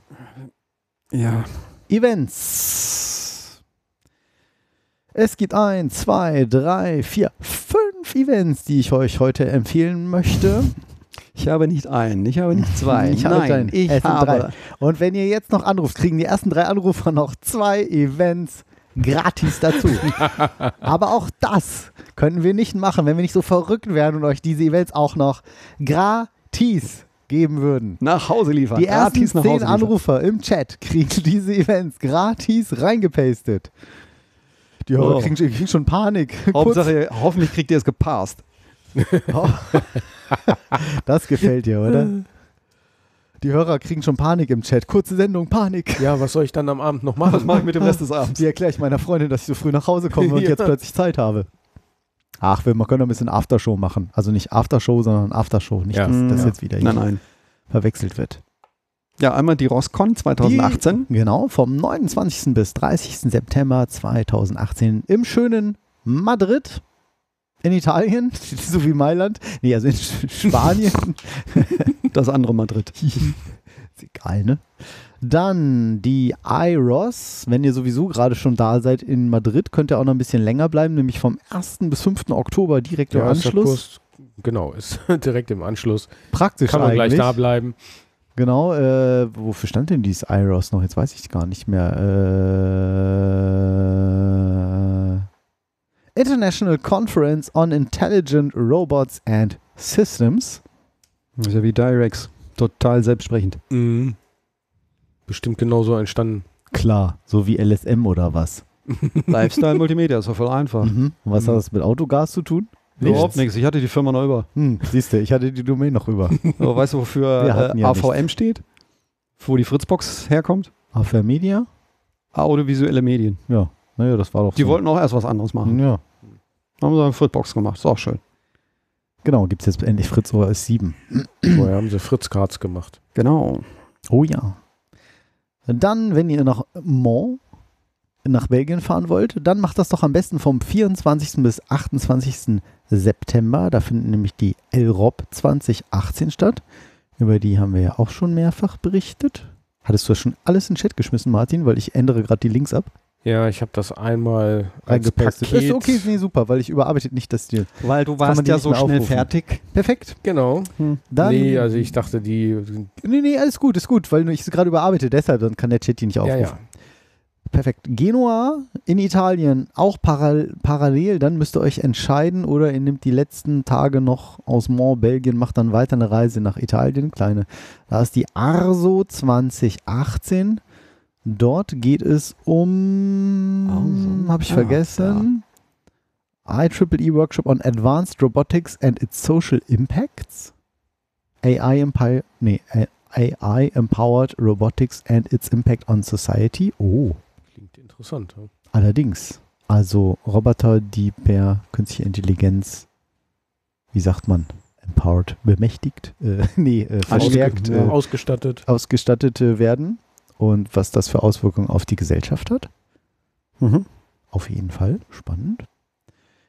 Speaker 3: Ja.
Speaker 2: Events. Es gibt ein, zwei, drei, vier, fünf Events, die ich euch heute empfehlen möchte.
Speaker 3: Ich habe nicht einen, ich habe nicht zwei.
Speaker 2: Ich habe
Speaker 3: Nein,
Speaker 2: keinen.
Speaker 3: ich
Speaker 2: Es sind
Speaker 3: habe.
Speaker 2: Und wenn ihr jetzt noch anruft, kriegen die ersten drei Anrufer noch zwei Events gratis dazu. Aber auch das können wir nicht machen, wenn wir nicht so verrückt wären und euch diese Events auch noch gratis geben würden.
Speaker 3: Nach Hause liefern.
Speaker 2: Die ersten
Speaker 3: Gratis nach Hause
Speaker 2: zehn
Speaker 3: liefern.
Speaker 2: Anrufer im Chat kriegen (laughs) diese Events gratis reingepastet. Die Hörer
Speaker 3: Oh.
Speaker 2: kriegen, schon- kriegen schon Panik. (laughs)
Speaker 3: Hauptsache, oh. hoffentlich kriegt ihr es gepasst.
Speaker 2: (laughs) Das gefällt dir, oder? Die Hörer kriegen schon Panik im Chat. Kurze Sendung, Panik. (laughs)
Speaker 5: Ja, was soll ich dann am Abend noch
Speaker 3: Was (laughs)
Speaker 5: machen?
Speaker 3: mache ich mit dem Rest des Abends?
Speaker 2: Wie erkläre ich meiner Freundin, dass ich so früh nach Hause komme und
Speaker 5: Ja.
Speaker 2: jetzt plötzlich Zeit habe? Ach, wir können doch ein bisschen Aftershow machen. Also nicht Aftershow, sondern Aftershow. Nicht,
Speaker 5: Ja.
Speaker 2: dass das
Speaker 3: Ja.
Speaker 2: jetzt wieder
Speaker 3: Nein,
Speaker 2: hier
Speaker 3: nein.
Speaker 2: verwechselt wird.
Speaker 3: Ja, einmal die Roscon 2018.
Speaker 2: Genau, vom 29. bis 30. September 2018 im schönen Madrid in Italien, (laughs) so wie Mailand. Nee, also in Sch- Spanien.
Speaker 3: Das andere Madrid.
Speaker 2: (laughs) Ist egal, ne? Dann die IROS. Wenn ihr sowieso gerade schon da seid in Madrid, könnt ihr auch noch ein bisschen länger bleiben, nämlich vom 1. bis 5. Oktober direkt im
Speaker 5: Ja, ist der
Speaker 2: Anschluss.
Speaker 5: Kurs- genau, ist (laughs) direkt im Anschluss.
Speaker 2: Praktisch
Speaker 5: Kann man
Speaker 2: eigentlich.
Speaker 5: gleich da bleiben.
Speaker 2: Genau, äh, wofür stand denn dieses IROS noch? Jetzt weiß ich gar nicht mehr. Äh, International Conference on Intelligent Robots and Systems.
Speaker 3: Das ist ja wie Direx. Total selbstsprechend.
Speaker 5: Mhm. Bestimmt genauso entstanden.
Speaker 2: Klar, so wie LSM oder was.
Speaker 3: (laughs)
Speaker 5: (laughs)
Speaker 3: Lifestyle Multimedia, ist doch voll einfach.
Speaker 2: Mhm. Und was
Speaker 3: Mhm.
Speaker 2: hat das mit Autogas zu tun?
Speaker 3: Überhaupt nichts. Ich hatte die Firma noch über.
Speaker 2: Hm, siehst du, ich hatte die Domain noch
Speaker 3: (laughs)
Speaker 2: rüber.
Speaker 3: Aber weißt du, wofür
Speaker 2: Wir hatten
Speaker 3: äh,
Speaker 2: ja
Speaker 3: AVM steht? Wo die Fritzbox herkommt?
Speaker 2: AFR Media?
Speaker 3: Audiovisuelle Medien. Hm.
Speaker 2: Naja, das war doch
Speaker 3: Die
Speaker 2: so.
Speaker 3: wollten auch erst was anderes machen.
Speaker 2: Ja.
Speaker 3: Haben sie eine Fritzbox gemacht. Ist auch schön.
Speaker 2: Genau, gibt es jetzt endlich Fritz OS 7.
Speaker 5: Vorher haben sie Fritz Karts gemacht.
Speaker 3: Genau.
Speaker 2: Oh ja. Dann, wenn ihr nach Mont nach Belgien fahren wollt, dann macht das doch am besten vom 24. bis 28. September. Da finden nämlich die LROB 2018 statt. Über die haben wir ja auch schon mehrfach berichtet. Hattest du das schon alles in den Chat geschmissen, Martin? Weil ich ändere gerade die Links ab.
Speaker 5: Ja, ich habe das einmal als
Speaker 2: Reingepackt.
Speaker 5: Paket.
Speaker 2: Ist okay, nee, super, weil ich überarbeitet nicht das Stil.
Speaker 3: Weil du
Speaker 2: warst ja so schnell
Speaker 3: fertig.
Speaker 2: Perfekt.
Speaker 5: Genau.
Speaker 2: Dann
Speaker 5: nee, also ich dachte, die.
Speaker 2: Nee, nee, alles gut, ist gut, weil ich es gerade überarbeite, deshalb, dann kann der Chat die nicht
Speaker 5: Ja,
Speaker 2: aufrufen.
Speaker 5: ja.
Speaker 2: Perfekt. Genua in Italien, auch paral parallel, dann müsst ihr euch entscheiden oder ihr nehmt die letzten Tage noch aus Mont, Belgien, macht dann weiter eine Reise nach Italien, kleine. Da ist die Arso 2018. Dort geht es um,
Speaker 3: Arso.
Speaker 2: habe ich
Speaker 3: Ah,
Speaker 2: vergessen, IEEE Workshop on Advanced Robotics and its Social Impacts. AI Empire, nee, äh, AI Empowered Robotics and its Impact on Society. Oh,
Speaker 5: Klingt interessant. ja.
Speaker 2: allerdings. Also Roboter, die per künstlicher Intelligenz, wie sagt man, empowered, bemächtigt, äh, (laughs) nee, äh, verstärkt,
Speaker 5: Ausge-
Speaker 2: äh,
Speaker 5: Ausgestattet.
Speaker 2: ausgestattet äh, werden und was das für Auswirkungen auf die Gesellschaft hat.
Speaker 3: Mhm.
Speaker 2: Auf jeden Fall. Spannend.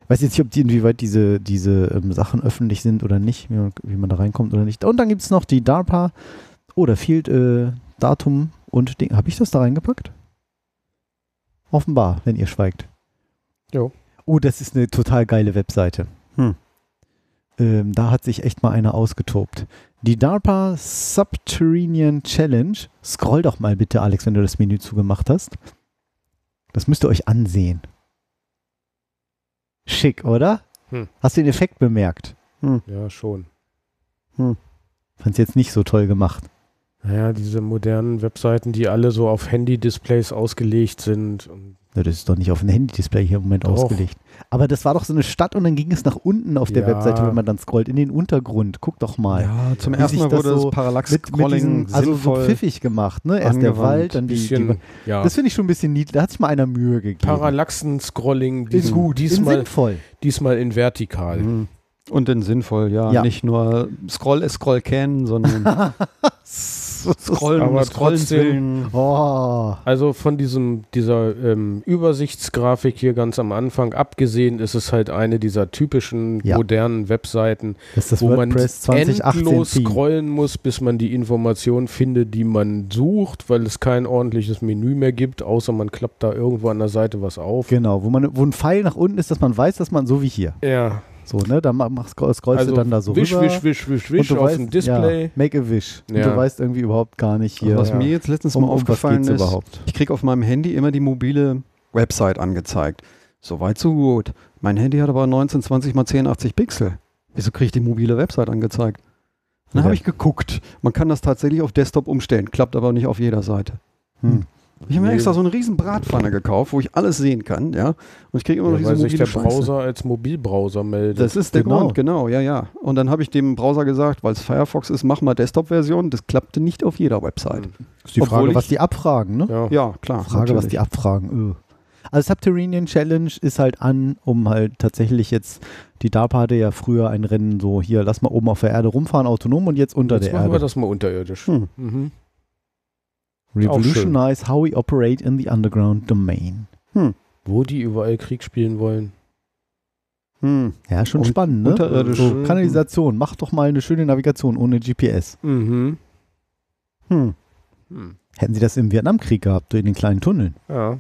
Speaker 2: Ich weiß jetzt nicht, ob die, inwieweit diese, diese ähm, Sachen öffentlich sind oder nicht, wie man, wie man da reinkommt oder nicht. Und dann gibt es noch die DARPA oder Field äh, Datum und Ding. Habe ich das da reingepackt? Offenbar, wenn ihr schweigt.
Speaker 5: Jo.
Speaker 2: Oh, das ist eine total geile Webseite.
Speaker 3: Hm.
Speaker 2: Ähm, da hat sich echt mal einer ausgetobt. Die DARPA Subterranean Challenge. Scroll doch mal bitte, Alex, wenn du das Menü zugemacht hast. Das müsst ihr euch ansehen. Schick, oder?
Speaker 5: Hm.
Speaker 2: Hast du den Effekt bemerkt?
Speaker 3: Mhm.
Speaker 5: Ja, schon.
Speaker 2: Fand's jetzt nicht so toll gemacht.
Speaker 5: Naja, diese modernen Webseiten, die alle so auf Handy-Displays ausgelegt sind. Und
Speaker 2: Na, das ist doch nicht auf ein Handy-Display hier im Moment
Speaker 5: Doch.
Speaker 2: ausgelegt. Aber das war doch so eine Stadt und dann ging es nach unten auf der
Speaker 5: Ja.
Speaker 2: Webseite, wenn man dann scrollt, in den Untergrund. Guck doch mal.
Speaker 3: Ja, zum
Speaker 2: Wie
Speaker 3: ersten
Speaker 2: sich
Speaker 3: Mal
Speaker 2: das
Speaker 3: wurde das
Speaker 2: so Mit, mit
Speaker 3: Parallax-Scrolling
Speaker 2: diesen, also so
Speaker 3: sinnvoll.
Speaker 2: pfiffig gemacht, ne? Erst der
Speaker 3: angewandt.
Speaker 2: Wald, dann die, die
Speaker 5: bisschen, ja,
Speaker 2: Das finde ich schon ein bisschen niedlich. Da hat sich mal einer Mühe gegeben.
Speaker 5: Parallaxen-Scrolling. dies-
Speaker 2: Ist
Speaker 5: Diesmal,
Speaker 2: sinnvoll.
Speaker 5: diesmal in vertikal.
Speaker 3: Mhm. Und in sinnvoll, ja.
Speaker 2: Ja.
Speaker 3: äh, (laughs) Nicht nur Scroll ist Scroll kennen, sondern
Speaker 1: Scrollen,
Speaker 5: Aber
Speaker 1: Scrollen
Speaker 5: trotzdem-
Speaker 1: willen.
Speaker 2: Oh,
Speaker 5: Also von diesem, dieser ähm, Übersichtsgrafik hier ganz am Anfang abgesehen, ist es halt eine dieser typischen
Speaker 2: Ja.
Speaker 5: modernen Webseiten,
Speaker 2: das ist das
Speaker 5: wo man
Speaker 2: WordPress 2018
Speaker 5: endlos
Speaker 2: Theme.
Speaker 5: scrollen muss, bis man die Information findet, die man sucht, weil es kein ordentliches Menü mehr gibt, außer man klappt da irgendwo an der Seite was auf.
Speaker 2: Genau, wo, man, wo ein Pfeil nach unten ist, dass man weiß, dass man so wie hier.
Speaker 5: Ja,
Speaker 2: So, ne? Da ma- mach, scroll- scrollst
Speaker 5: also
Speaker 2: du dann da so
Speaker 5: wisch,
Speaker 2: rüber.
Speaker 5: wisch, wisch, wisch, wisch
Speaker 2: und du
Speaker 5: auf
Speaker 2: weißt,
Speaker 5: dem Display.
Speaker 2: Ja, make a wish. Und
Speaker 5: Ja.
Speaker 2: du weißt irgendwie überhaupt gar nicht hier.
Speaker 3: Also was
Speaker 5: ja.
Speaker 3: mir jetzt letztens
Speaker 2: um,
Speaker 3: mal
Speaker 2: um was
Speaker 3: aufgefallen
Speaker 2: geht's
Speaker 3: ist,
Speaker 2: überhaupt?
Speaker 3: ich kriege auf meinem Handy immer die mobile Website angezeigt. Soweit so gut. Mein Handy hat aber 1920 mal 1080 Pixel. Wieso kriege ich die mobile Website angezeigt? Dann
Speaker 2: Ja.
Speaker 3: habe ich geguckt. Man kann das tatsächlich auf Desktop umstellen, klappt aber nicht auf jeder Seite.
Speaker 2: Hm.
Speaker 3: Ich habe mir
Speaker 5: Nee.
Speaker 3: extra so eine riesen Bratpfanne gekauft, wo ich alles sehen kann, ja. Und ich kriege immer noch
Speaker 5: Ja,
Speaker 3: diese
Speaker 5: weil sich
Speaker 3: mobile
Speaker 5: der
Speaker 3: Scheiße.
Speaker 5: Browser als Mobilbrowser meldet.
Speaker 3: Das ist der
Speaker 2: Genau.
Speaker 3: Grund, genau, ja, ja. Und dann habe ich dem Browser gesagt, weil es Firefox ist, mach mal Desktop-Version. Das klappte nicht auf jeder Website.
Speaker 5: Hm.
Speaker 2: Ist die
Speaker 3: Obwohl
Speaker 2: Frage,
Speaker 3: ich-
Speaker 2: was die abfragen, ne?
Speaker 5: Ja.
Speaker 3: Ja, klar.
Speaker 2: Frage, was
Speaker 3: natürlich.
Speaker 2: die abfragen. Öh. Also Subterranean Challenge ist halt an, um halt tatsächlich jetzt, die DARPA hatte ja früher ein Rennen so, hier, lass mal oben auf der Erde rumfahren, autonom und jetzt unter
Speaker 5: Jetzt
Speaker 2: der
Speaker 5: machen wir
Speaker 2: Erde.
Speaker 5: das mal unterirdisch.
Speaker 3: Hm.
Speaker 5: Mhm. auch schön.
Speaker 2: Revolutionize how we operate in the underground domain.
Speaker 5: Wo die überall Krieg spielen wollen.
Speaker 3: Hm.
Speaker 2: Ja, schon
Speaker 3: Und
Speaker 2: spannend, ne?
Speaker 3: unterirdisch.
Speaker 2: So, Kanalisation, mach doch mal eine schöne Navigation ohne GPS.
Speaker 5: Mhm.
Speaker 3: Hm.
Speaker 5: Hm.
Speaker 2: Hätten sie das im Vietnamkrieg gehabt, in den kleinen Tunneln.
Speaker 5: Ja.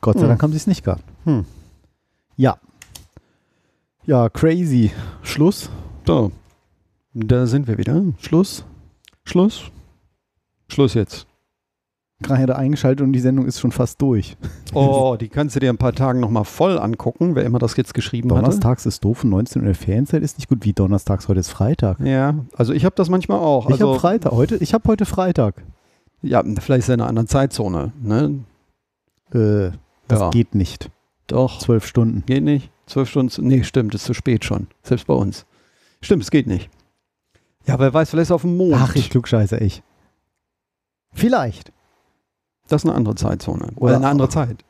Speaker 2: Gott sei
Speaker 3: Hm.
Speaker 2: Dank haben sie es nicht gehabt.
Speaker 3: Hm.
Speaker 2: Ja. Ja, crazy. Schluss.
Speaker 3: So. Da sind wir wieder. Schluss. Schluss. Schluss jetzt.
Speaker 2: Gerade hätte eingeschaltet und die Sendung ist schon fast durch. (laughs)
Speaker 3: (laughs) Oh, die kannst du dir in ein paar Tagen nochmal voll angucken, wer immer das jetzt geschrieben hat.
Speaker 2: Donnerstags ist doof und 19 Uhr Ferienzeit ist nicht gut. Wie donnerstags? Heute ist Freitag.
Speaker 3: Ja, also ich habe das manchmal auch.
Speaker 2: Ich
Speaker 3: also,
Speaker 2: habe Freitag. Heute, ich habe heute Freitag.
Speaker 3: ja, vielleicht ist er in einer anderen Zeitzone. Ne?
Speaker 2: Äh, das
Speaker 3: Ja.
Speaker 2: geht nicht.
Speaker 3: Doch.
Speaker 2: Zwölf Stunden.
Speaker 3: Geht nicht. Zwölf Stunden. zu- Nee, stimmt, ist zu spät schon. Selbst bei uns. Stimmt, es geht nicht. Ja, wer weiß, vielleicht ist er auf dem Mond.
Speaker 2: Ach, ich klugscheiße, ich. Vielleicht.
Speaker 3: Das ist eine andere Zeitzone.
Speaker 2: Oder-
Speaker 3: Oder eine andere Zeit.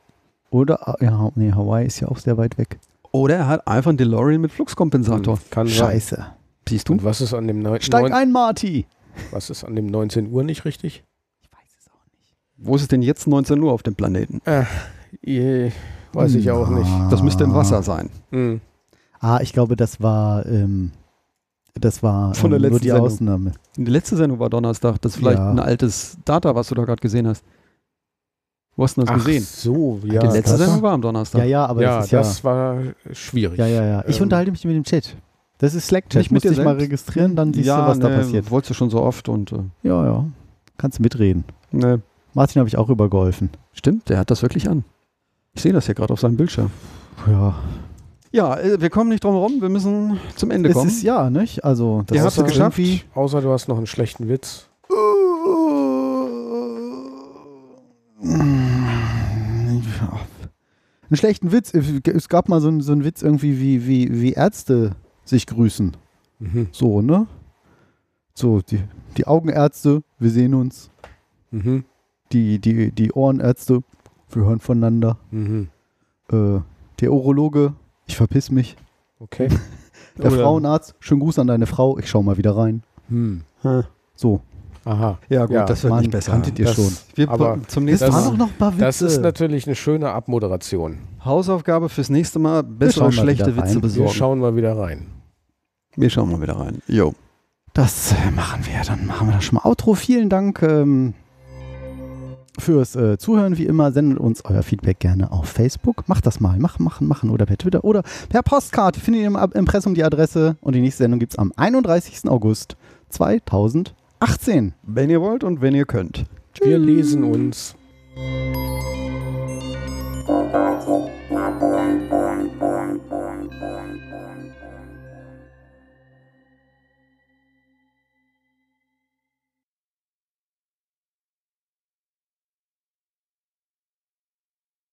Speaker 2: Oder, ah, ja, nee, Hawaii ist ja auch sehr weit weg.
Speaker 3: Oder er hat einfach einen DeLorean mit Fluxkompensator.
Speaker 5: Kann sein.
Speaker 2: Scheiße.
Speaker 3: Siehst du?
Speaker 5: Und was ist an dem neun-
Speaker 2: Steig
Speaker 5: neun-
Speaker 2: ein, Marty.
Speaker 5: was ist an dem 19 Uhr nicht richtig?
Speaker 2: Ich weiß es auch nicht.
Speaker 3: Wo ist es denn jetzt 19 Uhr auf dem Planeten?
Speaker 5: weiß ich auch nicht.
Speaker 3: Das müsste im Wasser sein.
Speaker 5: Hm.
Speaker 2: Ah, ich glaube, das war, ähm, das war
Speaker 3: Von der
Speaker 2: ähm, nur
Speaker 3: letzten
Speaker 2: die
Speaker 3: Sendung.
Speaker 2: Ausnahme.
Speaker 3: Die letzte Sendung war Donnerstag. Das ist vielleicht
Speaker 2: Ja.
Speaker 3: ein altes Data, was du da gerade gesehen hast. Wo hast du das
Speaker 5: Ach
Speaker 3: gesehen?
Speaker 5: so, ja.
Speaker 3: Die letzte
Speaker 2: das-
Speaker 3: Sendung war am Donnerstag.
Speaker 2: Ja, ja, aber
Speaker 5: ja,
Speaker 2: das
Speaker 5: das,
Speaker 2: ist ja.
Speaker 5: war schwierig.
Speaker 2: ja, ja, ja. Ich
Speaker 5: Ähm,
Speaker 2: unterhalte mich mit dem Chat. Das ist Slack-Chat.
Speaker 3: Nicht mit
Speaker 2: Musst
Speaker 3: dir
Speaker 2: dich mal
Speaker 3: selbst? ne,
Speaker 2: registrieren, dann siehst du, was da
Speaker 3: nee,
Speaker 2: passiert.
Speaker 3: Wolltest du schon so oft und äh,
Speaker 2: Ja, ja. Kannst du mitreden.
Speaker 3: ne.
Speaker 2: Martin habe ich auch übergeholfen.
Speaker 3: stimmt, der hat das wirklich an. Ich sehe das hier gerade auf seinem Bildschirm.
Speaker 2: Ja.
Speaker 3: Ja, äh, wir kommen nicht drum herum, wir müssen zum Ende
Speaker 2: Es
Speaker 3: kommen.
Speaker 2: ist ja, nicht? Also, das
Speaker 3: Der
Speaker 2: ist
Speaker 3: hat's geschafft.
Speaker 2: irgendwie-
Speaker 5: Außer du hast noch einen schlechten Witz.
Speaker 2: Einen schlechten Witz. Es gab mal so einen, so einen Witz irgendwie, wie, wie, wie Ärzte sich grüßen.
Speaker 5: Mhm.
Speaker 2: So, ne? So, die, die Augenärzte, wir sehen uns.
Speaker 5: Mhm.
Speaker 2: Die, die, die Ohrenärzte, wir hören voneinander.
Speaker 5: Mhm.
Speaker 2: Äh, der Urologe, ich verpiss mich.
Speaker 5: Okay.
Speaker 2: (laughs)
Speaker 3: Oh
Speaker 2: Der
Speaker 5: Oder-
Speaker 2: Frauenarzt, schönen Gruß an deine Frau, ich schau mal wieder rein.
Speaker 5: Hm.
Speaker 2: So,
Speaker 5: Aha.
Speaker 3: ja gut,
Speaker 5: Ja,
Speaker 3: das wird
Speaker 2: Mann,
Speaker 3: nicht besser.
Speaker 2: kanntet ihr
Speaker 5: Das-
Speaker 2: schon.
Speaker 3: Wir
Speaker 5: aber
Speaker 3: zum
Speaker 2: Das,
Speaker 3: nächsten
Speaker 5: das-
Speaker 2: waren
Speaker 3: Mal.
Speaker 2: doch noch ein paar Witze.
Speaker 5: Das ist natürlich eine schöne Abmoderation.
Speaker 3: Hausaufgabe fürs nächste Mal,
Speaker 2: schauen
Speaker 3: bessere
Speaker 2: mal
Speaker 3: schlechte
Speaker 2: wieder rein.
Speaker 3: Witze
Speaker 2: Wir
Speaker 5: Wir
Speaker 3: besorgen.
Speaker 5: schauen mal wieder rein.
Speaker 3: wir schauen mal wieder rein. Jo.
Speaker 2: Das äh, machen wir, dann machen wir das schon mal. Outro, vielen Dank ähm, fürs äh, Zuhören, wie immer. Sendet uns euer Feedback gerne auf Facebook. Macht das mal, machen, machen, machen oder per Twitter oder per Postkarte. Findet ihr im Ab- Impressum die Adresse und die nächste Sendung gibt es am 31. August 2018.
Speaker 3: Wenn ihr wollt und wenn ihr könnt.
Speaker 5: Wir lesen uns.